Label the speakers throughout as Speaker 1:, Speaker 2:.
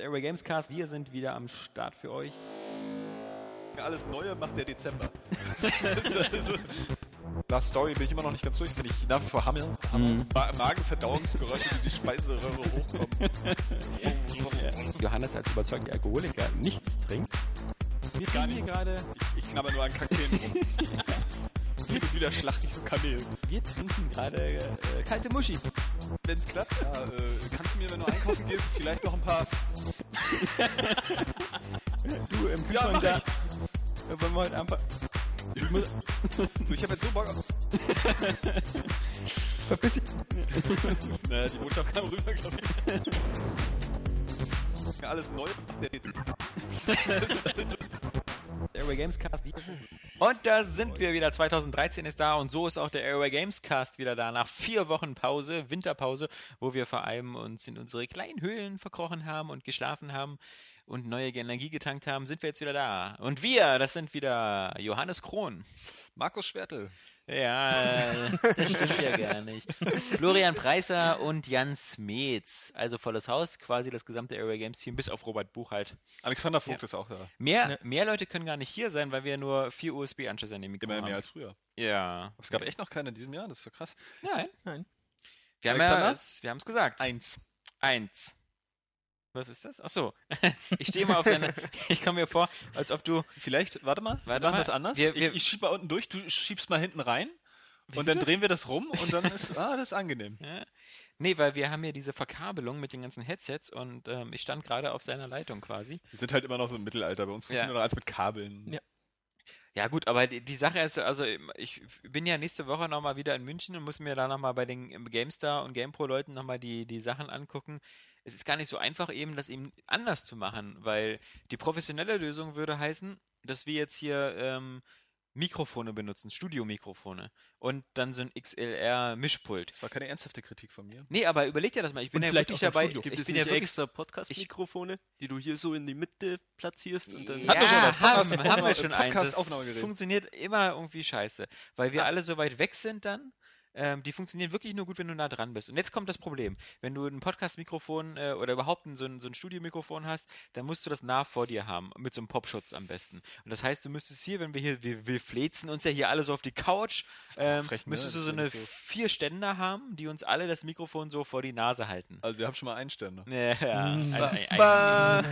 Speaker 1: Airway Gamescast. Wir sind wieder am Start für euch.
Speaker 2: Alles Neue macht der Dezember. also, Last Story bin ich immer noch nicht ganz durch, bin ich nach wie vor Hammel. Mhm. Ma Magenverdauungsgeräusche, die die Speiseröhre hochkommen.
Speaker 1: Johannes als überzeugter Alkoholiker nichts trinkt. Wir
Speaker 2: Gar
Speaker 1: trinken hier
Speaker 2: nichts.
Speaker 1: gerade,
Speaker 2: Ich, ich knabber nur an Kakteen rum. Jetzt wieder schlachte ich so Kamel.
Speaker 1: wir trinken gerade äh, äh, kalte Muschi.
Speaker 2: Wenn's klappt, ja, äh, kannst du mir, wenn du einkaufen gehst, vielleicht noch ein paar.
Speaker 1: Du im Kühlschrank
Speaker 2: Ja, mach
Speaker 1: da. Äh, Wollen wir heute einfach.
Speaker 2: Ich, muss, du, ich habe jetzt so Bock auf.
Speaker 1: Verpiss dich.
Speaker 2: Naja, die Botschaft kam rüber, glaube ich. Alles neu.
Speaker 1: Airway Gamescast. Und da sind wir wieder. 2013 ist da und so ist auch der Airway Gamescast wieder da. Nach vier Wochen Pause, Winterpause, wo wir vor allem uns in unsere kleinen Höhlen verkrochen haben und geschlafen haben und neue Energie getankt haben, sind wir jetzt wieder da. Und wir, das sind wieder Johannes Kron.
Speaker 2: Markus Schwertel.
Speaker 1: Ja, äh, das stimmt ja gar nicht. Florian Preißer und Jan Smeets. Also volles Haus, quasi das gesamte Airway Games Team, bis auf Robert Buchheit.
Speaker 2: Alexander Vogt ist auch da.
Speaker 1: Mehr, mehr Leute können gar nicht hier sein, weil wir nur vier USB-Anschlüsse an dem Mikro
Speaker 2: Immer
Speaker 1: haben.
Speaker 2: mehr als früher.
Speaker 1: ja.
Speaker 2: Es gab echt noch keinen in diesem Jahr, das ist so krass.
Speaker 1: Nein.
Speaker 3: Nein.
Speaker 1: Wir haben
Speaker 2: Alexander?
Speaker 1: ja, es, wir haben es gesagt.
Speaker 2: Eins.
Speaker 1: Eins. Was ist das? Ach so. ich stehe mal auf deine. Ich komme mir vor, als ob du.
Speaker 2: Vielleicht, warte mal, wir
Speaker 1: Warte
Speaker 2: machen
Speaker 1: mal.
Speaker 2: das anders.
Speaker 1: Wir- wir-
Speaker 2: ich ich schiebe mal unten durch, du schiebst mal hinten rein und dann
Speaker 1: bitte?
Speaker 2: drehen wir das rum und dann ist, ah, das ist angenehm.
Speaker 1: Ja. ne? Nee, weil wir haben ja diese Verkabelung mit den ganzen Headsets und ähm, ich stand gerade auf seiner Leitung quasi.
Speaker 2: Wir sind halt immer noch so im Mittelalter, bei uns
Speaker 1: Ja.
Speaker 2: funktioniert noch alles mit Kabeln.
Speaker 3: Ja.
Speaker 1: Ja gut, aber die, die Sache ist, also ich bin ja nächste Woche nochmal wieder in München und muss mir da nochmal bei den ähm, GameStar und GamePro-Leuten nochmal die, die Sachen angucken. Es ist gar nicht so einfach eben, das eben anders zu machen, weil die professionelle Lösung würde heißen, dass wir jetzt hier ähm, Mikrofone benutzen, Studiomikrofone und dann so ein XLR-Mischpult.
Speaker 2: Das war keine ernsthafte Kritik von mir.
Speaker 1: Nee, aber überleg dir das mal, ich bin
Speaker 3: Und
Speaker 1: ja
Speaker 3: vielleicht
Speaker 1: wirklich
Speaker 3: auch vom
Speaker 1: dabei,
Speaker 3: Studio.
Speaker 1: ich
Speaker 3: Gibt
Speaker 1: bin ja wirklich
Speaker 4: extra Podcast-Mikrofone, die du hier so in die Mitte platzierst und dann.
Speaker 1: Ja,
Speaker 2: Hatten wir schon was.
Speaker 1: haben,
Speaker 2: Podcast- Äh,
Speaker 1: haben wir
Speaker 2: Podcast-
Speaker 1: schon eins. Das
Speaker 2: Podcast-Aufnahmegerät.
Speaker 1: funktioniert immer irgendwie scheiße, weil wir alle so weit weg sind dann. Ähm, die funktionieren wirklich nur gut, wenn du nah dran bist. Und jetzt kommt das Problem. Wenn du ein Podcast-Mikrofon äh, oder überhaupt ein, so ein, so ein Studiomikrofon hast, dann musst du das nah vor dir haben, mit so einem Popschutz am besten. Und das heißt, du müsstest hier, wenn wir hier, wir, wir flezen uns ja hier alle so auf die Couch, ähm,
Speaker 2: frech, ne?
Speaker 1: müsstest du
Speaker 2: Das
Speaker 1: so
Speaker 2: ist
Speaker 1: eine
Speaker 2: nicht so.
Speaker 1: vier Ständer haben, die uns alle das Mikrofon so vor die Nase halten.
Speaker 2: Also wir haben schon mal einen Stern noch.
Speaker 1: Ja. Ein-
Speaker 3: Mm.
Speaker 1: ein- ein-
Speaker 4: Bah.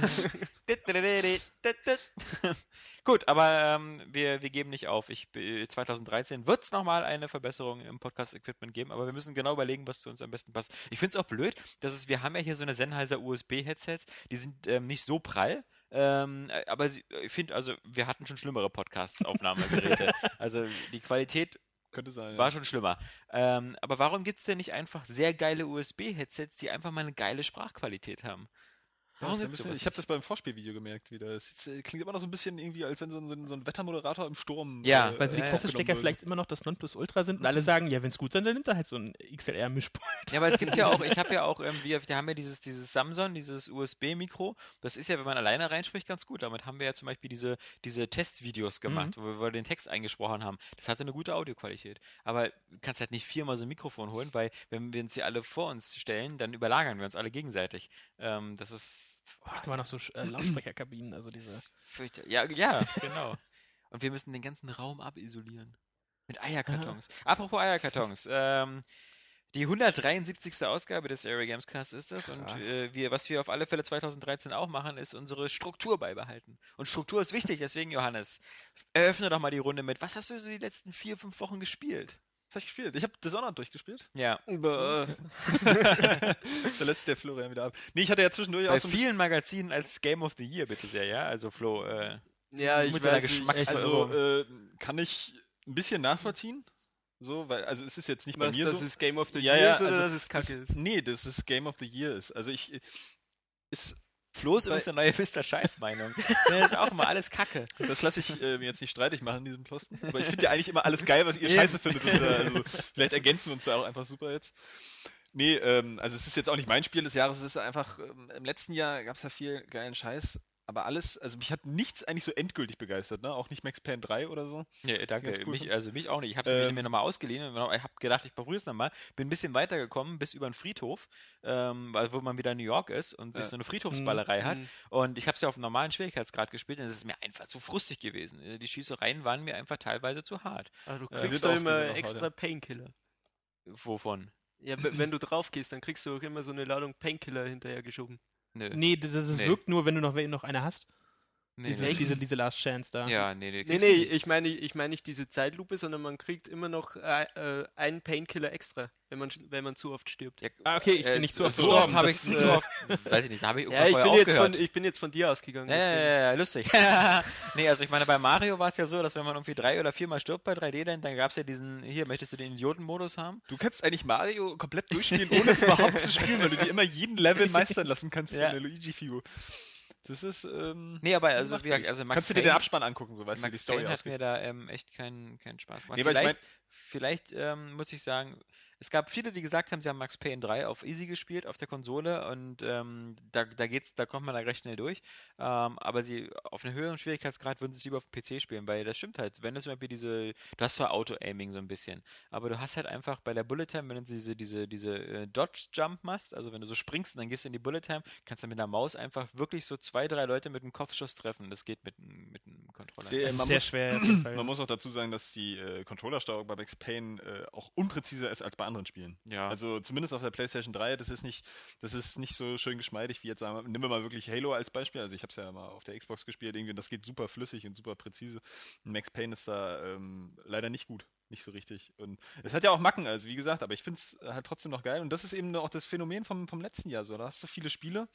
Speaker 1: Gut, aber ähm, wir, wir geben nicht auf. Ich, äh, be- 2013 wird es nochmal eine Verbesserung im Podcast-Equipment geben, aber wir müssen genau überlegen, was zu uns am besten passt. Ich finde es auch blöd, dass es, wir haben ja hier so eine Sennheiser USB-Headsets, die sind ähm, nicht so prall, ähm, äh, aber sie, ich finde, also wir hatten schon schlimmere Podcast-Aufnahmegeräte. also die Qualität
Speaker 2: Könnte sein.
Speaker 1: war
Speaker 2: ja.
Speaker 1: schon schlimmer. Ähm, aber warum gibt es denn nicht einfach sehr geile USB-Headsets, die einfach mal eine geile Sprachqualität haben?
Speaker 2: Ja,
Speaker 1: Warum
Speaker 2: das ist ein
Speaker 1: gibt's
Speaker 2: bisschen-
Speaker 1: sowas
Speaker 2: ich habe das beim Vorspielvideo gemerkt wieder. Es ist, äh, klingt immer noch so ein bisschen irgendwie, als wenn so ein, so ein- so ein Wettermoderator im Sturm. äh,
Speaker 1: Ja,
Speaker 3: Weil so die
Speaker 1: Ja, Mhm. ja.
Speaker 3: Kassenstecker
Speaker 2: aufgenommen
Speaker 3: vielleicht immer noch das Nonplusultra sind und alle sagen, ja, wenn es gut sein, dann nimmt er halt so ein XLR-Mischpult.
Speaker 1: Ja, aber es gibt ja auch, ich habe ja auch, ähm, wir, wir haben ja dieses, dieses Samsung, dieses USB-Mikro. Das ist ja, wenn man alleine reinspricht, ganz gut. Damit haben wir ja zum Beispiel diese, diese Testvideos gemacht, wo wir den Text eingesprochen haben. Das hatte eine gute Audioqualität. Aber du kannst halt nicht viermal so ein Mikrofon holen, weil wenn wir uns hier alle vor uns stellen, dann überlagern wir uns alle gegenseitig. Ähm, das ist. boah,
Speaker 3: Braucht immer noch so äh, Lautsprecherkabinen, also diese.
Speaker 1: Das fürchte ja, ja, genau. Und wir müssen den ganzen Raum abisolieren. Mit Eierkartons. Apropos Eierkartons. Ähm, die 173. Ausgabe des Area Games Cast ist das. Und
Speaker 2: Krass.
Speaker 1: äh, wir, was wir auf alle Fälle 2013 auch machen, ist unsere Struktur beibehalten. Und Struktur ist wichtig, deswegen, Johannes, eröffne doch mal die Runde mit. Was hast du so die letzten vier, fünf Wochen gespielt?
Speaker 2: Das habe ich gespielt. Ich habe Dishonored durchgespielt.
Speaker 1: Ja. äh,
Speaker 4: Bah.
Speaker 2: da lässt sich der Florian wieder ab. Nee, ich hatte ja zwischendurch auch
Speaker 1: Bei
Speaker 2: so ein
Speaker 1: vielen Magazinen als Game of the Year, bitte sehr, ja. Also Flo, äh,
Speaker 4: Ja, ich
Speaker 1: Mit deiner
Speaker 4: weiß nicht.
Speaker 1: Geschmacksverirrung.
Speaker 4: Also,
Speaker 2: Also äh, kann ich ein bisschen nachvollziehen. So, weil, also es ist jetzt nicht bei
Speaker 4: was,
Speaker 2: mir
Speaker 4: das
Speaker 2: so.
Speaker 4: ist Game of the
Speaker 2: Ja,
Speaker 4: Year
Speaker 2: ja,
Speaker 4: ist oder
Speaker 2: also
Speaker 4: dass es Kacke ist.
Speaker 2: Nee, das ist Game of the Year ist. Also ich ist,
Speaker 1: Flo ist übrigens eine neue Mr. Scheiß-Meinung. das ist auch immer alles Kacke.
Speaker 2: das lasse ich äh, mir jetzt nicht streitig machen in diesem Posten. Aber ich finde ja eigentlich immer alles geil, was ihr
Speaker 1: Eben.
Speaker 2: scheiße findet. Und, äh, also, vielleicht ergänzen wir uns da auch einfach super jetzt. Nee, ähm, also es ist jetzt auch nicht mein Spiel des Jahres, es ist einfach, ähm, im letzten Jahr gab es ja viel geilen Scheiß Aber alles, also mich hat nichts eigentlich so endgültig begeistert, ne? Auch nicht Max Payne 3 oder so.
Speaker 1: Ja, danke.
Speaker 2: Ganz cool.
Speaker 1: mich, also mich auch nicht. Ich habe
Speaker 2: Ähm.
Speaker 1: es mir nochmal ausgeliehen und habe gedacht, ich probiere es nochmal. Bin ein bisschen weitergekommen bis über den Friedhof, ähm, weil- wo man wieder in New York ist und sich
Speaker 2: Ja.
Speaker 1: so eine Friedhofsballerei hat.
Speaker 4: Mhm.
Speaker 1: Und ich habe es ja auf einem normalen Schwierigkeitsgrad gespielt und es ist mir einfach zu frustig gewesen. Äh, Die Schießereien waren mir einfach teilweise zu hart.
Speaker 4: Ah, du
Speaker 2: Ja,
Speaker 4: kriegst
Speaker 2: sind
Speaker 4: doch
Speaker 2: auch diese
Speaker 4: immer
Speaker 2: noch,
Speaker 4: extra
Speaker 2: Alter.
Speaker 4: Painkiller.
Speaker 1: Wovon?
Speaker 4: Ja, w- wenn du drauf gehst, dann kriegst du auch immer so eine Ladung Painkiller hinterher geschoben.
Speaker 1: Nö.
Speaker 3: Nee, das, das
Speaker 1: Nee.
Speaker 3: wirkt nur, wenn du noch, noch eine hast.
Speaker 1: nee,
Speaker 3: diese,
Speaker 1: das-
Speaker 4: echt?
Speaker 3: diese, diese Last Chance da.
Speaker 1: ne, Ja, nee, nee.
Speaker 4: Nee,
Speaker 1: kriegst du
Speaker 4: nee,
Speaker 1: nicht.
Speaker 4: ich meine ich meine nicht diese Zeitlupe, sondern man kriegt immer noch äh, äh, einen Painkiller extra, wenn man, sch- wenn man zu oft stirbt.
Speaker 1: Ja, äh,
Speaker 3: Ah, okay, ich bin nicht so oft
Speaker 1: so oft
Speaker 3: gestorben,
Speaker 1: habe ich
Speaker 3: das,
Speaker 1: so
Speaker 3: äh,
Speaker 1: oft, weiß ich nicht, da habe ich
Speaker 4: Ja,
Speaker 1: irgendwann
Speaker 4: ich
Speaker 1: vorher
Speaker 4: bin, jetzt von,
Speaker 1: aufgehört.
Speaker 4: ich bin jetzt von dir ausgegangen.
Speaker 1: Ja, ja,
Speaker 4: deswegen.
Speaker 1: ja, ja, lustig. nee, also ich meine, bei Mario war es ja so, dass wenn man irgendwie drei oder viermal stirbt bei 3D, dann, dann gab es ja diesen, hier, möchtest du den Idiotenmodus haben?
Speaker 2: Du kannst eigentlich Mario komplett durchspielen, ohne es überhaupt zu spielen, weil du dir immer jeden Level meistern lassen kannst,
Speaker 1: Ja.
Speaker 2: so eine Luigi-Figur. Das ist, ähm,
Speaker 1: Nee, aber also,
Speaker 2: macht
Speaker 1: wie gesagt,
Speaker 2: nichts.
Speaker 1: also Max
Speaker 2: kannst du dir den
Speaker 1: Payne-
Speaker 2: Abspann angucken, so weißt du, wie die
Speaker 1: Max
Speaker 2: Story
Speaker 1: Payne hat
Speaker 2: ausgeht.
Speaker 1: mir da ähm, echt keinen keinen Spaß gemacht.
Speaker 2: Nee, weil ich
Speaker 1: vielleicht vielleicht ähm, muss ich sagen, es gab viele, die gesagt haben, sie haben Max Payne 3 auf Easy gespielt, auf der Konsole und ähm, da, da geht's, da kommt man da recht schnell durch. Ähm, aber sie auf einem höheren Schwierigkeitsgrad würden sie es lieber auf dem PC spielen, weil das stimmt halt. Wenn du zum Beispiel diese, du hast zwar Auto-Aiming so ein bisschen, aber du hast halt einfach bei der Bullet Time, wenn du diese, diese, diese äh, Dodge-Jump machst, also wenn du so springst und dann gehst du in die Bullet Time, kannst du mit einer Maus einfach wirklich so zwei, drei Leute mit einem Kopfschuss treffen. Das geht mit, einem- mit einem Controller.
Speaker 2: Der-
Speaker 3: Das
Speaker 2: man
Speaker 3: ist sehr
Speaker 2: muss-
Speaker 3: schwer. auf jeden Fall.
Speaker 2: Man muss auch dazu sagen, dass die äh, Controllersteuerung bei Max Payne äh, auch unpräziser ist als bei anderen Spielen.
Speaker 1: Ja.
Speaker 2: Also zumindest auf der PlayStation 3, das ist nicht, das ist nicht so schön geschmeidig wie jetzt, sagen wir, nehmen wir mal wirklich Halo als Beispiel. Also ich habe es ja mal auf der Xbox gespielt, irgendwie, und das geht super flüssig und super präzise. Und Max Payne ist da ähm, leider nicht gut, nicht so richtig. Und es hat ja auch Macken, also wie gesagt, aber ich finde es halt trotzdem noch geil. Und das ist eben auch das Phänomen vom, vom letzten Jahr so. Da hast du viele Spiele,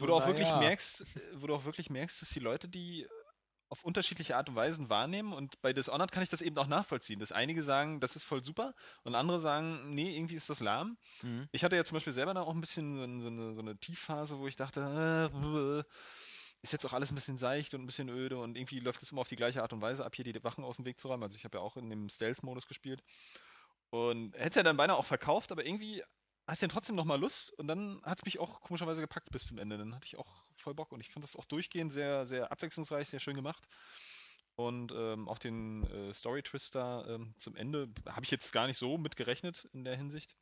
Speaker 2: wo du auch wirklich merkst, äh, wo du auch wirklich merkst, dass die Leute die auf unterschiedliche Art und Weisen wahrnehmen und bei Dishonored kann ich das eben auch nachvollziehen, dass einige sagen, das ist voll super und andere sagen, nee, irgendwie ist das lahm.
Speaker 1: Mhm.
Speaker 2: Ich hatte ja zum Beispiel selber da auch ein bisschen so, ein- so, eine, so eine Tiefphase, wo ich dachte, äh, ist jetzt auch alles ein bisschen seicht und ein bisschen öde und irgendwie läuft es immer auf die gleiche Art und Weise ab, hier die Wachen aus dem Weg zu räumen. Also ich habe ja auch in dem Stealth-Modus gespielt und hätte es ja dann beinahe auch verkauft, aber irgendwie hatte ich dann trotzdem nochmal Lust und dann hat es mich auch komischerweise gepackt bis zum Ende. Dann hatte ich auch voll Bock und ich fand das auch durchgehend sehr, sehr abwechslungsreich, sehr schön gemacht. Und ähm, auch den äh, Story-Twist da ähm, zum Ende habe ich jetzt gar nicht so mitgerechnet in der Hinsicht.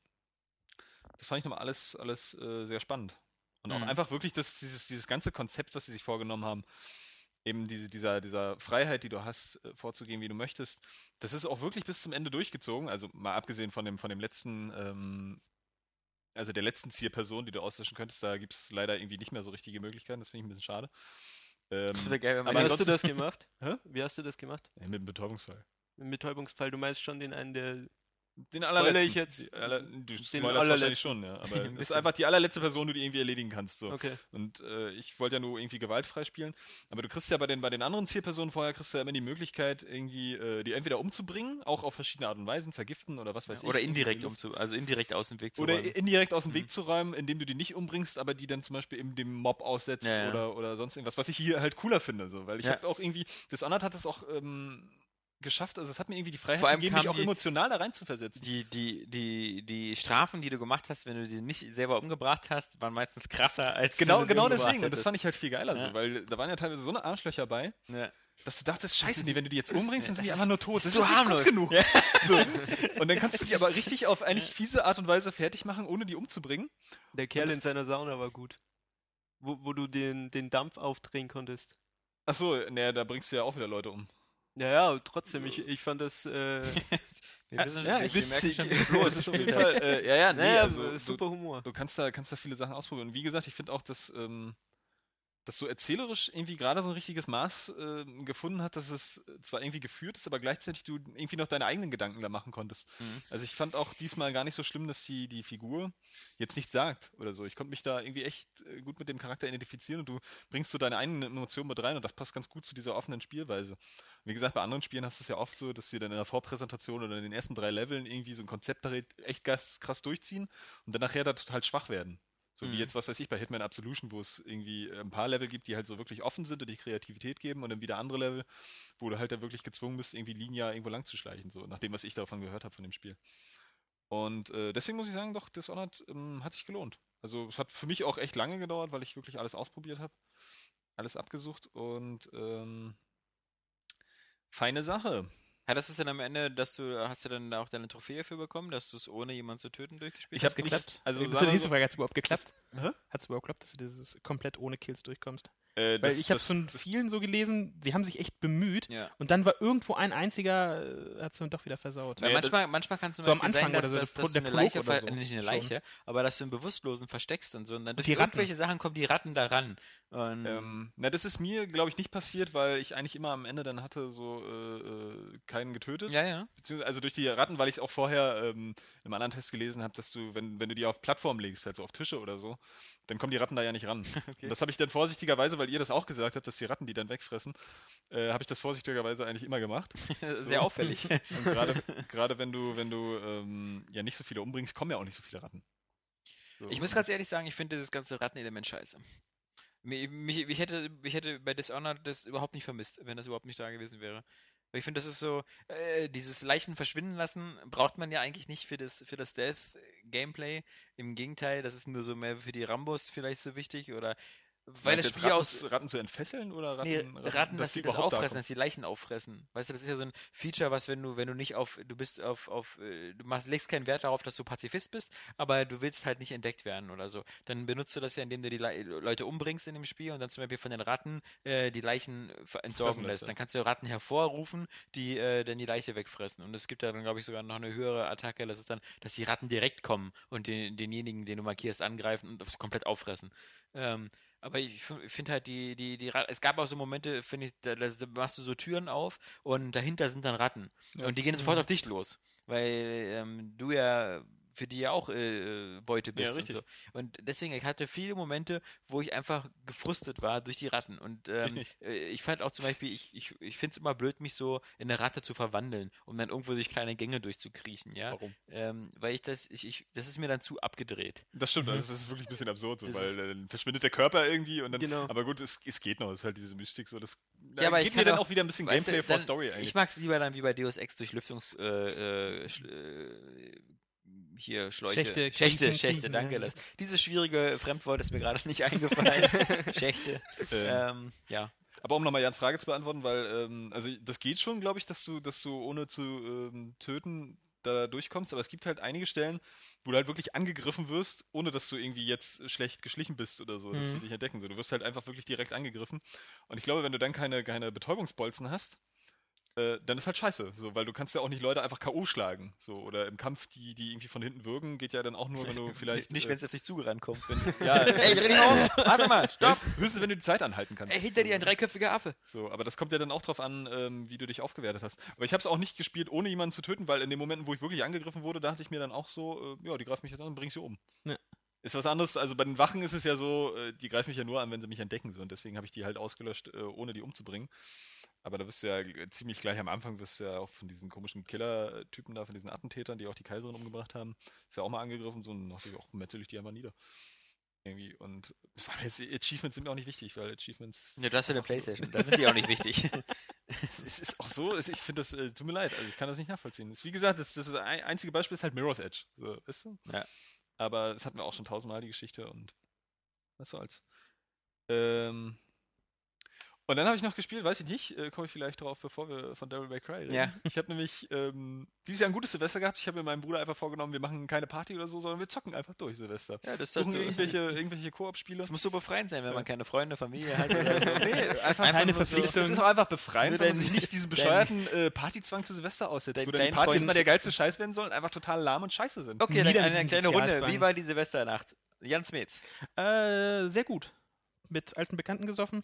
Speaker 2: Das fand ich nochmal alles, alles äh, sehr spannend. Und auch
Speaker 1: Mhm.
Speaker 2: einfach wirklich das, dieses, dieses ganze Konzept, was sie sich vorgenommen haben, eben diese, dieser, dieser Freiheit, die du hast, äh, vorzugehen, wie du möchtest, das ist auch wirklich bis zum Ende durchgezogen. Also mal abgesehen von dem, von dem letzten, ähm, also der letzten Zielperson, die du auslöschen könntest, da gibt es leider irgendwie nicht mehr so richtige Möglichkeiten. Das finde ich ein bisschen schade. Ähm,
Speaker 1: Das wäre geil, wenn man
Speaker 2: Aber
Speaker 4: Wie
Speaker 1: jetzt-
Speaker 4: hast du das gemacht?
Speaker 2: Hä?
Speaker 4: Wie hast du das gemacht?
Speaker 2: mit einem Betäubungsfall.
Speaker 4: Im Betäubungsfall, du meinst schon den einen, der.
Speaker 2: Den
Speaker 4: Spoiler
Speaker 2: allerletzten.
Speaker 4: ich jetzt?
Speaker 2: Die aller, du
Speaker 4: Den
Speaker 2: spoilerst wahrscheinlich
Speaker 4: allerletzten.
Speaker 2: schon, ja. Aber
Speaker 1: Ein
Speaker 2: das ist
Speaker 1: bisschen.
Speaker 2: einfach die allerletzte Person, die du irgendwie erledigen kannst. So.
Speaker 4: Okay.
Speaker 2: Und äh, ich wollte ja nur irgendwie gewaltfrei spielen. Aber du kriegst ja bei den, bei den anderen Zielpersonen vorher kriegst du ja immer die Möglichkeit, irgendwie äh, die entweder umzubringen, auch auf verschiedene Art und Weisen, vergiften oder was weiß ich.
Speaker 1: Oder
Speaker 2: irgendwie
Speaker 1: indirekt
Speaker 2: die Luft-
Speaker 1: umzu, also indirekt aus dem Weg zu
Speaker 2: Oder
Speaker 1: räumen.
Speaker 2: indirekt aus dem
Speaker 1: Mhm.
Speaker 2: Weg zu räumen, indem du die nicht umbringst, aber die dann zum Beispiel eben dem Mob aussetzt
Speaker 1: Ja, ja.
Speaker 2: Oder, oder sonst irgendwas, was ich hier halt cooler finde. So. Weil ich
Speaker 1: Ja.
Speaker 2: habe auch irgendwie, Dishonored hat es auch ähm, geschafft, also es hat mir irgendwie die Freiheit
Speaker 1: Vor allem
Speaker 2: gegeben, mich
Speaker 1: kam
Speaker 2: auch
Speaker 1: die-
Speaker 2: emotional da reinzuversetzen.
Speaker 1: Die, die, die, die Strafen, die du gemacht hast, wenn du die nicht selber umgebracht hast, waren meistens krasser als
Speaker 2: Genau,
Speaker 1: wenn du sie
Speaker 2: genau
Speaker 1: umgebracht
Speaker 2: deswegen. Und das
Speaker 1: hättest. Ne?
Speaker 2: fand ich halt viel geiler
Speaker 1: Ja.
Speaker 2: so, weil da waren ja teilweise so eine Arschlöcher bei,
Speaker 1: Ja.
Speaker 2: dass du dachtest, scheiße, nee, wenn du die jetzt umbringst, dann sind die
Speaker 1: Das
Speaker 2: einfach
Speaker 1: ist-
Speaker 2: nur tot.
Speaker 1: das ist zu
Speaker 2: nicht gut
Speaker 1: harmlos.
Speaker 2: genug. So. Und dann kannst du die aber richtig auf eigentlich fiese Art und Weise fertig machen, ohne die umzubringen.
Speaker 4: Der Kerl in seiner Sauna war gut. Wo, wo du den, den Dampf aufdrehen konntest.
Speaker 2: Achso, naja, da bringst du ja auch wieder Leute um.
Speaker 4: Naja, trotzdem, ich, ich fand das. Äh,
Speaker 1: Wir wissen
Speaker 3: Ja,
Speaker 1: schon, wir, wir merken
Speaker 2: witzig.
Speaker 1: schon, wie Flo
Speaker 2: Das
Speaker 1: es
Speaker 2: ist auf
Speaker 1: gespielt
Speaker 2: jeden
Speaker 1: hat.
Speaker 2: Fall, äh, ja, ja, nee,
Speaker 4: naja,
Speaker 2: also,
Speaker 4: äh, super Humor.
Speaker 2: Du kannst da, kannst da viele Sachen ausprobieren. Und wie gesagt, ich finde auch, dass ähm, das so erzählerisch irgendwie gerade so ein richtiges Maß ähm, gefunden hat, dass es zwar irgendwie geführt ist, aber gleichzeitig du irgendwie noch deine eigenen Gedanken da machen konntest.
Speaker 1: Mhm.
Speaker 2: Also ich fand auch diesmal gar nicht so schlimm, dass die, die Figur jetzt nichts sagt oder so. Ich konnte mich da irgendwie echt äh, gut mit dem Charakter identifizieren und du bringst so deine eigenen Emotionen mit rein und das passt ganz gut zu dieser offenen Spielweise. Wie gesagt, bei anderen Spielen hast du es ja oft so, dass sie dann in der Vorpräsentation oder in den ersten drei Leveln irgendwie so ein Konzept da echt ganz krass durchziehen und dann nachher da total schwach werden. So wie
Speaker 1: Mhm.
Speaker 2: jetzt, was weiß ich, bei Hitman Absolution, wo es irgendwie ein paar Level gibt, die halt so wirklich offen sind und die Kreativität geben und dann wieder andere Level, wo du halt dann wirklich gezwungen bist, irgendwie linear irgendwo lang zu schleichen, so nach dem, was ich davon gehört habe von dem Spiel. Und äh, deswegen muss ich sagen, doch, Dishonored ähm, hat sich gelohnt. Also es hat für mich auch echt lange gedauert, weil ich wirklich alles ausprobiert habe. Alles abgesucht und ähm, feine Sache.
Speaker 1: Ja, das ist dann am Ende, dass du, äh, hast du dann auch deine Trophäe für bekommen, dass du es ohne jemanden zu töten durchgespielt
Speaker 3: Ich hab's
Speaker 1: hast?
Speaker 3: geklappt.
Speaker 2: Also,
Speaker 3: Also,
Speaker 2: sagen wir
Speaker 3: nächste
Speaker 2: so-
Speaker 3: Frage, hat's überhaupt geklappt?
Speaker 2: Hä?
Speaker 3: Hat's überhaupt geklappt, dass du dieses komplett ohne Kills durchkommst?
Speaker 2: Äh,
Speaker 3: Weil
Speaker 2: das-
Speaker 3: ich habe
Speaker 2: das-
Speaker 3: von
Speaker 2: das-
Speaker 3: vielen so gelesen, sie haben sich echt bemüht
Speaker 1: Ja.
Speaker 3: und dann war irgendwo ein einziger, äh, hat's dann doch wieder versaut.
Speaker 1: Weil
Speaker 2: Ja,
Speaker 1: manchmal, manchmal kann es zum
Speaker 3: so am
Speaker 1: Beispiel
Speaker 3: Anfang
Speaker 1: sein,
Speaker 3: oder
Speaker 1: dass,
Speaker 3: so,
Speaker 1: dass,
Speaker 3: der
Speaker 1: dass
Speaker 3: Pro-
Speaker 1: du
Speaker 3: der
Speaker 1: eine Leiche,
Speaker 3: Prolog oder
Speaker 1: ver-
Speaker 3: so.
Speaker 1: äh, nicht eine
Speaker 3: Schon.
Speaker 1: Leiche, aber dass du einen Bewusstlosen versteckst und so. Und dann durch
Speaker 3: die Ratten.
Speaker 1: irgendwelche Sachen kommen die Ratten da ran. Und
Speaker 2: Ähm, na, das ist mir, glaube ich, nicht passiert, weil ich eigentlich immer am Ende dann hatte so äh, äh, keinen getötet.
Speaker 1: ja, ja.
Speaker 2: Beziehungsweise, also durch die Ratten, weil ich es auch vorher ähm, im anderen Test gelesen habe, dass du, wenn, wenn du die auf Plattformen legst, halt so auf Tische oder so, dann kommen die Ratten da ja nicht ran. Und das habe ich dann vorsichtigerweise, weil ihr das auch gesagt habt, dass die Ratten die dann wegfressen, äh, habe ich das vorsichtigerweise eigentlich immer gemacht.
Speaker 1: Sehr auffällig.
Speaker 2: Und gerade- gerade wenn du, wenn du ähm, ja nicht so viele umbringst, kommen ja auch nicht so viele Ratten. So.
Speaker 1: Ich muss ganz ehrlich sagen, ich finde dieses ganze Rattenelement scheiße. Mich, mich, ich, hätte, ich hätte bei Dishonored das überhaupt nicht vermisst, wenn das überhaupt nicht da gewesen wäre. Weil ich finde, das ist so, äh, dieses Leichen verschwinden lassen braucht man ja eigentlich nicht für das, für das Stealth-Gameplay. Im Gegenteil, das ist nur so mehr für die Rambos vielleicht so wichtig oder weil das
Speaker 2: Meinst du jetzt
Speaker 1: Spiel
Speaker 2: Ratten,
Speaker 1: aus.
Speaker 2: Ratten zu entfesseln oder Ratten,
Speaker 1: Nee, Ratten, dass, sie das
Speaker 2: überhaupt da
Speaker 1: auffressen,
Speaker 2: kommen?
Speaker 1: dass die Leichen auffressen. Weißt du, das ist ja so ein Feature, was wenn du, wenn du nicht auf, du bist auf, auf, äh, du machst, legst keinen Wert darauf, dass du Pazifist bist, aber du willst halt nicht entdeckt werden oder so. Dann benutzt du das ja, indem du die Le Leute umbringst in dem Spiel und dann zum Beispiel von den Ratten äh, die Leichen ver- entsorgen
Speaker 2: Fressen lässt,
Speaker 1: lässt.
Speaker 2: ja.
Speaker 1: Dann kannst du Ratten hervorrufen, die äh, dann die Leiche wegfressen. Und es gibt da dann, glaube ich, sogar noch eine höhere Attacke, das ist dann, dass die Ratten direkt kommen und den, denjenigen, den du markierst, angreifen und das komplett auffressen. Ähm, aber ich finde halt die, die, die Ratten, es gab auch so Momente, finde ich, da, da machst du so Türen auf und dahinter sind dann Ratten. Und die gehen
Speaker 3: Mhm.
Speaker 1: sofort auf dich los, weil ähm, du ja für die ja auch äh, Beute bist und
Speaker 2: richtig.
Speaker 1: so. Und deswegen, ich hatte viele Momente, wo ich einfach gefrustet war durch die Ratten. Und ähm,
Speaker 2: nicht.
Speaker 1: äh, ich fand auch zum Beispiel, ich, ich, ich finde es immer blöd, mich so in eine Ratte zu verwandeln, um dann irgendwo durch kleine Gänge durchzukriechen, ja.
Speaker 2: Warum?
Speaker 1: Ähm, weil ich das, ich, ich, das ist mir dann zu abgedreht.
Speaker 2: Das stimmt, also das ist wirklich ein bisschen absurd, so,
Speaker 1: Mhm. Das
Speaker 2: weil
Speaker 1: ist-
Speaker 2: äh, dann verschwindet der Körper irgendwie und dann.
Speaker 4: Genau.
Speaker 2: Aber gut, es, es geht noch, es ist halt diese Mystik so. Das
Speaker 1: Ja, aber ich
Speaker 2: gibt
Speaker 1: kann
Speaker 2: mir dann
Speaker 1: auch-
Speaker 2: auch wieder ein bisschen
Speaker 1: Weißt
Speaker 2: Gameplay
Speaker 1: du,
Speaker 2: vor
Speaker 1: dann-
Speaker 2: Story eigentlich.
Speaker 1: Ich mag es lieber dann wie bei Deus Ex durch Lüftungs. Äh, äh, schl- äh, hier, Schläuche.
Speaker 3: Schächte,
Speaker 1: Schächte,
Speaker 3: Kriechen,
Speaker 1: Schächte
Speaker 3: Kriechen,
Speaker 1: danke.
Speaker 3: ja.
Speaker 1: Das, dieses schwierige Fremdwort ist mir gerade nicht eingefallen. Schächte.
Speaker 2: ähm,
Speaker 1: Ähm, ja.
Speaker 2: aber um nochmal Jans Frage zu beantworten, weil, ähm, also das geht schon, glaube ich, dass du, dass du ohne zu ähm, töten da durchkommst, aber es gibt halt einige Stellen, wo du halt wirklich angegriffen wirst, ohne dass du irgendwie jetzt schlecht geschlichen bist oder so, dass
Speaker 3: Mhm.
Speaker 2: sie dich entdecken. So, du wirst halt einfach wirklich direkt angegriffen. Und ich glaube, wenn du dann keine, keine Betäubungsbolzen hast, äh, dann ist halt scheiße, so, weil du kannst ja auch nicht Leute einfach K.O. schlagen. So, oder im Kampf, die, die irgendwie von hinten wirken, geht ja dann auch nur, wenn du vielleicht.
Speaker 1: nicht,
Speaker 2: äh, halt-
Speaker 1: wenn es auf dich zugerannt kommt.
Speaker 2: ja,
Speaker 1: Ey, dreh dich mal um! Warte mal, stopp!
Speaker 2: höchstens- Höchstens, wenn du die Zeit anhalten kannst.
Speaker 1: Ey, hinter dir ein dreiköpfiger Affe.
Speaker 2: So, aber das kommt ja dann auch drauf an, ähm, wie du dich aufgewertet hast. Aber ich habe es auch nicht gespielt, ohne jemanden zu töten, weil in den Momenten, wo ich wirklich angegriffen wurde, dachte ich mir dann auch so, äh, ja, die greifen mich jetzt an und bringen sie um.
Speaker 3: Ja.
Speaker 2: Ist was anderes, also bei den Wachen ist es ja so, äh, die greifen mich ja nur an, wenn sie mich entdecken. So, und deswegen habe ich die halt ausgelöscht, äh, ohne die umzubringen. Aber da wirst du ja g- ziemlich gleich am Anfang, wirst du ja auch von diesen komischen Killer-Typen da, von diesen Attentätern, die auch die Kaiserin umgebracht haben, ist ja auch mal angegriffen, so und dachte ich auch, metzel ich die einfach nieder. Irgendwie. Und das war jetzt, Achievements sind mir auch nicht wichtig, weil Achievements.
Speaker 1: Ja, das ist ja der
Speaker 2: einfach nur-
Speaker 1: Playstation. Da sind die auch nicht wichtig.
Speaker 2: es ist auch so, es, ich finde das, äh, tut mir leid, also ich kann das nicht nachvollziehen. Es, wie gesagt, das, das ist ein, einzige Beispiel ist halt Mirror's Edge, so, weißt du?
Speaker 1: Ja.
Speaker 2: Aber das hatten wir auch schon tausendmal, die Geschichte und was soll's. Ähm, und dann habe ich noch gespielt, weiß ich nicht, äh, komme ich vielleicht drauf, bevor wir von Devil May Cry reden.
Speaker 1: Ja.
Speaker 2: Ich habe nämlich ähm, dieses Jahr ein gutes Silvester gehabt. Ich habe mir meinem Bruder einfach vorgenommen, wir machen keine Party oder so, sondern wir zocken einfach durch Silvester.
Speaker 1: Ja, das,
Speaker 2: Suchen irgendwelche, irgendwelche Koop-Spiele.
Speaker 1: das muss so befreiend sein, wenn man keine Freunde, Familie hat.
Speaker 2: Nee,
Speaker 1: Oder so.
Speaker 2: einfach,
Speaker 3: Keine
Speaker 2: nur so-
Speaker 3: Verpflichtung.
Speaker 2: Es ist auch einfach befreiend,
Speaker 1: Nur
Speaker 2: wenn man
Speaker 1: dein-
Speaker 2: sich nicht diesen
Speaker 1: dein-
Speaker 2: bescheuerten äh, Partyzwang zu Silvester aussetzt,
Speaker 1: dein-
Speaker 2: wo dann die
Speaker 1: dein
Speaker 2: Partys
Speaker 1: Freund-
Speaker 2: immer der geilste Scheiß werden sollen, einfach total lahm und scheiße sind.
Speaker 1: Okay, dann
Speaker 3: Nieder
Speaker 1: eine
Speaker 3: diesen
Speaker 1: kleine Runde.
Speaker 3: Sozialzwang.
Speaker 1: Wie war die Silvesternacht? Jans Metz.
Speaker 3: Äh, sehr gut. Mit alten Bekannten gesoffen.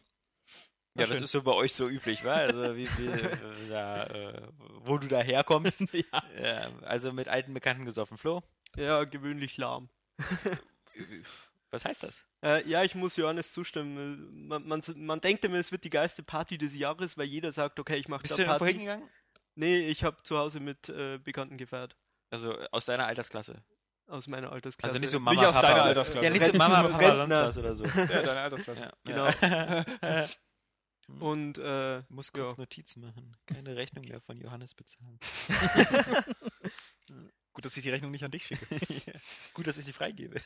Speaker 3: War
Speaker 1: Ja, das
Speaker 3: schön.
Speaker 1: ist so bei euch so üblich, wa? Also wie, wie äh, da, äh, wo du da herkommst.
Speaker 3: ja.
Speaker 1: Ja, also mit alten Bekannten gesoffen. Flo,
Speaker 4: Ja, gewöhnlich lahm.
Speaker 1: was heißt das?
Speaker 4: Äh, ja, ich muss Johannes zustimmen. Man, man, man denkt immer, es wird die geilste Party des Jahres, weil jeder sagt, okay, ich mache
Speaker 1: Bist
Speaker 4: da
Speaker 1: du denn irgendwo
Speaker 4: Party.
Speaker 1: hingegangen?
Speaker 4: Nee, ich habe zu Hause mit äh, Bekannten gefeiert.
Speaker 1: Also aus deiner Altersklasse.
Speaker 4: Aus meiner Altersklasse.
Speaker 1: Also nicht so Mama,
Speaker 2: Nicht aus
Speaker 1: Papa.
Speaker 2: deiner
Speaker 1: oder-
Speaker 2: Altersklasse.
Speaker 1: Ja, nicht so
Speaker 4: Rentner.
Speaker 1: Mama, Papa, sonst
Speaker 4: Rentner.
Speaker 1: was oder so.
Speaker 2: Ja, deine Altersklasse.
Speaker 1: Ja,
Speaker 4: Genau.
Speaker 1: Ja.
Speaker 4: Und äh,
Speaker 1: Muss kurz
Speaker 4: Ja.
Speaker 1: Notiz machen. Keine Rechnung mehr von Johannes bezahlen.
Speaker 2: Gut, dass ich die Rechnung nicht an dich schicke.
Speaker 1: Gut, dass ich sie freigebe.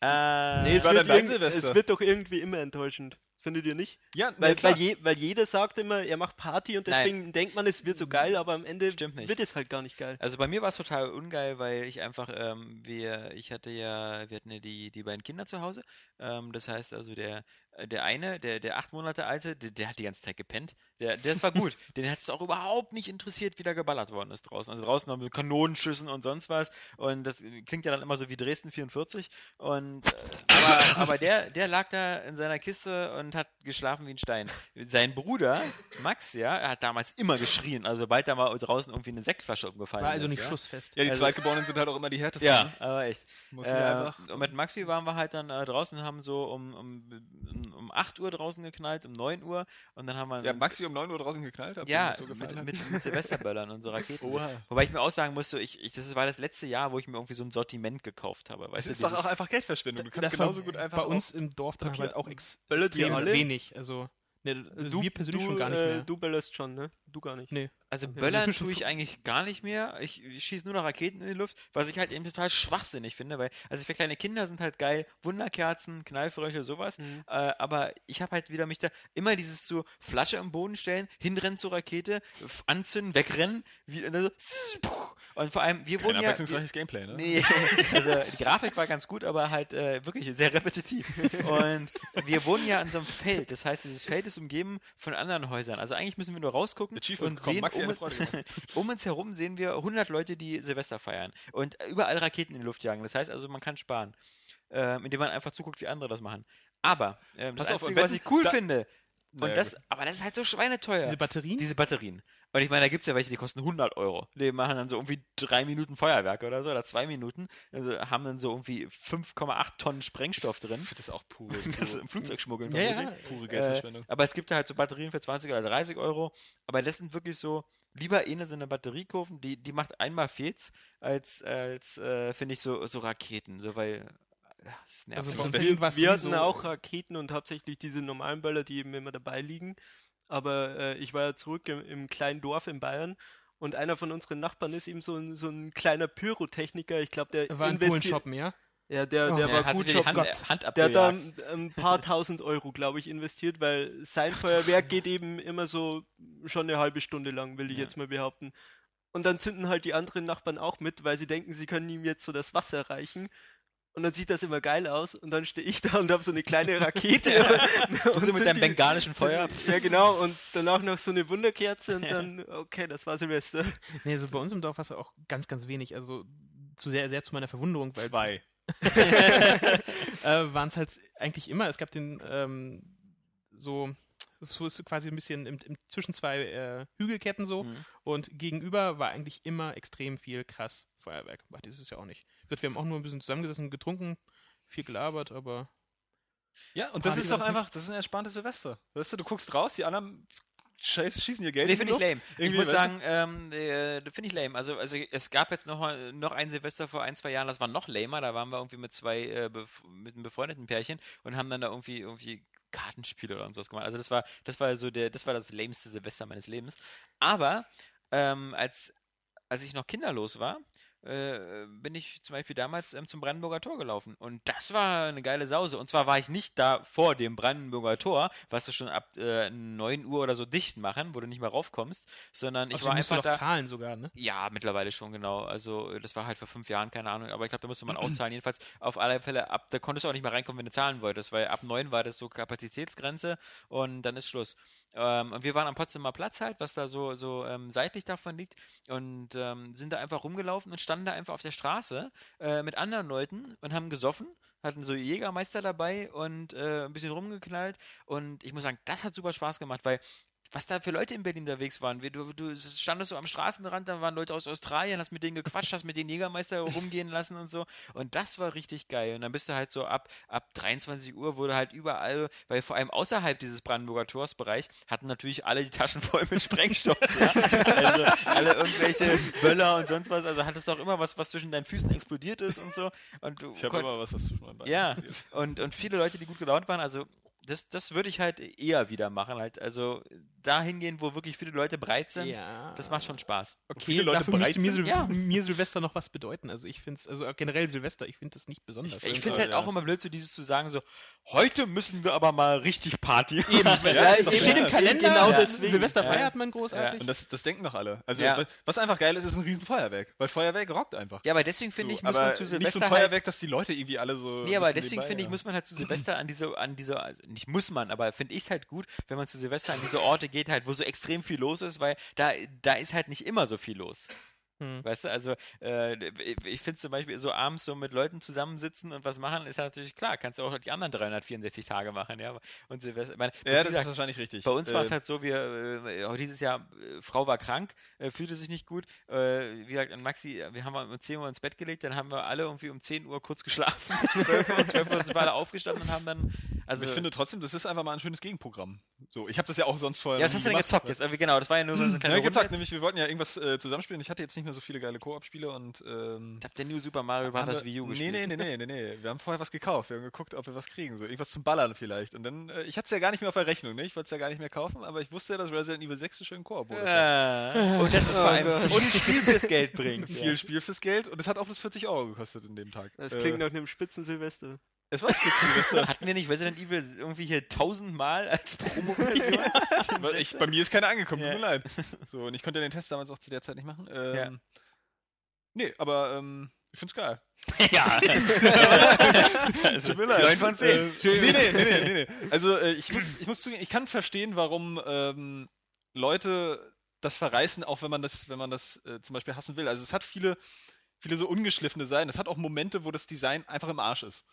Speaker 4: Nee,
Speaker 1: äh,
Speaker 4: es
Speaker 2: war
Speaker 4: wird,
Speaker 2: dann dein
Speaker 4: irgend-
Speaker 2: Silvester.
Speaker 4: es wird doch irgendwie immer enttäuschend. Findet ihr nicht?
Speaker 2: ja,
Speaker 4: Weil,
Speaker 2: na
Speaker 4: weil, je, weil jeder sagt immer, er macht Party und
Speaker 1: Nein.
Speaker 4: deswegen denkt man, es wird so geil, aber am Ende
Speaker 1: Stimmt nicht.
Speaker 4: wird es halt gar nicht geil.
Speaker 1: also bei mir war es total ungeil, weil ich einfach, ähm, wir, ich hatte ja, wir hatten ja die, die beiden Kinder zu Hause. Ähm, das heißt also, der, äh, der eine, der, der acht Monate alte, der, der hat die ganze Zeit gepennt. Der, das war gut. Den hat es auch überhaupt nicht interessiert, wie da geballert worden ist draußen. Also draußen noch mit Kanonenschüssen und sonst was. Und das klingt ja dann immer so wie Dresden 44. Und äh, aber, aber der, der lag da in seiner Kiste und hat geschlafen wie ein Stein. Sein Bruder, Max, ja, er hat damals immer geschrien. Also sobald da mal draußen irgendwie eine Sektflasche umgefallen
Speaker 3: War also
Speaker 1: ist.
Speaker 3: nicht
Speaker 1: ja.
Speaker 3: schussfest.
Speaker 2: ja, die
Speaker 1: also-
Speaker 2: Zweitgeborenen sind halt auch immer die härtesten.
Speaker 1: Ja,
Speaker 2: ne?
Speaker 1: aber echt.
Speaker 2: Muss man
Speaker 1: Äh,
Speaker 2: einfach.
Speaker 1: und mit Maxi waren wir halt dann äh, draußen, haben so um, um, um 8 Uhr draußen geknallt, um 9 Uhr und dann haben wir.
Speaker 2: Ja, Maxi um 9 Uhr draußen geknallt hat.
Speaker 1: Ja,
Speaker 2: dem das so gefallen
Speaker 1: mit,
Speaker 2: hat.
Speaker 1: mit, mit Silvesterböllern und so Raketen. und so.
Speaker 2: Oha.
Speaker 1: Wobei ich mir auch sagen musste, ich, ich, das war das letzte Jahr, wo ich mir irgendwie so ein Sortiment gekauft habe. Weißt
Speaker 2: Das
Speaker 1: du,
Speaker 2: ist doch
Speaker 1: dieses-
Speaker 2: auch einfach Geldverschwendung. Du kannst
Speaker 3: Das war
Speaker 2: genauso gut einfach
Speaker 3: bei
Speaker 2: auch-
Speaker 3: uns im Dorf dann
Speaker 2: Papier-
Speaker 3: halt auch ex
Speaker 4: Böllert ihr
Speaker 3: extrem
Speaker 4: alle?
Speaker 3: wenig. Also, ne, also wir persönlich
Speaker 4: du,
Speaker 3: schon gar nicht
Speaker 4: äh,
Speaker 3: mehr.
Speaker 4: Du ballerst schon, ne? Du gar nicht.
Speaker 1: Also
Speaker 3: Ja,
Speaker 1: Böllern
Speaker 3: das ist
Speaker 1: tue ich eigentlich gar nicht mehr. Ich, ich schieße nur noch Raketen in die Luft, was ich halt eben total schwachsinnig finde, weil, also für kleine Kinder sind halt geil, Wunderkerzen, Knallfrösche, sowas.
Speaker 4: Mhm.
Speaker 1: Äh, aber ich habe halt wieder mich da immer dieses so Flasche im Boden stellen, hinrennen zur Rakete, f- anzünden, wegrennen, wie, und, dann so, sss, puh. und vor allem, wir
Speaker 2: Kein
Speaker 1: wurden ja. Wir,
Speaker 2: abwechslungsreiches Gameplay, ne?
Speaker 1: Nee, also die Grafik war ganz gut, aber halt äh, wirklich sehr repetitiv. Und wir wohnen ja an so einem Feld. Das heißt, dieses Feld ist umgeben von anderen Häusern. Also eigentlich müssen wir nur rausgucken und
Speaker 2: bekommen.
Speaker 1: sehen,
Speaker 2: Maxi
Speaker 1: um,
Speaker 2: eine Freude gemacht.
Speaker 1: um uns herum sehen wir 100 Leute, die Silvester feiern und überall Raketen in die Luft jagen. Das heißt also, man kann sparen, ähm, indem man einfach zuguckt, wie andere das machen. Aber ähm, das
Speaker 2: Pass auf,
Speaker 1: Einzige,
Speaker 2: und
Speaker 1: was
Speaker 2: wenn-
Speaker 1: ich cool
Speaker 2: da-
Speaker 1: finde, und
Speaker 2: Naja,
Speaker 1: das, aber das ist halt so schweineteuer.
Speaker 3: Diese Batterien?
Speaker 1: Diese Batterien. Und ich meine, da gibt es ja welche, die kosten 100 Euro. Die machen dann so irgendwie drei Minuten Feuerwerk oder so, oder zwei Minuten. Also haben dann so irgendwie 5,8 Tonnen Sprengstoff drin.
Speaker 2: Das ist auch pure,
Speaker 1: Das ist ein Flugzeugschmuggeln
Speaker 3: Ja, ja.
Speaker 1: vermutlich.
Speaker 2: pure
Speaker 1: Äh, aber es gibt da halt so Batterien für 20 oder 30 Euro. Aber das sind wirklich so, lieber eine so eine Batterie kaufen, die, die macht einmal Fehls, als, als äh, finde ich, so, so Raketen. So, weil ja, das nervt
Speaker 3: Also
Speaker 1: mich.
Speaker 3: bei uns
Speaker 2: Wir-
Speaker 3: Film war's
Speaker 4: Wir hatten
Speaker 3: sowieso-
Speaker 4: auch Raketen und hauptsächlich diese normalen Böller, die eben immer dabei liegen. Aber äh, ich war ja zurück im, im kleinen Dorf in Bayern und einer von unseren Nachbarn ist eben so ein, so ein kleiner Pyrotechniker. Ich glaube, der
Speaker 3: War in Polen
Speaker 4: investi-
Speaker 3: shoppen, ja?
Speaker 4: Ja, der,
Speaker 3: Oh.
Speaker 4: der
Speaker 1: Ja,
Speaker 4: war
Speaker 1: hat
Speaker 4: gut
Speaker 1: sich die
Speaker 4: shoppen.
Speaker 1: Hand, Hand
Speaker 4: Der hat da
Speaker 1: abgejagt.
Speaker 4: ein, ein paar tausend Euro, glaube ich, investiert, weil sein Feuerwerk geht eben immer so schon eine halbe Stunde lang, will ich
Speaker 1: Ja.
Speaker 4: jetzt mal behaupten. Und dann zünden halt die anderen Nachbarn auch mit, weil sie denken, sie können ihm jetzt so das Wasser reichen. Und dann sieht das immer geil aus. Und dann stehe ich da und habe so eine kleine Rakete.
Speaker 1: Du bist mit deinem bengalischen Feuer.
Speaker 4: Ja, genau. Und danach noch so eine Wunderkerze. Und dann, okay, das war Silvester.
Speaker 3: Nee, also bei uns im Dorf war es auch ganz, ganz wenig. Also zu sehr, sehr zu meiner Verwunderung, weil
Speaker 2: Zwei.
Speaker 3: äh, waren es halt eigentlich immer. Es gab den ähm, so, so ist quasi ein bisschen im, im, zwischen zwei äh, Hügelketten so
Speaker 1: Mhm.
Speaker 3: und gegenüber war eigentlich immer extrem viel krass Feuerwerk. War dieses Jahr auch nicht. Wird, wir haben auch nur ein bisschen zusammengesessen, getrunken, viel gelabert, aber
Speaker 2: Ja, und das
Speaker 3: Party
Speaker 2: ist
Speaker 3: war
Speaker 2: doch
Speaker 3: das
Speaker 2: einfach, das ist ein entspanntes Silvester. Weißt du, du guckst raus, die anderen scheiß, schießen ihr Geld
Speaker 1: Nee,
Speaker 2: in die
Speaker 1: finde ich
Speaker 2: Luft.
Speaker 1: lame. Ich
Speaker 2: Irgendwie,
Speaker 1: muss
Speaker 2: weißt du?
Speaker 1: sagen, ähm, äh, finde ich lame. Also, also es gab jetzt noch, mal- noch ein Silvester vor ein, zwei Jahren, das war noch lamer. Da waren wir irgendwie mit zwei, äh, bef- mit einem befreundeten Pärchen und haben dann da irgendwie, irgendwie Kartenspiele oder sowas gemacht. Also das war, das war so der, das war das lameste Silvester meines Lebens. Aber ähm, als, als ich noch kinderlos war, äh, bin ich zum Beispiel damals ähm, zum Brandenburger Tor gelaufen. Und das war eine geile Sause. Und zwar war ich nicht da vor dem Brandenburger Tor, was sie schon ab äh, 9 Uhr oder so dicht machen, wo du nicht mehr raufkommst, sondern ich
Speaker 3: Also
Speaker 1: war
Speaker 3: musst du
Speaker 1: einfach
Speaker 3: doch
Speaker 1: da.
Speaker 3: zahlen sogar, ne?
Speaker 1: Ja, mittlerweile schon, genau. Also, äh, das war halt vor fünf Jahren, keine Ahnung. Aber ich glaube, da musste man auch zahlen. Jedenfalls, auf alle Fälle, ab, da konntest du auch nicht mehr reinkommen, wenn du zahlen wolltest, weil ab neun war das so Kapazitätsgrenze und dann ist Schluss. Ähm, und wir waren am Potsdamer Platz halt, was da so, so ähm, seitlich davon liegt und ähm, sind da einfach rumgelaufen und standen da einfach auf der Straße äh, mit anderen Leuten und haben gesoffen, hatten so Jägermeister dabei und äh, ein bisschen rumgeknallt. Und ich muss sagen, das hat super Spaß gemacht, weil was da für Leute in Berlin unterwegs waren. Wir- Du, du standest so am Straßenrand, da waren Leute aus Australien, hast mit denen gequatscht, hast mit den Jägermeister rumgehen lassen und so. Und das war richtig geil. Und dann bist du halt so ab, ab 23 Uhr wurde halt überall, weil vor allem außerhalb dieses Brandenburger Torsbereich hatten natürlich alle die Taschen voll mit Sprengstoff. ja? Also alle irgendwelche Böller und sonst was. Also hattest du auch immer was, was zwischen deinen Füßen explodiert ist und so. Und du
Speaker 2: Ich habe
Speaker 1: konnt-
Speaker 2: immer was, was zwischen meinen Beinen
Speaker 1: ja,
Speaker 2: explodiert.
Speaker 1: und, und viele Leute, die gut gelaunt waren, also das, das würde ich halt eher wieder machen. Halt. Also dahin gehen, wo wirklich viele Leute breit sind,
Speaker 3: ja.
Speaker 1: das macht schon Spaß.
Speaker 3: Okay,
Speaker 2: viele Leute
Speaker 3: dafür müsste
Speaker 2: bereit
Speaker 3: mir,
Speaker 2: sind.
Speaker 3: Sil
Speaker 1: Ja.
Speaker 3: mir Silvester noch was bedeuten. Also ich finde es, also generell Silvester, ich finde das nicht besonders.
Speaker 1: Ich, ich
Speaker 3: Also-
Speaker 1: finde es halt
Speaker 2: ja.
Speaker 1: auch immer blöd, so dieses zu sagen, so, heute müssen wir aber mal richtig Party.
Speaker 3: ja,
Speaker 1: ist
Speaker 3: es
Speaker 1: doch klar.
Speaker 3: steht im Kalender,
Speaker 4: Genau
Speaker 3: ja.
Speaker 4: deswegen.
Speaker 3: Silvester
Speaker 1: Ja.
Speaker 3: feiert man großartig.
Speaker 2: Und das, das denken noch alle. Also,
Speaker 1: Ja.
Speaker 2: was einfach geil ist, ist ein riesen Feuerwerk. Weil Feuerwerk rockt einfach.
Speaker 1: Ja, aber deswegen finde ich, muss
Speaker 2: aber
Speaker 1: man zu
Speaker 2: nicht so
Speaker 1: Silvester
Speaker 2: ein
Speaker 1: halt,
Speaker 2: Feuerwerk, dass die Leute irgendwie alle so.
Speaker 1: Nee, aber
Speaker 2: bisschen
Speaker 1: deswegen
Speaker 2: nebenbei,
Speaker 1: finde ich,
Speaker 2: ja.
Speaker 1: muss man halt zu Silvester an diese, an diese, also nicht muss man, aber finde ich es halt gut, wenn man zu Silvester an diese Orte geht, halt, wo so extrem viel los ist, weil da, da ist halt nicht immer so viel los.
Speaker 3: Hm.
Speaker 1: Weißt du, also äh, ich finde zum Beispiel so abends so mit Leuten zusammensitzen und was machen, ist halt natürlich klar, kannst du auch die anderen 364 Tage machen, ja. Und Silvester, ich meine,
Speaker 2: Ja,
Speaker 1: wie
Speaker 2: das ist
Speaker 1: gesagt,
Speaker 2: wahrscheinlich richtig.
Speaker 1: bei uns war es
Speaker 2: Äh,
Speaker 1: halt so, wir äh, auch dieses Jahr, äh, Frau war krank, äh, fühlte sich nicht gut. Äh, wie gesagt, an Maxi, äh, wir haben um 10 Uhr ins Bett gelegt, dann haben wir alle irgendwie um 10 Uhr kurz geschlafen bis 12 Uhr und 12 Uhr sind wir alle aufgestanden und haben dann. Also,
Speaker 2: Also ich finde trotzdem, das ist einfach mal ein schönes Gegenprogramm. So, ich habe das ja auch sonst vorher.
Speaker 1: ja,
Speaker 2: noch
Speaker 1: was hast du
Speaker 2: nie
Speaker 1: denn
Speaker 2: gemacht. Hm.
Speaker 1: gezockt jetzt? Irgendwie, Genau, das war ja nur so eine
Speaker 2: Ja,
Speaker 1: kleine
Speaker 2: wir
Speaker 1: Runde.
Speaker 2: gezockt,
Speaker 1: jetzt.
Speaker 2: nämlich wir wollten ja irgendwas äh, zusammenspielen. Ich hatte jetzt nicht mehr so viele geile Koop-Spiele und ähm,
Speaker 1: Ich habe der New Super Mario Bros.
Speaker 2: haben
Speaker 1: das
Speaker 2: wir-
Speaker 1: Wii U
Speaker 2: nee,
Speaker 1: gespielt.
Speaker 2: Nee, nee, nee, nee, nee. Wir haben vorher was gekauft. Wir haben geguckt, ob wir was kriegen. So irgendwas zum Ballern vielleicht. Und dann, äh, ich hatte es ja gar nicht mehr auf der Rechnung, ne? Ich wollte es ja gar nicht mehr kaufen, aber ich wusste ja, dass Resident Evil 6 einen schönen Koop hat.
Speaker 1: Äh, und das ist vor allem und Spiel fürs Geld bringt.
Speaker 2: Oh Viel Spiel fürs Geld und es hat auch bloß 40 Euro gekostet in dem Tag.
Speaker 4: Das klingt
Speaker 2: äh,
Speaker 4: nach einem spitzen Silvester.
Speaker 2: Es war Spitzenwester.
Speaker 1: Hatten wir nicht Resident Evil irgendwie hier tausendmal als Promo-Version?
Speaker 2: ich, bei mir ist keiner angekommen,
Speaker 1: Ja.
Speaker 2: tut mir leid. So, und ich konnte den Test damals auch zu der Zeit nicht machen. Ähm,
Speaker 1: Ja.
Speaker 2: Nee, aber ähm, ich find's geil.
Speaker 1: ja.
Speaker 2: Tut mir leid.
Speaker 1: 9 von 10.
Speaker 2: Äh, nee, nee, nee, nee, nee, nee. Also äh, ich, muss, ich muss zugeben, ich kann verstehen, warum ähm, Leute das verreißen, auch wenn man das, wenn man das äh, zum Beispiel hassen will. Also es hat viele, viele so ungeschliffene Seiten. Es hat auch Momente, wo das Design einfach im Arsch ist.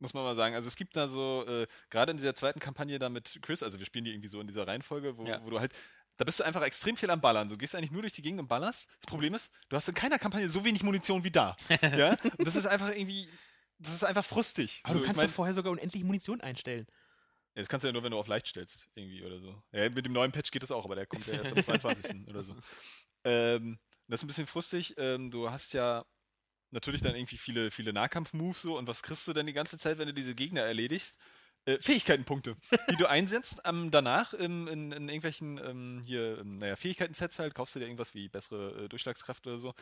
Speaker 2: Muss man mal sagen. Also es gibt da so, äh, gerade in dieser zweiten Kampagne da mit Chris, also wir spielen die irgendwie so in dieser Reihenfolge, wo,
Speaker 1: Ja.
Speaker 2: wo du halt, da bist du einfach extrem viel am Ballern. Du gehst eigentlich nur durch die Gegend und ballerst. Das Problem ist, du hast in keiner Kampagne so wenig Munition wie da. ja? Und das ist einfach irgendwie, das ist einfach frustig.
Speaker 3: Aber du
Speaker 2: So, ich
Speaker 3: kannst
Speaker 2: mein-
Speaker 3: doch vorher sogar unendlich Munition einstellen.
Speaker 2: ja, das kannst du ja nur, wenn du auf leicht stellst, irgendwie oder so. Ja, mit dem neuen Patch geht das auch, aber der kommt ja erst am 22. oder so. Ähm, das ist ein bisschen frustig. Ähm, du hast ja natürlich dann irgendwie viele, viele Nahkampf-Moves so und was kriegst du denn die ganze Zeit, wenn du diese Gegner erledigst? Äh, Fähigkeitenpunkte, die du einsetzt am, danach im, in, in irgendwelchen ähm, hier, ähm, naja, Fähigkeiten-Sets halt, kaufst du dir irgendwas wie bessere äh, Durchschlagskraft oder so.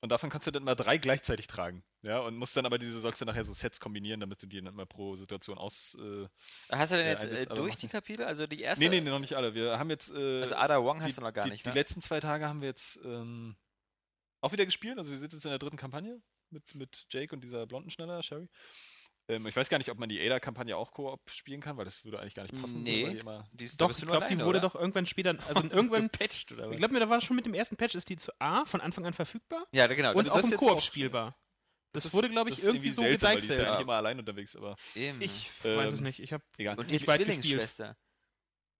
Speaker 2: Und davon kannst du dann mal drei gleichzeitig tragen. Ja, und musst dann aber diese, sollst dann nachher so Sets kombinieren, damit du die dann mal pro Situation aus. Äh,
Speaker 1: Hast du denn
Speaker 2: Ja,
Speaker 1: jetzt
Speaker 2: ein
Speaker 1: äh,
Speaker 2: Witz, aber
Speaker 1: durch
Speaker 2: macht
Speaker 1: die
Speaker 2: nicht.
Speaker 1: Kapitel? Also die erste.
Speaker 2: Nee, nee, nee, noch nicht alle. Wir haben jetzt. Äh,
Speaker 1: Also Ada Wong hast
Speaker 2: die,
Speaker 1: du noch gar
Speaker 2: die,
Speaker 1: nicht.
Speaker 2: Die
Speaker 1: ne?
Speaker 2: letzten zwei Tage haben wir jetzt ähm, auch wieder gespielt. Also wir sind jetzt in der dritten Kampagne mit, mit Jake und dieser blonden Schneller, Sherry. Ähm, ich weiß gar nicht, ob man die Ada-Kampagne auch Koop spielen kann, weil das würde eigentlich gar nicht passen.
Speaker 1: Nee.
Speaker 2: Das war die immer-
Speaker 1: Die ist- da
Speaker 3: Doch,
Speaker 1: bist
Speaker 3: ich
Speaker 1: du
Speaker 3: glaube,
Speaker 1: nur
Speaker 3: die
Speaker 1: alleine,
Speaker 3: wurde
Speaker 1: oder?
Speaker 3: doch irgendwann später, also irgendwann,
Speaker 1: gepatcht oder was?
Speaker 3: ich glaube, mir da war schon mit dem ersten Patch, ist die zu A von Anfang an verfügbar
Speaker 1: ja, da- genau.
Speaker 3: und
Speaker 1: das-
Speaker 2: ist
Speaker 3: auch
Speaker 2: das
Speaker 3: im
Speaker 2: jetzt
Speaker 3: Koop
Speaker 2: auch-
Speaker 3: spielbar. Das,
Speaker 2: ist-
Speaker 3: wurde, glaube
Speaker 2: das
Speaker 3: ich,
Speaker 2: ist
Speaker 3: irgendwie so
Speaker 2: seltsam, weil Die ist ja
Speaker 3: gedeichselt.
Speaker 2: eigentlich immer allein unterwegs, aber
Speaker 1: eben.
Speaker 3: Ich
Speaker 2: Ähm,
Speaker 3: weiß es nicht. Ich habe
Speaker 2: egal.
Speaker 1: und die
Speaker 3: nicht weit gespielt.
Speaker 1: Zwillingsschwester.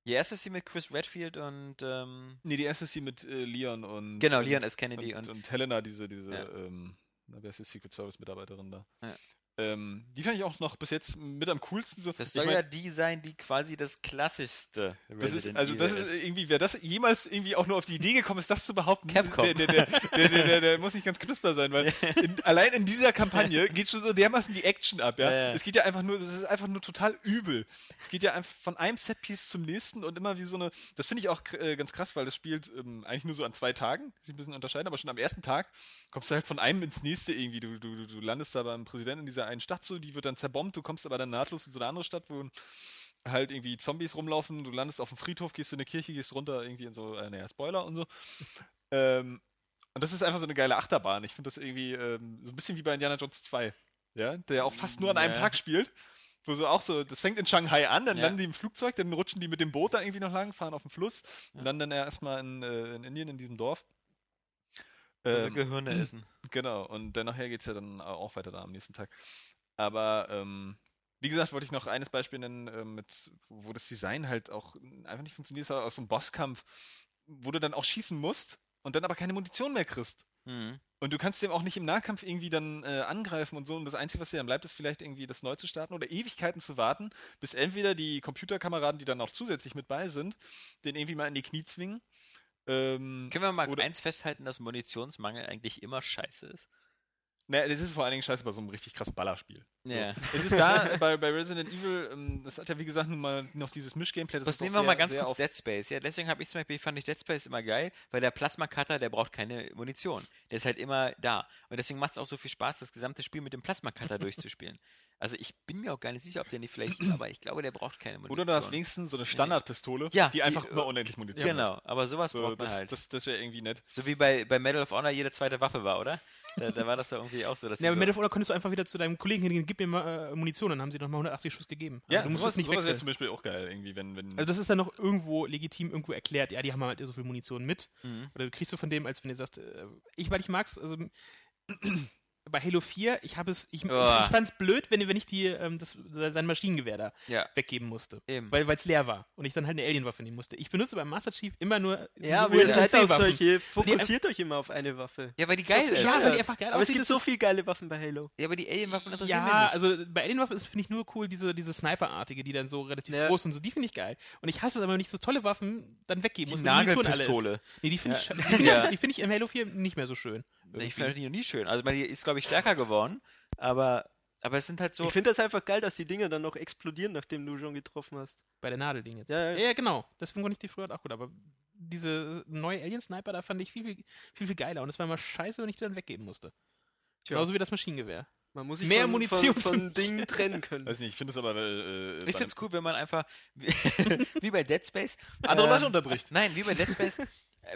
Speaker 1: Die erste ist die mit Chris Redfield und ähm,
Speaker 2: Nee, die erste ist die mit äh, Leon und.
Speaker 1: genau,
Speaker 2: und-
Speaker 1: Leon S. Kennedy
Speaker 2: und,
Speaker 1: und,
Speaker 2: und Helena, diese, diese,
Speaker 1: Ja.
Speaker 2: ähm, na, wer ist die Secret Service Mitarbeiterin da?
Speaker 1: Ja.
Speaker 2: Ähm, die fand ich auch noch bis jetzt mit am coolsten. So.
Speaker 1: das
Speaker 2: äh, Ich
Speaker 1: soll
Speaker 2: mein,
Speaker 1: ja die sein, die quasi das klassischste
Speaker 2: Das ist,
Speaker 1: Resident
Speaker 2: also das
Speaker 1: Evil
Speaker 2: ist irgendwie, wer das jemals irgendwie auch nur auf die Idee gekommen ist, das zu behaupten,
Speaker 1: Capcom.
Speaker 2: Der, der, der, der, der, der, der muss nicht ganz knusper sein, weil in, allein in dieser Kampagne geht schon so dermaßen die Action ab, ja.
Speaker 1: Ja, ja.
Speaker 2: Es geht ja einfach nur, es ist einfach nur total übel. Es geht ja einfach von einem Setpiece zum nächsten und immer wie so eine, das finde ich auch kr- äh, ganz krass, weil das spielt ähm, eigentlich nur so an zwei Tagen, sich ein bisschen unterscheiden, aber schon am ersten Tag kommst du halt von einem ins nächste irgendwie. Du, du, du- du landest da beim Präsidenten in dieser einen Stadt so, die wird dann zerbombt, du kommst aber dann nahtlos in so eine andere Stadt, wo halt irgendwie Zombies rumlaufen, du landest auf dem Friedhof, gehst in eine Kirche, gehst runter irgendwie in so, äh, naja, Spoiler und so. Ähm, und das ist einfach so eine geile Achterbahn. Ich finde das irgendwie ähm, so ein bisschen wie bei Indiana Jones 2, ja, der auch fast nur an einem
Speaker 1: Ja.
Speaker 2: Tag spielt. Wo so auch so, das fängt in Shanghai an, dann
Speaker 1: Ja.
Speaker 2: landen die im Flugzeug, dann rutschen die mit dem Boot da irgendwie noch lang, fahren auf den Fluss
Speaker 1: Ja.
Speaker 2: und landen dann erstmal in, äh, in Indien, in diesem Dorf.
Speaker 1: also
Speaker 2: Ähm,
Speaker 1: Gehirne essen.
Speaker 2: Genau, und dann nachher geht es ja dann auch weiter da am nächsten Tag. Aber ähm, wie gesagt, wollte ich noch eines Beispiel nennen, ähm, mit, wo das Design halt auch einfach nicht funktioniert, ist aus so einem Bosskampf, wo du dann auch schießen musst und dann aber keine Munition mehr kriegst.
Speaker 1: Mhm.
Speaker 2: Und du kannst dem auch nicht im Nahkampf irgendwie dann äh, angreifen und so. Und das Einzige, was dir dann bleibt, ist vielleicht irgendwie das neu zu starten oder Ewigkeiten zu warten, bis entweder die Computerkameraden, die dann auch zusätzlich mit bei sind, den irgendwie mal in die Knie zwingen. Ähm,
Speaker 1: Können wir mal
Speaker 2: Oder-
Speaker 1: eins festhalten, dass Munitionsmangel eigentlich immer scheiße ist?
Speaker 2: Ne, das ist vor allen Dingen scheiße bei so einem richtig krassen Ballerspiel.
Speaker 1: Ja.
Speaker 2: Es ist da bei, bei Resident Evil, ähm, das hat ja wie gesagt nun mal noch dieses Mischgameplay. das
Speaker 1: Was
Speaker 2: ist doch
Speaker 1: nehmen wir mal
Speaker 2: sehr-
Speaker 1: ganz
Speaker 2: sehr
Speaker 1: kurz
Speaker 2: auf-
Speaker 1: Dead Space. Ja, deswegen habe ich zum Beispiel, fand ich Dead Space immer geil, weil der Plasma-Cutter, der braucht keine Munition. Der ist halt immer da. Und deswegen macht es auch so viel Spaß, das gesamte Spiel mit dem Plasma-Cutter durchzuspielen. Also ich bin mir auch gar nicht sicher, ob der nicht vielleicht, aber ich glaube, der braucht keine Munition.
Speaker 2: Oder du hast wenigstens so eine Standardpistole,
Speaker 1: Ja,
Speaker 2: die
Speaker 1: die-
Speaker 2: einfach immer unendlich Munition hat.
Speaker 1: Genau, aber sowas
Speaker 2: So,
Speaker 1: braucht man
Speaker 2: das
Speaker 1: halt.
Speaker 2: das, das wäre irgendwie nett.
Speaker 1: so wie bei, bei Medal of Honor jede zweite Waffe war, oder? Da, da war das doch irgendwie auch so, dass
Speaker 3: Ja,
Speaker 1: die
Speaker 3: aber
Speaker 1: so,
Speaker 3: Medal of Honor konntest du einfach wieder zu deinem Kollegen hingehen, gib mir mal äh, Munition, dann haben sie nochmal 180 Schuss gegeben. Also du musst
Speaker 2: sowas,
Speaker 3: es nicht
Speaker 2: sowas wäre
Speaker 3: wechseln.
Speaker 2: zum Beispiel auch geil, irgendwie, wenn, wenn
Speaker 3: Also das ist dann noch irgendwo legitim irgendwo erklärt, ja, die haben halt so viel Munition mit.
Speaker 1: Mhm.
Speaker 3: Oder du kriegst du von dem, als wenn du sagst, äh, ich, weil ich mag's, also bei Halo 4, ich habe es, ich, ich,
Speaker 1: Uah.
Speaker 3: ich fand's blöd, wenn, wenn ich die, ähm, das, sein Maschinengewehr da
Speaker 1: Ja,
Speaker 3: weggeben musste.
Speaker 1: eben.
Speaker 3: Weil es leer war und ich dann halt eine Alienwaffe nehmen musste. Ich benutze beim Master Chief immer nur
Speaker 4: Ja, aber
Speaker 3: diese
Speaker 4: ihr seid auf
Speaker 3: USMC-Waffen.
Speaker 4: solche, fokussiert euch immer auf eine Waffe.
Speaker 1: ja, weil die geil ist.
Speaker 3: Ja, weil die
Speaker 4: Ja.
Speaker 3: einfach geil äh,
Speaker 4: Aber es
Speaker 3: aussieht,
Speaker 4: gibt
Speaker 3: das
Speaker 4: so
Speaker 3: ist-
Speaker 4: viel geile Waffen bei Halo.
Speaker 1: Ja, aber die Alien-Waffen interessieren mich
Speaker 3: Ja,
Speaker 1: nicht.
Speaker 3: also bei Alienwaffen ist finde ich nur cool diese, diese Sniper-artige, die dann so relativ
Speaker 4: Ja.
Speaker 3: groß und so, die finde ich geil. Und ich hasse es aber, wenn ich so tolle Waffen dann weggeben
Speaker 1: die
Speaker 3: muss. wenn Munition alle ist.
Speaker 1: Nagelpistole.
Speaker 3: Nee, die finde ich,
Speaker 1: Ja.
Speaker 3: scha- die finde
Speaker 1: Ja.
Speaker 3: ich, die finde ich im Halo 4 nicht mehr so schön.
Speaker 1: Ich finde die noch nie schön. Also, meine, die ist, glaube ich, stärker geworden, aber, aber es sind halt so.
Speaker 4: Ich finde das einfach geil, dass die Dinger dann noch explodieren, nachdem du schon getroffen hast.
Speaker 3: Bei der Nadelding jetzt.
Speaker 4: Ja, ja.
Speaker 3: genau. Deswegen fand ich die früher auch gut. Aber diese neue Alien-Sniper, da fand ich viel, viel, viel, viel geiler. Und es war immer scheiße, wenn ich die dann weggeben musste.
Speaker 4: Tja.
Speaker 3: Genauso wie das Maschinengewehr.
Speaker 4: Man muss sich
Speaker 3: Mehr
Speaker 4: von,
Speaker 3: Munition
Speaker 4: von, von
Speaker 3: für-
Speaker 4: Dingen trennen können.
Speaker 1: Also,
Speaker 2: Weiß nicht, ich finde es aber. Äh, äh,
Speaker 1: Ich
Speaker 2: bei
Speaker 1: finde es
Speaker 2: einem-
Speaker 1: cool, wenn man einfach, wie, wie bei Dead Space,
Speaker 2: Andere
Speaker 1: ähm,
Speaker 2: Leute unterbricht.
Speaker 1: Nein, wie bei Dead Space. äh,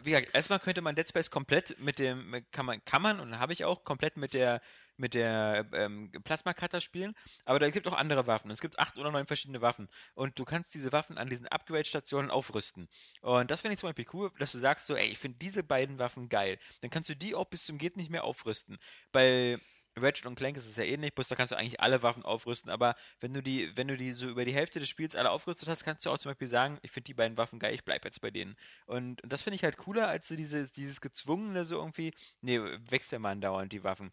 Speaker 1: Wie gesagt, erstmal könnte man Dead Space komplett mit dem, mit- kann man, kann man und habe ich auch, komplett mit der, mit der ähm, Plasma-Cutter spielen. Aber da gibt auch andere Waffen. Es gibt acht oder neun verschiedene Waffen. Und du kannst diese Waffen an diesen Upgrade-Stationen aufrüsten. Und das finde ich zum Beispiel cool, dass du sagst so, ey, ich finde diese beiden Waffen geil. Dann kannst du die auch bis zum geht nicht mehr aufrüsten. Bei Ratchet und Clank ist es ja ähnlich, bloß da kannst du eigentlich alle Waffen aufrüsten, aber wenn du die, wenn du die so über die Hälfte des Spiels alle aufgerüstet hast, kannst du auch zum Beispiel sagen, ich finde die beiden Waffen geil, ich bleib jetzt bei denen. Und, und das finde ich halt cooler, als so dieses, dieses gezwungene so irgendwie, nee, wechsel mal andauernd die Waffen.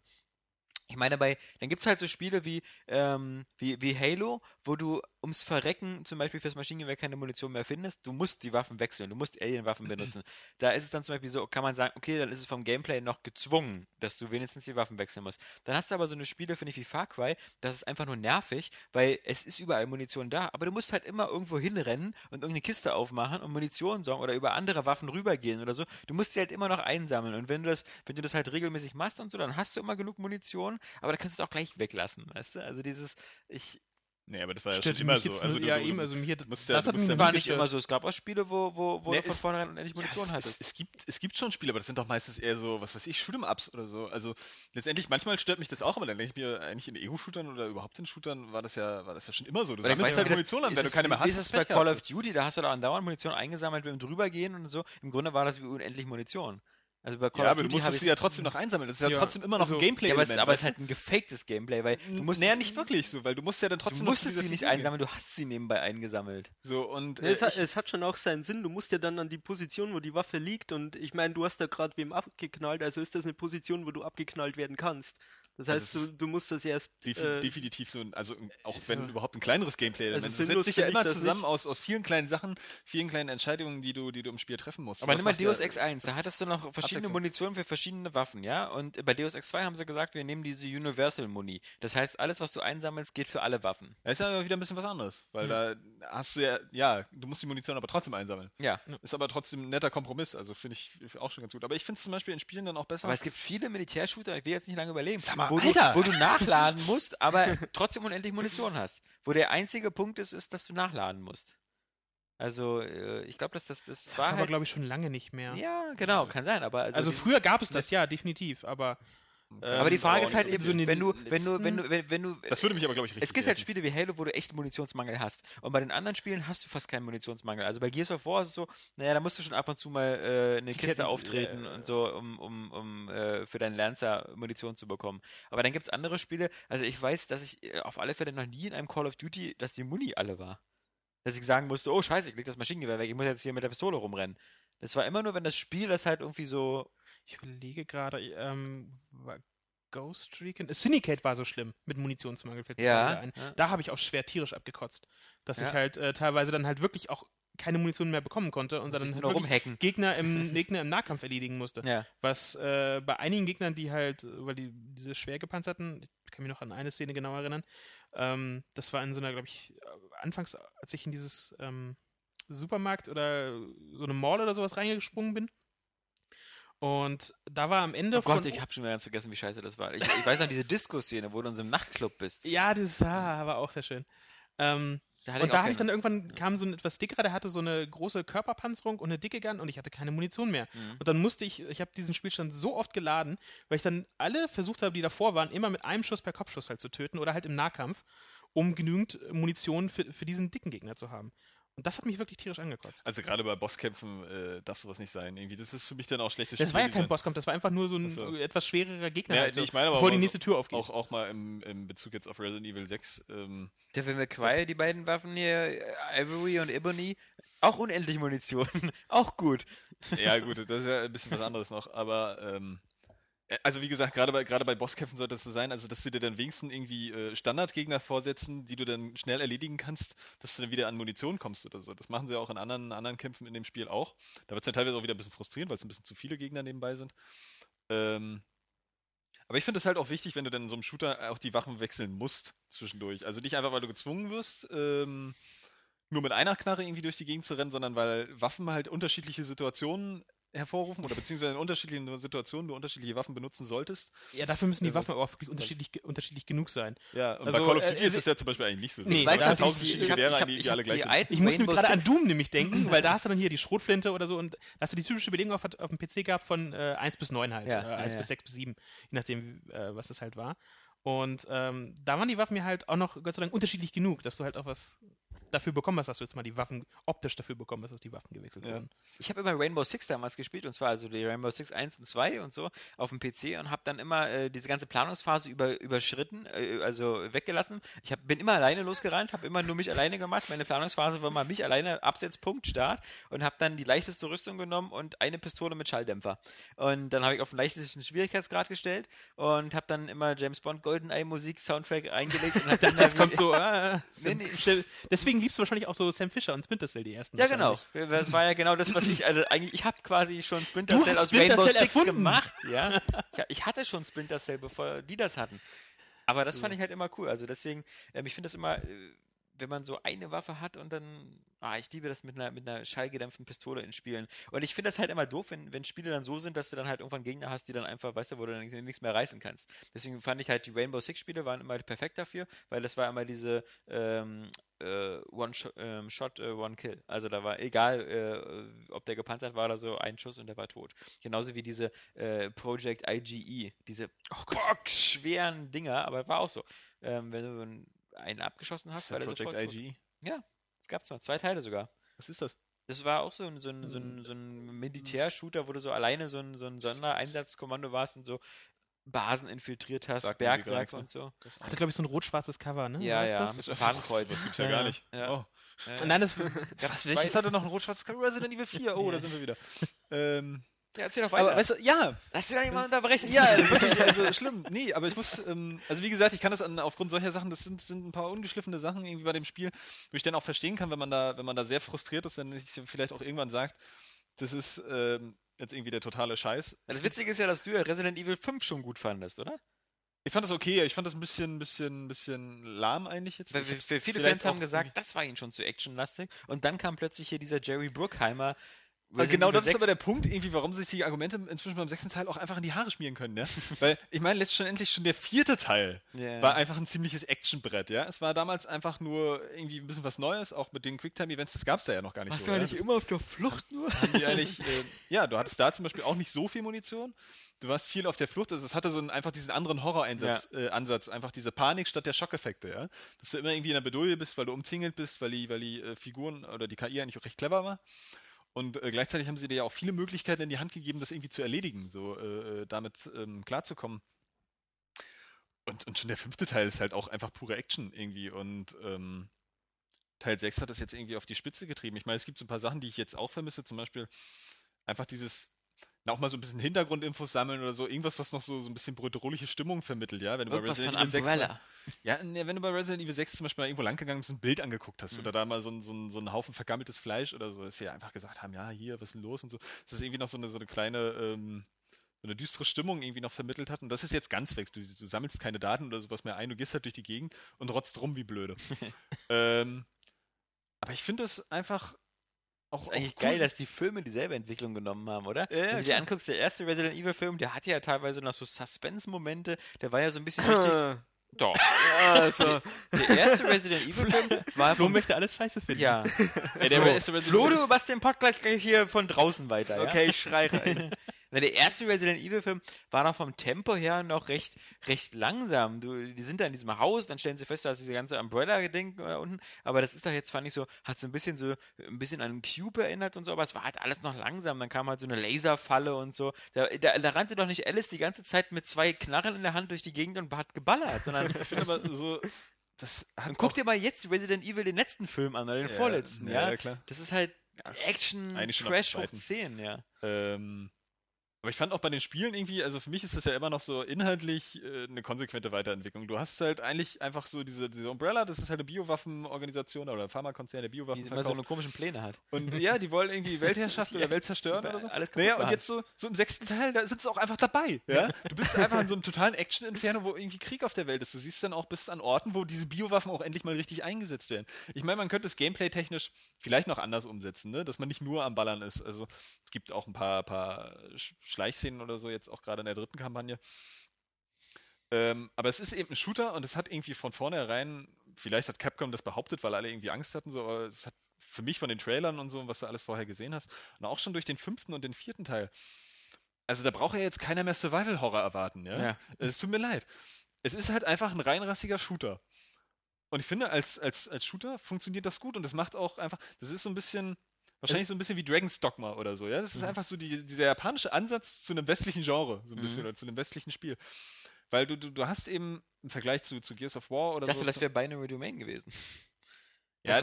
Speaker 1: Ich meine, bei, dann gibt es halt so Spiele wie, ähm, wie, wie Halo, wo du ums Verrecken zum Beispiel fürs Maschinengewehr keine Munition mehr findest. Du musst die Waffen wechseln, du musst Alien-Waffen benutzen. Da ist es dann zum Beispiel so, kann man sagen, okay, dann ist es vom Gameplay noch gezwungen, dass du wenigstens die Waffen wechseln musst. Dann hast du aber so eine Spiele, finde ich, wie Far Cry, das ist einfach nur nervig, weil es ist überall Munition da, aber du musst halt immer irgendwo hinrennen und irgendeine Kiste aufmachen und Munition sorgen oder über andere Waffen rübergehen oder so. Du musst sie halt immer noch einsammeln und wenn du das, wenn du das halt regelmäßig machst und so, dann hast du immer genug Munition, aber dann kannst du es auch gleich weglassen, weißt du? Also dieses, ich,
Speaker 2: Nee, aber das war ja
Speaker 3: Stört
Speaker 2: schon
Speaker 3: mich
Speaker 2: immer so.
Speaker 3: jetzt
Speaker 2: Also
Speaker 3: nur-
Speaker 2: du-
Speaker 3: ja,
Speaker 2: du-
Speaker 3: eben, also mir, hat-
Speaker 2: musst ja- du musst ja
Speaker 3: noch
Speaker 1: war
Speaker 3: nie
Speaker 1: nicht
Speaker 3: gestört.
Speaker 1: immer so. Es gab auch Spiele, wo, wo, wo du von
Speaker 2: Nee, Ne, es-
Speaker 1: vornherein unendlich
Speaker 2: Ja,
Speaker 1: Munition
Speaker 2: es,
Speaker 1: hattest.
Speaker 2: Es, es, gibt, es gibt schon Spiele, aber das sind doch meistens eher so, was weiß ich, Shoot'em-Ups oder so. Also letztendlich, manchmal stört mich das auch, aber dann denke ich mir, eigentlich in Ego-Shootern oder überhaupt in Shootern war das ja, war das ja schon immer so. Du
Speaker 1: Weil ich
Speaker 2: sammelst
Speaker 1: weiß
Speaker 2: halt
Speaker 1: nicht, wie
Speaker 2: Munition
Speaker 1: das-
Speaker 2: an,
Speaker 1: ist
Speaker 2: wenn du
Speaker 1: es-
Speaker 2: keine mehr
Speaker 1: wie
Speaker 2: hast.
Speaker 1: Ist das
Speaker 2: hast
Speaker 1: bei
Speaker 2: Pech
Speaker 1: Call
Speaker 2: gehabt.
Speaker 1: of Duty, da hast du da andauernd Munition eingesammelt beim Drübergehen und so. Im Grunde war das wie unendlich Munition. Also bei Call of
Speaker 2: Ja, aber du
Speaker 1: Duty habe
Speaker 2: musstest
Speaker 1: ich
Speaker 2: sie ja trotzdem noch einsammeln. Das ist ja,
Speaker 3: Ja,
Speaker 2: trotzdem immer noch
Speaker 3: also-
Speaker 2: ein
Speaker 1: ja, aber es,
Speaker 2: Gameplay-Element.
Speaker 1: aber es ist
Speaker 2: weißt
Speaker 1: halt ein gefaktes Gameplay, weil
Speaker 2: du?
Speaker 1: du musstest,
Speaker 2: naja, nicht wirklich so, weil du musst ja dann
Speaker 1: du
Speaker 2: trotzdem noch zu
Speaker 1: musstest
Speaker 2: dieser
Speaker 1: sie nicht
Speaker 2: Figur gehen.
Speaker 1: einsammeln, du hast sie nebenbei eingesammelt.
Speaker 2: So, und
Speaker 4: Ne,
Speaker 2: äh,
Speaker 4: es, hat,
Speaker 2: ich-
Speaker 4: es hat schon auch seinen Sinn. Du musst ja dann an die Position, wo die Waffe liegt. Und ich meine, du hast da gerade wem abgeknallt, also ist das eine Position, wo du abgeknallt werden kannst. Das
Speaker 2: Also
Speaker 4: heißt,
Speaker 2: es
Speaker 4: du, du musst das erst.
Speaker 2: Defi
Speaker 4: äh,
Speaker 2: definitiv so, ein- also ein- auch
Speaker 3: so.
Speaker 2: wenn überhaupt ein kleineres Gameplay.
Speaker 4: Also
Speaker 2: Also das setzt
Speaker 4: sinnlos
Speaker 2: sich ja
Speaker 4: finde ich
Speaker 2: immer
Speaker 4: das
Speaker 2: zusammen
Speaker 4: nicht.
Speaker 2: aus, aus vielen kleinen Sachen, vielen kleinen Entscheidungen, die du, die du im Spiel treffen musst.
Speaker 1: Aber
Speaker 2: Das
Speaker 1: nimm mal
Speaker 2: macht ja-
Speaker 1: Deus Ex 1, da hattest du noch verschiedene
Speaker 2: Abwechslung.
Speaker 1: Munition für verschiedene Waffen, ja? Und bei Deus Ex 2 haben sie gesagt, wir nehmen diese Universal Muni. Das heißt, alles, was du einsammelst, geht für alle Waffen.
Speaker 2: Das ist ja wieder ein bisschen was anderes, weil da hast du ja, ja, du musst die Munition aber trotzdem einsammeln.
Speaker 1: Ja.
Speaker 2: Ist aber trotzdem ein netter Kompromiss, also finde ich auch schon ganz gut. Aber ich finde es zum Beispiel in Spielen dann auch besser.
Speaker 1: Aber es gibt viele Militärshooter, ich will jetzt nicht lange überlegen,
Speaker 2: Sag mal,
Speaker 1: wo,
Speaker 2: Alter!
Speaker 1: Du, wo du nachladen musst, aber trotzdem unendlich Munition hast. Wo der einzige Punkt ist, ist, dass du nachladen musst. Also, äh, ich glaube, dass das, das,
Speaker 3: Das
Speaker 1: war
Speaker 3: war aber,
Speaker 1: halt-
Speaker 3: glaube ich, schon lange nicht mehr.
Speaker 1: ja, genau, kann sein, aber also,
Speaker 3: also
Speaker 1: dieses-
Speaker 3: früher gab es das, ja, definitiv. Aber
Speaker 1: Aber die
Speaker 3: ähm,
Speaker 1: Frage
Speaker 2: auch
Speaker 1: ist halt
Speaker 2: nicht
Speaker 1: eben,
Speaker 3: so in den
Speaker 1: wenn du, wenn du, wenn du, wenn, wenn du,
Speaker 2: das würde mich aber, glaube ich, richtig
Speaker 1: es gibt halt
Speaker 2: nerven.
Speaker 1: Spiele wie Halo, wo du echt Munitionsmangel hast. Und bei den anderen Spielen hast du fast keinen Munitionsmangel. Also bei Gears of War ist es so, naja, da musst du schon ab und zu mal äh, eine Kiste
Speaker 3: Ketten-
Speaker 1: auftreten
Speaker 3: äh,
Speaker 1: und so, um, um, um äh, für deinen Lancer Munition zu bekommen. Aber dann gibt es andere Spiele, also ich weiß, dass ich äh, auf alle Fälle noch nie in einem Call of Duty, dass die Muni alle war. Dass ich sagen musste, oh scheiße, ich leg das Maschinengewehr weg, ich muss jetzt hier mit der Pistole rumrennen. Das war immer nur, wenn das Spiel das halt irgendwie so
Speaker 3: Ich überlege gerade, ähm, war Ghost Recon? Äh, Syndicate war so schlimm mit Munitionsmangel. Fällt mir
Speaker 1: Ja,
Speaker 3: gerade ein.
Speaker 1: ja.
Speaker 3: Da habe ich auch schwer tierisch abgekotzt. Dass
Speaker 1: Ja.
Speaker 3: ich halt äh, teilweise dann halt wirklich auch keine Munition mehr bekommen konnte und
Speaker 1: Muss ich
Speaker 3: dann
Speaker 1: nur
Speaker 3: halt
Speaker 1: noch
Speaker 3: wirklich
Speaker 1: rumhacken.
Speaker 3: Gegner im, Gegner im Nahkampf erledigen musste.
Speaker 1: Ja.
Speaker 3: Was äh, bei einigen Gegnern, die halt, äh, weil die diese schwer gepanzerten, ich kann mich noch an eine Szene genau erinnern, ähm, das war in so einer, glaube ich, äh, anfangs, als ich in dieses ähm, Supermarkt oder so eine Mall oder sowas reingesprungen bin. Und da war am Ende
Speaker 1: Oh Gott,
Speaker 3: von.
Speaker 1: ich habe schon wieder ganz vergessen, wie scheiße das war. Ich, ich weiß noch diese Disco-Szene, wo du in so einem Nachtclub bist.
Speaker 3: ja, das war, war auch sehr schön. Ähm,
Speaker 1: Da
Speaker 3: und da hatte ich
Speaker 1: auch
Speaker 3: dann irgendwann, kam so ein etwas dickerer, der hatte so eine große Körperpanzerung und eine dicke Gun und ich hatte keine Munition mehr.
Speaker 1: keine- Mhm.
Speaker 3: Und dann musste ich, ich habe diesen Spielstand so oft geladen, weil ich dann alle versucht habe, die davor waren, immer mit einem Schuss per Kopfschuss halt zu töten oder halt im Nahkampf, um genügend Munition für, für diesen dicken Gegner zu haben. Und das hat mich wirklich tierisch angekotzt.
Speaker 2: Also gerade bei Bosskämpfen äh, darf sowas nicht sein. Irgendwie, das ist für mich dann auch schlechtes
Speaker 3: Das war ja kein
Speaker 2: Spieldesign.
Speaker 3: Bosskampf, das war einfach nur so ein
Speaker 2: Ach so.
Speaker 3: äh, etwas schwererer Gegner,
Speaker 2: Ja,
Speaker 3: halt,
Speaker 2: nee,
Speaker 3: so,
Speaker 2: ich meine aber
Speaker 3: bevor die
Speaker 2: auch-
Speaker 3: nächste Tür aufgeht.
Speaker 2: Auch, auch mal im, im Bezug jetzt auf Resident Evil 6. Ähm,
Speaker 1: Devil May Cry, die beiden Waffen hier, äh, Ivory und Ebony, auch unendlich Munition. auch gut.
Speaker 2: ja, gut, das ist ja ein bisschen was anderes noch, aber ähm, äh, also wie gesagt, gerade bei, gerade bei Bosskämpfen sollte das so sein, also dass sie dir dann wenigstens irgendwie äh, Standardgegner vorsetzen, die du dann schnell erledigen kannst, dass du dann wieder an Munition kommst oder so. Das machen sie ja auch in anderen, anderen Kämpfen in dem Spiel auch. Da wird es dann teilweise auch wieder ein bisschen frustrierend, weil es ein bisschen zu viele Gegner nebenbei sind. Ähm, aber ich finde es halt auch wichtig, wenn du dann in so einem Shooter auch die Waffen wechseln musst zwischendurch. Also nicht einfach, weil du gezwungen wirst, ähm, nur mit einer Knarre irgendwie durch die Gegend zu rennen, sondern weil Waffen halt unterschiedliche Situationen hervorrufen oder beziehungsweise in unterschiedlichen Situationen du unterschiedliche Waffen benutzen solltest.
Speaker 3: Ja, dafür müssen die
Speaker 2: Ja, was-
Speaker 3: Waffen aber auch wirklich unterschiedlich, ge- unterschiedlich genug sein.
Speaker 2: Ja, und bei
Speaker 3: Also,
Speaker 2: Call of
Speaker 3: äh,
Speaker 2: Duty ist
Speaker 3: also-
Speaker 2: das ja zum Beispiel eigentlich nicht so.
Speaker 3: Nee,
Speaker 2: Du
Speaker 3: weiß
Speaker 2: hast ja
Speaker 3: dass ich-
Speaker 2: tausend
Speaker 3: ich
Speaker 2: verschiedene Gewehre, die, die alle gleich sind.
Speaker 1: alten
Speaker 3: Ich muss nur
Speaker 1: Rainbow
Speaker 3: gerade an
Speaker 1: Six-
Speaker 3: Doom nämlich denken, weil da hast du dann hier die Schrotflinte oder so und da hast du die typische Belegung auf, auf dem PC gehabt von äh, 1 bis 9 halt,
Speaker 1: Ja,
Speaker 3: oder
Speaker 1: ja,
Speaker 3: 1
Speaker 1: ja.
Speaker 3: bis 6 bis 7, je nachdem, äh, was das halt war. Und ähm, da waren die Waffen ja halt auch noch, Gott sei Dank, unterschiedlich genug, dass du halt auch was dafür bekommen hast, dass du jetzt mal die Waffen, optisch dafür bekommen hast, dass die Waffen gewechselt
Speaker 2: Ja.
Speaker 3: wurden.
Speaker 1: Ich habe immer Rainbow Six damals gespielt, und zwar also die Rainbow Six 1 und 2 und so auf dem PC und habe dann immer äh, diese ganze Planungsphase über, überschritten, äh, also weggelassen. Ich hab, bin immer alleine losgerannt, habe immer nur mich alleine gemacht. Meine Planungsphase war mal mich alleine, Absetzpunkt, Start und habe dann die leichteste Rüstung genommen und eine Pistole mit Schalldämpfer. Und dann habe ich auf den leichtesten Schwierigkeitsgrad gestellt und habe dann immer James Bond Goldeneye Musik Soundtrack eingelegt. Und hab dann
Speaker 3: Das
Speaker 1: da
Speaker 3: kommt
Speaker 1: wie-
Speaker 3: so, äh, Sam,
Speaker 1: nee.
Speaker 3: Sam- deswegen liebst du wahrscheinlich auch so Sam Fisher und Splinter Cell, die ersten.
Speaker 1: Ja, genau.
Speaker 3: wahrscheinlich.
Speaker 1: Das war ja genau das, was ich also eigentlich. Ich habe quasi schon Splinter
Speaker 3: Du
Speaker 1: Cell
Speaker 3: hast
Speaker 1: aus
Speaker 3: Splinter
Speaker 1: Rainbow
Speaker 3: Cell
Speaker 1: Six
Speaker 3: erfunden.
Speaker 1: gemacht. Ja? Ich, ich hatte schon Splinter Cell, bevor die das hatten. Aber das fand ich halt immer cool. Also deswegen, ähm, ich finde das immer, äh, wenn man so eine Waffe hat und dann. Ah, ich liebe das mit einer, mit einer schallgedämpften Pistole in Spielen. Und ich finde das halt immer doof, wenn, wenn Spiele dann so sind, dass du dann halt irgendwann Gegner hast, die dann einfach, weißt du, wo du dann nichts mehr reißen kannst. Deswegen fand ich halt, die Rainbow Six Spiele waren immer perfekt dafür, weil das war immer diese ähm, äh, One Sho- ähm, Shot, äh, One Kill. Also da war egal, äh, ob der gepanzert war oder so, ein Schuss und der war tot. Genauso wie diese äh, Project IGE, diese bockschweren Dinger, aber war auch so. Ähm, wenn du einen- einen abgeschossen hast,
Speaker 2: Das ist ja
Speaker 1: weil er
Speaker 2: Project E.
Speaker 1: sofort tot.
Speaker 2: IG.
Speaker 1: Es gab zwar zwei Teile sogar.
Speaker 2: Was ist das?
Speaker 1: Das war auch so ein, so ein, so ein, so ein Militärshooter, wo du so alleine so ein, so ein Sondereinsatzkommando warst und so Basen infiltriert hast,
Speaker 2: Sagt mir irgendwie gar
Speaker 1: Bergwerk
Speaker 2: nichts, ne?
Speaker 1: und so.
Speaker 3: Hatte, glaube ich, ich, so ein rot-schwarzes Cover, ne?
Speaker 1: Ja,
Speaker 3: War das
Speaker 1: ja,
Speaker 3: das?
Speaker 1: mit so einem Fadenkreuz.
Speaker 2: Das gibt's ja
Speaker 3: Ja,
Speaker 2: gar
Speaker 3: ja.
Speaker 2: nicht.
Speaker 1: Ja.
Speaker 2: Oh.
Speaker 1: Äh,
Speaker 3: Nein, das,
Speaker 1: gab's zwei-
Speaker 2: Welches hatte noch ein rot-schwarzes Cover? Resident Evil 4. Oh, da sind wir wieder. Ähm,
Speaker 1: Ja, erzähl doch weiter.
Speaker 2: aber weißt du, ja,
Speaker 1: Lass dich doch nicht mal unterbrechen.
Speaker 2: Ja, wirklich, also schlimm. Nee, aber ich muss, ähm, also wie gesagt, ich kann das an, aufgrund solcher Sachen, das sind, sind ein paar ungeschliffene Sachen irgendwie bei dem Spiel, wo ich dann auch verstehen kann, wenn man da, wenn man da sehr frustriert ist, dann sich vielleicht auch irgendwann sagt, das ist ähm, jetzt irgendwie der totale Scheiß.
Speaker 1: Das Witzige ist ja, dass du ja Resident Evil 5 schon gut fandest, oder?
Speaker 2: Ich fand das okay, ich fand das ein bisschen, bisschen, bisschen lahm eigentlich jetzt.
Speaker 1: Weil
Speaker 2: Ich
Speaker 1: wir,
Speaker 2: hab's
Speaker 1: wir viele
Speaker 2: vielleicht
Speaker 1: Fans haben
Speaker 2: auch
Speaker 1: gesagt, das war ihnen schon zu actionlastig. Und dann kam plötzlich hier dieser Jerry Bruckheimer.
Speaker 2: Weil
Speaker 1: Resident
Speaker 2: genau
Speaker 1: Evil
Speaker 2: das ist aber
Speaker 1: 6.
Speaker 2: der Punkt, irgendwie, warum sich die Argumente inzwischen beim sechsten Teil auch einfach in die Haare schmieren können, ne? Weil, ich meine, letztendlich schon der vierte Teil
Speaker 1: Ja.
Speaker 2: war einfach ein ziemliches Actionbrett, ja? Es war damals einfach nur irgendwie ein bisschen was Neues, auch mit den Quicktime-Events, das gab es da ja noch gar nicht
Speaker 1: Warst
Speaker 2: so.
Speaker 1: du
Speaker 2: ja?
Speaker 1: eigentlich immer auf der Flucht nur?
Speaker 2: Das haben die eigentlich, äh, ja, du hattest da zum Beispiel auch nicht so viel Munition. Du warst viel auf der Flucht, also es hatte so einen, einfach diesen anderen Horror-Ansatz, äh, Ansatz, einfach diese Panik statt der Schockeffekte, ja? Dass du immer irgendwie in der Bedulde bist, weil du umzingelt bist, weil die, weil die äh, Figuren oder die KI eigentlich auch recht clever war. Und äh, gleichzeitig haben sie dir ja auch viele Möglichkeiten in die Hand gegeben, das irgendwie zu erledigen, so äh, äh, damit ähm, klarzukommen. Und, und schon der fünfte Teil ist halt auch einfach pure Action irgendwie. Und ähm, Teil 6 hat das jetzt irgendwie auf die Spitze getrieben. Ich meine, es gibt so ein paar Sachen, die ich jetzt auch vermisse. Zum Beispiel einfach dieses, Na, auch mal so ein bisschen Hintergrundinfos sammeln oder so, irgendwas, was noch so, so ein bisschen bedrohliche Stimmung vermittelt, ja? Wenn du
Speaker 1: Irgendwas von
Speaker 2: Evil 6 mal-
Speaker 1: Umbrella.
Speaker 2: ja, ne, wenn du bei Resident Evil 6 zum Beispiel mal irgendwo langgegangen bist und ein Bild angeguckt
Speaker 1: Mhm.
Speaker 2: hast oder da mal so, ein- so, ein- so einen Haufen vergammeltes Fleisch oder so, dass sie einfach gesagt haben, ja, hier, was ist denn los und so, dass das irgendwie noch so eine, so eine kleine, ähm, so eine düstere Stimmung irgendwie noch vermittelt hat. Und das ist jetzt ganz weg. Du, du sammelst keine Daten oder sowas mehr ein, du gehst halt durch die Gegend und rotzt rum wie blöde. ähm, aber ich finde es einfach auch,
Speaker 1: Ist
Speaker 2: auch
Speaker 1: eigentlich
Speaker 2: cool.
Speaker 1: geil, dass die Filme dieselbe Entwicklung genommen haben, oder?
Speaker 2: Ja, ja,
Speaker 1: Wenn du dir
Speaker 2: klar.
Speaker 1: anguckst, der erste Resident Evil Film, der hatte ja teilweise noch so Suspense-Momente, der war ja so ein bisschen richtig. Doch.
Speaker 4: also,
Speaker 1: Der erste Resident Evil Film war
Speaker 3: Flo
Speaker 1: vom
Speaker 3: möchte alles scheiße finden.
Speaker 1: Ja.
Speaker 2: Ey, der
Speaker 1: So.
Speaker 2: erste Resident
Speaker 1: Flo,
Speaker 2: Evil-
Speaker 1: du machst den Podcast gleich hier von draußen weiter. Ja?
Speaker 4: okay, ich schrei rein.
Speaker 1: Na, der erste Resident Evil Film war noch vom Tempo her noch recht, recht langsam. Du, die sind da in diesem Haus, dann stellen sie fest, da ist diese ganze Umbrella-Ding da unten. Aber das ist doch jetzt, fand ich so, hat so ein bisschen so, ein bisschen an Cube erinnert und so, aber es war halt alles noch langsam. Dann kam halt so eine Laserfalle und so. Da, da, da rannte doch nicht Alice die ganze Zeit mit zwei Knarren in der Hand durch die Gegend und hat geballert, sondern.
Speaker 2: Ich finde aber so, das hat
Speaker 1: Und guck dir mal jetzt Resident Evil den letzten Film an oder den
Speaker 2: Ja,
Speaker 1: vorletzten,
Speaker 2: ja,
Speaker 1: ja?
Speaker 2: ja, klar.
Speaker 1: Das ist halt Action,
Speaker 2: eigentlich schon auf
Speaker 1: Trash
Speaker 2: dem
Speaker 1: hoch
Speaker 2: zweiten.
Speaker 1: 10, ja.
Speaker 2: Ähm, aber ich fand auch bei den Spielen irgendwie, also für mich ist das ja immer noch so inhaltlich äh, eine konsequente Weiterentwicklung. Du hast halt eigentlich einfach so diese, diese Umbrella, das ist halt eine Biowaffenorganisation oder ein Pharmakonzern, der
Speaker 1: Die
Speaker 2: Biowaffen
Speaker 1: immer so
Speaker 2: verkauft.
Speaker 1: eine komischen Pläne hat.
Speaker 2: Und ja, die wollen irgendwie Weltherrschaft oder Welt zerstören oder so.
Speaker 1: Alles kaputt
Speaker 2: Naja, und
Speaker 1: machen.
Speaker 2: jetzt so, so im sechsten Teil, da sitzt du auch einfach dabei. Ja? Du bist einfach in so einem totalen Action-Inferno, wo irgendwie Krieg auf der Welt ist. Du siehst dann auch bis an Orten, wo diese Biowaffen auch endlich mal richtig eingesetzt werden. Ich meine, man könnte es gameplay-technisch vielleicht noch anders umsetzen, ne? dass man nicht nur am Ballern ist. Also es gibt auch ein paar, paar Sch- Schleichszenen oder so, jetzt auch gerade in der dritten Kampagne. Ähm, aber es ist eben ein Shooter und es hat irgendwie von vornherein, vielleicht hat Capcom das behauptet, weil alle irgendwie Angst hatten, so, aber es hat für mich von den Trailern und so, was du alles vorher gesehen hast, und auch schon durch den fünften und den vierten Teil. Also da braucht ja jetzt keiner mehr Survival-Horror erwarten, ja?
Speaker 1: Ja.
Speaker 2: Es tut mir leid. Es ist halt einfach ein reinrassiger Shooter. Und ich finde, als, als, als Shooter funktioniert das gut und das macht auch einfach, das ist so ein bisschen, wahrscheinlich so ein bisschen wie Dragon's Dogma oder so, ja? Das ist
Speaker 1: Mhm.
Speaker 2: einfach so die, dieser japanische Ansatz zu einem westlichen Genre, so ein
Speaker 1: Mhm.
Speaker 2: bisschen, oder zu einem westlichen Spiel. Weil du, du, du hast eben im Vergleich zu, zu Gears of War oder
Speaker 1: Ich dachte,
Speaker 2: so.
Speaker 1: das wäre Binary Domain gewesen.
Speaker 2: ja,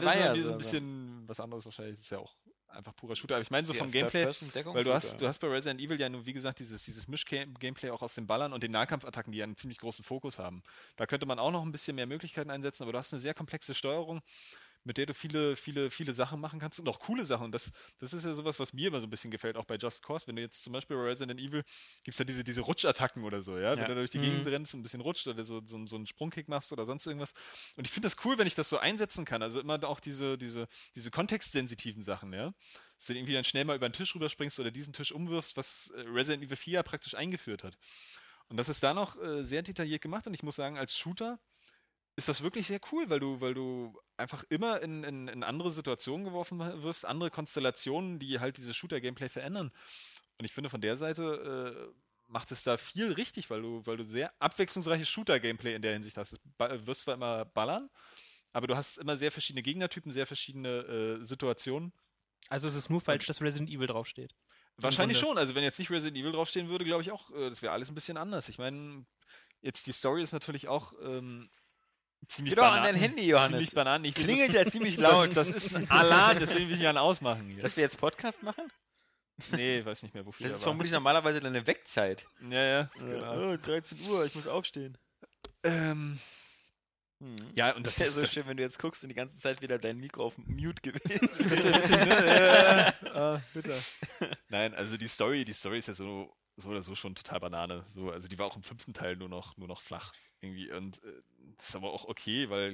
Speaker 1: das war
Speaker 2: das ist
Speaker 1: ja
Speaker 2: ja so
Speaker 1: so- ne?
Speaker 2: ein bisschen was anderes wahrscheinlich. Das ist ja auch einfach purer Shooter. Aber ich meine so vom Gameplay, weil
Speaker 1: weil
Speaker 2: du hast, du hast bei Resident Evil ja nun, wie gesagt, dieses, dieses Misch-Gameplay auch aus den Ballern und den Nahkampfattacken, die ja einen ziemlich großen Fokus haben. Da könnte man auch noch ein bisschen mehr Möglichkeiten einsetzen, aber du hast eine sehr komplexe Steuerung, mit der du viele, viele, viele Sachen machen kannst und auch coole Sachen. Und das, das ist ja sowas, was mir immer so ein bisschen gefällt, auch bei Just Cause. Wenn du jetzt zum Beispiel bei Resident Evil gibt es ja diese, diese Rutschattacken oder so, ja? Wenn
Speaker 1: Ja.
Speaker 2: du da durch die
Speaker 3: Mhm.
Speaker 2: Gegend rennst und ein bisschen rutscht oder so, so, so einen Sprungkick machst oder sonst irgendwas. Und ich finde das cool, wenn ich das so einsetzen kann. Also immer auch diese, diese, diese kontextsensitiven Sachen, ja. Dass du irgendwie dann schnell mal über den Tisch rüberspringst oder diesen Tisch umwirfst, was äh, Resident Evil 4 ja praktisch eingeführt hat. Und das ist da noch äh, sehr detailliert gemacht und ich muss sagen, als Shooter ist das wirklich sehr cool, weil du, weil du einfach immer in, in, in andere Situationen geworfen wirst, andere Konstellationen, die halt dieses Shooter-Gameplay verändern. Und ich finde, von der Seite äh, macht es da viel richtig, weil du, weil du sehr abwechslungsreiches Shooter-Gameplay in der Hinsicht hast. Du ba- wirst zwar immer ballern, aber du hast immer sehr verschiedene Gegnertypen, sehr verschiedene äh, Situationen.
Speaker 3: Also es ist nur falsch, dass Resident Evil draufsteht.
Speaker 2: Wahrscheinlich
Speaker 3: Grunde.
Speaker 2: schon. Also wenn jetzt nicht Resident Evil draufstehen würde, glaube ich auch, äh, das wäre alles ein bisschen anders. Ich meine, jetzt die Story ist natürlich auch ähm, ziemlich
Speaker 1: Geh doch an dein
Speaker 2: Bananen-
Speaker 1: Handy, Johannes.
Speaker 2: Ziemlich Bananen. Ich
Speaker 1: Klingelt ja ziemlich
Speaker 2: das,
Speaker 1: laut.
Speaker 2: das ist ein Alarm, deswegen will ich ihn ausmachen. Hier.
Speaker 1: dass wir jetzt Podcast machen?
Speaker 2: nee, ich weiß nicht mehr, wofür
Speaker 1: Das
Speaker 2: der
Speaker 1: ist
Speaker 2: war.
Speaker 1: vermutlich normalerweise deine Wegzeit.
Speaker 2: Ja, ja. Genau.
Speaker 1: 13 Uhr, ich muss aufstehen.
Speaker 2: Ähm,
Speaker 1: Hm.
Speaker 2: ja, und
Speaker 1: Das
Speaker 2: das
Speaker 1: wäre
Speaker 2: ist
Speaker 1: so
Speaker 2: das
Speaker 1: schön, wenn du jetzt guckst und die ganze Zeit wieder dein Mikro auf Mute gewesen
Speaker 2: Das wär witzig, ne? Ja, ja. Ah, bitter. Nein, also die Story, die Story ist ja so, so oder so schon total Banane. So, also die war auch im fünften Teil nur noch, nur noch flach. Irgendwie. Und äh, das ist aber auch okay, weil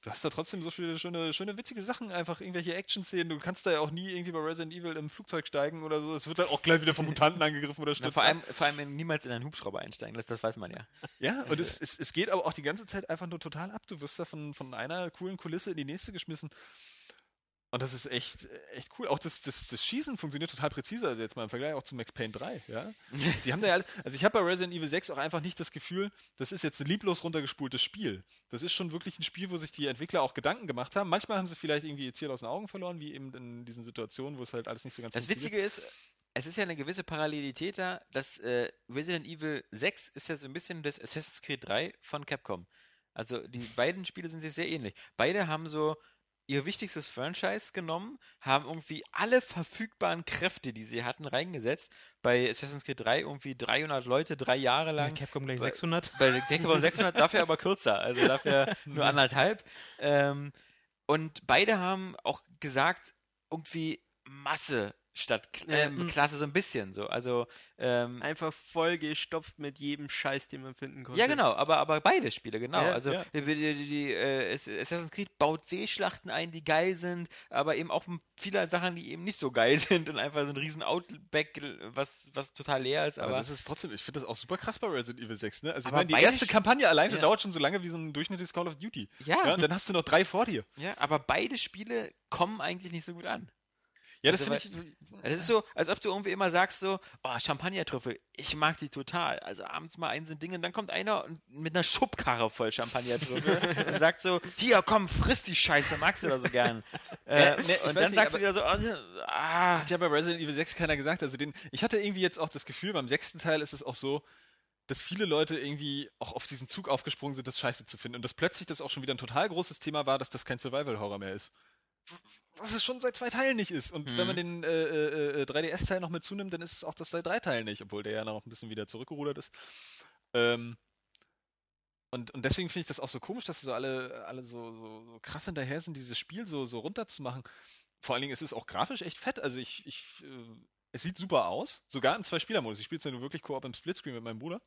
Speaker 2: du hast da trotzdem so viele schöne, schöne witzige Sachen, einfach irgendwelche Action-Szenen. Du kannst da ja auch nie irgendwie bei Resident Evil im Flugzeug steigen oder so. Es wird dann auch gleich wieder von Mutanten angegriffen oder
Speaker 1: Na,
Speaker 2: stürzt
Speaker 1: vor,
Speaker 2: ab.
Speaker 1: allem, vor allem niemals in einen Hubschrauber einsteigen, das, das weiß man ja.
Speaker 2: Ja,
Speaker 1: Äh,
Speaker 2: und es, es, es geht aber auch die ganze Zeit einfach nur total ab. Du wirst da von, von einer coolen Kulisse in die nächste geschmissen. Und das ist echt, echt cool. Auch das, das, das Schießen funktioniert total präzise, also jetzt mal im Vergleich auch zu Max Payne 3, ja. Die haben da ja alles, also ich habe bei Resident Evil 6 auch einfach nicht das Gefühl, das ist jetzt ein lieblos runtergespultes Spiel. Das ist schon wirklich ein Spiel, wo sich die Entwickler auch Gedanken gemacht haben. Manchmal haben sie vielleicht irgendwie ihr Ziel aus den Augen verloren, wie eben in diesen Situationen, wo es halt alles nicht so ganz
Speaker 1: Das
Speaker 2: funktioniert.
Speaker 1: Witzige ist, es ist ja eine gewisse Parallelität da, dass äh, Resident Evil 6 ist ja so ein bisschen das Assassin's Creed 3 von Capcom. Also die beiden Spiele sind sich sehr ähnlich. Beide haben so ihr wichtigstes Franchise genommen, haben irgendwie alle verfügbaren Kräfte, die sie hatten, reingesetzt. Bei Assassin's Creed 3 irgendwie 300 Leute drei Jahre
Speaker 3: Ja,
Speaker 1: lang.
Speaker 3: Capcom gleich
Speaker 1: Weil-
Speaker 3: 600.
Speaker 1: Bei Gekko 600 dafür aber kürzer, also dafür nur anderthalb. Ähm, und beide haben auch gesagt, irgendwie Masse statt K-
Speaker 4: Ja.
Speaker 1: ähm, Klasse so ein bisschen so. Also ähm,
Speaker 4: Einfach vollgestopft mit jedem Scheiß, den man finden konnte.
Speaker 1: ja genau, aber aber beide Spiele genau.
Speaker 4: Ja,
Speaker 1: also
Speaker 2: ja.
Speaker 1: die, die, die, die, äh, Ass- Assassin's Creed baut Seeschlachten ein, die geil sind, aber eben auch viele Sachen, die eben nicht so geil sind und einfach so ein riesen Outback, was was total leer ist.
Speaker 2: Aber,
Speaker 1: Aber
Speaker 2: das Also, ist trotzdem, ich finde das auch super krass bei Resident Evil 6, ne? Also ich
Speaker 1: Aber
Speaker 2: meine, die
Speaker 1: beide
Speaker 2: erste
Speaker 1: Sch-
Speaker 2: Kampagne allein schon
Speaker 1: Ja.
Speaker 2: dauert schon so lange wie so ein durchschnittliches Call of Duty. Ja,
Speaker 1: ja,
Speaker 2: und dann hast du noch drei vor dir.
Speaker 1: ja, aber beide Spiele kommen eigentlich nicht so gut an.
Speaker 2: Ja, das
Speaker 1: Also,
Speaker 2: finde ich.
Speaker 1: Ja, Das ist so, als ob du irgendwie immer sagst so, oh, Champagnertrüffel, ich mag die total. Also abends mal ein so ein Ding und dann kommt einer und mit einer Schubkarre voll Champagnertrüffel und sagt so, hier, komm, friss die Scheiße, magst du da so gern.
Speaker 2: Ja,
Speaker 1: äh,
Speaker 2: ne, ich weiß
Speaker 1: und dann
Speaker 2: nicht,
Speaker 1: sagst du wieder so, oh, sie- ah,
Speaker 2: Hat ja bei Resident Evil 6 keiner gesagt. Also den, ich hatte irgendwie jetzt auch das Gefühl, beim sechsten Teil ist es auch so, dass viele Leute irgendwie auch auf diesen Zug aufgesprungen sind, das scheiße zu finden. Und dass plötzlich das auch schon wieder ein total großes Thema war, dass das kein Survival-Horror mehr ist. Was es schon seit zwei Teilen nicht ist. Und
Speaker 1: Mhm.
Speaker 2: wenn man den äh, äh, äh, 3DS-Teil noch mit zunimmt, dann ist es auch das seit drei Teilen nicht, obwohl der ja noch ein bisschen wieder zurückgerudert ist. Ähm, und, und deswegen finde ich das auch so komisch, dass so alle, alle so, so, so krass hinterher sind, dieses Spiel so, so runterzumachen. Vor allen Dingen ist es auch grafisch echt fett. Also ich, ich äh, es sieht super aus, sogar im Zwei-Spieler-Modus. Ich spiele es ja nur wirklich Koop im Splitscreen mit meinem Bruder.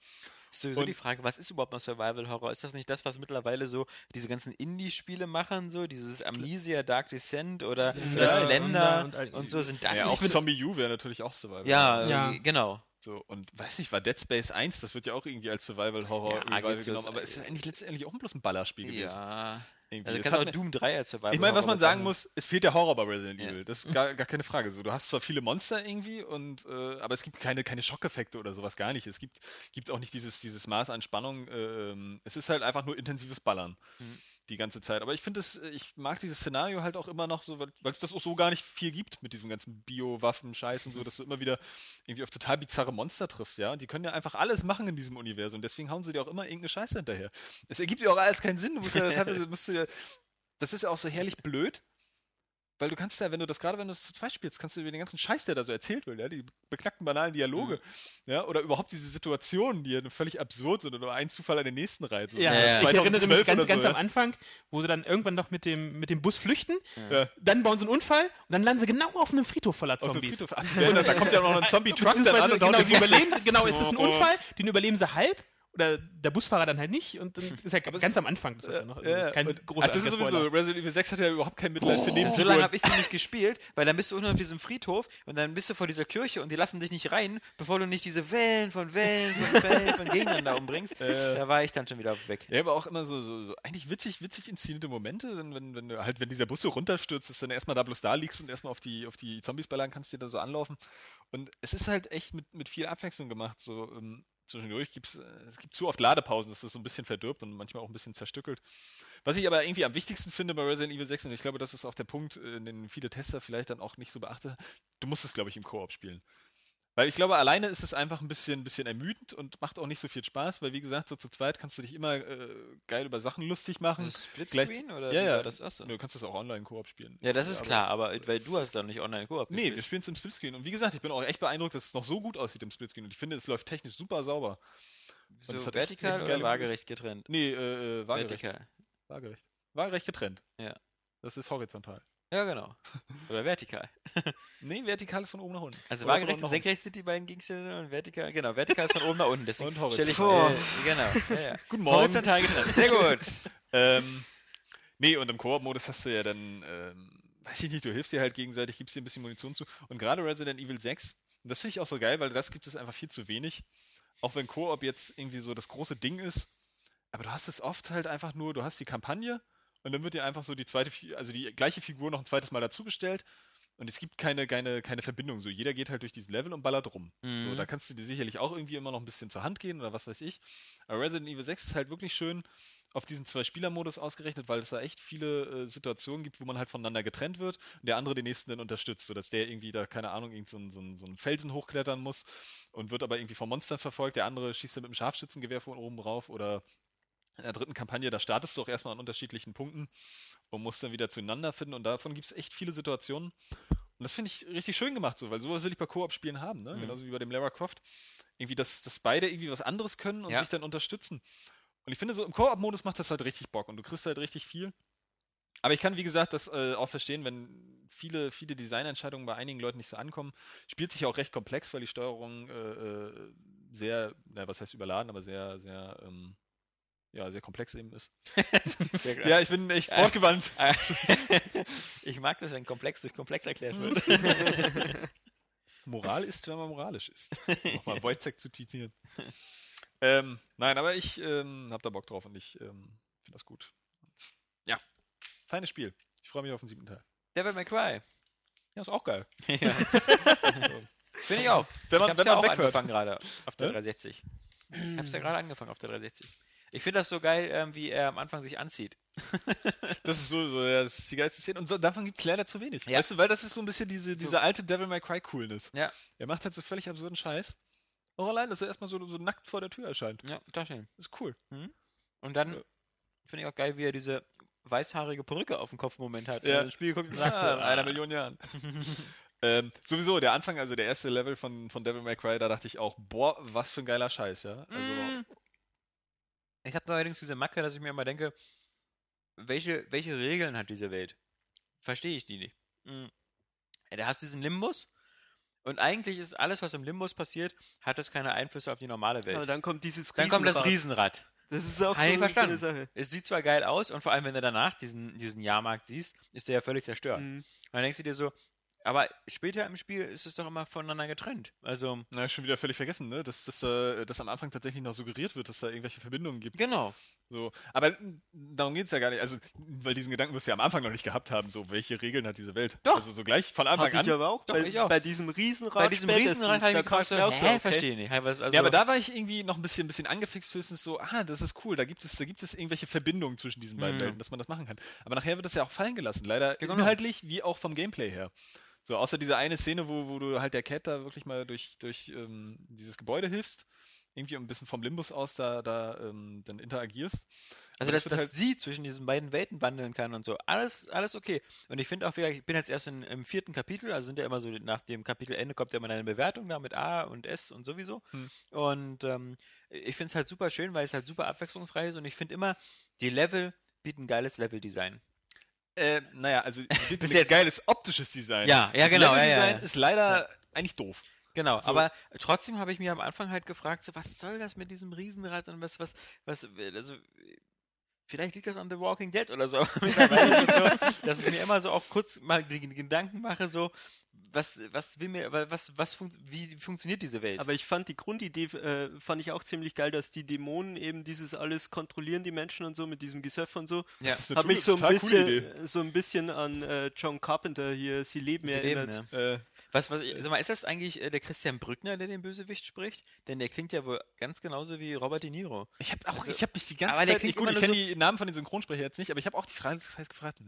Speaker 1: Ist sowieso
Speaker 2: Und-
Speaker 1: die Frage, was ist überhaupt noch Survival Horror? Ist das nicht das, was mittlerweile so diese ganzen Indie-Spiele machen, so dieses Amnesia, Dark Descent oder, oder
Speaker 2: Ja,
Speaker 1: Slender
Speaker 3: und all-
Speaker 1: und, so sind das
Speaker 2: ja, auch
Speaker 1: nicht
Speaker 2: Zombie U wäre natürlich auch Survival.
Speaker 1: ja,
Speaker 3: Ja.
Speaker 1: ja, genau.
Speaker 2: So, und weiß nicht, war Dead Space 1, das wird ja auch irgendwie als Survival-Horror
Speaker 1: Ja,
Speaker 2: Revival
Speaker 1: geht's
Speaker 2: genommen,
Speaker 1: so-
Speaker 2: aber es ist eigentlich letztendlich auch bloß ein Ballerspiel gewesen.
Speaker 1: Ja.
Speaker 2: Irgendwie.
Speaker 1: Also
Speaker 2: Es
Speaker 1: kannst
Speaker 2: hat
Speaker 1: auch
Speaker 2: mir-
Speaker 1: Doom 3 als Survival
Speaker 2: ich meine, was
Speaker 1: Horror
Speaker 2: man
Speaker 1: bezeichnen.
Speaker 2: sagen muss, es fehlt der Horror bei Resident
Speaker 1: Ja.
Speaker 2: Evil. Das ist gar, gar keine Frage. So, du hast zwar viele Monster irgendwie, und, äh, aber es gibt keine, keine Schockeffekte oder sowas gar nicht. Es gibt, gibt auch nicht dieses, dieses Maß an Spannung. äh, ähm, es ist halt einfach nur intensives Ballern
Speaker 1: Mhm.
Speaker 2: die ganze Zeit. Aber ich finde es, ich mag dieses Szenario halt auch immer noch so, weil weil es das auch so gar nicht viel gibt mit diesem ganzen Bio-Waffen-Scheiß und so, dass du immer wieder irgendwie auf total bizarre Monster triffst, ja. Und die können ja einfach alles machen in diesem Universum. Deswegen hauen sie dir auch immer irgendeine Scheiße hinterher. Es ergibt ja auch alles keinen Sinn. Du musst ja, das, hat- musst du ja, das ist ja auch so herrlich blöd. Weil du kannst ja, wenn du das gerade, wenn du das zu zweit spielst, kannst du über den ganzen Scheiß, der da so erzählt wird, ja, die beknackten banalen Dialoge,
Speaker 3: Mhm.
Speaker 2: ja, oder überhaupt diese Situationen, die ja völlig absurd sind oder ein Zufall an den nächsten reiht. so.
Speaker 3: Ja,
Speaker 1: Ja, ja.
Speaker 3: ich erinnere
Speaker 2: 2012
Speaker 3: mich ganz,
Speaker 2: oder so,
Speaker 3: ganz
Speaker 2: ja.
Speaker 3: am Anfang, wo sie dann irgendwann noch mit dem, mit dem Bus flüchten,
Speaker 2: Ja.
Speaker 3: dann bauen sie einen Unfall und dann landen sie genau auf einem Friedhof voller
Speaker 2: Auf dem
Speaker 3: Zombies.
Speaker 2: Friedhof. Ach, die werden dann- da kommt ja auch noch ein Zombie-Truck dann
Speaker 3: Beziehungsweise,
Speaker 2: an und haut
Speaker 3: genau,
Speaker 2: den
Speaker 3: sie
Speaker 2: Bus- Oh,
Speaker 3: überleben, genau, es ist ein Unfall, den überleben sie halb oder der Busfahrer dann halt nicht und dann ist ja
Speaker 2: Aber es-
Speaker 3: ganz am Anfang, das ist ja noch also das
Speaker 2: Ja,
Speaker 3: ist kein
Speaker 2: und-
Speaker 3: großer
Speaker 2: Ach, das ist
Speaker 3: Spoiler. Also
Speaker 2: sowieso, Resident Evil 6 hat ja überhaupt kein Mitleid für
Speaker 1: So lange habe
Speaker 2: Nebenfiguren.
Speaker 1: ich sie nicht gespielt, weil dann bist du unten auf diesem Friedhof und dann bist du vor dieser Kirche und die lassen dich nicht rein, bevor du nicht diese Wellen von Wellen von Wellen von Gegnern da umbringst.
Speaker 2: Äh.
Speaker 1: Da war ich dann schon wieder weg.
Speaker 2: Ja, aber auch immer so, so, so eigentlich witzig, witzig inszenierte Momente, dann, wenn, wenn du halt, wenn dieser Bus so runterstürzt, dass du dann erstmal da bloß da liegst und erstmal auf die, auf die Zombies ballern kannst, die da so anlaufen. Und es ist halt echt mit, mit viel Abwechslung gemacht. So, ähm, zwischendurch gibt es, es gibt zu oft Ladepausen, dass das so ein bisschen verdirbt und manchmal auch ein bisschen zerstückelt. Was ich aber irgendwie am wichtigsten finde bei Resident Evil 6, und ich glaube, das ist auch der Punkt, äh, den viele Tester vielleicht dann auch nicht so beachten, du musst es, glaube ich, im Koop spielen. Weil ich glaube, alleine ist es einfach ein bisschen, ein bisschen ermüdend und macht auch nicht so viel Spaß, weil wie gesagt, so zu zweit kannst du dich immer äh, geil über Sachen lustig machen.
Speaker 1: Ist das
Speaker 2: gleich-
Speaker 1: Splitscreen oder
Speaker 2: ja,
Speaker 1: wie
Speaker 2: ja.
Speaker 1: war das Achso.
Speaker 2: Nö, Du kannst das auch online Koop spielen.
Speaker 1: Ja, das ist
Speaker 2: Aber-
Speaker 1: klar, aber weil du hast dann nicht online Koop
Speaker 2: Nee, wir
Speaker 1: gespielt.
Speaker 2: spielen es im Splitscreen. Und wie gesagt, ich bin auch echt beeindruckt, dass es noch so gut aussieht im Splitscreen. Und ich finde, es läuft technisch super sauber.
Speaker 1: so
Speaker 2: das hat echt- echt
Speaker 1: vertikal
Speaker 2: eine
Speaker 1: oder
Speaker 2: geile
Speaker 1: waagerecht getrennt?
Speaker 2: Nee, äh, äh, waagerecht.
Speaker 1: Vertikal.
Speaker 2: Waagerecht. Waagerecht getrennt.
Speaker 1: Ja.
Speaker 2: Das ist horizontal.
Speaker 1: Ja, genau. Oder vertikal.
Speaker 2: Nee, vertikal ist von oben nach unten.
Speaker 1: Also
Speaker 2: Oder von
Speaker 1: waagerecht
Speaker 2: unten
Speaker 1: und
Speaker 2: nach
Speaker 1: senkrecht sind die beiden Gegenstände und vertikal, genau, vertikal ist von oben nach unten, deswegen
Speaker 2: Und horizontal.
Speaker 1: stelle ich vor. genau, ja, ja.
Speaker 2: unten. Guten Morgen.
Speaker 1: Horizontal getrennt, sehr gut.
Speaker 2: Ähm, nee, und im Koop-Modus hast du ja dann, ähm, weiß ich nicht, du hilfst dir halt gegenseitig, gibst dir ein bisschen Munition zu. Und gerade Resident Evil 6, und das finde ich auch so geil, weil das gibt es einfach viel zu wenig. Auch wenn Koop jetzt irgendwie so das große Ding ist. Aber du hast es oft halt einfach nur, du hast die Kampagne und dann wird dir einfach so die zweite, Fi- also die gleiche Figur noch ein zweites Mal dazugestellt. Und es gibt keine, keine, keine Verbindung. So, jeder geht halt durch dieses Level und ballert rum. So,
Speaker 1: Mhm.
Speaker 2: da kannst du dir sicherlich auch irgendwie immer noch ein bisschen zur Hand gehen oder was weiß ich. Aber Resident Evil 6 ist halt wirklich schön auf diesen Zwei-Spieler-Modus ausgerechnet, weil es da echt viele äh, Situationen gibt, wo man halt voneinander getrennt wird und der andere den nächsten dann unterstützt, sodass der irgendwie da, keine Ahnung, irgend so einen so einen- so einen Felsen hochklettern muss und wird aber irgendwie vom Monster verfolgt, der andere schießt dann mit dem Scharfschützengewehr von oben rauf oder in der dritten Kampagne, da startest du auch erstmal an unterschiedlichen Punkten und musst dann wieder zueinander finden. Und davon gibt es echt viele Situationen. Und das finde ich richtig schön gemacht, so, weil sowas will ich bei Koop-Spielen haben, ne?
Speaker 1: Mhm.
Speaker 2: Genauso wie bei dem Lara Croft. Irgendwie, dass, dass beide irgendwie was anderes können und
Speaker 1: Ja.
Speaker 2: sich dann unterstützen. Und ich finde, so im Koop-Modus macht das halt richtig Bock und du kriegst halt richtig viel. Aber ich kann, wie gesagt, das äh, auch verstehen, wenn viele, viele Designentscheidungen bei einigen Leuten nicht so ankommen. Spielt sich auch recht komplex, weil die Steuerung äh, äh, sehr, na, was heißt überladen, aber sehr, sehr, ähm, ja, sehr komplex eben ist. Ja, ich bin echt
Speaker 1: Ja.
Speaker 2: fortgewandt.
Speaker 1: ich mag das, wenn komplex durch komplex erklärt wird.
Speaker 2: Moral ist, wenn man moralisch ist. Um Nochmal Wojcek zu zitieren. ähm, nein, aber ich ähm, hab da Bock drauf und ich ähm, finde das gut. Ja. Feines Spiel. Ich freue mich auf den siebten Teil.
Speaker 1: Devil May Cry.
Speaker 2: Ja, ist auch geil.
Speaker 1: Ja. Finde ich auch.
Speaker 2: Wenn
Speaker 1: ich
Speaker 2: man,
Speaker 1: hab's ja
Speaker 2: wenn man
Speaker 1: auch
Speaker 2: weghört.
Speaker 1: angefangen gerade auf der
Speaker 2: Hä?
Speaker 1: 360. Ich hab's ja gerade angefangen auf der 360. Ich finde das so geil, ähm, wie er am Anfang sich anzieht.
Speaker 2: Das ist so, so ja, das ist die geilste Szene. Und so, davon gibt es leider zu wenig.
Speaker 1: Ja.
Speaker 2: Weißt du, weil das ist so ein bisschen diese, diese alte Devil May Cry Coolness.
Speaker 1: Ja.
Speaker 2: Er macht halt so völlig absurden Scheiß. Auch allein, dass er erstmal so, so nackt vor der Tür erscheint.
Speaker 1: Ja, Taschen.
Speaker 2: Ist cool.
Speaker 1: Und dann
Speaker 2: Ja.
Speaker 1: finde ich auch geil, wie er diese weißhaarige Perücke auf dem Kopf im Moment hat. Also
Speaker 2: Ja.
Speaker 1: Wenn er ins Spiel guckt und sagt so,
Speaker 2: in einer Million Jahren. ähm, sowieso, der Anfang, also der erste Level von, von Devil May Cry, da dachte ich auch, boah, was für ein geiler Scheiß, ja. Also,
Speaker 1: Mm. Ich habe allerdings diese Macke, dass ich mir immer denke, welche, welche Regeln hat diese Welt? Verstehe ich die nicht. Mm. Ja, Da hast du diesen Limbus und eigentlich ist alles, was im Limbus passiert, hat das keine Einflüsse auf die normale Welt.
Speaker 4: Aber dann kommt dieses
Speaker 1: dann kommt das
Speaker 4: Also Riesenrad.
Speaker 1: Riesenrad.
Speaker 4: Das ist auch
Speaker 1: Hab ich
Speaker 4: so eine
Speaker 1: verstanden.
Speaker 4: schöne Sache.
Speaker 1: Es sieht zwar geil aus und vor allem, wenn du danach diesen, diesen Jahrmarkt siehst, ist der ja völlig zerstört.
Speaker 4: Mhm.
Speaker 1: Und dann denkst du dir so, aber später im Spiel ist es doch immer voneinander getrennt. Also,
Speaker 2: na, schon wieder völlig vergessen, ne? Dass, dass, äh, dass am Anfang tatsächlich noch suggeriert wird, dass da irgendwelche Verbindungen gibt.
Speaker 1: genau.
Speaker 2: So. Aber mm, darum geht es ja gar nicht. Also, weil diesen Gedanken wirst du ja am Anfang noch nicht gehabt haben, so welche Regeln hat diese Welt.
Speaker 1: Doch.
Speaker 2: Also so gleich von Anfang
Speaker 4: Hatte
Speaker 2: an.
Speaker 4: ich aber auch.
Speaker 1: Doch,
Speaker 4: bei,
Speaker 1: ich auch.
Speaker 4: bei diesem Riesenrad
Speaker 1: Bei diesem
Speaker 4: spätestens,
Speaker 1: Riesenrad habe ich
Speaker 4: da
Speaker 1: mir
Speaker 4: kommt
Speaker 1: gefragt,
Speaker 4: mir auch
Speaker 1: so,
Speaker 4: so,
Speaker 1: hä,
Speaker 4: okay.
Speaker 1: verstehe nicht. Was, also,
Speaker 2: ja, aber da war ich irgendwie noch ein bisschen, bisschen angefixt, höchstens so, ah, das ist cool, da gibt es, da gibt es irgendwelche Verbindungen zwischen diesen beiden
Speaker 1: Mhm.
Speaker 2: Welten, dass man das machen kann. Aber nachher wird das ja auch fallen gelassen, leider
Speaker 1: genau.
Speaker 2: inhaltlich wie auch vom Gameplay her. So, außer diese eine Szene, wo, wo du halt der Cat da wirklich mal durch, durch ähm, dieses Gebäude hilfst, irgendwie um ein bisschen vom Limbus aus da, da ähm, dann interagierst.
Speaker 1: Also, dass,
Speaker 2: Aber das wird
Speaker 1: dass
Speaker 2: halt-
Speaker 1: sie zwischen diesen beiden Welten wandeln kann und so. Alles, alles okay. Und ich finde auch, wie gesagt, ich bin jetzt erst in, im vierten Kapitel, also sind ja immer so, nach dem Kapitelende kommt ja immer eine Bewertung da mit A und S und sowieso.
Speaker 2: Hm.
Speaker 1: Und ähm, ich finde es halt super schön, weil es halt super abwechslungsreich ist und ich finde immer, die Level bieten geiles Level-Design.
Speaker 2: Äh, naja, also
Speaker 1: Bis
Speaker 2: bis
Speaker 1: jetzt.
Speaker 2: jetzt geiles optisches Design.
Speaker 1: Ja, ja,
Speaker 2: Das
Speaker 1: genau, ja, ja,
Speaker 2: Leveldesign
Speaker 1: ja.
Speaker 2: ist leider eigentlich doof.
Speaker 1: Genau,
Speaker 2: So.
Speaker 1: aber trotzdem habe ich mir am Anfang halt gefragt, so, was soll das mit diesem Riesenrad und was, was, was, also, vielleicht liegt das an The Walking Dead oder so, aber mittlerweile ist es so, dass ich mir immer so auch kurz mal die Gedanken mache, so, was, was will mir, was, was, funkt, wie funktioniert diese Welt?
Speaker 4: Aber ich fand die Grundidee, äh, fand ich auch ziemlich geil, dass die Dämonen eben dieses alles kontrollieren, die Menschen und so, mit diesem Gesöff und so.
Speaker 1: ja,
Speaker 2: Das ist
Speaker 4: Hat
Speaker 2: eine
Speaker 4: mich so ein,
Speaker 2: total coole Idee.
Speaker 4: bisschen, so ein bisschen an äh, John Carpenter hier, Sie leben
Speaker 1: Sie
Speaker 4: erinnert.
Speaker 1: leben, ja.
Speaker 2: Äh,
Speaker 1: Was, was, sag mal, ist das eigentlich äh, der Christian Brückner, der den Bösewicht spricht? Denn der klingt ja wohl ganz genauso wie Robert De Niro.
Speaker 2: Ich habe auch,
Speaker 1: Also-
Speaker 2: ich habe mich die ganze
Speaker 1: Aber der
Speaker 2: Zeit.
Speaker 1: klingt
Speaker 2: Ich, gut,
Speaker 1: immer
Speaker 2: ich
Speaker 1: nur
Speaker 2: kenne die Namen von den Synchronsprechern jetzt nicht, aber ich habe auch die Frage das heißt, gefragt.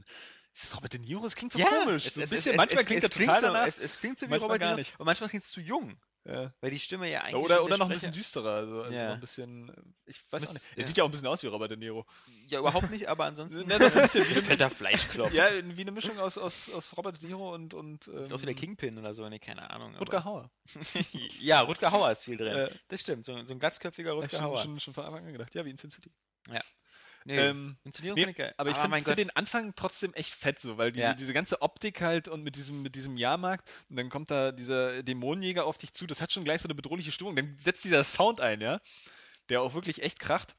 Speaker 2: Ist das Robert De Niro? Das klingt so komisch. so ein bisschen. manchmal klingt
Speaker 1: es,
Speaker 2: er
Speaker 1: es
Speaker 2: total
Speaker 1: so,
Speaker 2: danach.
Speaker 1: Es, es klingt so wie
Speaker 2: manchmal
Speaker 1: Robert De
Speaker 2: gar
Speaker 1: Niro
Speaker 2: nicht.
Speaker 1: und manchmal klingt es zu jung.
Speaker 2: ja.
Speaker 1: Weil die Stimme ja eigentlich.
Speaker 2: Oder,
Speaker 1: schon der
Speaker 2: oder noch ein bisschen
Speaker 1: Sprecher-
Speaker 2: düsterer. Also, also
Speaker 1: Ja.
Speaker 2: noch ein bisschen. äh, Ich weiß auch
Speaker 1: Müsst-
Speaker 2: nicht. Er
Speaker 1: ja.
Speaker 2: sieht ja auch ein bisschen aus wie Robert De Niro.
Speaker 1: Ja, überhaupt nicht, aber ansonsten.
Speaker 2: Ne, das ist ein bisschen wie
Speaker 1: ein fetter Fleischklops.
Speaker 2: Ja, wie eine Mischung aus, aus, aus Robert De Niro und. und ähm,
Speaker 1: Ist auch wieder Kingpin oder so, ne, keine Ahnung.
Speaker 2: Rutger Hauer.
Speaker 1: Hauer. Ja, Rutger Hauer ist viel drin.
Speaker 2: Äh.
Speaker 1: das stimmt, so, so ein glatzköpfiger
Speaker 2: Hab ich
Speaker 1: Rutger
Speaker 2: schon,
Speaker 1: Hauer.
Speaker 2: schon, schon von Anfang an gedacht. Ja, wie in Sin City.
Speaker 1: Nee,
Speaker 2: Ähm,
Speaker 1: Inszenierung
Speaker 2: nee,
Speaker 1: fand ich geil.
Speaker 2: Aber ich
Speaker 1: Ah,
Speaker 2: finde
Speaker 1: mein
Speaker 2: find
Speaker 1: Gott.
Speaker 2: den Anfang trotzdem echt fett, so, weil diese,
Speaker 1: Ja.
Speaker 2: diese ganze Optik halt und mit diesem, mit diesem Jahrmarkt und dann kommt da dieser Dämonenjäger auf dich zu, das hat schon gleich so eine bedrohliche Stimmung. Dann setzt dieser Sound ein, ja, der auch wirklich echt kracht.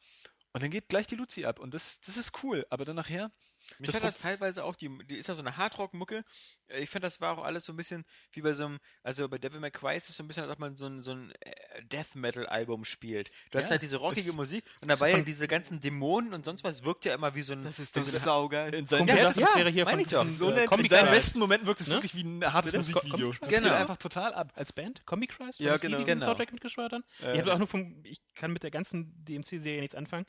Speaker 2: Und dann geht gleich die Luzi ab. Und das, das ist cool. Aber dann nachher,
Speaker 1: Mich
Speaker 2: das
Speaker 1: hat das teilweise auch, die, die ist ja so eine Hardrock-Mucke. Äh, Ich fand, das war auch alles so ein bisschen wie bei so einem, also bei Devil May Cry ist es so ein bisschen, als ob man so ein, so ein äh, Death Metal-Album spielt. Du hast
Speaker 2: Ja,
Speaker 1: halt diese rockige
Speaker 2: es-
Speaker 1: Musik und dabei ja diese ganzen Dämonen und sonst was wirkt ja immer wie so ein.
Speaker 4: Das ist
Speaker 1: wie
Speaker 4: doch
Speaker 1: so ein
Speaker 4: saugeil.
Speaker 2: in seinen,
Speaker 3: Kommt
Speaker 1: Ja,
Speaker 3: Ja,
Speaker 1: das,
Speaker 3: das- das
Speaker 1: wäre
Speaker 3: wäre
Speaker 1: hier
Speaker 3: hier
Speaker 1: meine
Speaker 3: von-
Speaker 1: ich doch.
Speaker 3: von-
Speaker 2: so
Speaker 3: äh,
Speaker 2: nennt- in
Speaker 3: Comic
Speaker 2: seinen
Speaker 3: Cry.
Speaker 2: besten Momenten wirkt es
Speaker 3: Ne?
Speaker 2: wirklich wie ein hartes
Speaker 3: Bitte?
Speaker 2: Musikvideo.
Speaker 3: Kommt-
Speaker 2: Das
Speaker 1: Genau.
Speaker 2: geht einfach total ab.
Speaker 3: als Band, Comic Christ,
Speaker 4: Ja,
Speaker 3: die,
Speaker 4: genau.
Speaker 3: die den
Speaker 1: Genau.
Speaker 3: Soundtrack mitgesteuert haben. Ich habe auch nur vom, ich kann mit der ganzen DMC-Serie nichts anfangen.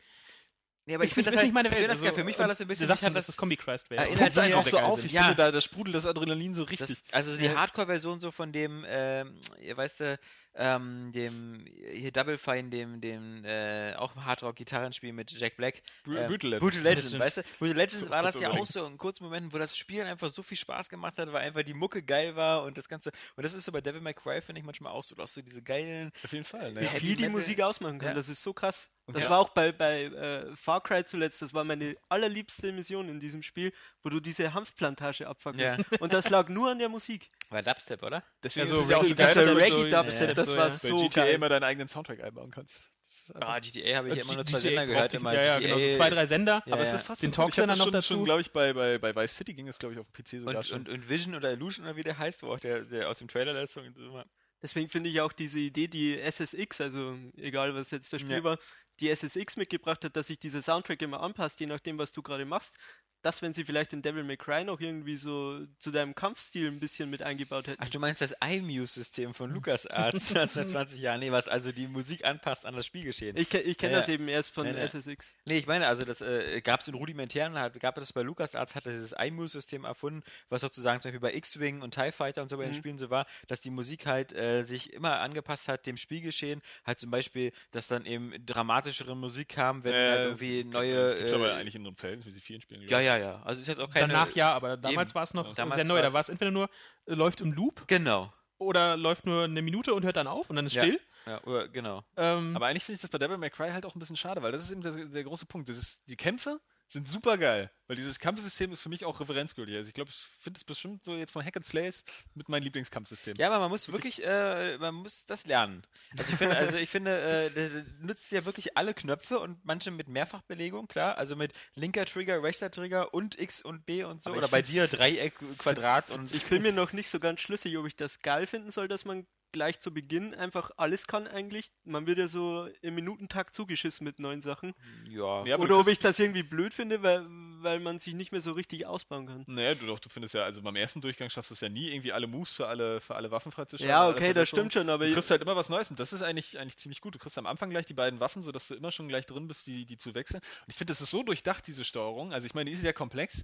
Speaker 1: Nee, aber ich
Speaker 3: Ist
Speaker 1: finde das
Speaker 3: nicht- ist
Speaker 1: halt,
Speaker 3: nicht meine
Speaker 1: ich
Speaker 3: Welt.
Speaker 1: finde das geil.
Speaker 3: Also,
Speaker 1: Für mich
Speaker 2: äh,
Speaker 1: war das Äh, so ein bisschen,
Speaker 3: Sie sagten,
Speaker 1: hat
Speaker 3: dass das Kombi Christ wäre. Also
Speaker 1: Erinnert-
Speaker 2: Kommt
Speaker 1: Inhaltlich
Speaker 2: einem auch
Speaker 1: so
Speaker 2: so
Speaker 1: geil
Speaker 2: auf,
Speaker 1: sind.
Speaker 2: ich
Speaker 1: Ja.
Speaker 2: finde, da, da sprudelt das Adrenalin so richtig.
Speaker 1: Das, also die
Speaker 3: Äh,
Speaker 2: Ja.
Speaker 1: Hardcore-Version so von dem, ähm, ihr weißt du, ähm, dem hier Double Fine, dem, dem äh, auch Hardrock-Gitarrenspiel mit Jack Black.
Speaker 2: Bru-
Speaker 1: ähm,
Speaker 2: Brutal Legend.
Speaker 1: Brutal Legend,
Speaker 3: Legend.
Speaker 1: weißt du? Brutal Legend
Speaker 2: So,
Speaker 1: war
Speaker 2: kurz
Speaker 1: das ja auch
Speaker 2: überlegen.
Speaker 1: so in kurzen Momenten, wo das Spielen einfach so viel Spaß gemacht hat, weil einfach die Mucke geil war und das Ganze. Und das ist so bei Devil May Cry, finde ich manchmal auch so, du hast so diese geilen.
Speaker 2: auf jeden Fall.
Speaker 1: Ja.
Speaker 4: Wie
Speaker 2: Ne?
Speaker 1: Heavy
Speaker 4: viel die
Speaker 1: Metal.
Speaker 4: Musik ausmachen kann,
Speaker 1: Ja.
Speaker 4: das ist so krass.
Speaker 2: Und
Speaker 4: Das
Speaker 1: ja.
Speaker 4: war auch bei, bei äh, Far Cry zuletzt, das war meine allerliebste Mission in diesem Spiel, wo du diese Hanfplantage abfangen
Speaker 1: Ja.
Speaker 4: musst. Und das lag nur an der Musik.
Speaker 1: War Dubstep, oder?
Speaker 2: Deswegen
Speaker 3: Also
Speaker 2: ist es ja auch so
Speaker 4: Resident
Speaker 2: geil,
Speaker 4: Evil
Speaker 2: dass du
Speaker 4: Reggae
Speaker 2: so
Speaker 4: Dubstep,
Speaker 2: ja,
Speaker 4: das
Speaker 3: so,
Speaker 4: war
Speaker 3: ja.
Speaker 2: bei
Speaker 4: so
Speaker 2: GTA
Speaker 4: geil.
Speaker 2: immer deinen eigenen Soundtrack einbauen kannst. Das ist einfach-
Speaker 1: Ah, GTA habe ich
Speaker 3: Und
Speaker 1: ja immer
Speaker 3: die-
Speaker 1: nur
Speaker 3: die
Speaker 1: zwei
Speaker 3: GTA
Speaker 1: Sender gehört.
Speaker 3: brauchte ich-
Speaker 1: Immer
Speaker 3: ja, ja, genau, so
Speaker 1: GTA,
Speaker 3: zwei, drei Sender.
Speaker 1: Ja,
Speaker 2: aber es
Speaker 1: ja.
Speaker 2: ist trotzdem.
Speaker 3: Den Talksender
Speaker 2: ich hatte
Speaker 3: noch
Speaker 2: schon,
Speaker 3: dazu.
Speaker 2: schon glaube ich, bei, bei, bei Vice City ging es, glaube ich, auf dem PC sogar
Speaker 1: Und,
Speaker 2: schon.
Speaker 1: und, und Vision oder Illusion oder wie der heißt, wo auch der, der aus dem Trailer letztes Mal-
Speaker 4: Deswegen finde ich auch diese Idee, die SSX, also egal was jetzt das Spiel
Speaker 1: Ja.
Speaker 4: war, die SSX mitgebracht hat, dass sich dieser Soundtrack immer anpasst, je nachdem, was du gerade machst. Das, wenn sie vielleicht den Devil May Cry noch irgendwie so zu deinem Kampfstil ein bisschen mit eingebaut hätten.
Speaker 1: Ach, du meinst das iMuse-System von LucasArts, das seit 20 Jahren, nee, was also die Musik anpasst an das Spielgeschehen.
Speaker 4: Ich, ke- ich kenne
Speaker 1: Ja,
Speaker 4: das
Speaker 1: ja.
Speaker 4: eben erst von
Speaker 1: Ja, ja.
Speaker 4: SSX.
Speaker 1: Nee, ich meine, also das äh, gab es in rudimentären, halt, gab es das bei LucasArts, hat dieses iMuse-System erfunden, was sozusagen zum Beispiel bei X-Wing und TIE Fighter und so bei den
Speaker 4: Mhm.
Speaker 1: Spielen so war, dass die Musik halt äh, sich immer angepasst hat dem Spielgeschehen. Halt zum Beispiel, dass dann eben dramatischere Musik kam, wenn
Speaker 2: Äh,
Speaker 1: halt irgendwie
Speaker 2: Das
Speaker 1: neue...
Speaker 2: gibt's aber
Speaker 1: Äh,
Speaker 2: eigentlich in einem Verhältnis, wie vielen Spielen.
Speaker 1: ja, ja, ja. Also ist jetzt auch keine...
Speaker 3: Danach ja, aber damals
Speaker 1: Eben.
Speaker 3: war es noch
Speaker 1: Damals
Speaker 3: sehr neu. Da
Speaker 1: war's-
Speaker 3: war es entweder nur, äh, läuft im Loop
Speaker 1: Genau.
Speaker 3: oder läuft nur eine Minute und hört dann auf und dann ist
Speaker 1: Ja.
Speaker 3: still.
Speaker 1: Ja, oder, genau.
Speaker 3: Ähm,
Speaker 2: Aber eigentlich finde ich das bei Devil May Cry halt auch ein bisschen schade, weil das ist eben der, der große Punkt. Das ist, die Kämpfe sind super geil, weil dieses Kampfsystem ist für mich auch referenzgültig. Also ich glaube, ich finde es bestimmt so jetzt von Hack and Slays mit meinem Lieblingskampfsystem.
Speaker 1: Ja, aber man muss wirklich, äh, man muss das lernen. Also ich finde, also ich finde, äh, das nutzt ja wirklich alle Knöpfe und manche mit Mehrfachbelegung, klar, also mit linker Trigger, rechter Trigger und X und B und so.
Speaker 4: Aber
Speaker 1: Oder
Speaker 4: ich
Speaker 1: bei dir
Speaker 4: find's-
Speaker 1: Dreieck, Quadrat und
Speaker 4: Ich bin mir noch nicht so ganz schlüssig, ob ich das geil finden soll, dass man gleich zu Beginn einfach alles kann eigentlich. Man wird ja so im Minutentakt zugeschissen mit neuen Sachen.
Speaker 1: ja.
Speaker 2: Ja, aber du
Speaker 4: Oder ob ich
Speaker 2: kriegst-
Speaker 4: das irgendwie blöd finde, weil, weil man sich nicht mehr so richtig ausbauen kann.
Speaker 2: Naja, du doch, du findest ja, also beim ersten Durchgang schaffst du es ja nie, irgendwie alle Moves für alle, für alle Waffen freizuschalten.
Speaker 4: Ja,
Speaker 2: alle
Speaker 4: okay, das
Speaker 2: Verletzungen.
Speaker 4: stimmt schon,
Speaker 1: Genau,
Speaker 4: aber
Speaker 2: Du kriegst halt immer was Neues und das ist eigentlich, eigentlich ziemlich gut. Du kriegst am Anfang gleich die beiden Waffen, sodass du immer schon gleich drin bist, die, die zu wechseln. Und ich finde, das ist so durchdacht, diese Steuerung. Also ich meine, die ist ja komplex,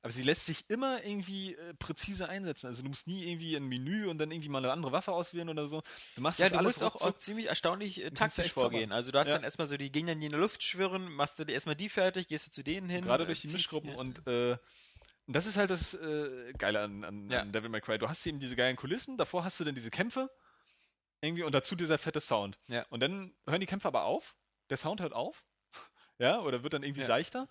Speaker 2: aber sie lässt sich immer irgendwie äh, präzise einsetzen. Also du musst nie irgendwie ein Menü und dann irgendwie mal eine andere Waffe auswählen oder so. Du machst
Speaker 1: Ja,
Speaker 2: das
Speaker 1: du
Speaker 2: alles
Speaker 1: musst auch,
Speaker 2: ruckzuck.
Speaker 1: auch ziemlich erstaunlich äh,
Speaker 2: Du kannst
Speaker 1: taktisch
Speaker 2: echt zaubern.
Speaker 1: vorgehen. Also du hast
Speaker 2: Ja.
Speaker 1: dann erstmal so die Gegner, die in der Luft schwirren, machst du dir erstmal die fertig, gehst du zu denen hin.
Speaker 2: Gerade
Speaker 1: äh,
Speaker 2: durch die
Speaker 1: ziehst-
Speaker 2: Mischgruppen und äh, das ist halt das äh, Geile an, an,
Speaker 1: Ja.
Speaker 2: an Devil May Cry. Du hast eben diese geilen Kulissen, davor hast du dann diese Kämpfe irgendwie und dazu dieser fette Sound.
Speaker 1: Ja.
Speaker 2: Und dann hören die Kämpfe aber auf, der Sound hört auf, ja, oder wird dann irgendwie
Speaker 1: Ja.
Speaker 2: seichter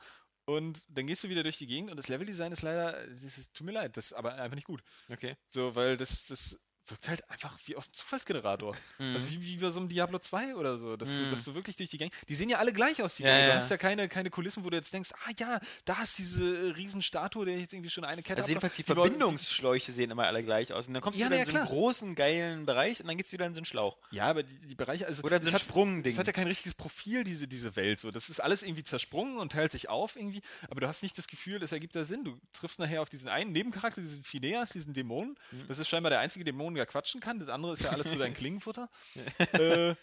Speaker 2: und dann gehst du wieder durch die Gegend und das Leveldesign ist leider, es ist, tut mir leid, das ist aber einfach nicht gut.
Speaker 1: Okay.
Speaker 2: So, weil das, das wirkt halt einfach wie aus dem Zufallsgenerator. Also
Speaker 1: Mhm.
Speaker 2: wie, wie bei so einem Diablo 2 oder so, dass,
Speaker 1: Mhm.
Speaker 2: du, dass du wirklich durch die Gang. Die sehen ja alle gleich aus, die
Speaker 1: Ja,
Speaker 2: Gänge. Du
Speaker 1: ja.
Speaker 2: hast ja keine, keine Kulissen, wo du jetzt denkst, ah ja, da ist diese äh, Riesenstatue, der jetzt irgendwie schon eine Kette
Speaker 1: Also
Speaker 2: abnimmt.
Speaker 1: jedenfalls die
Speaker 2: bauen-
Speaker 1: Verbindungsschläuche sehen immer alle gleich aus. Und dann kommst
Speaker 2: Ja,
Speaker 1: du wieder
Speaker 2: na
Speaker 1: in so
Speaker 2: ja,
Speaker 1: einen
Speaker 2: klar.
Speaker 1: großen, geilen Bereich und dann geht's wieder in so einen Schlauch.
Speaker 2: Ja, aber die, die Bereiche, also
Speaker 1: Oder so
Speaker 2: das
Speaker 1: ein
Speaker 2: hat,
Speaker 1: Sprungding.
Speaker 2: das hat ja kein richtiges Profil, diese, diese Welt. So. Das ist alles irgendwie zersprungen und teilt sich auf irgendwie, aber du hast nicht das Gefühl, das ergibt da Sinn. Du triffst nachher auf diesen einen Nebencharakter, diesen Phineas, diesen Dämonen.
Speaker 1: Mhm.
Speaker 2: Das ist scheinbar der einzige Dämon, der quatschen kann. Das andere ist ja alles so dein Klingenfutter. äh,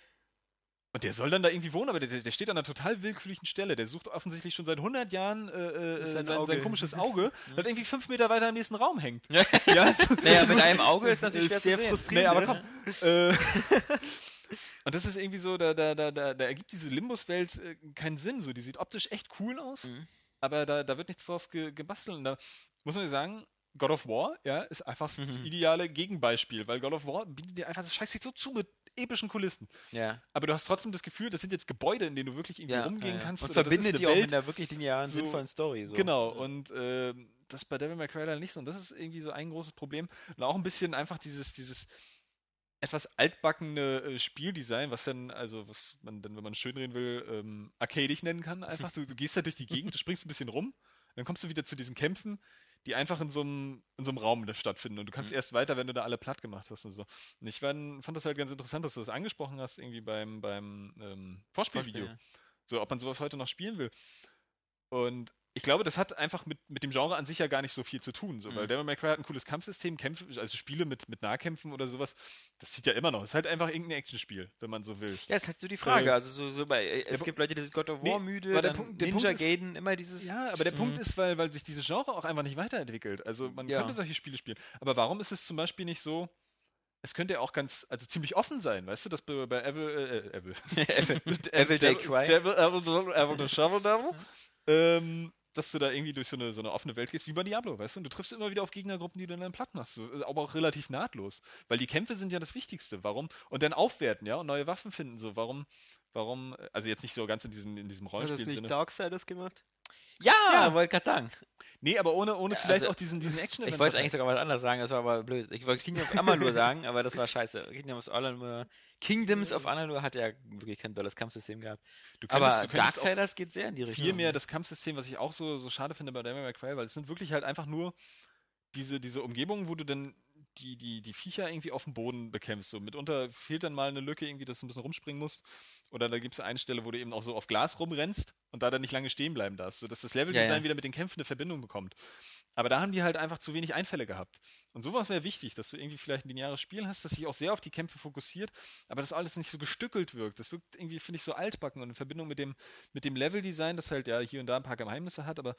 Speaker 2: und der soll dann da irgendwie wohnen, aber der, der steht an einer total willkürlichen Stelle. Der sucht offensichtlich schon seit 100 Jahren äh, äh,
Speaker 4: Sein
Speaker 2: sein, sein,
Speaker 4: Auge.
Speaker 2: komisches Auge, das irgendwie fünf Meter weiter im nächsten Raum hängt.
Speaker 1: Ja.
Speaker 2: ja so,
Speaker 1: Naja, mit einem Auge ist natürlich
Speaker 4: Ist
Speaker 1: schwer
Speaker 4: sehr
Speaker 1: zu sehen.
Speaker 4: frustrierend,
Speaker 2: Nee, aber
Speaker 4: ne?
Speaker 2: komm. äh, und das ist irgendwie so, da, da, da, da, da ergibt diese Limbus-Welt äh, keinen Sinn. So, die sieht optisch echt cool aus,
Speaker 1: Mhm.
Speaker 2: aber da, da wird nichts draus ge gebastelt. Und da muss man ja sagen, God of War, ja, ist einfach das
Speaker 1: Mhm.
Speaker 2: ideale Gegenbeispiel, weil God of War bietet dir einfach das Scheiß sieht so zu mit epischen Kulissen.
Speaker 1: Ja.
Speaker 2: Aber du hast trotzdem das Gefühl, das sind jetzt Gebäude, in denen du wirklich irgendwie rumgehen kannst.
Speaker 1: Und
Speaker 2: oder das ist
Speaker 1: verbindet
Speaker 2: eine
Speaker 1: die auch
Speaker 2: Welt.
Speaker 1: mit einer wirklich linearen,
Speaker 2: So,
Speaker 1: sinnvollen Story. So.
Speaker 2: Genau, und ähm, das ist bei Devil May Cry leider nicht so. Und das ist irgendwie so ein großes Problem. Und auch ein bisschen einfach dieses, dieses etwas altbackene äh, Spieldesign, was dann, also was man dann, wenn man schön reden will, ähm, arcadisch nennen kann. Einfach, du, du gehst da durch die Gegend, du springst ein bisschen rum, dann kommst du wieder zu diesen Kämpfen, die einfach in so einem, in so einem Raum da stattfinden. Und du kannst
Speaker 1: Mhm.
Speaker 2: erst weiter, wenn du da alle platt gemacht hast und so. Und ich fand, fand das halt ganz interessant, dass du das angesprochen hast, irgendwie beim, beim ähm, Vorspielvideo.
Speaker 1: Vorspiel,
Speaker 2: So, ob man sowas heute noch spielen will. Und ich glaube, das hat einfach mit, mit dem Genre an sich ja gar nicht so viel zu tun, so, weil
Speaker 1: Mhm.
Speaker 2: Devil May Cry hat ein cooles Kampfsystem, Kämpfe, also Spiele mit, mit Nahkämpfen oder sowas, das zieht ja immer noch. Es ist halt einfach irgendein Actionspiel, wenn man so will.
Speaker 1: Ja, ist halt so die Frage.
Speaker 2: Äh,
Speaker 1: also so, so bei, es
Speaker 2: Pu-
Speaker 1: gibt Leute, die sind God of
Speaker 2: Nee,
Speaker 1: War müde,
Speaker 2: aber der
Speaker 1: dann
Speaker 2: Punkt- der
Speaker 1: Ninja
Speaker 2: Punkt ist-
Speaker 1: Gaiden, immer dieses.
Speaker 2: Ja, aber der
Speaker 3: Mhm.
Speaker 2: Punkt ist, weil, weil sich dieses Genre auch einfach nicht weiterentwickelt. Also man
Speaker 1: Ja.
Speaker 2: könnte solche Spiele spielen. Aber warum ist es zum Beispiel nicht so, es könnte ja auch ganz, also ziemlich offen sein, weißt du, dass bei, bei Evil, äh, Evil,
Speaker 1: Evil Day
Speaker 2: Devil-
Speaker 1: Cry.
Speaker 2: Devil, Evil, Devil, Evil the Shovel Devil, ähm, dass du da irgendwie durch so eine, so eine offene Welt gehst, wie bei Diablo, weißt du? Und du triffst immer wieder auf Gegnergruppen, die du dann platt machst. So, äh, aber auch relativ nahtlos. Weil die Kämpfe sind ja das Wichtigste. Warum? Und dann aufwerten, ja, und neue Waffen finden. So, warum, warum, also jetzt nicht so ganz in diesem, in diesem
Speaker 4: Hat das nicht
Speaker 2: Rollenspiel-Sinne.
Speaker 4: Darksiders gemacht?
Speaker 1: Ja, wollte gerade sagen.
Speaker 2: Nee, aber ohne, ohne
Speaker 1: Ja,
Speaker 2: vielleicht
Speaker 1: also,
Speaker 2: auch diesen, diesen action
Speaker 1: Ich wollte eigentlich sogar was anderes sagen, das war aber blöd. Ich wollte Kingdom of Amalur sagen, aber das war scheiße. Kingdoms of Amalur, Kingdoms of Amalur hat ja wirklich kein tolles Kampfsystem gehabt.
Speaker 2: du könntest,
Speaker 1: Aber
Speaker 2: du könntest auch
Speaker 1: Darksiders geht sehr in die Richtung.
Speaker 2: viel mehr das Kampfsystem, was ich auch so, so schade finde bei Devil May Cry, weil es sind wirklich halt einfach nur diese, diese Umgebungen, wo du dann die, die, die Viecher irgendwie auf dem Boden bekämpfst. So mitunter fehlt dann mal eine Lücke irgendwie, dass du ein bisschen rumspringen musst. Oder da gibt es eine Stelle, wo du eben auch so auf Glas rumrennst und da dann nicht lange stehen bleiben darfst, sodass das Leveldesign
Speaker 1: Ja, ja.
Speaker 2: wieder mit den Kämpfen eine Verbindung bekommt. Aber da haben die halt einfach zu wenig Einfälle gehabt. Und sowas wäre wichtig, dass du irgendwie vielleicht ein lineares Spiel hast, das sich auch sehr auf die Kämpfe fokussiert, aber das alles nicht so gestückelt wirkt. Das wirkt irgendwie, finde ich, so altbacken und in Verbindung mit dem, mit dem Leveldesign, das halt ja hier und da ein paar Geheimnisse hat, aber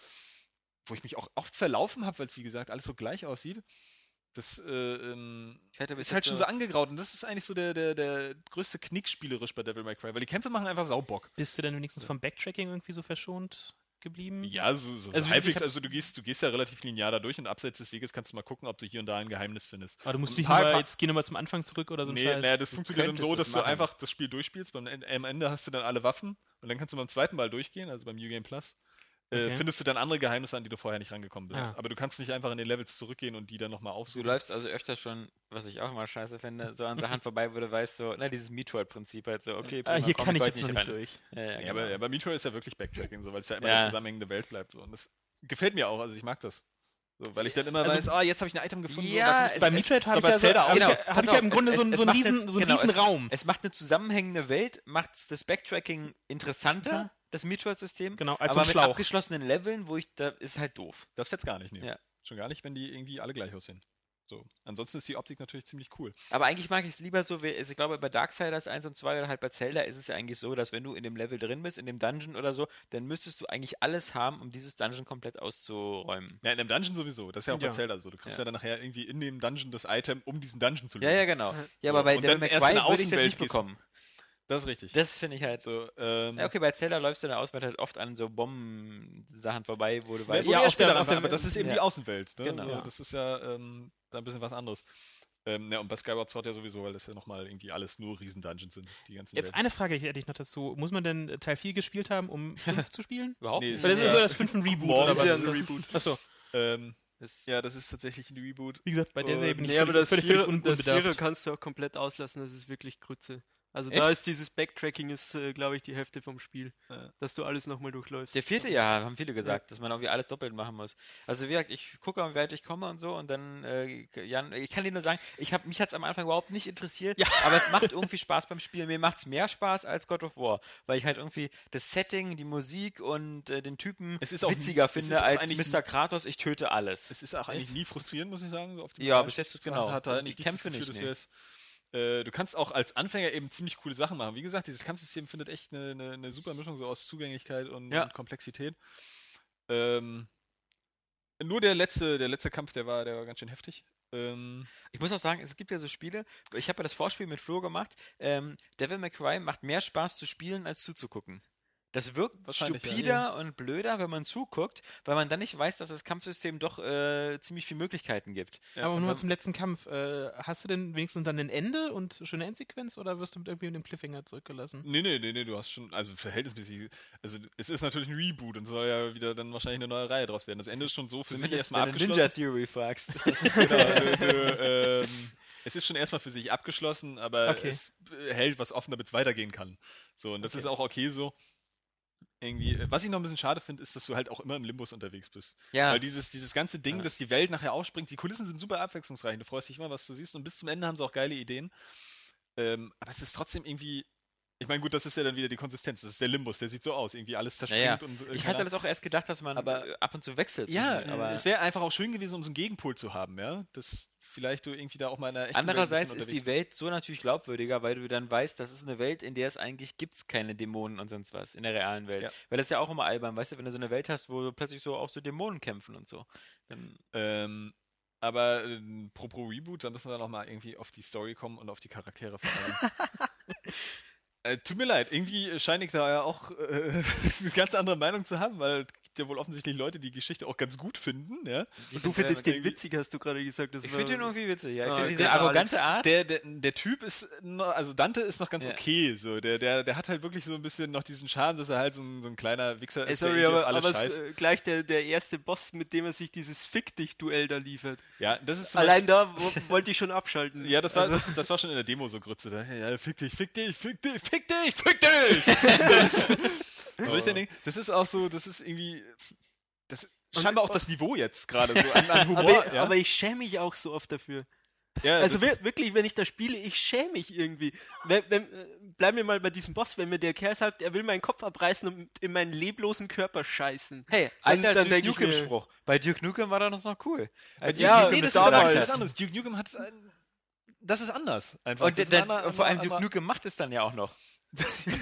Speaker 2: wo ich mich auch oft verlaufen habe, weil es wie gesagt alles so gleich aussieht. Das äh, ähm,
Speaker 1: Ich hätte bis
Speaker 2: ist halt
Speaker 1: jetzt
Speaker 2: schon so
Speaker 1: nur-
Speaker 2: angegraut und das ist eigentlich so der, der, der größte Knick spielerisch bei Devil May Cry, weil die Kämpfe machen einfach Saubock.
Speaker 3: Bist du denn wenigstens vom Backtracking irgendwie so verschont geblieben?
Speaker 2: Ja, so, so
Speaker 3: Also, ich- ich
Speaker 2: halbwegs,
Speaker 3: hab-
Speaker 2: also du gehst, du gehst ja relativ linear da durch und abseits des Weges kannst du mal gucken, ob du hier und da ein Geheimnis findest.
Speaker 3: Aber du musst
Speaker 2: Ein
Speaker 3: nicht
Speaker 2: paar-
Speaker 3: mal,
Speaker 2: paar-
Speaker 3: jetzt geh nochmal zum Anfang zurück oder so ein
Speaker 2: nee,
Speaker 3: Scheiß.
Speaker 2: naja, das funktioniert dann
Speaker 1: könntest
Speaker 2: so,
Speaker 1: das
Speaker 2: dass du
Speaker 1: machen.
Speaker 2: einfach das Spiel durchspielst. Beim, En- am Ende hast du dann alle Waffen und dann kannst du beim zweiten Mal durchgehen, also beim New Game Plus. Äh,
Speaker 3: Okay.
Speaker 2: Findest du dann andere Geheimnisse, an die du vorher nicht rangekommen bist.
Speaker 3: Ah.
Speaker 2: Aber du kannst nicht einfach in den Levels zurückgehen und die dann nochmal
Speaker 1: Du
Speaker 2: aufsuchen.
Speaker 1: läufst also öfter schon, was ich auch immer scheiße finde, so an Sachen vorbei, wo du weißt, so, na, dieses Metroid-Prinzip halt so, okay,
Speaker 3: ah,
Speaker 1: prima,
Speaker 3: hier
Speaker 1: komm,
Speaker 3: kann ich
Speaker 1: heute
Speaker 3: jetzt noch nicht
Speaker 1: ran.
Speaker 3: durch.
Speaker 1: Ja, ja,
Speaker 2: Ja, aber,
Speaker 1: genau.
Speaker 2: ja, bei Metroid ist ja wirklich Backtracking, so, weil es ja immer
Speaker 1: Ja.
Speaker 2: eine zusammenhängende Welt bleibt. So. Und das gefällt mir auch, also ich mag das. So, weil ich dann immer
Speaker 3: Also-
Speaker 2: weiß, ah, jetzt habe ich ein Item gefunden. so, da
Speaker 1: Ja,
Speaker 2: kann ich-
Speaker 1: Es-
Speaker 3: Bei
Speaker 1: es-
Speaker 3: Metroid habe
Speaker 2: so
Speaker 3: ich
Speaker 2: bei
Speaker 3: ja, so,
Speaker 2: Zelda
Speaker 3: hab
Speaker 2: auch.
Speaker 3: ich, ja-
Speaker 1: Genau,
Speaker 3: hab
Speaker 1: pass
Speaker 3: ich ja im
Speaker 1: auf,
Speaker 3: Grunde
Speaker 1: es-
Speaker 3: so, einen-
Speaker 1: es
Speaker 3: so einen
Speaker 1: macht
Speaker 3: riesen,
Speaker 1: jetzt-
Speaker 3: so einen
Speaker 1: genau,
Speaker 3: riesen
Speaker 1: es-
Speaker 3: Raum.
Speaker 1: Es macht eine zusammenhängende Welt, macht das Backtracking interessanter,
Speaker 3: Ja.
Speaker 1: das Metroid-System.
Speaker 3: Genau, als so
Speaker 1: aber
Speaker 3: ein
Speaker 1: mit
Speaker 3: Schlauch.
Speaker 1: abgeschlossenen Leveln, wo ich da ist halt doof.
Speaker 2: das fällt's gar nicht, nee.
Speaker 1: Ja.
Speaker 2: Schon gar nicht, wenn die irgendwie alle gleich aussehen. So. Ansonsten ist die Optik natürlich ziemlich cool.
Speaker 1: Aber eigentlich mag ich es lieber so, wie, also ich glaube, bei Darksiders 1 und 2 oder halt bei Zelda ist es ja eigentlich so, dass wenn du in dem Level drin bist, in dem Dungeon oder so, dann müsstest du eigentlich alles haben, um dieses Dungeon komplett auszuräumen.
Speaker 2: Ja, in einem Dungeon sowieso. Das ist ja auch bei
Speaker 3: Ja.
Speaker 2: Zelda so. Du kriegst ja.
Speaker 1: Ja.
Speaker 2: dann nachher irgendwie in dem Dungeon das Item, um diesen Dungeon zu lösen.
Speaker 1: Ja, ja, genau. Ja, aber
Speaker 2: So,
Speaker 1: bei
Speaker 2: und
Speaker 1: Devil
Speaker 2: dann
Speaker 1: May
Speaker 2: erst in
Speaker 1: Cry
Speaker 2: der
Speaker 1: würde ich das
Speaker 2: Außenwelt
Speaker 1: nicht
Speaker 2: gehst.
Speaker 1: bekommen.
Speaker 2: Das ist richtig.
Speaker 1: Das finde ich halt so.
Speaker 2: so, ähm,
Speaker 1: Ja, okay, bei Zelda läufst du in der Auswahl halt oft an so Bombensachen vorbei, wo du
Speaker 2: Ja,
Speaker 1: weißt,
Speaker 3: ja,
Speaker 2: ja,
Speaker 3: auf der-
Speaker 2: später
Speaker 3: auf der-
Speaker 2: dann, aber das ist eben
Speaker 1: ja.
Speaker 2: die Außenwelt. Ne?
Speaker 1: Genau.
Speaker 2: So,
Speaker 1: Ja.
Speaker 2: Das ist ja ähm, da ein bisschen was anderes. Ähm, ja, und bei Skyward Sword ja sowieso, weil das ja nochmal irgendwie alles nur Riesen-Dungeons sind. Die ganzen
Speaker 3: Jetzt
Speaker 2: Welten.
Speaker 3: eine Frage hätte ich noch dazu. Muss man denn äh, Teil 4 gespielt haben, um 5 zu spielen?
Speaker 1: überhaupt
Speaker 2: Nee,
Speaker 1: nicht.
Speaker 3: Weil das ist
Speaker 2: Ja.
Speaker 3: so das 5 ein Reboot
Speaker 2: Morgen
Speaker 3: oder
Speaker 2: Oh, ist
Speaker 3: was?
Speaker 2: ja
Speaker 3: ist
Speaker 2: ein
Speaker 3: das?
Speaker 2: Reboot.
Speaker 3: Achso,
Speaker 2: Ähm,
Speaker 1: Das-
Speaker 2: ja, das ist tatsächlich ein Reboot.
Speaker 3: wie gesagt, bei
Speaker 1: Oh,
Speaker 3: der Serie bin ich
Speaker 4: nee, aber das,
Speaker 3: völlig,
Speaker 4: Vierer,
Speaker 3: völlig un-
Speaker 4: das Vierer
Speaker 3: unbedarft.
Speaker 4: kannst du auch komplett auslassen, das ist wirklich Grütze. Also da ist dieses Backtracking ist, äh, glaube ich, die Hälfte vom Spiel,
Speaker 2: Ja.
Speaker 4: dass du alles nochmal durchläufst.
Speaker 1: Der vierte Jahr haben viele gesagt, dass man irgendwie alles doppelt machen muss. Also wie gesagt, ich gucke, wie weit ich komme und so und dann, äh, Jan, ich kann dir nur sagen, ich hab, mich hat es am Anfang überhaupt nicht interessiert, aber es macht irgendwie Spaß beim Spielen. Mir macht es mehr Spaß als God of War, weil ich halt irgendwie das Setting, die Musik und äh, den Typen
Speaker 2: Es ist auch-
Speaker 1: witziger
Speaker 2: es
Speaker 1: finde
Speaker 2: ist auch
Speaker 1: als
Speaker 2: eigentlich-
Speaker 1: Mr. Kratos, ich töte alles.
Speaker 2: Es ist auch eigentlich nie frustrierend, muss ich sagen. So auf
Speaker 1: Ja,
Speaker 2: Bereich.
Speaker 1: bis jetzt
Speaker 2: Das
Speaker 1: genau.
Speaker 2: Hat
Speaker 1: Also
Speaker 2: halt
Speaker 1: die
Speaker 2: nicht
Speaker 1: Kämpfe
Speaker 2: das Gefühl,
Speaker 1: nicht,
Speaker 2: dass du jetzt, äh, Du kannst auch als Anfänger eben ziemlich coole Sachen machen. Wie gesagt, dieses Kampfsystem findet echt eine, eine, eine super Mischung so aus Zugänglichkeit und,
Speaker 1: Ja.
Speaker 2: und Komplexität. Ähm, nur der letzte, der letzte Kampf, der war, der war ganz schön heftig. Ähm,
Speaker 1: Ich muss auch sagen, es gibt ja so Spiele, ich habe ja das Vorspiel mit Flo gemacht, ähm, Devil May Cry macht mehr Spaß zu spielen als zuzugucken. Das wirkt
Speaker 2: Wahrscheinlich, ja.
Speaker 1: stupider und blöder, wenn man zuguckt, weil man dann nicht weiß, dass das Kampfsystem doch äh, ziemlich viele Möglichkeiten gibt.
Speaker 2: ja,
Speaker 3: aber
Speaker 2: und
Speaker 3: nochmal
Speaker 2: dann-
Speaker 3: zum letzten Kampf. Äh, hast du denn wenigstens dann ein Ende und schöne Endsequenz oder wirst du mit irgendwie mit dem Cliffhanger zurückgelassen?
Speaker 2: Nee, nee, nee, nee, du hast schon, also verhältnismäßig, also es ist natürlich ein Reboot und soll ja wieder dann wahrscheinlich eine neue Reihe draus werden. Das Ende ist schon so für sich erstmal
Speaker 1: wenn du
Speaker 2: abgeschlossen.
Speaker 1: Ninja Theory fragst.
Speaker 2: genau, du, du, ähm, es ist schon erstmal für sich abgeschlossen, aber
Speaker 3: Okay.
Speaker 2: es äh, hält was offen, damit es weitergehen kann. So, und das ist auch okay so. Irgendwie, äh, was ich noch ein bisschen schade finde, ist, dass du halt auch immer im Limbus unterwegs bist.
Speaker 1: ja,
Speaker 2: Weil dieses, dieses ganze Ding,
Speaker 1: Ja.
Speaker 2: dass die Welt nachher aufspringt, die Kulissen sind super abwechslungsreich. Du freust dich immer, was du siehst und bis zum Ende haben sie auch geile Ideen. Ähm, aber es ist trotzdem irgendwie, Ich meine, gut, das ist ja dann wieder die Konsistenz. Das ist der Limbus, der sieht so aus. Irgendwie alles
Speaker 1: Ja,
Speaker 2: zerspringt
Speaker 1: ja.
Speaker 2: und. äh,
Speaker 1: Ich
Speaker 2: keine
Speaker 1: hatte das auch erst gedacht, dass man
Speaker 2: Aber-
Speaker 1: äh, ab und zu wechselt.
Speaker 2: Ja,
Speaker 1: zwischen- aber
Speaker 2: es wäre einfach auch schön gewesen, um so einen Gegenpol zu haben, ja. Dass vielleicht du irgendwie da auch mal in einer echten
Speaker 1: andererseits
Speaker 2: Welt ein
Speaker 1: ist
Speaker 2: bisschen
Speaker 1: die Welt so natürlich glaubwürdiger, weil du dann weißt, das ist eine Welt, in der es eigentlich gibt's keine Dämonen und sonst was in der realen Welt.
Speaker 2: Ja.
Speaker 1: Weil das ist ja auch immer albern, weißt du, wenn du so eine Welt hast, wo du plötzlich so auch so Dämonen kämpfen und so. Dann,
Speaker 2: unterwegs- Ähm, aber ähm, pro pro Reboot, da müssen wir noch mal irgendwie auf die Story kommen und auf die Charaktere vor allem. Äh, tut mir leid, irgendwie äh, scheine ich da ja auch äh, eine ganz andere Meinung zu haben, weil es gibt ja wohl offensichtlich Leute, die die Geschichte auch ganz gut finden, ja.
Speaker 1: Ich
Speaker 4: Du
Speaker 1: find's ja
Speaker 4: findest den
Speaker 2: irgendwie-
Speaker 4: witzig, hast du gerade gesagt. Das
Speaker 1: Ich
Speaker 4: war-
Speaker 1: finde den irgendwie witzig, ja. Ich
Speaker 4: Ah,
Speaker 1: finde
Speaker 4: okay.
Speaker 1: diese arrogante Art.
Speaker 2: Also Der, der, der Typ ist, noch, also Dante ist noch ganz
Speaker 1: Ja.
Speaker 2: okay, so. Der, der, der hat halt wirklich so ein bisschen noch diesen Charme, dass er halt so ein, so ein kleiner Wichser
Speaker 4: Ey,
Speaker 2: ist, der
Speaker 4: sorry,
Speaker 2: irgendwie
Speaker 4: aber,
Speaker 2: auf
Speaker 4: aber
Speaker 2: alles
Speaker 4: es,
Speaker 2: scheißt.
Speaker 4: äh, gleich der, der erste Boss, mit dem er sich dieses Fick dich-Duell da liefert.
Speaker 2: Ja, das ist zum
Speaker 4: Allein da wo- wollte ich schon abschalten.
Speaker 2: Ja, das war,
Speaker 4: Also,
Speaker 2: das, das war schon in der Demo so Grütze. Da, ja, fick dich, fick dich, fick dich, fick dich, fick dich! Wo ich dann denke, das ist auch so, das ist irgendwie. Das ist
Speaker 4: Und-
Speaker 2: scheinbar auch das Niveau jetzt gerade so an, an Humor.
Speaker 4: aber,
Speaker 2: ja.
Speaker 4: aber ich schäme mich auch so oft dafür.
Speaker 2: ja,
Speaker 4: also
Speaker 2: das
Speaker 4: wir-
Speaker 2: ist,
Speaker 4: wirklich, wenn ich da spiele, ich schäme mich irgendwie. Wenn, wenn, äh, bleiben wir mal bei diesem Boss, wenn mir der Kerl sagt, er will meinen Kopf abreißen und in meinen leblosen Körper scheißen.
Speaker 1: Hey,
Speaker 4: Dann-
Speaker 1: alter
Speaker 4: dann
Speaker 1: Duke
Speaker 4: denk ich mir-
Speaker 1: Nukem-Spruch. Bei Duke Nukem war das noch cool. Als Duke
Speaker 4: Ja,
Speaker 1: Nukem
Speaker 2: nee, das
Speaker 1: das
Speaker 2: ist aber
Speaker 1: damals-
Speaker 2: was ganz anderes. Duke Nukem hat. Ein, das ist anders. Einfach.
Speaker 1: Und
Speaker 2: das ist
Speaker 1: dann,
Speaker 2: einmal-
Speaker 1: vor allem
Speaker 2: einmal-
Speaker 1: Duke Nukem macht es dann ja auch noch.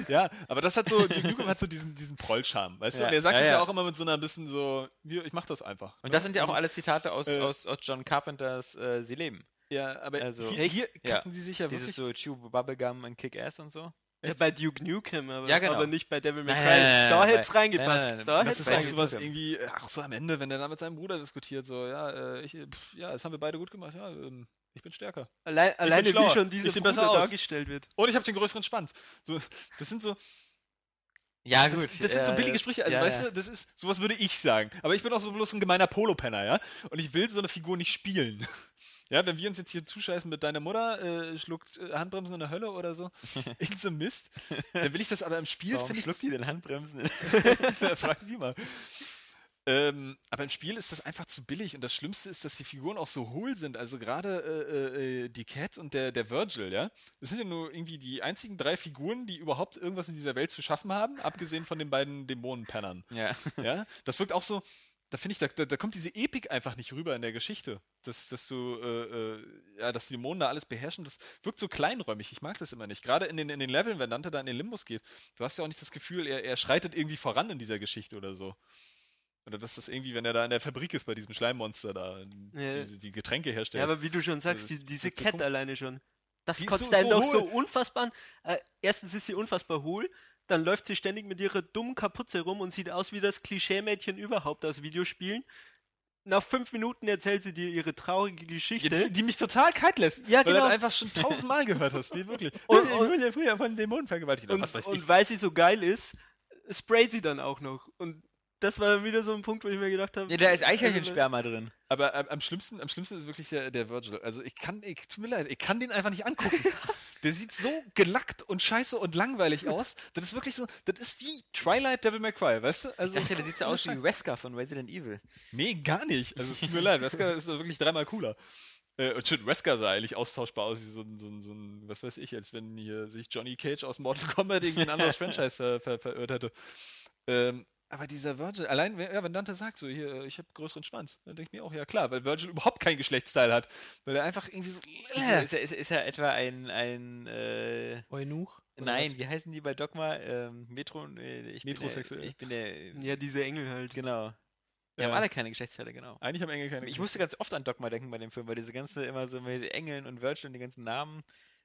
Speaker 2: Ja, aber das hat so, Duke Nukem hat so diesen, diesen Prollscham, weißt du?
Speaker 1: Ja,
Speaker 2: Und er sagt
Speaker 1: ja,
Speaker 2: es ja.
Speaker 1: ja.
Speaker 2: auch immer mit so einer bisschen so, "Ja, ich mach das einfach.
Speaker 1: Und das sind ja auch alles Zitate aus,
Speaker 2: Äh.
Speaker 1: aus, aus John Carpenters äh, Sie leben.
Speaker 2: Ja, aber
Speaker 1: Also-
Speaker 2: hier, hier
Speaker 1: Ja.
Speaker 2: kacken die sich ja wirklich
Speaker 1: Dieses so Chew Bubblegum und Kick Ass und so.
Speaker 4: Ja, bei Duke Nukem, aber,
Speaker 1: Ja, genau.
Speaker 4: aber nicht bei Devil May
Speaker 1: Nein,
Speaker 4: Cry.
Speaker 1: nein, nein,
Speaker 4: da
Speaker 1: nein,
Speaker 4: hätte es
Speaker 1: nein.
Speaker 4: reingepasst.
Speaker 1: Nein, nein,
Speaker 4: da
Speaker 1: nein,
Speaker 2: Das
Speaker 4: hätte
Speaker 2: ist
Speaker 4: es
Speaker 2: auch
Speaker 1: Weiß ich
Speaker 4: reingepasst.
Speaker 1: nicht.
Speaker 2: sowas
Speaker 1: Ja.
Speaker 2: irgendwie, äh, ach so am Ende, wenn der da mit seinem Bruder diskutiert, so, ja, äh, ich, pf, ja, das haben wir beide gut gemacht, ja, ähm, ich bin stärker.
Speaker 4: Allein, alleine wie
Speaker 2: schlauer.
Speaker 4: schon
Speaker 2: Ich
Speaker 4: dieser
Speaker 2: seh
Speaker 4: Bruder
Speaker 2: besser aus.
Speaker 4: dargestellt wird.
Speaker 2: Und ich habe den größeren Schwanz. So, das sind so,
Speaker 1: Ja, äh,
Speaker 2: das, das sind so billige Sprüche, also
Speaker 1: ja,
Speaker 2: weißt
Speaker 1: ja.
Speaker 2: du, das ist, sowas würde ich sagen. Aber ich bin auch so bloß ein gemeiner Polopenner, ja? Und ich will so eine Figur nicht spielen. Ja, wenn wir uns jetzt hier zuscheißen mit deiner Mutter, äh, schluckt äh, Handbremsen in der Hölle oder so, irgend so ein Mist, dann will ich das aber im Spiel,
Speaker 1: Warum
Speaker 2: finde ich,
Speaker 1: schluckt die denn Handbremsen?
Speaker 2: Ja, Frag sie mal. Ähm, aber im Spiel ist das einfach zu billig und das Schlimmste ist, dass die Figuren auch so hohl sind. Also gerade äh, äh, die Cat und der, der Virgil, ja. Das sind ja nur irgendwie die einzigen drei Figuren, die überhaupt irgendwas in dieser Welt zu schaffen haben, abgesehen von den beiden Dämonenpennern.
Speaker 1: ja.
Speaker 2: Ja? Das wirkt auch so, da finde ich, da, da, da kommt diese Epik einfach nicht rüber in der Geschichte. Dass, dass du, äh, äh, ja, dass die Dämonen da alles beherrschen, das wirkt so kleinräumig. Ich mag das immer nicht. Gerade in den, in den Leveln, wenn Dante da in den Limbus geht, du hast ja auch nicht das Gefühl, er, er schreitet irgendwie voran in dieser Geschichte oder so. Oder dass das irgendwie, wenn er da in der Fabrik ist bei diesem Schleimmonster da,
Speaker 4: Ja.
Speaker 2: die, die Getränke herstellt.
Speaker 4: Ja, aber wie du schon sagst,
Speaker 2: Also,
Speaker 4: die, diese
Speaker 2: das ist so
Speaker 4: Cat
Speaker 2: komisch.
Speaker 4: alleine schon. Das
Speaker 2: Die ist
Speaker 4: kotzt
Speaker 2: so-
Speaker 4: einen
Speaker 2: so
Speaker 4: doch so unfassbar an. Äh, erstens ist sie unfassbar hohl, dann läuft sie ständig mit ihrer dummen Kapuze rum und sieht aus wie das Klischee-Mädchen überhaupt aus Videospielen. Nach fünf Minuten erzählt sie dir ihre traurige
Speaker 2: Ja,
Speaker 4: Geschichte.
Speaker 2: die, die mich total kalt lässt,
Speaker 4: Ja,
Speaker 2: weil du
Speaker 4: genau.
Speaker 2: das einfach schon tausendmal gehört hast. Nee, wirklich.
Speaker 4: Und-
Speaker 2: ich
Speaker 4: und-
Speaker 2: wurde ja früher von Dämonen vergewaltigt. oder
Speaker 4: und,
Speaker 2: was weiß ich.
Speaker 4: und weil sie so geil ist, sprayt sie dann auch noch. Und das war dann wieder so ein Punkt, wo ich mir gedacht habe.
Speaker 1: ja, da ist
Speaker 4: also,
Speaker 1: Eichhörchensperma drin.
Speaker 2: Aber ähm, am, am schlimmsten, am schlimmsten ist wirklich der, der Virgil. Also ich kann, ich, tut mir leid, ich kann den einfach nicht angucken. der sieht so gelackt und scheiße und langweilig aus. Das ist wirklich so, das ist wie Twilight Devil May Cry, weißt du?
Speaker 1: Ich
Speaker 2: Also,
Speaker 1: dachte, der sieht so aus wie Wesker von Resident Evil.
Speaker 2: nee, gar nicht. Also es tut mir leid, Wesker ist da wirklich dreimal cooler. Äh, und schon Wesker sah eigentlich austauschbar aus wie so ein, so ein, so ein, was weiß ich, als wenn hier sich Johnny Cage aus Mortal Kombat irgendwie ein anderes Franchise ver, ver, verirrt hätte. Ähm, aber dieser Virgil, allein, wenn- ja, wenn Dante sagt so, hier, äh, ich habe größeren Schwanz, dann denke ich mir auch, ja klar, weil Virgil überhaupt keinen Geschlechtsteil hat. Weil er einfach irgendwie so.
Speaker 1: Ist, ist, ist, ist er etwa ein, ein äh,
Speaker 3: Eunuch?
Speaker 1: nein, wie heißen die bei Dogma? Ähm, Metro, äh, ich
Speaker 2: Metrosexuell.
Speaker 1: Bin der, ich bin der,
Speaker 4: Ja, diese Engel halt.
Speaker 1: genau. Die
Speaker 2: Ja.
Speaker 1: haben alle keine Geschlechtsteile, genau.
Speaker 2: Eigentlich haben Engel keine.
Speaker 1: Ich musste ganz oft an Dogma denken bei dem Film, weil diese ganze immer so mit Engeln und Virgil und die ganzen Namen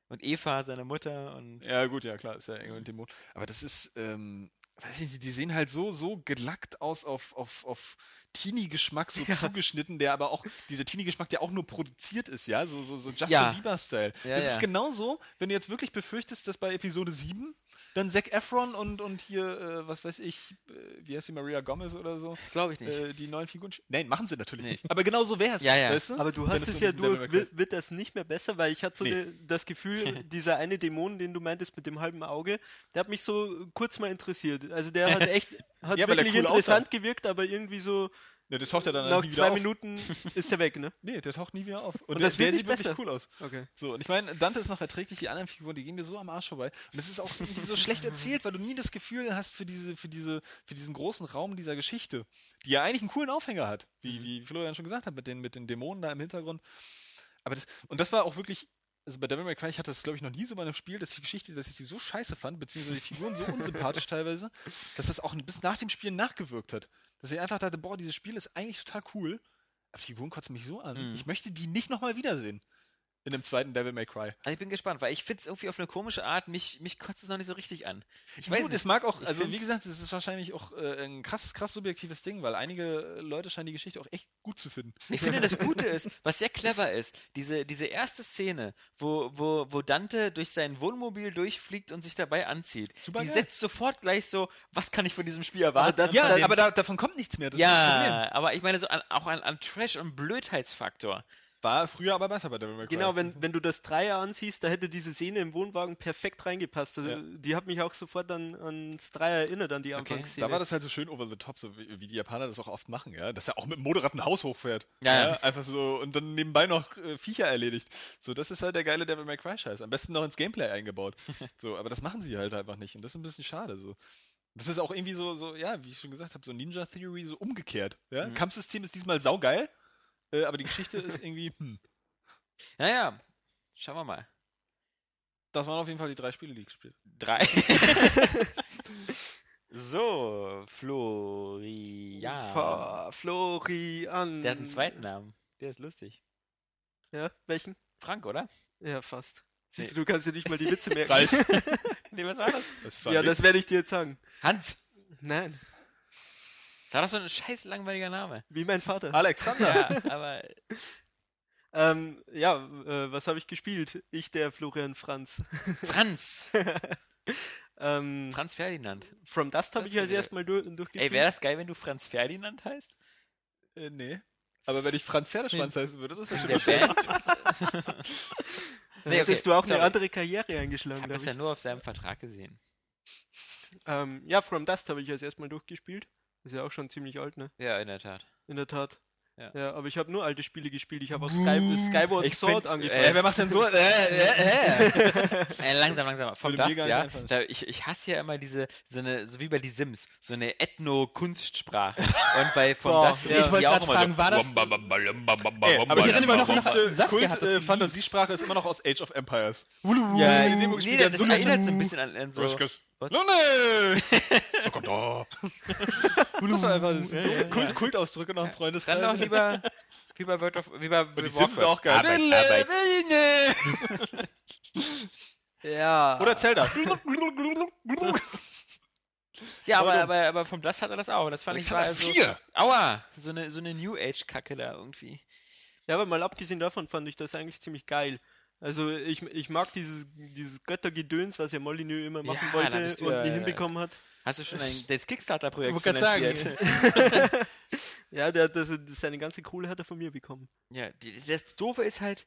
Speaker 1: und Eva, seine Mutter und
Speaker 2: ja, gut, ja, klar, ist ja Engel und Dämon. Aber das ist, ähm, weiß ich nicht, die sehen halt so, so gelackt aus auf, auf, auf Teenie-Geschmack, so zugeschnitten, der aber auch, dieser Teenie-Geschmack, der auch nur produziert ist, ja, so, so, so Justin
Speaker 1: Ja.
Speaker 2: Bieber-Style.
Speaker 1: Ja,
Speaker 2: das
Speaker 1: ja.
Speaker 2: ist genauso, wenn du jetzt wirklich befürchtest, dass bei Episode 7 dann Zac Efron und, und hier, äh, was weiß ich, äh, wie heißt sie, Maria Gomez oder so,
Speaker 1: glaube ich nicht.
Speaker 2: äh, die neuen Figuren. sch- Nein, machen sie natürlich
Speaker 1: Nee.
Speaker 2: nicht. Aber genau so wär's.
Speaker 1: Ja, ja.
Speaker 2: Weißt du?
Speaker 4: Aber du
Speaker 2: Wenn
Speaker 4: hast
Speaker 2: es
Speaker 4: es
Speaker 2: so
Speaker 4: ja
Speaker 2: ein bisschen
Speaker 4: durch.
Speaker 2: Devil May
Speaker 4: Wird, wird das nicht mehr besser? Weil ich hatte so
Speaker 2: Nee.
Speaker 4: ne, das Gefühl, dieser eine Dämon, den du meintest mit dem halben Auge, der hat mich so kurz mal interessiert. Also der hat echt, hat
Speaker 2: Ja, weil der
Speaker 4: wirklich
Speaker 2: cool
Speaker 4: interessant gewirkt, aber irgendwie so
Speaker 2: Ne, der taucht ja dann
Speaker 4: Nach
Speaker 2: nie wieder
Speaker 4: zwei
Speaker 2: auf.
Speaker 4: Minuten ist er weg, ne?
Speaker 2: Nee, der taucht nie wieder auf. Und,
Speaker 4: Und
Speaker 2: der,
Speaker 4: das wird
Speaker 2: der
Speaker 4: nicht
Speaker 2: sieht wirklich
Speaker 4: besser.
Speaker 2: cool aus.
Speaker 4: Okay.
Speaker 2: So, und ich meine, Dante ist noch erträglich, die anderen Figuren, die gehen mir so am Arsch vorbei. Und es ist auch irgendwie so schlecht erzählt, weil du nie das Gefühl hast für, diese, für, diese, für diesen großen Raum dieser Geschichte, die ja eigentlich einen coolen Aufhänger hat,
Speaker 1: Mhm.
Speaker 2: wie, wie Florian schon gesagt hat, mit den, mit den Dämonen da im Hintergrund. Aber das, und das war auch wirklich, also bei Devil May Cry, ich hatte das, glaube ich, noch nie so bei einem Spiel, dass die Geschichte, dass ich sie so scheiße fand, beziehungsweise die Figuren so unsympathisch teilweise, dass das auch bis nach dem Spiel nachgewirkt hat. Dass ich einfach dachte, boah, dieses Spiel ist eigentlich total cool, aber die Figuren kotzen mich so an.
Speaker 1: Mhm.
Speaker 2: Ich möchte die nicht nochmal wiedersehen. In dem zweiten Devil May Cry.
Speaker 1: Also ich bin gespannt, weil ich finde es irgendwie auf eine komische Art, mich, mich kotzt es noch nicht so richtig an. Ich weiß
Speaker 2: Gut, es
Speaker 1: nicht.
Speaker 2: mag auch,
Speaker 1: Ich
Speaker 2: also wie
Speaker 1: find's-
Speaker 2: gesagt, es ist wahrscheinlich auch äh, ein krass, krass subjektives Ding, weil einige äh, Leute scheinen die Geschichte auch echt gut zu finden.
Speaker 1: Ich finde, das Gute ist, was sehr clever ist, diese, diese erste Szene, wo, wo, wo Dante durch sein Wohnmobil durchfliegt und sich dabei anzieht,
Speaker 2: Super
Speaker 1: die
Speaker 2: geil.
Speaker 1: setzt sofort gleich so, was kann ich von diesem Spiel erwarten?
Speaker 4: das-
Speaker 1: ja,
Speaker 2: ja,
Speaker 4: Problem-
Speaker 2: aber da, davon kommt nichts mehr. Das ist das Problem.
Speaker 1: ja aber ich meine so an, auch an, an Trash- und Blödheitsfaktor.
Speaker 2: War früher aber besser bei Devil May Cry.
Speaker 4: Genau, wenn, wenn du das Dreier ansiehst, da hätte diese Szene im Wohnwagen perfekt reingepasst. Also,
Speaker 2: Ja.
Speaker 4: Die hat mich auch sofort an, ans Dreier erinnert, an die Anfangsszene.
Speaker 2: Da war das halt so schön over the top, so wie, wie die Japaner das auch oft machen, ja, dass er auch mit dem Motorrad ein Haus hochfährt.
Speaker 1: Ja, ja.
Speaker 2: Einfach so und dann nebenbei noch äh, Viecher erledigt. So, das ist halt der geile Devil May Cry Scheiß. Am besten noch ins Gameplay eingebaut. so, aber das machen sie halt einfach nicht und das ist ein bisschen schade so. Das ist auch irgendwie so, so ja, wie ich schon gesagt habe, so Ninja Theory so umgekehrt. Ja?
Speaker 1: Mhm.
Speaker 2: Kampfsystem ist diesmal saugeil, äh, aber die Geschichte ist irgendwie, hm.
Speaker 1: Naja, schauen wir mal.
Speaker 2: Das waren auf jeden Fall die drei Spiele, die ich gespielt
Speaker 1: Drei. so, Florian.
Speaker 4: Fa- Florian.
Speaker 1: Der hat einen zweiten Namen. Der ist lustig.
Speaker 4: Ja, welchen?
Speaker 1: Frank, oder?
Speaker 4: Ja, fast. Siehst
Speaker 1: Nee.
Speaker 4: du, du kannst dir nicht mal die Witze merken.
Speaker 2: Ralf.
Speaker 1: Nee, was war das?
Speaker 2: habe. Das war
Speaker 4: ja,
Speaker 2: Witz.
Speaker 4: das werde ich dir jetzt sagen.
Speaker 1: Hans.
Speaker 4: Nein,
Speaker 1: Das war doch so ein scheiß langweiliger Name.
Speaker 4: wie mein Vater.
Speaker 2: Alexander.
Speaker 1: Ja, aber
Speaker 4: Ähm, ja, äh, was habe ich gespielt? Ich, der Florian Franz.
Speaker 1: Franz.
Speaker 4: ähm,
Speaker 1: Franz Ferdinand.
Speaker 4: From Dust habe
Speaker 1: Das
Speaker 4: ich als
Speaker 1: wäre-
Speaker 4: erstmal du durchgespielt.
Speaker 1: Ey, wäre das geil, wenn du Franz Ferdinand heißt?
Speaker 2: Äh, nee. Aber wenn ich Franz Pferdeschwanz heißen würde, das wäre
Speaker 1: In der Band?
Speaker 4: Dann
Speaker 1: Nee, okay,
Speaker 4: hättest du auch
Speaker 1: sorry.
Speaker 4: eine andere Karriere
Speaker 1: Ich
Speaker 4: eingeschlagen.
Speaker 1: habe
Speaker 4: glaub
Speaker 1: das
Speaker 4: ich.
Speaker 1: ja nur auf seinem Vertrag gesehen.
Speaker 4: Ähm, ja, From Dust habe ich als erstmal durchgespielt. Ist ja auch schon ziemlich alt, ne?
Speaker 1: Ja, in der Tat.
Speaker 4: In der Tat.
Speaker 1: Ja.
Speaker 4: Ja, aber ich habe nur alte Spiele gespielt. Ich habe auch Sky Skyward
Speaker 2: Ich
Speaker 4: Sword
Speaker 2: find,
Speaker 4: angefangen.
Speaker 2: wer macht denn so? Äh, äh, äh.
Speaker 1: Äh, langsam, langsam. Vom
Speaker 2: Würde mir
Speaker 1: Dust,
Speaker 2: gar nicht
Speaker 1: ja.
Speaker 2: einfallen.
Speaker 1: Da, ich, ich hasse ja immer diese, so, eine, so wie bei die Sims, so eine Ethno-Kunstsprache. Und bei Vom
Speaker 4: Boah,
Speaker 1: Dust
Speaker 4: ja.
Speaker 1: reden
Speaker 4: Ich
Speaker 3: wollte
Speaker 1: Oh, die auch
Speaker 3: gerade
Speaker 1: immer
Speaker 3: fragen, war das-
Speaker 2: Ey, aber ich
Speaker 3: erinnere mich noch- noch-
Speaker 2: Kult,
Speaker 3: Saskia hat das
Speaker 2: äh,
Speaker 3: geliebt.
Speaker 2: Fantasiesprache ist immer noch aus Age of Empires.
Speaker 1: so. Ja,
Speaker 2: in dem
Speaker 1: nee,
Speaker 2: Spiel
Speaker 1: das
Speaker 2: hat so eine-
Speaker 1: erinnert so ein bisschen an, an so.
Speaker 2: Röskes.
Speaker 1: Was?
Speaker 2: Lone! Sokota. das war einfach das sind so Kult, Kultausdrücke noch im
Speaker 1: Dann
Speaker 2: Freundeskreis.
Speaker 1: doch lieber wie bei World of wie bei
Speaker 2: Und Äh. die Sims ist auch geil.
Speaker 1: Arbeit,
Speaker 2: Lille,
Speaker 1: Arbeit.
Speaker 2: Lille.
Speaker 4: Ja.
Speaker 2: Oder Zelda.
Speaker 1: Ja, aber,
Speaker 2: Voll dumm.
Speaker 1: aber, aber vom Blast hat er das auch. Das fand ich war
Speaker 2: Alexander
Speaker 1: also.
Speaker 2: vier.
Speaker 1: Aua! So eine, so eine New Age-Kacke da irgendwie.
Speaker 4: Ja, aber mal abgesehen davon fand ich das eigentlich ziemlich geil. Also ich, ich mag dieses, dieses Göttergedöns, was ja Molyneux immer machen
Speaker 1: Ja, da
Speaker 4: wollte
Speaker 1: bist du
Speaker 4: und
Speaker 1: ja-
Speaker 4: nie hinbekommen hat.
Speaker 1: Hast du schon ein,
Speaker 4: Ich-
Speaker 1: das Kickstarter-Projekt
Speaker 3: Ich wollte gerade sagen.
Speaker 1: finanziert?
Speaker 4: Ja, der hat das, seine ganze Kohle hat er von mir bekommen.
Speaker 1: Ja, die, das Doofe ist halt,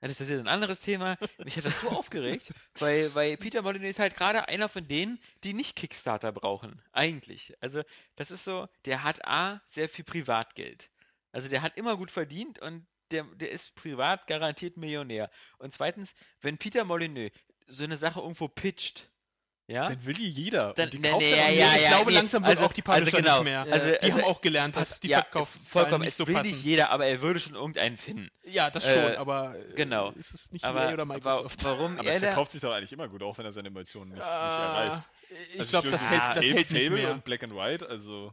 Speaker 1: ja, das ist wieder ein anderes Thema. Mich hat das so aufgeregt, weil, weil Peter Molyneux ist halt gerade einer von denen, die nicht Kickstarter brauchen. Eigentlich. Also, das ist so, der hat A, sehr viel Privatgeld. Also, der hat immer gut verdient und der, der ist privat garantiert Millionär. Und zweitens, wenn Peter Molyneux so eine Sache irgendwo pitcht, ja,
Speaker 2: Dann will die jeder. Und
Speaker 1: Dann-
Speaker 2: die
Speaker 1: nee,
Speaker 2: kauft
Speaker 1: nee,
Speaker 2: dann auch
Speaker 1: ja,
Speaker 2: jeder.
Speaker 1: ja,
Speaker 3: ich
Speaker 1: ja,
Speaker 3: glaube,
Speaker 1: nee,
Speaker 3: langsam wird
Speaker 1: also-
Speaker 3: auch die Publisher
Speaker 1: also genau,
Speaker 3: nicht mehr.
Speaker 1: also-
Speaker 3: die
Speaker 1: also-
Speaker 3: haben auch gelernt, dass die
Speaker 1: ja,
Speaker 3: Verkaufszahlen
Speaker 1: vollkommen,
Speaker 3: nicht
Speaker 1: es
Speaker 3: so
Speaker 1: will
Speaker 3: passen.
Speaker 1: nicht jeder, aber er würde schon irgendeinen finden.
Speaker 3: ja, das schon,
Speaker 1: Äh,
Speaker 3: aber äh,
Speaker 1: genau.
Speaker 3: ist es nicht
Speaker 1: Aber,
Speaker 3: EA oder
Speaker 1: aber
Speaker 3: Microsoft?
Speaker 1: warum
Speaker 2: Aber es
Speaker 1: er da
Speaker 2: verkauft sich doch eigentlich immer gut, auch wenn er seine Emotionen nicht, nicht
Speaker 3: Ah,
Speaker 2: erreicht.
Speaker 3: ich
Speaker 2: Also
Speaker 3: glaube, das
Speaker 1: glaub,
Speaker 3: hält,
Speaker 1: ah,
Speaker 3: das
Speaker 2: Ape
Speaker 3: hält nicht
Speaker 2: Fable
Speaker 3: mehr.
Speaker 2: und Black and White, also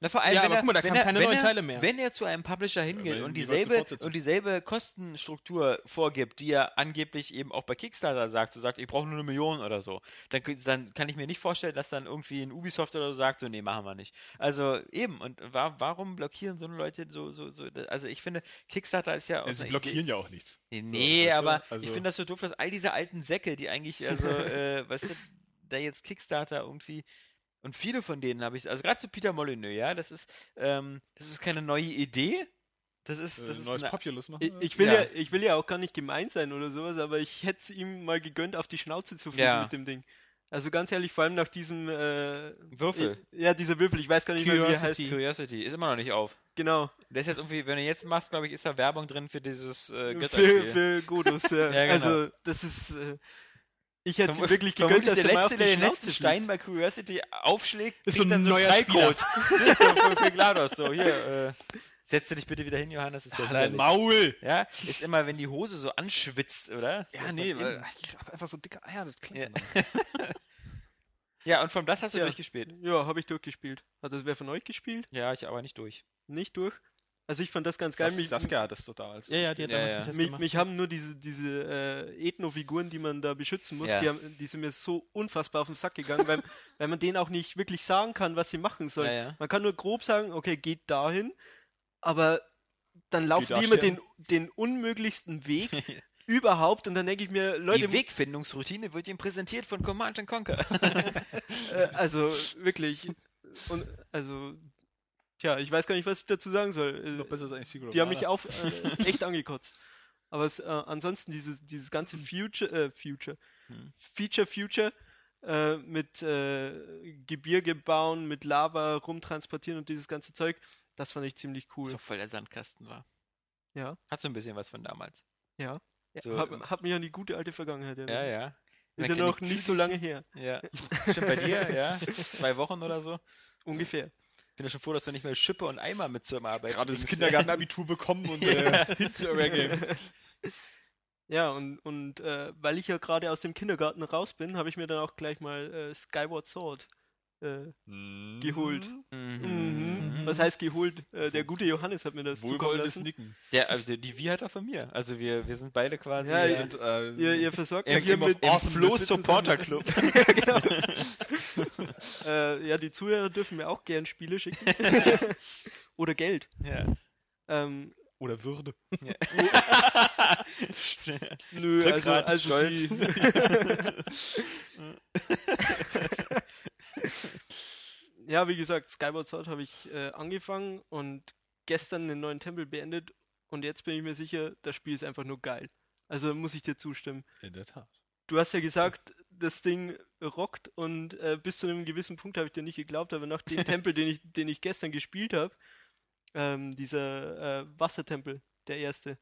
Speaker 1: Na, vor allem,
Speaker 3: Ja,
Speaker 1: wenn
Speaker 3: aber
Speaker 1: er,
Speaker 3: guck mal, da
Speaker 1: wenn
Speaker 3: kamen
Speaker 1: er,
Speaker 3: keine
Speaker 1: wenn
Speaker 3: neuen
Speaker 1: er,
Speaker 3: Teile mehr.
Speaker 1: Wenn er zu einem Publisher
Speaker 2: weil
Speaker 1: hingeht und
Speaker 2: die jeweils zur
Speaker 1: dieselbe,
Speaker 2: Fortsetzung.
Speaker 1: und dieselbe Kostenstruktur vorgibt, die er angeblich eben auch bei Kickstarter sagt, so sagt, ich brauche nur eine Million oder so, dann, k- dann kann ich mir nicht vorstellen, dass dann irgendwie ein Ubisoft oder so sagt, so, nee, machen wir nicht. Also eben, und wa warum blockieren so Leute so, so, so, also ich finde, Kickstarter ist ja
Speaker 2: ja, sie blockieren ja auch nichts.
Speaker 1: Nee,
Speaker 2: weißt
Speaker 1: nee
Speaker 2: du?
Speaker 1: aber
Speaker 2: Also-
Speaker 1: ich finde das so doof, dass all diese alten Säcke, die eigentlich, also, äh, weißt du, da jetzt Kickstarter irgendwie. Und viele von denen habe ich, also gerade zu Peter Molyneux, ja, das ist, ähm, das ist keine neue Idee. Das ist,
Speaker 2: Äh,
Speaker 1: das ist
Speaker 2: neues
Speaker 1: eine,
Speaker 2: Populus machen.
Speaker 4: Ich,
Speaker 2: oder?
Speaker 4: ich, will
Speaker 1: Ja.
Speaker 4: ja. ich will ja auch gar nicht gemein sein oder sowas, aber ich hätte es ihm mal gegönnt, auf die Schnauze zu fliegen
Speaker 1: Ja.
Speaker 4: mit dem Ding. Also ganz ehrlich, vor allem nach diesem äh,
Speaker 1: Würfel.
Speaker 4: i- Ja, dieser Würfel, ich weiß gar nicht mehr, wie er heißt.
Speaker 3: Curiosity.
Speaker 1: Curiosity ist immer noch nicht auf.
Speaker 4: Genau.
Speaker 1: Das ist jetzt irgendwie, wenn du jetzt machst, glaube ich, ist da Werbung drin für dieses äh,
Speaker 4: Für,
Speaker 1: Götterspiel.
Speaker 4: für Godus, ja.
Speaker 1: Ja, genau.
Speaker 4: Also das ist. Äh, ich hätte
Speaker 1: Vermu-
Speaker 4: ihm wirklich gegönnt,
Speaker 1: vermutlich
Speaker 4: dass
Speaker 1: der
Speaker 4: er mal
Speaker 1: Letzte,
Speaker 4: auf die
Speaker 1: der den
Speaker 4: Schnauze
Speaker 1: letzten
Speaker 4: fliegt.
Speaker 1: Stein bei Curiosity aufschlägt, kriegt
Speaker 3: Ist so ein
Speaker 1: dann
Speaker 3: neuer
Speaker 1: Freicode. Das ist so für, für GLaDOS. So, hier, äh, setze dich bitte wieder hin, Johannes. Ist ja widerlich.
Speaker 3: Maul!
Speaker 1: Ja, ist immer, wenn die Hose so anschwitzt, oder? So
Speaker 2: Ja,
Speaker 1: von
Speaker 2: nee, weil
Speaker 1: innen.
Speaker 2: ich hab einfach so dicke Eier, das klingt
Speaker 1: Ja.
Speaker 2: immer.
Speaker 1: Ja, und von das hast du
Speaker 4: Ja.
Speaker 1: durchgespielt.
Speaker 4: Ja, habe ich durchgespielt. Hat das wer von euch gespielt?
Speaker 1: Ja, ich aber nicht durch.
Speaker 4: Nicht durch? Also ich fand das ganz geil.
Speaker 2: Sas
Speaker 4: Mich,
Speaker 2: Saskia hat das total. als-
Speaker 3: Ja, ja, die hat
Speaker 1: Ja,
Speaker 3: damals
Speaker 1: ja.
Speaker 3: den Test
Speaker 4: mich,
Speaker 3: gemacht.
Speaker 4: mich haben nur diese, diese äh, Ethno-Figuren, die man da beschützen muss,
Speaker 1: Ja.
Speaker 4: die, haben, die sind mir so unfassbar auf den Sack gegangen, weil, weil man denen auch nicht wirklich sagen kann, was sie machen sollen.
Speaker 1: Ja, ja.
Speaker 4: Man kann nur grob sagen, okay, geht dahin, aber dann laufen
Speaker 2: da
Speaker 4: die immer den,
Speaker 2: sterben.
Speaker 4: den unmöglichsten Weg überhaupt und dann denke ich mir, Leute,
Speaker 1: die Wegfindungsroutine wird ihm präsentiert von Command and Conquer.
Speaker 4: äh, also wirklich, und also, tja, ich weiß gar nicht, was ich dazu sagen soll.
Speaker 2: Noch
Speaker 4: Äh,
Speaker 2: besser als eigentlich Secret
Speaker 4: die
Speaker 2: of
Speaker 4: haben mich
Speaker 2: Mana.
Speaker 4: auf äh, echt angekotzt. Aber es, äh, ansonsten dieses, dieses ganze Future, äh, Future,
Speaker 1: Hm.
Speaker 4: Feature Future äh, mit äh, Gebirge bauen, mit Lava rumtransportieren und dieses ganze Zeug, das fand ich ziemlich cool.
Speaker 1: So voll der Sandkasten war.
Speaker 4: Ja.
Speaker 1: Hat so ein bisschen was von damals.
Speaker 4: Ja.
Speaker 1: So,
Speaker 4: hab,
Speaker 1: ähm,
Speaker 4: hab mich an die gute alte Vergangenheit erinnert.
Speaker 1: ja, ja.
Speaker 4: Ist ja
Speaker 1: Man kann
Speaker 4: noch
Speaker 1: die
Speaker 4: nicht so lange her.
Speaker 1: Ja. Schon bei dir, ja. Zwei Wochen oder so.
Speaker 4: Ungefähr.
Speaker 1: Bin ja schon froh, dass du nicht mehr Schippe und Eimer mit zur Arbeit
Speaker 2: gerade das
Speaker 1: bringst.
Speaker 2: Kindergartenabitur bekommen und äh, hin zu Area Games.
Speaker 4: Ja, und, und äh, weil ich ja gerade aus dem Kindergarten raus bin, habe ich mir dann auch gleich mal äh, Skyward Sword äh, geholt.
Speaker 1: Mhm.
Speaker 4: Was heißt geholt? Äh, der gute Johannes hat mir das zukommen
Speaker 2: Wohlwollendes
Speaker 4: lassen.
Speaker 2: Nicken.
Speaker 1: Der, also die Wie hat er von mir. Also wir, wir sind beide quasi.
Speaker 4: Ja,
Speaker 1: äh,
Speaker 4: ja.
Speaker 2: Und, äh,
Speaker 4: Ihr, ihr versorgt ja
Speaker 1: Im
Speaker 4: hier
Speaker 1: Team of
Speaker 4: mit
Speaker 1: Awesome
Speaker 4: Flo
Speaker 1: besitzen
Speaker 4: Supporter
Speaker 1: sie-
Speaker 4: Club. genau. äh, ja, die Zuhörer dürfen mir auch gern Spiele schicken. Oder Geld.
Speaker 1: ja.
Speaker 4: Ähm,
Speaker 2: Oder Würde.
Speaker 4: nö, also,
Speaker 1: Rückgrat,
Speaker 4: also
Speaker 1: Stolz.
Speaker 4: die, Ja, wie gesagt, Skyward Sword habe ich äh, angefangen und gestern den neuen Tempel beendet und jetzt bin ich mir sicher, das Spiel ist einfach nur geil. Also muss ich dir zustimmen.
Speaker 2: In der Tat.
Speaker 4: Du hast ja gesagt, das Ding rockt und äh, bis zu einem gewissen Punkt habe ich dir nicht geglaubt, aber nach dem Tempel, den ich, den ich gestern gespielt habe, ähm, dieser äh, Wassertempel, der erste,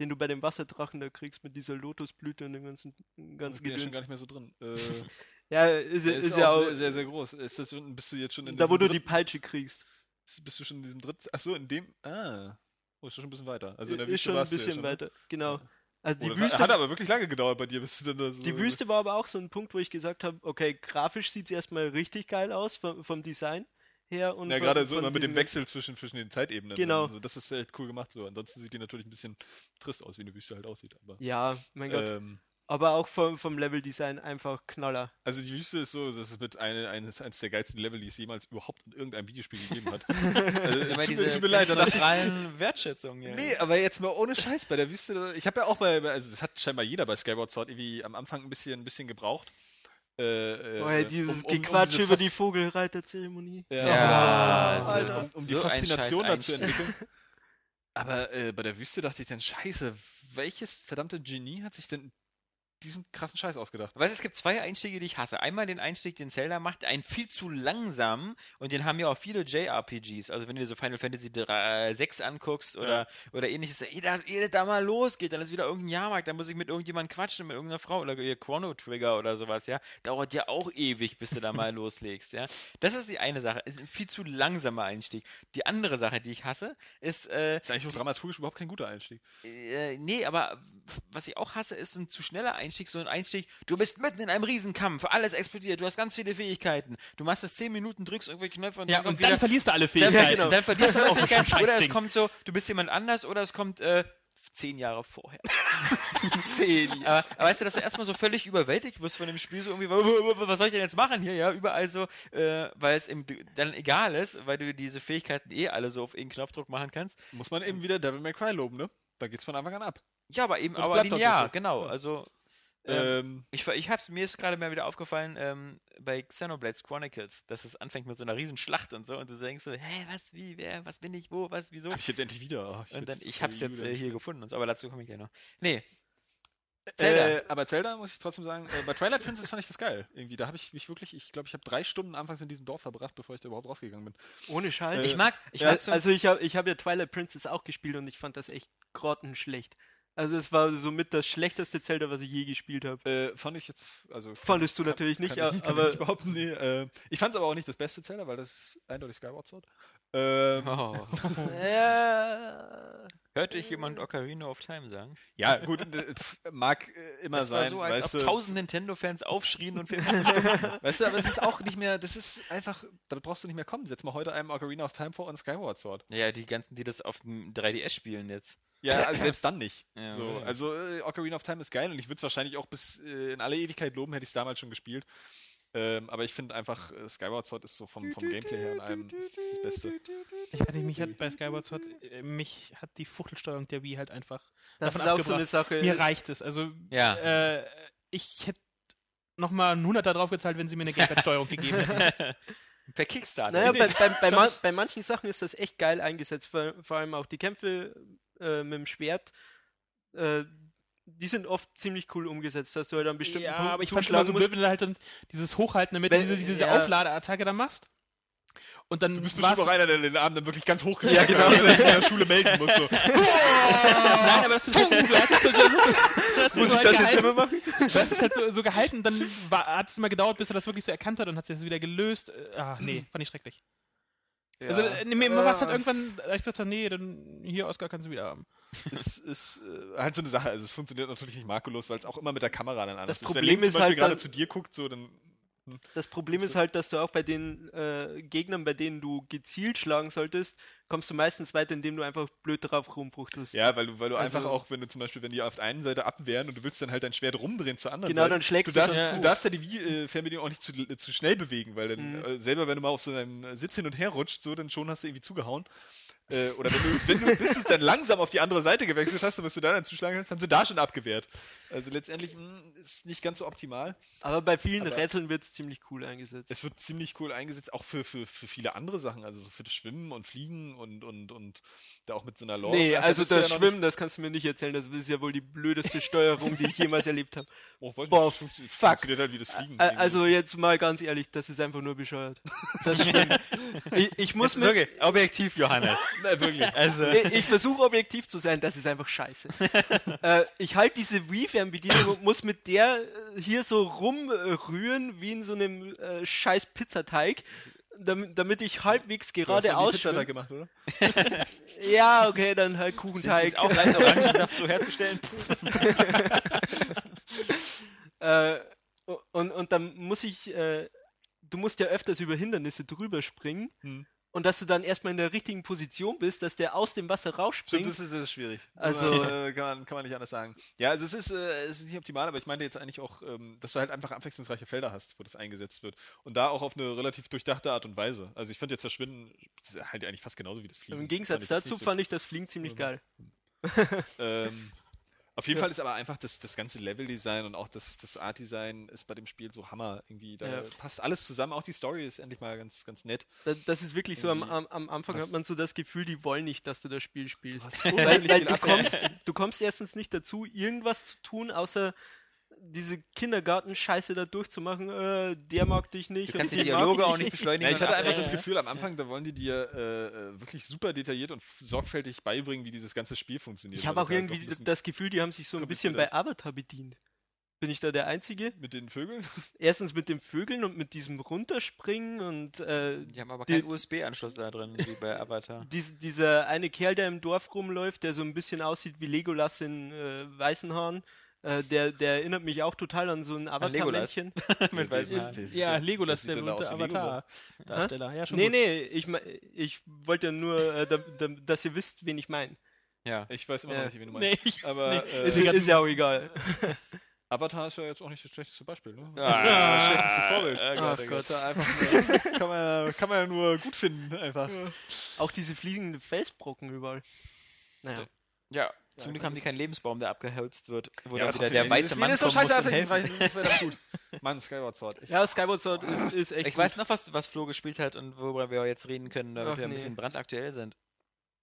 Speaker 4: den du bei dem Wasserdrachen da kriegst mit dieser Lotusblüte und dem ganzen, ganzen
Speaker 2: bin ja schon
Speaker 4: Gedöns.
Speaker 2: gar nicht mehr so drin. Äh, ist,
Speaker 4: Ja, ist, ja- ist ja auch,
Speaker 2: sehr, sehr, sehr groß. Ist das, schon- bist du jetzt schon in
Speaker 4: da wo du
Speaker 2: diesem
Speaker 4: die Peitsche kriegst.
Speaker 2: dritten, Bist du schon in diesem dritten... Achso, in dem... Ah. Oh, ist schon ein bisschen weiter. Also in der
Speaker 4: ist
Speaker 2: Wüste
Speaker 4: schon ein
Speaker 2: warst du ja
Speaker 4: bisschen
Speaker 2: schon, ne?
Speaker 4: weiter, genau.
Speaker 2: Ja.
Speaker 4: Also
Speaker 2: Oh,
Speaker 4: die
Speaker 2: das
Speaker 4: Wüste,
Speaker 2: hat, hat aber wirklich lange gedauert bei dir, bis du dann da so...
Speaker 4: die Wüste war aber auch so ein Punkt, wo ich gesagt habe, okay, grafisch sieht es erstmal richtig geil aus vom, vom Design her und
Speaker 2: Ja,
Speaker 4: von,
Speaker 2: gerade so
Speaker 4: von
Speaker 2: immer mit dem
Speaker 4: diesem-
Speaker 2: Wechsel zwischen, zwischen den Zeitebenen.
Speaker 4: Genau.
Speaker 2: Also das ist echt cool gemacht so. Ansonsten sieht die natürlich ein bisschen trist aus, wie eine Wüste halt aussieht. Aber,
Speaker 4: Ja, mein Gott.
Speaker 2: ähm,
Speaker 4: Aber auch vom, vom Level-Design einfach Knaller.
Speaker 2: Also die Wüste ist so, das ist mit eine, eines, eines der geilsten Level, die es jemals überhaupt in irgendeinem Videospiel gegeben hat. also,
Speaker 1: Immer
Speaker 2: tut,
Speaker 1: diese
Speaker 2: mir, tut mir leid, da dachte
Speaker 1: neutralen Wertschätzung.
Speaker 2: ich,
Speaker 1: Ja.
Speaker 2: nee, aber jetzt mal ohne Scheiß bei der Wüste. Ich habe ja auch bei, bei- also das hat scheinbar jeder bei Skyward Sword irgendwie am Anfang ein bisschen, ein bisschen gebraucht. Äh, äh,
Speaker 4: oh, ja, dieses
Speaker 2: um- um- um
Speaker 4: Gequatsch
Speaker 2: diese
Speaker 4: über die
Speaker 2: Fas-
Speaker 4: Vogelreiterzeremonie.
Speaker 2: ja,
Speaker 1: Ja,
Speaker 2: um-
Speaker 4: also,
Speaker 2: um, um die
Speaker 1: so ein
Speaker 2: Faszination
Speaker 1: scheiß
Speaker 2: dazu entwickeln. Aber äh, bei der Wüste dachte ich dann, scheiße, welches verdammte Genie hat sich denn diesen krassen Scheiß ausgedacht?
Speaker 1: Weißt du, es gibt zwei Einstiege, die ich hasse. Einmal den Einstieg, den Zelda macht, einen viel zu langsamen und den haben ja auch viele JRPGs. Also wenn du dir so Final Fantasy 3, 6 anguckst oder, oder ähnliches, eh, da, eh, da mal losgeht, dann ist wieder irgendein Jahrmarkt, dann muss ich mit irgendjemandem quatschen, mit irgendeiner Frau oder ihr Chrono Trigger oder sowas, ja. Dauert ja auch ewig, bis du da mal loslegst, ja. Das ist die eine Sache. Es ist ein viel zu langsamer Einstieg. Die andere Sache, die ich hasse, ist, äh,
Speaker 2: Ist eigentlich auch dramaturgisch überhaupt kein guter Einstieg.
Speaker 1: äh, nee, aber was ich auch hasse, ist so ein zu schneller Einstieg, so ein Einstieg, du bist mitten in einem Riesenkampf, alles explodiert, du hast ganz viele Fähigkeiten, du machst es 10 Minuten, drückst irgendwelche Knöpfe und,
Speaker 3: ja,
Speaker 1: dann
Speaker 3: und
Speaker 1: kommt wieder-
Speaker 3: dann verlierst du alle
Speaker 1: dann,
Speaker 3: Fähigkeiten.
Speaker 1: dann, dann verlierst du alle
Speaker 3: genau. Das ist auch schon
Speaker 1: Fähigkeiten,
Speaker 3: ein
Speaker 1: oder es
Speaker 3: Scheißding.
Speaker 1: kommt so, du bist jemand anders, oder es kommt, äh, Zehn Jahre vorher. Zehn Jahre. Aber, aber weißt du, dass du erstmal so völlig überwältigt wirst von dem Spiel, so irgendwie, w- w- w- was soll ich denn jetzt machen hier, ja, überall so, äh, weil es im, dann egal ist, weil du diese Fähigkeiten eh alle so auf einen Knopfdruck machen kannst.
Speaker 2: Muss man
Speaker 1: Äh.
Speaker 2: eben wieder Devil May Cry loben, ne? Da geht's von Anfang an ab.
Speaker 1: Ja, aber eben,
Speaker 2: Das
Speaker 1: aber
Speaker 2: bleibt doch
Speaker 1: linear,
Speaker 2: so.
Speaker 1: genau, also ähm,
Speaker 2: Ähm,
Speaker 1: Ich, ver- ich hab's, mir ist gerade mal wieder aufgefallen, ähm, bei Xenoblades Chronicles, dass es anfängt mit so einer riesen Schlacht und so und du denkst so, hä, was, wie, wer, was bin ich, wo, was, wieso?
Speaker 2: hab ich jetzt endlich wieder. Oh,
Speaker 1: und
Speaker 2: will's
Speaker 1: dann,
Speaker 2: jetzt
Speaker 1: ich
Speaker 2: für
Speaker 1: hab's
Speaker 2: die
Speaker 1: jetzt
Speaker 2: Jugend
Speaker 1: äh, hier gefunden und so, aber dazu komme ich gleich noch. Nee, Zelda.
Speaker 2: Äh, aber Zelda muss ich trotzdem sagen, äh, bei Twilight Princess fand ich das geil. Irgendwie, da habe ich mich wirklich, ich glaube, ich habe drei Stunden anfangs in diesem Dorf verbracht, bevor ich da überhaupt rausgegangen bin.
Speaker 4: Ohne Scheiß.
Speaker 1: ich mag, ich
Speaker 4: ja,
Speaker 1: mag so,
Speaker 4: also ich habe ich hab ja Twilight Princess auch gespielt und ich fand das echt grottenschlecht. Also es war somit das schlechteste Zelda, was ich je gespielt habe.
Speaker 2: Äh, fand ich jetzt, also.
Speaker 4: Fandest du natürlich
Speaker 2: kann,
Speaker 4: nicht,
Speaker 2: kann ich, kann
Speaker 4: aber
Speaker 2: ich nicht behaupten, nee. Äh, ich fand es aber auch nicht das beste Zelda, weil das ist eindeutig Skyward Sword. Ähm,
Speaker 1: oh.
Speaker 4: Ja.
Speaker 1: Hörte ich jemand Ocarina of Time sagen?
Speaker 2: Ja, gut, d- pf, mag äh, immer
Speaker 1: Das
Speaker 2: sein.
Speaker 1: war so, als
Speaker 2: weißt
Speaker 1: ob
Speaker 2: du.
Speaker 1: tausend Nintendo-Fans aufschrien und wir
Speaker 2: Weißt du, aber es ist auch nicht mehr, das ist einfach, damit brauchst du nicht mehr kommen. Setz mal heute einem Ocarina of Time vor und Skyward Sword.
Speaker 1: Ja, die ganzen, die das auf dem 3DS spielen jetzt.
Speaker 2: Ja, also selbst dann nicht.
Speaker 1: Ja,
Speaker 2: so,
Speaker 1: okay.
Speaker 2: Also äh, Ocarina of Time ist geil und ich würde es wahrscheinlich auch bis äh, in alle Ewigkeit loben, hätte ich es damals schon gespielt. Ähm, aber ich finde einfach, äh, Skyward Sword ist so vom, vom Gameplay her in allem ist das Beste.
Speaker 3: Ich weiß nicht, mich hat bei Skyward Sword, äh, mich hat die Fuchtelsteuerung der Wii halt einfach.
Speaker 4: Das
Speaker 3: davon
Speaker 4: ist auch so eine
Speaker 3: abgebracht.
Speaker 4: Sache.
Speaker 3: Mir reicht es. Also,
Speaker 1: Ja.
Speaker 3: äh, ich hätte nochmal einen Hunderter drauf gezahlt, wenn sie mir eine Gamepad-Steuerung gegeben hätten.
Speaker 2: Äh.
Speaker 1: Per Kickstarter.
Speaker 4: Naja, bei, bei, bei,
Speaker 1: Schon
Speaker 4: man,
Speaker 1: ist-
Speaker 4: bei manchen Sachen ist das echt geil eingesetzt. Vor, vor allem auch die Kämpfe äh, mit dem Schwert. Äh, die sind oft ziemlich cool umgesetzt, dass du halt an bestimmten
Speaker 3: ja,
Speaker 4: Punkten
Speaker 3: aber ich fand schon mal so
Speaker 4: musst.
Speaker 3: blöd, wenn du halt dann dieses Hochhalten damit,
Speaker 4: Wenn-
Speaker 3: diese, diese
Speaker 4: ja.
Speaker 3: Aufladeattacke da machst. Und dann
Speaker 2: Du bist
Speaker 3: war's-
Speaker 2: bestimmt auch einer, der den Abend dann wirklich ganz hoch
Speaker 4: Ja, genau.
Speaker 2: hat, der sich in der Schule melden muss. So.
Speaker 3: Nein, aber das ist halt so, du hast es halt so, du hast es
Speaker 4: Muss
Speaker 3: so
Speaker 4: ich
Speaker 3: halt
Speaker 4: das jetzt
Speaker 3: gehalten,
Speaker 4: immer machen?
Speaker 3: du hast es halt so, so gehalten und dann war, hat es immer gedauert, bis er das wirklich so erkannt hat und hat es jetzt wieder gelöst. Äh, Ah, nee, fand ich schrecklich. Also, äh, nee, mir
Speaker 4: Ja.
Speaker 3: war es halt irgendwann, als ich gesagt habe, nee, dann hier, Oscar, kannst du wieder ähm, haben.
Speaker 2: Es ist äh, halt so eine Sache. Also es funktioniert natürlich nicht makellos, weil es auch immer mit der Kamera dann anders
Speaker 4: Das
Speaker 2: ist.
Speaker 4: Problem
Speaker 2: Link
Speaker 4: ist
Speaker 2: zum Beispiel
Speaker 4: halt,
Speaker 2: gerade
Speaker 4: dass-
Speaker 2: zu dir guckt, so dann
Speaker 4: Das Problem
Speaker 2: Also
Speaker 4: ist halt, dass du auch bei den äh, Gegnern, bei denen du gezielt schlagen solltest, kommst du meistens weiter, indem du einfach blöd drauf rumfuchtelst.
Speaker 2: ja, weil du, weil du
Speaker 4: Also-
Speaker 2: einfach auch, wenn du zum Beispiel, wenn die auf der einen Seite abwehren und du willst dann halt dein Schwert rumdrehen zur anderen
Speaker 4: Genau,
Speaker 2: Seite,
Speaker 4: dann schlägst
Speaker 2: du
Speaker 4: du
Speaker 2: darfst,
Speaker 4: schon
Speaker 2: du
Speaker 4: zu.
Speaker 2: darfst ja die Wii, äh, Fernbedienung auch nicht zu, äh, zu schnell bewegen, weil dann
Speaker 4: Mhm.
Speaker 2: äh, selber, wenn du mal auf so einem äh, Sitz hin und her rutscht, so dann schon hast du irgendwie zugehauen. Äh, oder wenn du, wenn du bis du es dann langsam auf die andere Seite gewechselt hast, und bis du da dann zuschlagen kannst, haben sie da schon abgewehrt. Also letztendlich mh, ist nicht ganz so optimal.
Speaker 4: Aber bei vielen
Speaker 2: Aber-
Speaker 4: Rätseln wird es ziemlich cool eingesetzt.
Speaker 2: Es wird ziemlich cool eingesetzt, auch für, für, für viele andere Sachen, also so für das Schwimmen und Fliegen und, und, und da auch mit so einer Lore.
Speaker 4: nee,
Speaker 2: Ach, da
Speaker 4: also
Speaker 2: bist du
Speaker 4: das
Speaker 2: ja noch
Speaker 4: Schwimmen, das kannst du mir nicht erzählen. Das ist ja wohl die blödeste Steuerung, die ich jemals erlebt habe.
Speaker 2: Nicht, oh, weiß nicht,
Speaker 4: Boah,
Speaker 2: das funktio-
Speaker 4: fuck.
Speaker 2: funktioniert halt wie das Fliegen.
Speaker 4: Ä- Also jetzt mal ganz ehrlich, das ist einfach nur bescheuert. Das stimmt. ich, ich muss mit,
Speaker 1: Wirklich, objektiv, Johannes.
Speaker 2: Na, wirklich.
Speaker 1: Also,
Speaker 4: ich, ich versuche objektiv zu sein, das ist einfach scheiße. äh, ich halte diese Wii-Fernbedienung und muss mit der äh, hier so rumrühren wie in so einem äh, scheiß Pizzateig, damit, damit ich halbwegs
Speaker 2: ja die
Speaker 4: geradeaus
Speaker 2: Pizza da
Speaker 4: schwimme.
Speaker 2: gemacht, oder?
Speaker 4: Ja, okay, dann halt
Speaker 1: Sind
Speaker 4: Kuchenteig.
Speaker 1: ist auch leicht, Orangensaft so herzustellen.
Speaker 4: Äh, und, und dann muss ich, äh, du musst ja öfters über Hindernisse drüber springen.
Speaker 2: Hm.
Speaker 4: Und dass du dann erstmal in der richtigen Position bist, dass der aus dem Wasser rausspringt.
Speaker 2: ist, das ist schwierig.
Speaker 4: Also-
Speaker 2: Also äh, kann, man, kann man nicht anders sagen. Ja, also es ist, äh, es ist nicht optimal, aber ich meinte jetzt eigentlich auch, ähm, dass du halt einfach abwechslungsreiche Felder hast, wo das eingesetzt wird. Und da auch auf eine relativ durchdachte Art und Weise. Also ich finde jetzt das Schwinden das ist halt eigentlich fast genauso wie das Fliegen.
Speaker 4: Im Gegensatz
Speaker 2: Fand ich jetzt
Speaker 4: dazu
Speaker 2: nicht so
Speaker 4: fand ich das Fliegen ziemlich
Speaker 2: Mhm.
Speaker 4: geil.
Speaker 2: Ähm, auf jeden
Speaker 4: Ja.
Speaker 2: Fall ist aber einfach das, das ganze Level-Design und auch das, das Art-Design ist bei dem Spiel so Hammer. Irgendwie, da
Speaker 4: Ja.
Speaker 2: passt alles zusammen. Auch die Story ist endlich mal ganz, ganz nett.
Speaker 4: Da- Das ist wirklich so, am,
Speaker 2: Irgendwie.
Speaker 4: am, am Anfang hat
Speaker 2: Was?
Speaker 4: man so das Gefühl, die wollen nicht, dass du das Spiel spielst.
Speaker 2: hast
Speaker 4: Weil,
Speaker 2: unheimlich
Speaker 4: weil
Speaker 2: viel
Speaker 4: du,
Speaker 2: Abwechslung.
Speaker 4: kommst, du kommst erstens nicht dazu, irgendwas zu tun, außer diese Kindergarten-Scheiße da durchzumachen. Äh, der mag dich nicht.
Speaker 1: Du kannst
Speaker 4: und
Speaker 1: die
Speaker 4: die mag
Speaker 1: Dialoge
Speaker 4: ich
Speaker 1: auch nicht
Speaker 4: nicht.
Speaker 1: beschleunigen.
Speaker 2: Ja, ich
Speaker 1: und
Speaker 2: hatte einfach
Speaker 1: abbrechen.
Speaker 2: das Gefühl, am Anfang, da wollen die dir äh, äh, wirklich super detailliert und f- sorgfältig beibringen, wie dieses ganze Spiel funktioniert.
Speaker 4: Ich habe
Speaker 2: Weil
Speaker 4: auch
Speaker 2: du halt doch
Speaker 4: irgendwie
Speaker 2: ein bisschen
Speaker 4: das Gefühl, die haben sich so ein bisschen bei
Speaker 2: komplizierter
Speaker 4: Avatar bedient. Bin ich da der Einzige?
Speaker 2: mit den Vögeln.
Speaker 4: Erstens mit den Vögeln und mit diesem Runterspringen und äh,
Speaker 1: Die haben aber
Speaker 4: Die-
Speaker 1: keinen USB-Anschluss da drin, wie bei Avatar.
Speaker 4: dies, dieser eine Kerl, der im Dorf rumläuft, der so ein bisschen aussieht wie Legolas in äh, weißen Haaren, äh, der, der erinnert mich auch total an so ein
Speaker 1: Legolas?
Speaker 4: Avatar-Männchen.
Speaker 1: Mit weißen
Speaker 2: Ja,
Speaker 1: Haaren.
Speaker 3: Ja, Legolas,
Speaker 2: sieht
Speaker 3: der
Speaker 2: dann da aus
Speaker 3: berühmte
Speaker 2: wie Lego.
Speaker 3: Avatar-Darsteller. Ja, schon
Speaker 4: Nee,
Speaker 3: gut.
Speaker 4: nee, ich, mein- ich wollte ja nur, äh, da, da, dass ihr wisst, wen ich meine.
Speaker 1: Ja.
Speaker 2: Ich weiß immer
Speaker 4: Ja.
Speaker 2: noch nicht, wen du meinst.
Speaker 3: ich-
Speaker 2: Aber
Speaker 3: nee.
Speaker 2: äh,
Speaker 4: Ist, ist ja auch egal.
Speaker 2: Avatar ist ja jetzt auch nicht das schlechteste Beispiel, ne?
Speaker 1: Ah,
Speaker 2: schlechteste Vorbild.
Speaker 4: Gott,
Speaker 2: Ach
Speaker 4: Gott.
Speaker 2: Oh Gott, da einfach nur, kann, man, kann man ja nur gut finden, einfach.
Speaker 4: Auch diese fliegenden Felsbrocken überall. Naja.
Speaker 1: Ja, zum Glück haben sie keinen Lebensbaum, der abgeholzt wird, wo
Speaker 2: Ja,
Speaker 1: dann wieder
Speaker 2: aber trotzdem,
Speaker 1: der
Speaker 2: ey,
Speaker 1: weiße
Speaker 2: dieses
Speaker 1: Mann
Speaker 2: Spiel
Speaker 1: kommen muss und
Speaker 2: das war-
Speaker 1: helfen.
Speaker 2: das war doch gut. Mann, Skyward Sword. Ich,
Speaker 4: Ja, Skyward Sword ist, ist echt
Speaker 1: Ich weiß noch, was, was Flo gespielt hat und worüber wir jetzt reden können, damit
Speaker 4: Ach,
Speaker 1: wir ein
Speaker 4: nee.
Speaker 1: bisschen brandaktuell sind.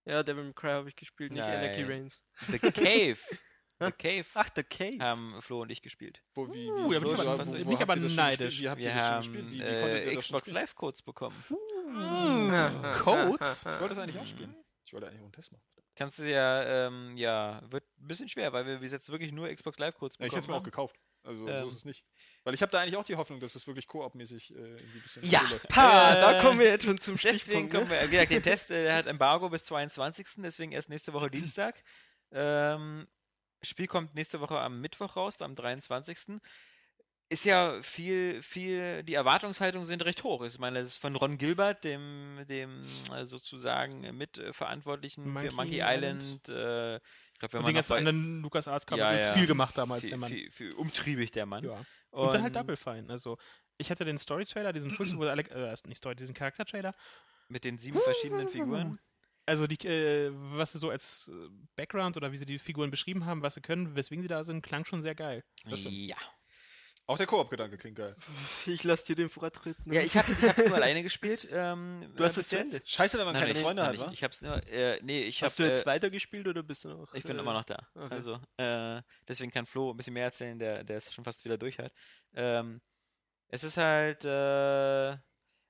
Speaker 4: Ja, Devil May Cry habe ich gespielt, nicht
Speaker 1: Nein.
Speaker 4: Anarchy Reigns.
Speaker 1: The Cave. The Cave
Speaker 4: Ach, der Cave.
Speaker 1: haben Flo und ich gespielt.
Speaker 2: Wo, wie,
Speaker 3: Uh, da bin ich
Speaker 2: wo-
Speaker 3: aber-
Speaker 2: wo-
Speaker 3: fast-
Speaker 2: wo
Speaker 3: bin ich
Speaker 2: habt
Speaker 3: aber
Speaker 2: ihr das schon
Speaker 3: neidisch.
Speaker 2: gespielt? Wie habt ihr
Speaker 1: Wir
Speaker 2: das
Speaker 1: haben
Speaker 2: schon gespielt? Wie, wie konntet ihr
Speaker 1: äh,
Speaker 2: das schon
Speaker 1: Xbox
Speaker 2: spielen?
Speaker 1: Live Codes bekommen.
Speaker 3: Hm. Codes?
Speaker 2: Ich wollte das eigentlich auch spielen. Ich wollte eigentlich auch einen Test machen.
Speaker 1: Kannst du ja, ähm, ja, wird ein bisschen schwer, weil wir bis jetzt wirklich nur Xbox Live Codes
Speaker 2: Ja, ich
Speaker 1: bekommen
Speaker 2: hätte es mir auch gekauft. Also
Speaker 1: Ähm.
Speaker 2: so ist es nicht. Weil ich habe da eigentlich auch die Hoffnung, dass es wirklich koop-mäßig äh, irgendwie ein bisschen
Speaker 1: Ja.
Speaker 2: läuft.
Speaker 4: Pa,
Speaker 1: Äh,
Speaker 4: da kommen wir jetzt schon zum
Speaker 1: Deswegen
Speaker 4: Stichpunkt.
Speaker 1: kommen
Speaker 4: Ne?
Speaker 1: wir, wie gesagt, den Test, äh, der hat Embargo bis 22. Deswegen erst nächste Woche Dienstag. Ähm, Spiel kommt nächste Woche am Mittwoch raus, am 23. Ist ja viel, viel, die Erwartungshaltungen sind recht hoch. Ich meine, das ist von Ron Gilbert, dem, dem äh, sozusagen Mitverantwortlichen für
Speaker 3: Monkey
Speaker 1: Monkey Island.
Speaker 3: Island.
Speaker 1: Äh, ich glaube, wenn man
Speaker 3: Und den
Speaker 1: noch
Speaker 3: ganzen
Speaker 1: bei-
Speaker 3: anderen lukas arts
Speaker 1: Ja,
Speaker 3: hat
Speaker 1: ja.
Speaker 3: viel gemacht damals,
Speaker 1: viel,
Speaker 3: der Mann.
Speaker 1: viel, viel umtriebig der Mann.
Speaker 3: Ja. Und, dann halt Double Fine. Also, ich hatte den Story-Trailer, diesen Fuß, wo alle, äh, nicht Story, diesen Charakter-Trailer.
Speaker 1: Mit den sieben verschiedenen Figuren.
Speaker 3: Also, die, äh, was sie so als äh, Background oder wie sie die Figuren beschrieben haben, was sie können, weswegen sie da sind, klang schon sehr geil.
Speaker 2: Das stimmt.
Speaker 1: Ja.
Speaker 2: Auch der Koop-Gedanke klingt geil.
Speaker 4: Ich lasse dir den Vortritt. Ne?
Speaker 1: Ja, ich habe es nur alleine gespielt. Ähm,
Speaker 4: Du hast
Speaker 1: bis
Speaker 4: es zu
Speaker 1: jetzt.
Speaker 4: Ende.
Speaker 2: Scheiße, wenn man
Speaker 1: Nein,
Speaker 2: keine
Speaker 1: nein,
Speaker 2: Freunde
Speaker 1: nein,
Speaker 2: hat,
Speaker 1: ich,
Speaker 2: wa?
Speaker 1: Ich hab's nur, äh, nee, ich
Speaker 4: Hast
Speaker 1: hab,
Speaker 4: du jetzt
Speaker 1: äh,
Speaker 4: weitergespielt oder bist du noch?
Speaker 1: ich bin
Speaker 4: äh,
Speaker 1: immer noch da.
Speaker 4: okay.
Speaker 1: Also, äh, deswegen kann Flo ein bisschen mehr erzählen, der, der es schon fast wieder durch hat. Ähm, es ist halt, äh,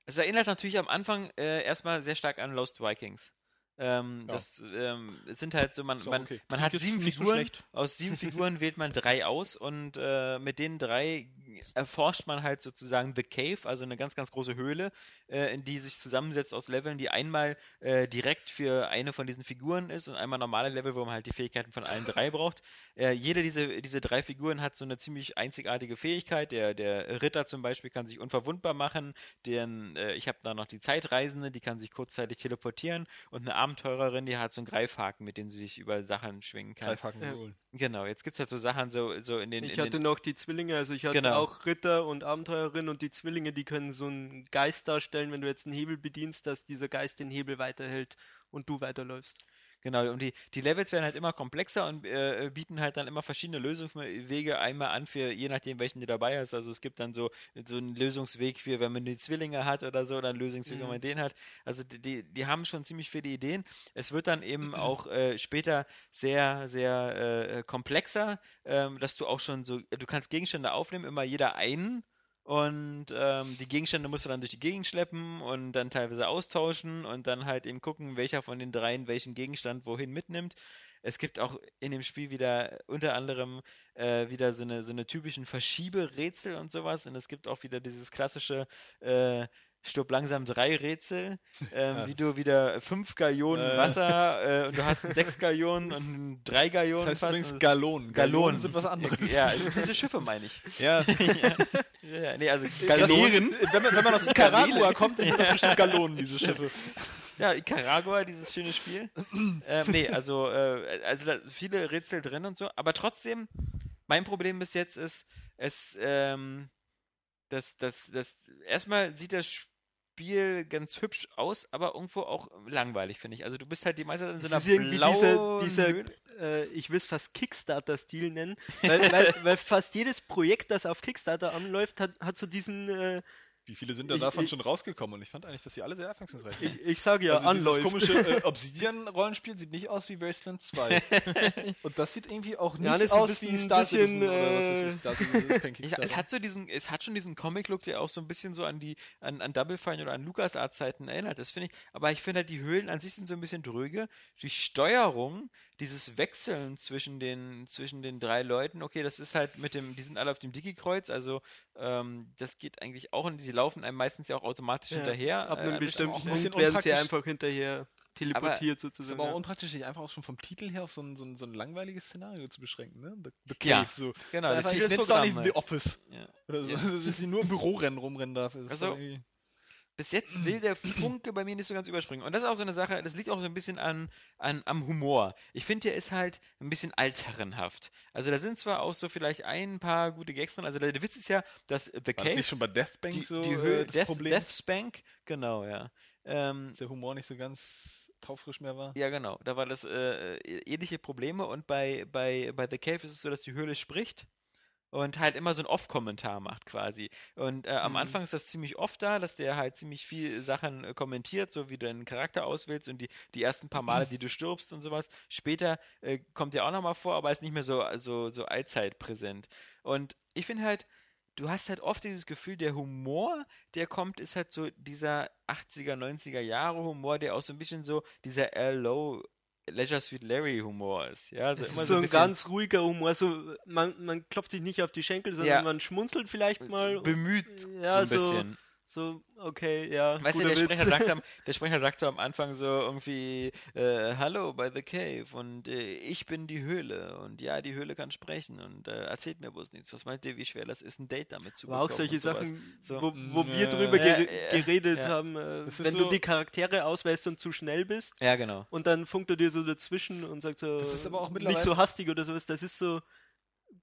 Speaker 1: es erinnert natürlich am Anfang äh, erstmal sehr stark an Lost Vikings. Ähm,
Speaker 2: Ja.
Speaker 1: Das ähm, es sind halt so, man,
Speaker 2: Ist auch
Speaker 1: man,
Speaker 2: okay.
Speaker 1: man hat
Speaker 3: Klingt jetzt
Speaker 1: sieben
Speaker 3: nicht so
Speaker 1: Figuren,
Speaker 3: schlecht.
Speaker 1: aus sieben Figuren wählt man drei aus und äh, mit den drei erforscht man halt sozusagen The Cave, also eine ganz, ganz große Höhle, äh, in die sich zusammensetzt aus Leveln, die einmal äh, direkt für eine von diesen Figuren ist und einmal normale Level, wo man halt die Fähigkeiten von allen drei braucht. Äh, jede dieser diese drei Figuren hat so eine ziemlich einzigartige Fähigkeit. Der, der Ritter zum Beispiel kann sich unverwundbar machen, den, äh, ich habe da noch die Zeitreisende, die kann sich kurzzeitig teleportieren und eine Abenteurerin, die hat so einen Greifhaken, mit dem sie sich über Sachen schwingen kann.
Speaker 2: Greifhaken
Speaker 4: Ja.
Speaker 2: holen.
Speaker 1: Genau, jetzt gibt es halt so Sachen, so, so in den.
Speaker 4: ich
Speaker 1: in
Speaker 4: hatte
Speaker 1: den
Speaker 4: noch die Zwillinge, also ich hatte
Speaker 1: Genau.
Speaker 4: auch Ritter und Abenteurerin und die Zwillinge, die können so einen Geist darstellen, wenn du jetzt einen Hebel bedienst, dass dieser Geist den Hebel weiterhält und du weiterläufst.
Speaker 1: genau, und die, die Levels werden halt immer komplexer und äh, äh, bieten halt dann immer verschiedene Lösungswege einmal an, für je nachdem, welchen du dabei hast. Also es gibt dann so, so einen Lösungsweg für, wenn man die Zwillinge hat oder so, oder einen Lösungsweg, wenn
Speaker 4: Mhm.
Speaker 1: man den hat. Also die, die, die haben schon ziemlich viele Ideen. Es wird dann eben auch äh, später sehr, sehr äh, komplexer, ähm, dass du auch schon so, du kannst Gegenstände aufnehmen, immer jeder einen. Und ähm, die Gegenstände musst du dann durch die Gegend schleppen und dann teilweise austauschen und dann halt eben gucken, welcher von den dreien welchen Gegenstand wohin mitnimmt. Es gibt auch in dem Spiel wieder unter anderem äh, wieder so eine, so eine typischen Verschieberätsel und sowas. Und es gibt auch wieder dieses klassische äh, Stirb langsam drei Rätsel, ähm,
Speaker 2: Ja.
Speaker 1: wie du wieder fünf Gallionen
Speaker 2: Äh.
Speaker 1: Wasser äh, und du hast einen sechs Gallionen und einen drei Gallionen.
Speaker 2: Das heißt
Speaker 1: fast.
Speaker 2: übrigens Gallonen.
Speaker 1: Gallonen
Speaker 2: sind was anderes.
Speaker 1: Ja, diese Schiffe meine ich.
Speaker 2: ja.
Speaker 1: Ja, ja, nee, also
Speaker 2: Galeeren? Wenn man, wenn man aus Nicaragua
Speaker 1: Garnelen.
Speaker 2: kommt, dann sind das bestimmt Gallonen, diese Schiffe.
Speaker 1: Ja, Nicaragua, dieses schöne Spiel. ähm, nee, also, äh, also da viele Rätsel drin und so. Aber trotzdem, mein Problem bis jetzt ist, es, ähm, das, das, das, erstmal sieht das Spiel ganz hübsch aus, aber irgendwo auch langweilig, finde ich. Also du bist halt die meiste Zeit in so
Speaker 4: Das
Speaker 1: einer
Speaker 4: ist irgendwie
Speaker 1: blauen
Speaker 4: dieser, dieser
Speaker 1: Höhle.
Speaker 4: äh, ich will es fast Kickstarter-Stil nennen, weil, weil, weil fast jedes Projekt, das auf Kickstarter anläuft, hat, hat so diesen, äh,
Speaker 2: Wie viele sind da
Speaker 4: Ich-
Speaker 2: davon
Speaker 4: ich-
Speaker 2: schon rausgekommen? Und ich fand eigentlich, dass die alle sehr abwechslungsreich sind.
Speaker 4: ich, ich sage ja,
Speaker 2: also dieses
Speaker 4: anläuft.
Speaker 2: komische äh, Obsidian-Rollenspiel sieht nicht aus wie Wasteland 2. Und das sieht irgendwie auch nicht
Speaker 4: Ja, das ist ein
Speaker 2: aus wie
Speaker 4: bisschen-
Speaker 2: Star
Speaker 4: bisschen,
Speaker 2: Citizen oder was weiß ich. Star Citizen ist kein
Speaker 1: Ja,
Speaker 2: Kickstarter.
Speaker 1: es hat so diesen, es hat schon diesen Comic-Look, der auch so ein bisschen so an die, an, an Double Fine oder an Lucas Art Zeiten erinnert. Das finde ich, aber ich finde halt, die Höhlen an sich sind so ein bisschen dröge. Die Steuerung, dieses Wechseln zwischen den, zwischen den drei Leuten, okay, das ist halt mit dem, die sind alle auf dem Digi-Kreuz, also ähm, das geht eigentlich auch und die laufen einem meistens ja auch automatisch
Speaker 4: Ja,
Speaker 1: hinterher.
Speaker 4: Ab
Speaker 1: äh,
Speaker 4: einem
Speaker 1: an bestimmten
Speaker 4: bestimmten
Speaker 2: auch ein bisschen
Speaker 4: Punkt werden sie
Speaker 2: unpraktisch.
Speaker 4: einfach hinterher teleportiert
Speaker 2: ist
Speaker 4: sozusagen.
Speaker 2: aber auch
Speaker 4: ja.
Speaker 2: unpraktisch, sich einfach auch schon vom Titel her auf so ein, so ein, so ein langweiliges Szenario zu beschränken. Ne? The, the
Speaker 1: Ja,
Speaker 2: so.
Speaker 1: Genau,
Speaker 2: einfach,
Speaker 1: das
Speaker 2: ich
Speaker 1: ist
Speaker 2: nenn's doch nicht
Speaker 1: Programm
Speaker 2: The
Speaker 1: halt.
Speaker 2: Office.
Speaker 1: Ja.
Speaker 2: Oder so, also,
Speaker 1: Ja.
Speaker 2: dass ich nur im Büro rennen, rumrennen darf. Das ist
Speaker 1: Also,
Speaker 2: doch irgendwie-
Speaker 1: bis jetzt will der Funke bei mir nicht so ganz überspringen. Und das ist auch so eine Sache, das liegt auch so ein bisschen an, an, am Humor. Ich finde, der ist halt ein bisschen altherrenhaft. Also da sind zwar auch so vielleicht ein paar gute Gags drin. Also der, der Witz ist ja, dass The
Speaker 2: War das
Speaker 1: Cave,
Speaker 2: nicht schon bei Death Bank
Speaker 1: die,
Speaker 2: so
Speaker 1: die
Speaker 2: äh,
Speaker 1: Höhe,
Speaker 2: das
Speaker 1: Death,
Speaker 2: Problem,
Speaker 1: Death's Bank, genau, ja. Ähm,
Speaker 2: dass der Humor nicht so ganz taufrisch mehr war?
Speaker 1: ja, genau. Da war das äh, äh, ähnliche Probleme. Und bei, bei, bei The Cave ist es so, dass die Höhle spricht. und halt immer so ein Off-Kommentar macht quasi. Und äh, am Anfang ist das ziemlich oft da, dass der halt ziemlich viel Sachen äh, kommentiert, so wie du deinen Charakter auswählst und die, die ersten paar Male, die du stirbst und sowas. Später äh, kommt der auch nochmal vor, aber ist nicht mehr so, so, so allzeit präsent. Und ich finde halt, du hast halt oft dieses Gefühl, der Humor, der kommt, ist halt so dieser 80er, 90er Jahre Humor, der auch so ein bisschen so dieser L.O. Leisure Suite Larry Humor ist. Ja, also
Speaker 4: Das
Speaker 1: immer
Speaker 4: ist so ein
Speaker 1: bisschen
Speaker 4: ganz ruhiger Humor. So, man, man klopft sich nicht auf die Schenkel, sondern
Speaker 1: Ja.
Speaker 4: man schmunzelt vielleicht mal. und-
Speaker 1: bemüht,
Speaker 4: Ja,
Speaker 1: so ein
Speaker 4: so-
Speaker 1: bisschen.
Speaker 4: so, okay, ja.
Speaker 1: Weißt du,
Speaker 4: guter
Speaker 1: der
Speaker 4: Witz.
Speaker 1: Sprecher, sagt am, der Sprecher sagt so am Anfang so irgendwie, äh, hallo by the cave und äh, ich bin die Höhle und ja, die Höhle kann sprechen und äh, erzählt mir bloß nichts. Was meint ihr, wie schwer das ist, ein Date damit zu
Speaker 4: Aber auch
Speaker 1: bekommen
Speaker 4: solche
Speaker 1: und sowas.
Speaker 4: Sachen,
Speaker 1: So.
Speaker 4: wo, wo
Speaker 2: Mm,
Speaker 4: wir
Speaker 2: ja,
Speaker 4: drüber
Speaker 1: ja,
Speaker 4: gere-
Speaker 1: ja,
Speaker 4: geredet
Speaker 1: ja.
Speaker 4: haben, äh,
Speaker 2: Das ist
Speaker 4: wenn
Speaker 2: so-
Speaker 4: du die Charaktere auswählst und zu schnell bist
Speaker 1: Ja, genau.
Speaker 4: und dann funkt er dir so dazwischen und sagt so,
Speaker 2: Das ist aber auch
Speaker 4: nicht
Speaker 2: mittlerweile-
Speaker 4: so hastig oder sowas, das ist so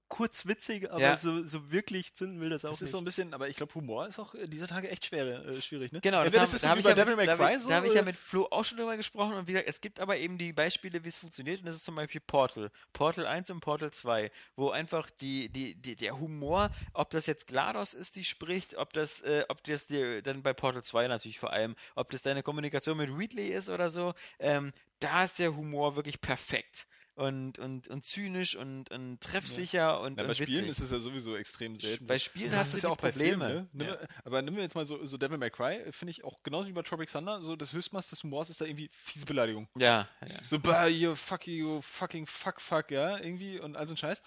Speaker 4: kurz witzig, aber
Speaker 1: Ja.
Speaker 4: so, so wirklich zünden will das auch
Speaker 2: Das ist
Speaker 4: nicht.
Speaker 2: so ein bisschen, aber ich glaube, Humor ist auch äh, dieser Tage echt schwer, äh, schwierig, ne?
Speaker 1: Genau, das
Speaker 2: Entweder
Speaker 1: haben,
Speaker 2: ist es
Speaker 1: da habe ich,
Speaker 2: wie
Speaker 1: ja,
Speaker 2: bei Devil May
Speaker 1: mit- da hab
Speaker 2: Cry
Speaker 1: ich,
Speaker 2: so,
Speaker 1: da hab ich
Speaker 2: äh,
Speaker 1: ja mit Flo auch schon drüber gesprochen und wie gesagt, es gibt aber eben die Beispiele, wie es funktioniert und das ist zum Beispiel Portal. Portal 1 und Portal 2, wo einfach die, die, die, der Humor, ob das jetzt GLaDOS ist, die spricht, ob das, äh, ob das dir dann bei Portal 2 natürlich vor allem, ob das deine Kommunikation mit Wheatley ist oder so, ähm, da ist der Humor wirklich perfekt. Und, und, und zynisch und, und treffsicher und,
Speaker 2: Na,
Speaker 1: und
Speaker 2: bei Spielen
Speaker 1: witzig.
Speaker 2: ist es ja sowieso extrem selten.
Speaker 1: bei
Speaker 2: so.
Speaker 1: Spielen
Speaker 2: Das
Speaker 1: hast du
Speaker 2: ist
Speaker 1: die Probleme.
Speaker 2: Filmen, ne? Nimm,
Speaker 1: Ja.
Speaker 2: Aber nehmen wir jetzt mal so, so Devil May Cry, äh, finde ich auch genauso wie bei Tropic Thunder, so das Höchstmaß des Humors ist da irgendwie fiese Beleidigung.
Speaker 1: Ja, ja.
Speaker 2: So, bah, you fuck you, fucking fuck, fuck, ja, irgendwie und all so ein Scheiß.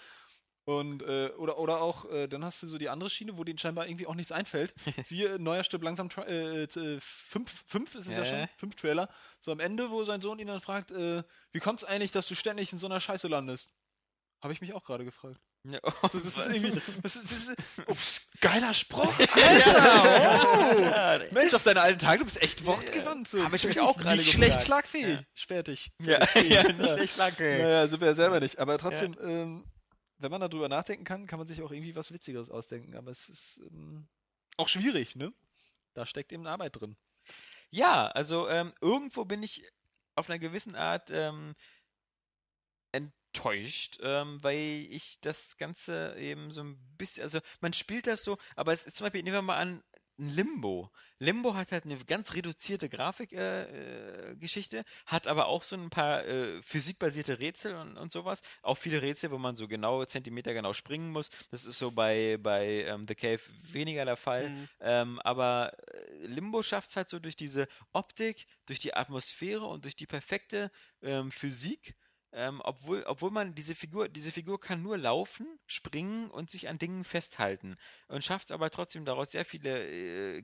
Speaker 2: Und, äh, oder, oder auch, äh, dann hast du so die andere Schiene, wo denen scheinbar irgendwie auch nichts einfällt. Siehe, äh, neuer Stirb langsam, Tra- äh, t- äh, fünf, fünf ist es
Speaker 1: Ja,
Speaker 2: ja,
Speaker 1: ja.
Speaker 2: schon, fünf Trailer. So am Ende, wo sein Sohn ihn dann fragt, äh, wie kommt's eigentlich, dass du ständig in so einer Scheiße landest? Habe ich mich auch gerade gefragt.
Speaker 1: ja.
Speaker 2: So, das ist irgendwie, das ist, das ist, ups, geiler Spruch.
Speaker 1: Ja.
Speaker 2: Mensch, auf deine alten Tage, du bist echt wortgewandt. So.
Speaker 1: Hab ich mich auch gerade
Speaker 2: Nicht schlecht
Speaker 1: gefragt.
Speaker 2: schlagfähig.
Speaker 1: Ja.
Speaker 2: Fertig.
Speaker 1: Ja, ja, nicht schlecht lange.
Speaker 2: Naja, sind wir ja selber nicht. Aber trotzdem, ähm, wenn man darüber nachdenken kann, kann man sich auch irgendwie was Witzigeres ausdenken. Aber es ist ähm, auch schwierig, ne? Da steckt eben Arbeit drin.
Speaker 1: Ja, also ähm, irgendwo bin ich auf einer gewissen Art ähm, enttäuscht, ähm, weil ich das Ganze eben so ein bisschen, also man spielt das so, aber es ist zum Beispiel, nehmen wir mal an, ein Limbo. Limbo hat halt eine ganz reduzierte Grafikgeschichte, äh, Geschichte, hat aber auch so ein paar äh, physikbasierte Rätsel und, und sowas. Auch viele Rätsel, wo man so genau, Zentimeter genau springen muss. Das ist so bei, bei ähm, The Cave weniger der Fall.
Speaker 4: Mhm.
Speaker 1: Ähm, aber äh, Limbo schafft es halt so durch diese Optik, durch die Atmosphäre und durch die perfekte ähm, Physik. Ähm, obwohl, obwohl man diese Figur, diese Figur kann nur laufen, springen und sich an Dingen festhalten und schafft es aber trotzdem daraus sehr viele äh,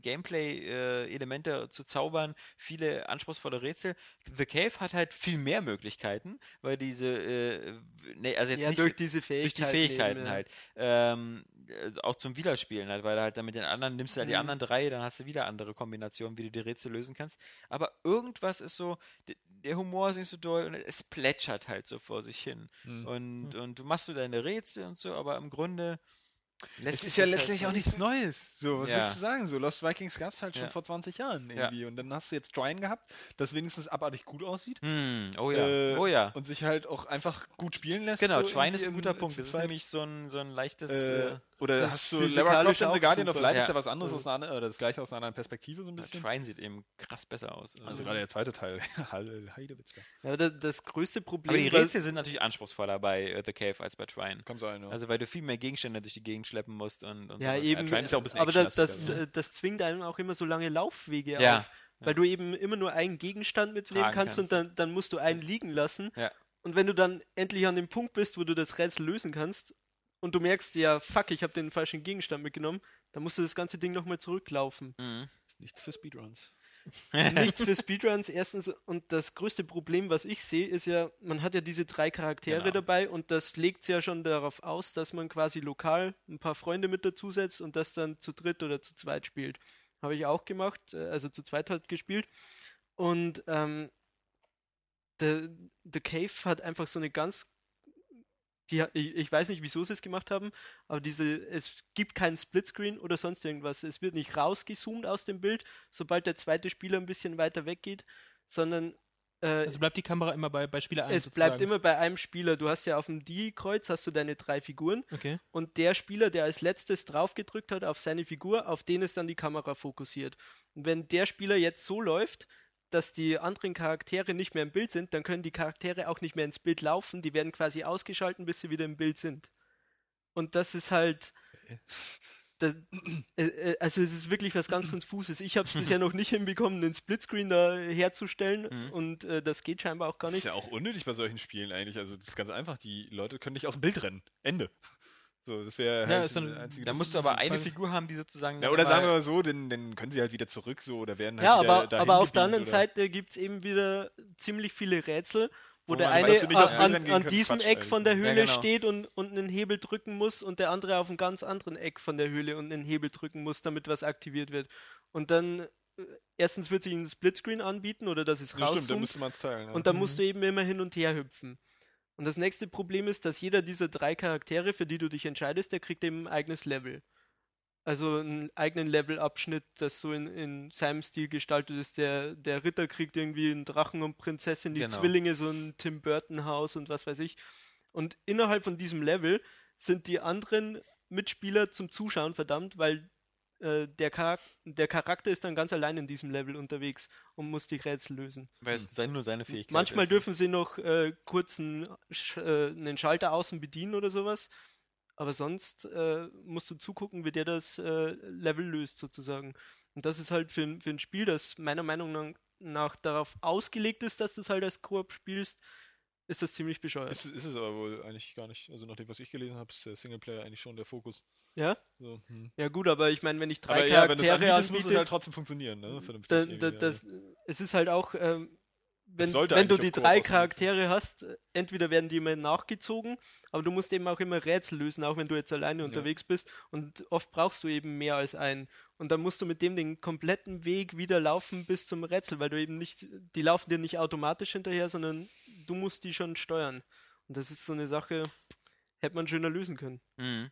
Speaker 1: Gameplay-Elemente zu zaubern, viele anspruchsvolle Rätsel. The Cave hat halt viel mehr Möglichkeiten, weil diese, äh, nee, also jetzt
Speaker 4: ja,
Speaker 1: nicht
Speaker 4: durch diese
Speaker 1: durch die
Speaker 4: Fähigkeiten.
Speaker 1: Fähigkeiten
Speaker 4: eben, ja.
Speaker 1: halt. Ähm, also auch zum Wiederspielen halt, weil du halt dann mit den anderen nimmst du halt die
Speaker 4: Mhm.
Speaker 1: anderen drei, dann hast du wieder andere Kombinationen, wie du die Rätsel lösen kannst. Aber irgendwas ist so, d- der Humor ist nicht so doll und es plätschert halt so vor sich hin.
Speaker 2: Mhm.
Speaker 1: Und, und du machst so deine Rätsel und so, aber im Grunde lässt
Speaker 2: Es ist
Speaker 1: sich
Speaker 2: ja
Speaker 1: das halt
Speaker 2: letztlich
Speaker 1: so-
Speaker 2: auch nichts Neues. So, was
Speaker 1: Ja.
Speaker 2: willst du sagen? So, Lost Vikings gab es halt schon
Speaker 1: Ja.
Speaker 2: vor 20 Jahren
Speaker 1: Ja.
Speaker 2: irgendwie. Und dann hast du jetzt Trine gehabt, das wenigstens abartig gut aussieht.
Speaker 1: Hm, oh ja,
Speaker 2: Äh,
Speaker 1: oh ja.
Speaker 2: und sich halt auch einfach gut spielen lässt.
Speaker 1: Genau,
Speaker 2: so
Speaker 1: Schwein ist
Speaker 2: irgendwie
Speaker 1: ein
Speaker 2: im-
Speaker 1: guter
Speaker 2: zu
Speaker 1: Punkt. Das ist
Speaker 2: zweit.
Speaker 1: nämlich so ein, so ein leichtes.
Speaker 2: äh,
Speaker 1: Äh,
Speaker 2: oder
Speaker 4: das
Speaker 2: hast du
Speaker 4: physikalisch
Speaker 2: Lara Croft in The
Speaker 4: auch
Speaker 2: Guardian of
Speaker 4: super.
Speaker 2: Light ist
Speaker 1: Ja.
Speaker 2: ja was anderes
Speaker 4: Also-
Speaker 2: aus einer anderen, oder das gleiche aus einer anderen Perspektive so ein bisschen.
Speaker 1: Schwein sieht eben krass besser aus.
Speaker 2: Also gerade der zweite Teil. Hall- Heidewitzka.
Speaker 4: Ja, das, das größte
Speaker 1: aber die
Speaker 4: Problem, was-
Speaker 1: Rätsel sind natürlich anspruchsvoller bei äh, The Cave als bei Schwein.
Speaker 2: Kann sein, ja.
Speaker 1: Also weil du viel mehr Gegenstände durch die Gegend schleppen musst und, und
Speaker 4: Ja,
Speaker 1: sowas.
Speaker 4: eben.
Speaker 2: Trine ist ja auch ein bisschen
Speaker 4: aber
Speaker 1: ne?
Speaker 4: das, das,
Speaker 2: actionlastiger,
Speaker 4: äh, das zwingt einem auch immer so lange Laufwege
Speaker 1: Ja,
Speaker 4: auf. Weil du eben immer nur einen Gegenstand mitnehmen
Speaker 1: Tragen
Speaker 4: kannst,
Speaker 1: kannst.
Speaker 4: und dann, dann musst du einen liegen lassen.
Speaker 1: Ja.
Speaker 4: Und wenn du dann endlich an dem Punkt bist, wo du das Rätsel lösen kannst und du merkst, ja, fuck, ich habe den falschen Gegenstand mitgenommen, dann musst du das ganze Ding nochmal zurücklaufen.
Speaker 1: Mhm.
Speaker 2: ist nichts für Speedruns.
Speaker 4: Nichts für Speedruns, erstens. Und das größte Problem, was ich sehe, ist ja, man hat ja diese drei Charaktere
Speaker 1: Genau.
Speaker 4: dabei und das legt ja schon darauf aus, dass man quasi lokal ein paar Freunde mit dazusetzt und das dann zu dritt oder zu zweit spielt. Habe ich auch gemacht, äh, also zu zweit halt gespielt. Und ähm, The, The Cave hat einfach so eine ganz. Die, ha- ich, ich weiß nicht, wieso sie es gemacht haben, aber diese, es gibt keinen Splitscreen oder sonst irgendwas. Es wird nicht rausgezoomt aus dem Bild, sobald der zweite Spieler ein bisschen weiter weggeht, sondern Äh,
Speaker 3: Also bleibt die Kamera immer bei, bei Spieler 1
Speaker 4: es bleibt immer bei einem Spieler. Du hast ja auf dem D-Kreuz hast du deine drei Figuren
Speaker 3: Okay.
Speaker 4: und der Spieler, der als letztes draufgedrückt hat auf seine Figur, auf den ist dann die Kamera fokussiert. Und wenn der Spieler jetzt so läuft, dass die anderen Charaktere nicht mehr im Bild sind, dann können die Charaktere auch nicht mehr ins Bild laufen. Die werden quasi ausgeschalten, bis sie wieder im Bild sind. Und das ist halt. Da, äh, äh, also es ist wirklich was ganz Konfuses. Ich habe es bisher noch nicht hinbekommen, einen Splitscreen da herzustellen
Speaker 1: Mhm.
Speaker 4: und äh, das geht scheinbar auch gar
Speaker 2: Das
Speaker 4: nicht.
Speaker 2: ist ja auch unnötig bei solchen Spielen eigentlich. Also das ist ganz einfach. Die Leute können nicht aus dem Bild rennen. Ende. So, das wäre
Speaker 3: Ja,
Speaker 2: halt
Speaker 3: ist dann-
Speaker 2: die einzige-
Speaker 1: Da musst du aber eine Figur haben, die sozusagen.
Speaker 2: Na, oder sagen wir
Speaker 1: mal-
Speaker 2: mal so, dann, dann können sie halt wieder zurück so oder werden halt
Speaker 4: Ja,
Speaker 2: wieder
Speaker 4: aber,
Speaker 2: dahin
Speaker 4: aber auf
Speaker 2: gebeamt
Speaker 4: der anderen
Speaker 2: oder-
Speaker 4: Seite gibt es eben wieder ziemlich viele Rätsel, wo,
Speaker 2: Wo
Speaker 4: der
Speaker 2: man-
Speaker 4: eine
Speaker 2: weißt du nicht,
Speaker 4: an,
Speaker 2: was mit dran
Speaker 4: an,
Speaker 2: gehen
Speaker 4: an
Speaker 2: könnte.
Speaker 4: diesem
Speaker 2: Quatsch
Speaker 4: Eck von der
Speaker 2: eigentlich.
Speaker 4: Höhle
Speaker 1: Ja, genau.
Speaker 4: steht und, und einen Hebel drücken muss und der andere auf einem ganz anderen Eck von der Höhle und einen Hebel drücken muss, damit was aktiviert wird. Und dann, äh, erstens wird sich ein Splitscreen anbieten oder dass es
Speaker 2: Ja, stimmt, dann
Speaker 4: rauszoomt
Speaker 2: müsste man es teilen. Ja.
Speaker 4: und dann
Speaker 3: Mhm.
Speaker 4: musst du eben immer hin und her hüpfen. Und das nächste Problem ist, dass jeder dieser drei Charaktere, für die du dich entscheidest, der kriegt eben ein eigenes Level. Also einen eigenen Levelabschnitt, das so in, in seinem Stil gestaltet ist. Der, der Ritter kriegt irgendwie einen Drachen und Prinzessin, die
Speaker 1: Genau.
Speaker 4: Zwillinge so ein Tim Burton Haus und was weiß ich. Und innerhalb von diesem Level sind die anderen Mitspieler zum Zuschauen verdammt, weil äh, der, Charak der Charakter ist dann ganz allein in diesem Level unterwegs und muss die Rätsel lösen.
Speaker 1: Weil es sein, nur seine Fähigkeit.
Speaker 4: Manchmal
Speaker 1: ist.
Speaker 4: dürfen sie noch äh, kurz einen, Sch äh, einen Schalter außen bedienen oder sowas. Aber sonst äh, musst du zugucken, wie der das äh, Level löst, sozusagen. Und das ist halt für, ein- für ein Spiel, das meiner Meinung nach, nach darauf ausgelegt ist, dass du es halt als Koop spielst, ist das ziemlich bescheuert.
Speaker 2: Ist, ist es aber wohl eigentlich gar nicht. Also nach dem, was ich gelesen habe, ist der Singleplayer eigentlich schon der Fokus.
Speaker 4: ja?
Speaker 2: So, hm.
Speaker 4: Ja, gut, aber ich meine, wenn ich drei
Speaker 2: Aber ja, wenn du
Speaker 4: Charaktere
Speaker 2: es anbietest, muss
Speaker 4: anbiete,
Speaker 2: es halt trotzdem funktionieren, ne? Vernünftig
Speaker 4: Mhm. da,
Speaker 2: irgendwie,
Speaker 4: da,
Speaker 2: ja.
Speaker 4: das, es ist halt auch, ähm, wenn,
Speaker 2: sollte
Speaker 4: wenn du
Speaker 2: eigentlich
Speaker 4: die
Speaker 2: auf Koop
Speaker 4: drei
Speaker 2: ausgelegt sein.
Speaker 4: Charaktere hast, äh, entweder werden die immer nachgezogen, aber du musst eben auch immer Rätsel lösen, auch wenn du jetzt alleine unterwegs bist. Und oft brauchst du eben mehr als einen. Und dann musst du mit dem den kompletten Weg wieder laufen bis zum Rätsel, weil du eben nicht, die laufen dir nicht automatisch hinterher, sondern du musst die schon steuern. Und das ist so eine Sache, hätte man schöner lösen können.
Speaker 1: Mhm.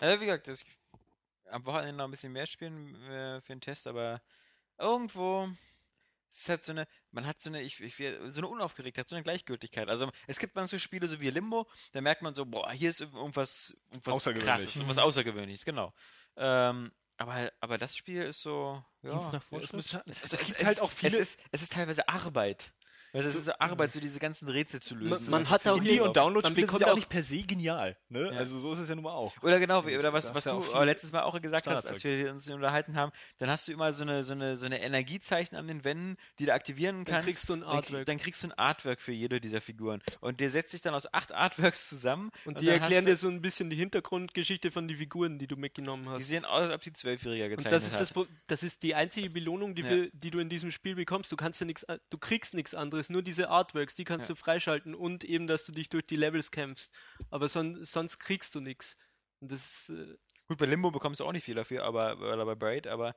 Speaker 1: Also wie gesagt, das, am Wochenende noch ein bisschen mehr spielen äh, für den Test, aber irgendwo es ist halt so eine, man hat so eine, ich, ich, so eine Unaufgeregtheit, so eine Gleichgültigkeit. Also es gibt manche Spiele so wie Limbo, da merkt man so, boah, hier ist irgendwas, irgendwas
Speaker 2: Außergewöhnlich. Mhm.
Speaker 1: Krasses, irgendwas Außergewöhnliches, genau. Ähm, aber, aber das Spiel ist so, ja,
Speaker 3: Dienst nach
Speaker 2: Ja, das muss ich
Speaker 3: Vorschrift.
Speaker 2: sagen.
Speaker 1: es,
Speaker 2: Es,
Speaker 1: ist-
Speaker 2: es
Speaker 1: es
Speaker 2: gibt
Speaker 1: ist-
Speaker 2: halt auch
Speaker 1: Es
Speaker 2: viele mhm.
Speaker 1: ist, es ist teilweise Arbeit. Also es ist so Arbeit, so diese ganzen Rätsel zu lösen.
Speaker 4: man
Speaker 1: Also
Speaker 4: hat
Speaker 1: für
Speaker 4: auch
Speaker 1: Indie-
Speaker 2: Indie- und Download-Spiele
Speaker 4: bekommt
Speaker 2: sind ja
Speaker 4: auch-
Speaker 2: auch nicht per se genial, ne?
Speaker 1: Ja.
Speaker 2: Also so ist es ja nun mal auch.
Speaker 1: Oder genau, wie,
Speaker 2: Und
Speaker 1: oder was,
Speaker 2: das
Speaker 1: was
Speaker 2: ist ja
Speaker 1: du
Speaker 2: auch
Speaker 1: äh,
Speaker 2: viel
Speaker 1: letztes Mal auch gesagt hast, als
Speaker 2: Standardzeug.
Speaker 1: wir uns unterhalten haben, dann hast du immer so eine, so eine, so eine Energiezeichen an den Wänden, die du aktivieren
Speaker 4: Dann
Speaker 1: kannst.
Speaker 4: kriegst du ein
Speaker 1: Dann krie-
Speaker 4: Artwork.
Speaker 1: Dann kriegst du ein Artwork für jede dieser Figuren. Und der setzt sich dann aus acht Artworks zusammen.
Speaker 4: Und die
Speaker 1: dann
Speaker 4: erklären dir
Speaker 1: hast
Speaker 4: so ein bisschen die Hintergrundgeschichte von den Figuren, die du mitgenommen
Speaker 1: du, Die
Speaker 4: hast.
Speaker 1: sehen aus, als ob sie Zwölfjähriger
Speaker 4: Und
Speaker 1: gezeichnet
Speaker 4: das ist,
Speaker 1: hat.
Speaker 4: das, Pro- das ist die einzige Belohnung, die,
Speaker 1: Ja.
Speaker 4: wir, die du in diesem Spiel bekommst. Du kannst ja nichts, an- du kriegst nichts anderes, nur diese Artworks, die kannst
Speaker 1: Ja.
Speaker 4: du freischalten und eben, dass du dich durch die Levels kämpfst. Aber son sonst kriegst du nichts. Und das, äh,
Speaker 1: Gut, bei Limbo bekommst du auch nicht viel dafür, aber oder bei Braid, aber.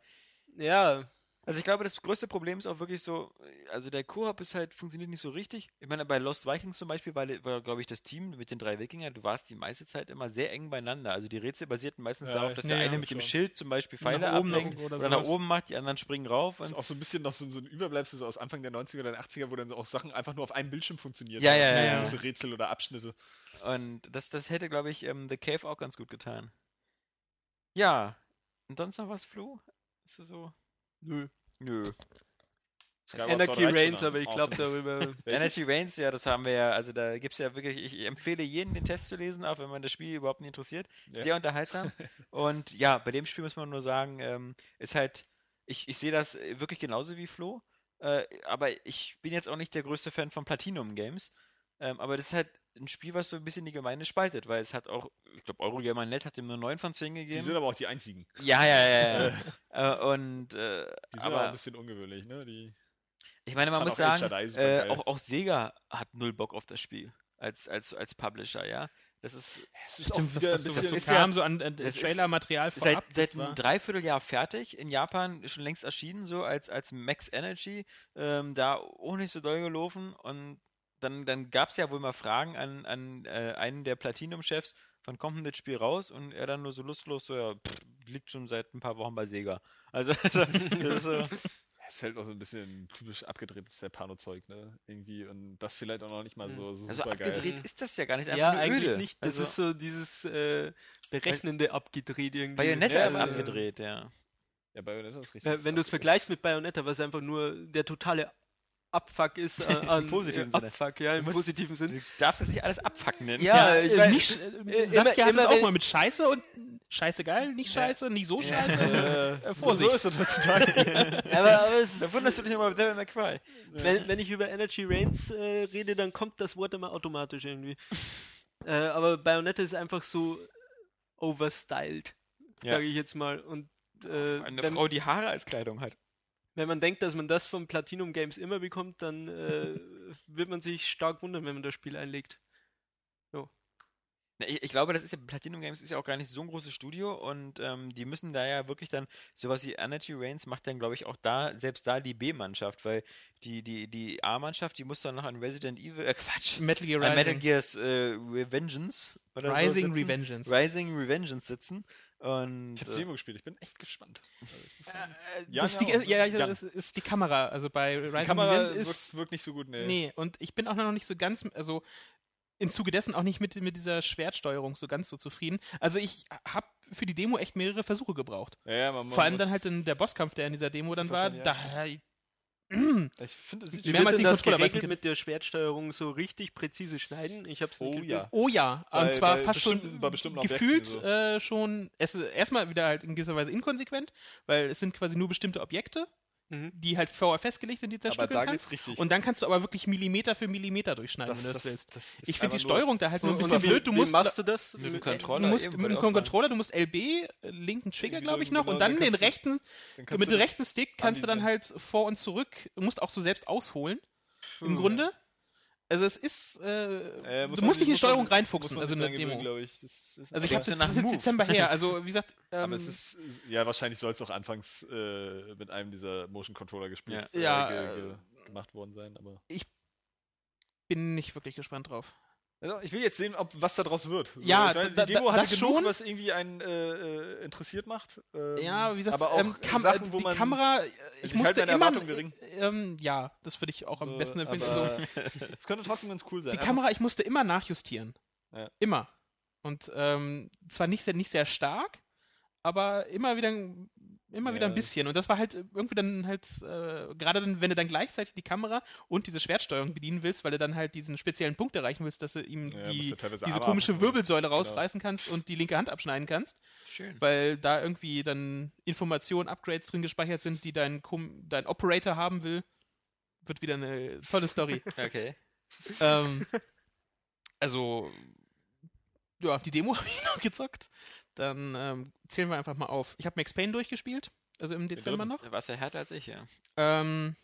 Speaker 4: ja,
Speaker 1: Also ich glaube, das größte Problem ist auch wirklich so, also der Koop ist halt, funktioniert nicht so richtig. Ich meine, bei Lost Vikings zum Beispiel war, war glaube ich, das Team mit den drei Wikingern, du warst die meiste Zeit immer sehr eng beieinander. Also die Rätsel basierten meistens
Speaker 2: Ja,
Speaker 1: darauf, dass der
Speaker 3: ja,
Speaker 1: eine
Speaker 3: ja,
Speaker 1: mit dem
Speaker 2: klar.
Speaker 1: Schild zum Beispiel Pfeile
Speaker 3: Nach oben, nach
Speaker 1: ablenkt
Speaker 3: unten oder
Speaker 1: oder, nach
Speaker 3: sowas.
Speaker 1: oben macht, die anderen springen rauf.
Speaker 2: Das
Speaker 1: Und
Speaker 2: ist auch so ein bisschen noch so, so ein Überbleibsel so aus Anfang der 90er oder 80er, wo dann so auch Sachen einfach nur auf einem Bildschirm funktioniert.
Speaker 1: Ja, ja,
Speaker 3: ja, ja.
Speaker 2: Diese Rätsel oder Abschnitte.
Speaker 1: Und das, das hätte, glaube ich, ähm, The Cave auch ganz gut getan. Ja. Und sonst noch was, Flo? Ist das so?
Speaker 4: nö.
Speaker 1: Nö.
Speaker 2: Skyward Sword reicht
Speaker 4: Anarchy
Speaker 2: schon
Speaker 4: Reigns,
Speaker 2: an.
Speaker 4: aber ich glaube
Speaker 2: Awesome.
Speaker 4: darüber.
Speaker 2: Welches?
Speaker 1: Energy Reigns, ja, das haben wir ja, also da gibt es ja wirklich, ich empfehle jedem den Test zu lesen, auch wenn man das Spiel überhaupt nicht interessiert.
Speaker 2: Ja.
Speaker 1: Sehr unterhaltsam. Und ja, bei dem Spiel muss man nur sagen, ähm, ist halt, ich, ich sehe das äh, wirklich genauso wie Flo, äh, aber ich bin jetzt auch nicht der größte Fan von Platinum Games. Ähm, aber das ist halt ein Spiel, was so ein bisschen die Gemeinde spaltet, weil es hat auch, ich glaube, Eurogamer Net hat ihm nur 9 von 10
Speaker 2: Die
Speaker 1: gegeben.
Speaker 2: sind aber auch die einzigen.
Speaker 1: ja, ja, ja, ja. äh, und, äh,
Speaker 2: Die sind aber ein
Speaker 1: aber
Speaker 2: bisschen ungewöhnlich, ne? Die,
Speaker 1: ich meine, man
Speaker 2: fand
Speaker 1: muss
Speaker 2: auch El
Speaker 1: sagen,
Speaker 2: Shaddai super
Speaker 1: äh,
Speaker 2: geil.
Speaker 1: auch, auch Sega hat null Bock auf das Spiel als, als, als Publisher, ja. Das ist
Speaker 2: es
Speaker 3: Stimmt, was, was, was so
Speaker 1: ist
Speaker 3: kam,
Speaker 1: ja-
Speaker 3: so an äh,
Speaker 1: es ist-
Speaker 3: Trailer-Material
Speaker 1: seit,
Speaker 3: vorab. das
Speaker 1: seit
Speaker 3: war-
Speaker 1: einem Dreivierteljahr fertig, in Japan schon längst erschienen, so als, als Max Energy, ähm, da auch nicht so doll gelaufen und dann, dann gab es ja wohl mal Fragen an, an äh, einen der Platinum-Chefs, wann kommt denn das Spiel raus? Und er dann nur so lustlos, so, ja, pff, liegt schon seit ein paar Wochen bei Sega. Also, also das ist so,
Speaker 2: Das ist halt auch so ein bisschen typisch abgedrehtes Serpano-Zeug, ne? Irgendwie. Und das vielleicht auch noch nicht mal so, so
Speaker 1: Also
Speaker 2: super geil.
Speaker 1: abgedreht ist das ja gar nicht, ist
Speaker 4: ja,
Speaker 1: einfach nur
Speaker 4: eigentlich
Speaker 1: öde.
Speaker 4: nicht. Das
Speaker 1: also,
Speaker 4: ist so dieses äh, berechnende abgedreht irgendwie.
Speaker 1: Bayonetta
Speaker 4: Ja,
Speaker 1: ist
Speaker 4: äh,
Speaker 1: abgedreht, ja.
Speaker 2: Ja, Bayonetta ist richtig.
Speaker 4: Wenn wenn du es
Speaker 2: abgedreht.
Speaker 4: vergleichst mit Bayonetta, was einfach nur der totale Abfuck ist äh,
Speaker 1: Im
Speaker 4: an
Speaker 1: positiven
Speaker 4: äh,
Speaker 1: Sinne.
Speaker 4: Abfuck, ja, im
Speaker 1: musst-
Speaker 4: positiven Sinn.
Speaker 1: Du darfst jetzt nicht alles abfacken nennen.
Speaker 4: Ja, ich
Speaker 3: äh,
Speaker 4: weiß-
Speaker 3: nicht,
Speaker 4: äh,
Speaker 3: äh,
Speaker 4: immer-
Speaker 3: Saskia hat
Speaker 4: immer
Speaker 3: das auch
Speaker 4: wenn-
Speaker 3: mal mit Scheiße und Scheiße geil, nicht
Speaker 1: Ja.
Speaker 3: Scheiße, nicht so
Speaker 1: Ja.
Speaker 3: Scheiße.
Speaker 2: Äh,
Speaker 3: Vorsicht.
Speaker 2: So ist es heutzutage.
Speaker 4: Aber, aber es
Speaker 1: Da
Speaker 4: ist,
Speaker 1: wunderst du dich immer bei Devil May Cry.
Speaker 4: wenn, wenn ich über Energy Rains äh, rede, dann kommt das Wort immer automatisch irgendwie. äh, aber Bayonetta ist einfach so overstyled,
Speaker 1: Ja.
Speaker 4: sage ich jetzt mal. Und äh,
Speaker 1: Eine
Speaker 4: wenn,
Speaker 1: Frau, die Haare als Kleidung hat.
Speaker 4: wenn man denkt, dass man das von Platinum Games immer bekommt, dann äh, wird man sich stark wundern, wenn man das Spiel einlegt.
Speaker 1: Na, Ich, ich glaube, das ist ja, Platinum Games ist ja auch gar nicht so ein großes Studio und ähm, die müssen da ja wirklich dann, sowas wie Energy Reigns macht dann, glaube ich, auch da, selbst da die B-Mannschaft, weil die, die, die A-Mannschaft, die muss dann noch an Resident Evil, äh, Quatsch,
Speaker 3: Metal Gear
Speaker 1: an
Speaker 3: Rising.
Speaker 1: Metal Gears äh, Revengeance oder so
Speaker 3: Rising
Speaker 1: sitzen.
Speaker 3: Revengeance.
Speaker 1: Rising Revengeance sitzen und
Speaker 2: Ich habe
Speaker 1: äh,
Speaker 2: Demo gespielt, ich bin echt gespannt. Also ich muss sagen,
Speaker 3: Äh,
Speaker 2: Jan
Speaker 3: das, die,
Speaker 2: ja auch,
Speaker 3: ja, ja,
Speaker 2: Jan.
Speaker 3: das ist die Kamera. Also bei Rising
Speaker 2: die Kamera
Speaker 3: Wind ist.
Speaker 2: wirkt, wirkt nicht so gut, ne? nee.
Speaker 3: Nee, und ich bin auch noch nicht so ganz, also im Zuge dessen auch nicht mit, mit dieser Schwertsteuerung so ganz so zufrieden. Also ich habe für die Demo echt mehrere Versuche gebraucht.
Speaker 2: Ja, ja, man, man
Speaker 3: Vor allem
Speaker 2: muss-
Speaker 3: dann halt in der Bosskampf, der in dieser Demo
Speaker 2: Muss
Speaker 3: dann
Speaker 2: ich
Speaker 3: war, da äh,
Speaker 2: wahrscheinlich Ich finde, es sieht
Speaker 3: Wie
Speaker 2: schon-
Speaker 3: Mehrmals
Speaker 4: Wird denn
Speaker 3: die
Speaker 4: das
Speaker 3: Controller
Speaker 4: geregelt
Speaker 3: wechseln.
Speaker 4: mit der Schwertsteuerung so richtig präzise schneiden? Ich hab's
Speaker 2: Oh
Speaker 4: gekriegt.
Speaker 2: ja.
Speaker 3: Oh ja,
Speaker 2: Bei-
Speaker 3: und zwar
Speaker 2: bei
Speaker 3: fast
Speaker 2: bestimmten-
Speaker 3: schon
Speaker 2: bei bestimmten
Speaker 3: gefühlt
Speaker 2: Objekten
Speaker 3: äh, schon es ist erstmal wieder halt in gewisser Weise inkonsequent, weil es sind quasi nur bestimmte Objekte,
Speaker 4: Mhm.
Speaker 3: die halt vorher festgelegt sind, die du
Speaker 2: Aber
Speaker 3: zerstückeln
Speaker 2: da
Speaker 3: kannst.
Speaker 2: geht's richtig.
Speaker 3: Und dann kannst du aber wirklich Millimeter für Millimeter durchschneiden, wenn du das willst. ich finde die Steuerung da halt nur ein
Speaker 4: Und
Speaker 3: bisschen
Speaker 4: wie-
Speaker 3: blöd. Du
Speaker 4: wie
Speaker 3: musst äh,
Speaker 4: machst du das?
Speaker 1: mit dem
Speaker 4: Mit-
Speaker 1: Controller
Speaker 3: Du musst
Speaker 1: eben,
Speaker 3: mit
Speaker 1: würde
Speaker 3: dem
Speaker 1: ich auch sagen.
Speaker 3: Controller, du musst LB, äh, linken Trigger,
Speaker 2: Genau,
Speaker 3: glaube ich, noch,
Speaker 2: genau,
Speaker 3: und dann
Speaker 2: dann
Speaker 3: den
Speaker 2: kannst du-
Speaker 3: rechten, mit dem rechten Stick kannst du dann
Speaker 2: anvisieren.
Speaker 3: halt vor und zurück, musst auch so selbst ausholen, im Grunde. Also es ist, äh, du musst dich in die Steuerung reinfuchsen, also in der Demo. also ich
Speaker 1: Aber
Speaker 3: habe
Speaker 1: es ist
Speaker 3: jetzt,
Speaker 1: nach
Speaker 3: das ist jetzt
Speaker 1: Move.
Speaker 3: Dezember her, also wie gesagt, ähm,
Speaker 2: aber es ist, ja, wahrscheinlich soll es auch anfangs äh, mit einem dieser Motion Controller gespielt
Speaker 3: Ja. Ja,
Speaker 2: äh, ge,
Speaker 3: äh,
Speaker 2: ge, gemacht worden sein. Aber
Speaker 3: bin nicht wirklich gespannt drauf.
Speaker 2: also ich will jetzt sehen, ob was daraus wird. So,
Speaker 3: Ja,
Speaker 2: ich meine,
Speaker 3: da-
Speaker 2: die
Speaker 3: da-
Speaker 2: Demo hatte
Speaker 3: das
Speaker 2: genug,
Speaker 3: schon.
Speaker 2: was irgendwie einen äh, äh, interessiert macht. ähm,
Speaker 3: ja, wie gesagt,
Speaker 2: aber auch
Speaker 3: ähm, Kam-
Speaker 2: Sachen,
Speaker 3: äh,
Speaker 2: wo
Speaker 3: die
Speaker 2: man
Speaker 3: Kamera, äh, ich
Speaker 2: ich halte
Speaker 3: musste
Speaker 2: meine
Speaker 3: immer,
Speaker 2: Erwartungen gering.
Speaker 3: äh, ähm, ja, das würde ich auch am
Speaker 2: so,
Speaker 3: besten empfehlen. Also,
Speaker 2: aber Es könnte trotzdem ganz cool sein.
Speaker 3: Die
Speaker 2: Einfach-
Speaker 3: Kamera, ich musste immer nachjustieren.
Speaker 2: Ja.
Speaker 3: Immer. Und ähm, zwar nicht sehr, nicht sehr stark, aber immer wieder, immer wieder
Speaker 2: Ja.
Speaker 3: ein bisschen. Und das war halt irgendwie dann halt, äh, gerade dann, wenn du dann gleichzeitig die Kamera und diese Schwertsteuerung bedienen willst, weil du dann halt diesen speziellen Punkt erreichen willst, dass du ihm
Speaker 2: Ja, musst
Speaker 3: die,
Speaker 2: du teilweise
Speaker 3: diese
Speaker 2: Arme Genau.
Speaker 3: komische
Speaker 2: abmachen.
Speaker 3: Wirbelsäule rausreißen kannst und die linke Hand abschneiden kannst,
Speaker 1: Schön.
Speaker 3: weil da irgendwie dann Informationen, Upgrades drin gespeichert sind, die dein, Kom- dein Operator haben will. Wird wieder eine tolle Story.
Speaker 1: Okay.
Speaker 3: ähm, also, ja, die Demo habe ich noch gezockt. Dann ähm, zählen wir einfach mal auf. Ich habe Max Payne durchgespielt, also im Dezember
Speaker 2: dritten.
Speaker 3: noch.
Speaker 1: Da warst du ja härter als ich, ja.
Speaker 3: Ähm,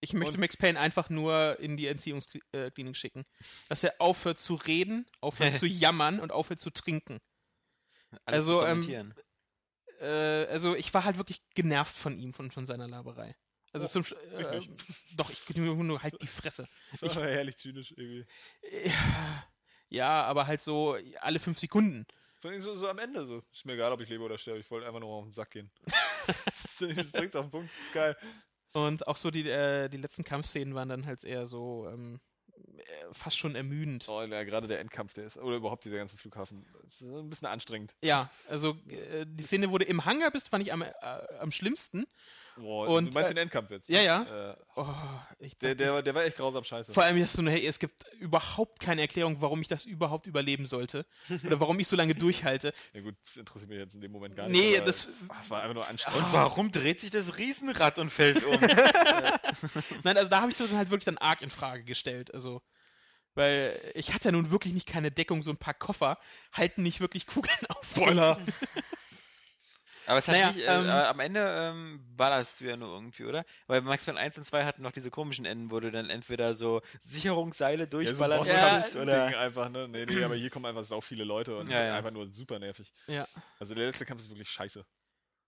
Speaker 3: ich möchte
Speaker 2: Und-
Speaker 3: Max Payne einfach nur in die Entziehungsklinik schicken. Dass er aufhört zu reden, aufhört zu jammern und aufhört zu trinken.
Speaker 1: Alles
Speaker 3: Also,
Speaker 1: zu
Speaker 3: ähm,
Speaker 1: kommentieren.
Speaker 3: Äh, also, ich war halt wirklich genervt von ihm, von, von seiner Laberei. Also
Speaker 2: Ja,
Speaker 3: zum Sch äh,
Speaker 2: Oh, wirklich.
Speaker 3: Doch, ich nur halt die Fresse.
Speaker 2: Das war herrlich zynisch irgendwie.
Speaker 3: Ja, Ja, aber halt so alle fünf Sekunden.
Speaker 2: Vor allem so, so am Ende so. Ist mir egal, ob ich lebe oder sterbe. Ich wollte einfach nur auf den Sack gehen. das bringt's auf den Punkt. Ist geil.
Speaker 3: Und auch so die, äh, die letzten Kampfszenen waren dann halt eher so ähm, äh, fast schon ermüdend.
Speaker 2: Oh, ja, gerade der Endkampf, der ist, oder überhaupt dieser ganze Flughafen, das ist ein bisschen anstrengend.
Speaker 3: Ja, also äh, die Szene, wo du im Hangar bist, fand ich am, äh, am schlimmsten.
Speaker 2: Boah,
Speaker 3: Und,
Speaker 2: du meinst
Speaker 3: äh,
Speaker 2: den Endkampf jetzt?
Speaker 3: ja,
Speaker 2: ja. Äh,
Speaker 3: Oh, ich
Speaker 2: der,
Speaker 3: dachte,
Speaker 2: der, der war echt grausam scheiße.
Speaker 3: vor allem ist so, hey, es gibt überhaupt keine Erklärung, warum ich das überhaupt überleben sollte oder warum ich so lange durchhalte.
Speaker 2: Ja gut, das interessiert mich jetzt in dem Moment gar nicht.
Speaker 3: Nee,
Speaker 2: aber
Speaker 3: das-
Speaker 2: es- ah, es war einfach nur anstrengend.
Speaker 1: Und warum dreht sich das Riesenrad und fällt um?
Speaker 3: Nein, also da habe ich das halt wirklich dann arg in Frage gestellt. Also, weil ich hatte ja nun wirklich nicht keine Deckung, so ein paar Koffer halten nicht wirklich Kugeln auf. Spoiler!
Speaker 1: Aber es hat
Speaker 3: Naja,
Speaker 1: nicht, äh,
Speaker 3: ähm,
Speaker 1: aber am Ende ähm, ballerst du ja nur irgendwie, oder? Weil Max Payne 1 und 2 hatten noch diese komischen Enden, wo du dann entweder so Sicherungsseile
Speaker 2: ja, so ein
Speaker 1: durchballern
Speaker 2: Boss
Speaker 3: Ja,
Speaker 1: kannst,
Speaker 2: Ding
Speaker 1: oder...
Speaker 2: einfach, ne? Nee, nee, aber hier kommen einfach sau viele Leute und
Speaker 1: Ja,
Speaker 2: das ist
Speaker 1: ja.
Speaker 2: einfach nur super nervig.
Speaker 3: Ja.
Speaker 2: Also der letzte Kampf ist wirklich scheiße.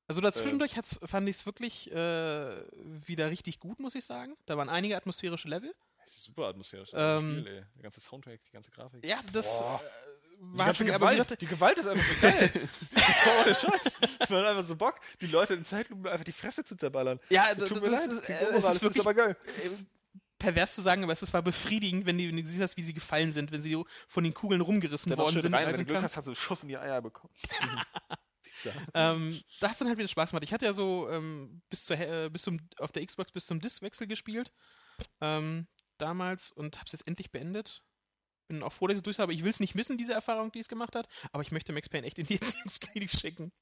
Speaker 3: Also
Speaker 2: Äh.
Speaker 3: dazwischendurch hat's, fand ich es wirklich äh, wieder richtig gut, muss ich sagen. Da waren einige atmosphärische Level.
Speaker 2: Es ist super atmosphärisch.
Speaker 3: Ähm,
Speaker 2: das Spiel, ey. Der ganze Soundtrack, die ganze Grafik.
Speaker 3: Ja, das
Speaker 2: Boah.
Speaker 3: äh,
Speaker 2: Die ganze
Speaker 3: schon- aber wie
Speaker 2: Gewalt,
Speaker 3: gesagt,
Speaker 2: die Gewalt ist einfach so geil. Ohne Scheiß. Es macht einfach so Bock, die Leute in Zeitlupen einfach die Fresse zu zerballern.
Speaker 3: Ja,
Speaker 2: Tut
Speaker 3: das,
Speaker 2: mir
Speaker 3: das,
Speaker 2: leid,
Speaker 3: ist,
Speaker 2: klingt
Speaker 3: äh, es
Speaker 2: unmoralisch, find's
Speaker 3: ist wirklich
Speaker 2: aber äh, geil.
Speaker 3: pervers zu sagen, aber es ist- war befriedigend, wenn du wenn du gesehen hast, wie sie gefallen sind, wenn sie von den Kugeln rumgerissen
Speaker 2: Dann auch
Speaker 3: worden
Speaker 2: schön
Speaker 3: sind. also
Speaker 2: rein,
Speaker 3: all
Speaker 2: wenn
Speaker 3: so
Speaker 2: du
Speaker 3: ein
Speaker 2: Glück
Speaker 3: Kram.
Speaker 2: hast, hast du einen Schuss in die Eier bekommen. Wichser.
Speaker 3: ähm, da hat es dann halt wieder Spaß gemacht. Ich hatte ja so ähm, bis, zur, Hä- äh, bis zum, auf der Xbox bis zum Diskwechsel gespielt. Ähm, damals und hab's jetzt endlich beendet. Bin auch froh, dass ich es durch habe. Ich will es nicht missen, diese Erfahrung, die es gemacht hat. Aber ich möchte Max Payne echt in die Kliniks schicken.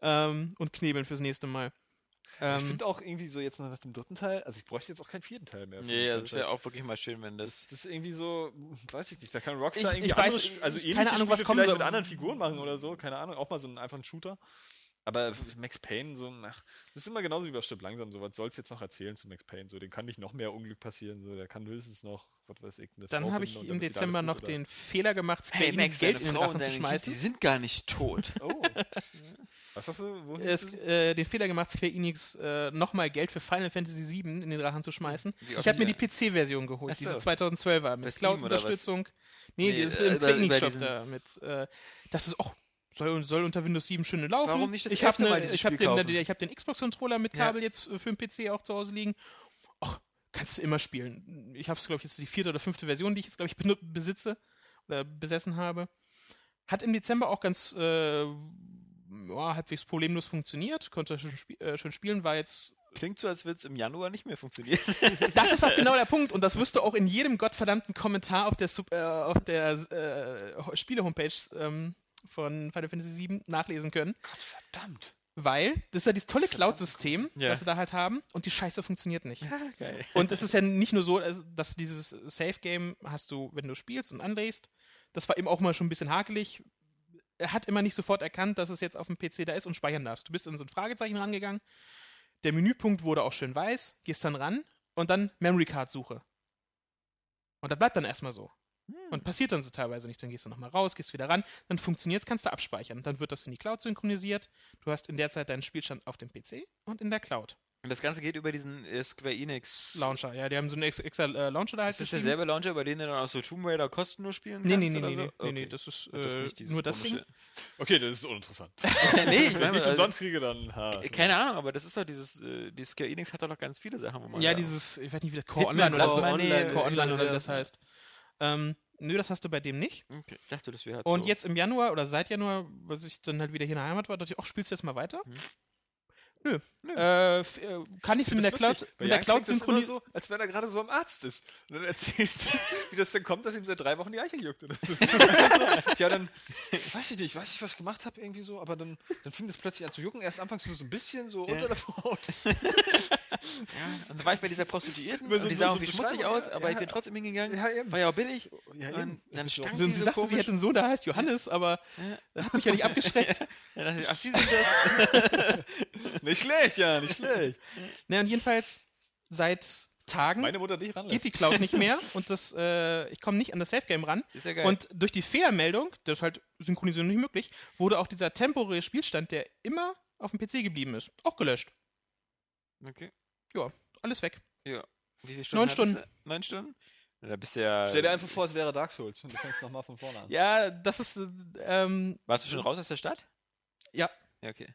Speaker 3: Ähm, und knebeln fürs nächste Mal.
Speaker 2: ich
Speaker 3: Ähm,
Speaker 2: finde auch irgendwie so jetzt nach dem dritten Teil, also ich bräuchte jetzt auch keinen vierten Teil mehr. Also für
Speaker 1: Nee,
Speaker 2: den
Speaker 1: das wäre
Speaker 2: Franchise.
Speaker 1: auch wirklich mal schön, wenn das.
Speaker 2: Das ist irgendwie so, weiß ich nicht, da kann Rockstar
Speaker 3: Ich-
Speaker 2: irgendwie
Speaker 3: ich weiß-
Speaker 2: andere, Sp- also
Speaker 3: ich-
Speaker 2: ähnliche
Speaker 3: keine Ahnung, was
Speaker 2: Spiele
Speaker 3: kommen
Speaker 2: vielleicht
Speaker 3: soll.
Speaker 2: mit anderen Figuren machen oder so, keine Ahnung, auch mal so einen einfachen Shooter. Aber Max Payne, so, ach, das ist immer genauso wie bei Stirb langsam, so, was soll's jetzt noch erzählen zu Max Payne, so, dem kann nicht noch mehr Unglück passieren, so, der kann höchstens noch, was weiß ich, eine
Speaker 3: dann
Speaker 2: Frau
Speaker 3: habe
Speaker 2: finden
Speaker 3: ich
Speaker 2: und
Speaker 3: im
Speaker 2: dann ist wieder
Speaker 3: Dezember
Speaker 2: alles
Speaker 3: noch
Speaker 2: gut, oder?
Speaker 3: den Fehler gemacht, Skyrim Geld in den Rachen zu schmeißen.
Speaker 1: die sind gar nicht tot.
Speaker 2: Oh. was hast du, wohin?
Speaker 3: es,
Speaker 2: bist du?
Speaker 3: äh, den Fehler gemacht, Square Enix äh, nochmal Geld für Final Fantasy VII in den Drachen zu schmeißen.
Speaker 1: Wie
Speaker 3: ich
Speaker 1: oft
Speaker 3: habe mir die
Speaker 1: wieder?
Speaker 3: PC-Version geholt,
Speaker 1: Ach
Speaker 3: diese
Speaker 1: so.
Speaker 3: 2012er
Speaker 1: Bei
Speaker 3: mit
Speaker 1: Steam oder
Speaker 3: Cloud-Unterstützung. Nee,
Speaker 1: Nee,
Speaker 3: das ist
Speaker 1: äh, über-
Speaker 3: im Square Enix
Speaker 1: über
Speaker 3: Shop
Speaker 1: diesen-
Speaker 3: da. Mit, äh, das ist auch. Soll, soll unter Windows 7 schön laufen.
Speaker 1: Warum nicht das
Speaker 3: ich habe
Speaker 1: erste Mal dieses
Speaker 3: ich hab
Speaker 1: Spiel
Speaker 3: den,
Speaker 1: kaufen?
Speaker 3: ich hab den Xbox-Controller mit
Speaker 1: Ja.
Speaker 3: Kabel jetzt äh, für den PC auch zu Hause liegen. Och, kannst du immer spielen. Ich habe es, glaube ich, jetzt die vierte oder fünfte Version, die ich jetzt, glaube ich, benu- besitze oder besessen habe. Hat im Dezember auch ganz äh, ja, halbwegs problemlos funktioniert, konnte schön, spie äh, schön spielen, war jetzt.
Speaker 1: Klingt so, als würde es im Januar nicht mehr funktionieren.
Speaker 3: Das ist halt genau der Punkt und das wirst du auch in jedem gottverdammten Kommentar auf der, Sub äh, auf der äh, Ho- Spiele-Homepage ähm, von Final Fantasy VII nachlesen können,
Speaker 2: Verdammt.
Speaker 3: weil das ist ja dieses tolle Cloud-System,
Speaker 1: Ja. Ah,
Speaker 3: was sie da halt haben und die Scheiße funktioniert nicht.
Speaker 1: Geil.
Speaker 3: Und es ist ja nicht nur so, also, dass dieses Safe-Game hast du, wenn du spielst und anlegst. Das war eben auch mal schon ein bisschen hakelig. Er hat immer nicht sofort erkannt, dass es jetzt auf dem PC da ist und speichern darfst. Du bist in so ein Fragezeichen rangegangen. Der Menüpunkt wurde auch schön weiß, gehst dann ran und dann Memory Card Suche. Und das bleibt dann erstmal so.
Speaker 1: Hm.
Speaker 3: Und passiert dann so teilweise nicht. Dann gehst du nochmal raus, gehst wieder ran, dann funktioniert kannst du abspeichern. Dann wird das in die Cloud synchronisiert. Du hast in der Zeit deinen Spielstand auf dem PC und in der Cloud.
Speaker 1: Und das Ganze geht über diesen äh, Square Enix.
Speaker 3: Launcher, ja, die haben so einen ex- extra äh, Launcher da halt
Speaker 1: Ist das
Speaker 3: geschrieben.
Speaker 1: derselbe Launcher, über den du dann auch so Tomb Raider kostenlos spielen
Speaker 3: Nee,
Speaker 1: kannst?
Speaker 3: nee, nee,
Speaker 1: oder
Speaker 3: nee,
Speaker 1: so?
Speaker 3: nee, nee, nee,
Speaker 1: Okay.
Speaker 3: das ist, äh,
Speaker 1: Das ist nicht dieses
Speaker 3: nur das Ding.
Speaker 1: komische-
Speaker 2: Okay, das ist uninteressant.
Speaker 1: nee, ich
Speaker 2: Wenn ich
Speaker 1: meine,
Speaker 2: nicht
Speaker 1: also,
Speaker 2: umsonst kriege, dann,
Speaker 3: Äh,
Speaker 2: ha.
Speaker 1: keine Ahnung, aber das ist doch dieses, äh, die Square Enix hat doch noch ganz viele Sachen, wo man
Speaker 3: Ja,
Speaker 1: da-
Speaker 3: dieses, ich weiß nicht, wie das Core
Speaker 1: Hitman
Speaker 3: Online oder so.
Speaker 1: Blood Money
Speaker 4: Online,
Speaker 3: Core
Speaker 1: ist
Speaker 3: Online oder
Speaker 1: diese-
Speaker 3: wie das heißt. Ähm, nö, das hast du bei dem nicht.
Speaker 1: Okay, ich dachte, das wäre halt
Speaker 3: Und
Speaker 1: so.
Speaker 3: jetzt im Januar oder seit Januar, was ich dann halt wieder hier in der Heimat war, dachte ich, ach, spielst du jetzt mal weiter?
Speaker 1: Mhm.
Speaker 3: Nö.
Speaker 1: Nö.
Speaker 3: Äh, f- äh, kann ich mit der
Speaker 2: Das ist
Speaker 3: Cloud,
Speaker 2: lustig. Bei
Speaker 3: mit der
Speaker 2: Jan
Speaker 3: Cloud
Speaker 2: klingt das immer
Speaker 3: synchronisieren?
Speaker 2: so, als wenn er gerade so am Arzt ist. Und dann erzählt, wie das denn kommt, dass ihm seit drei Wochen die Eiche juckt. Oder so. ja, dann weiß ich nicht, weiß ich, was ich gemacht habe irgendwie so, aber dann, dann fing das plötzlich an zu jucken. Erst anfangs nur so ein bisschen so unter der Haut.
Speaker 1: Ja, und dann war ich bei dieser Prostituierten
Speaker 2: Über so-
Speaker 1: und die
Speaker 2: so-
Speaker 1: sah
Speaker 2: so
Speaker 1: irgendwie schmutzig
Speaker 2: Beschreibung,
Speaker 1: aus,
Speaker 2: ja,
Speaker 1: aber ich
Speaker 2: ja.
Speaker 1: bin trotzdem hingegangen.
Speaker 2: Ja, eben.
Speaker 1: War ja auch billig.
Speaker 2: Ja,
Speaker 1: und
Speaker 2: eben.
Speaker 1: dann
Speaker 2: Ist doch-
Speaker 1: stank
Speaker 3: Sie
Speaker 1: diese
Speaker 3: sagte, sie
Speaker 1: komische-
Speaker 3: hätte einen Sohn, der heißt Johannes, aber das hat mich ja nicht abgeschreckt.
Speaker 1: Ja, dachte ich, Ach, sie sind das.
Speaker 2: Nicht schlecht, ja, nicht schlecht.
Speaker 3: Ne, und jedenfalls seit Tagen
Speaker 2: Meine Mutter dich ranlässt.
Speaker 3: Hm? geht die Cloud nicht mehr und das, äh, ich komme nicht an das Safe Game ran.
Speaker 1: Ist ja geil.
Speaker 3: Und durch die Fehlermeldung, das ist halt Synchronisierung nicht möglich, wurde auch dieser temporäre Spielstand, der immer auf dem PC geblieben ist, auch gelöscht.
Speaker 1: okay.
Speaker 3: Alles weg.
Speaker 1: Wie viele Stunden?
Speaker 3: Neun
Speaker 1: hattest
Speaker 3: Stunden.
Speaker 1: du? Neun Stunden? Na, Da bist du ja.
Speaker 2: Stell dir einfach vor, es wäre Dark Souls und du fängst nochmal von vorne an.
Speaker 3: Ja, das ist, äh, ähm,
Speaker 1: Warst du schon raus aus der Stadt?
Speaker 3: Ja.
Speaker 1: Ja, okay.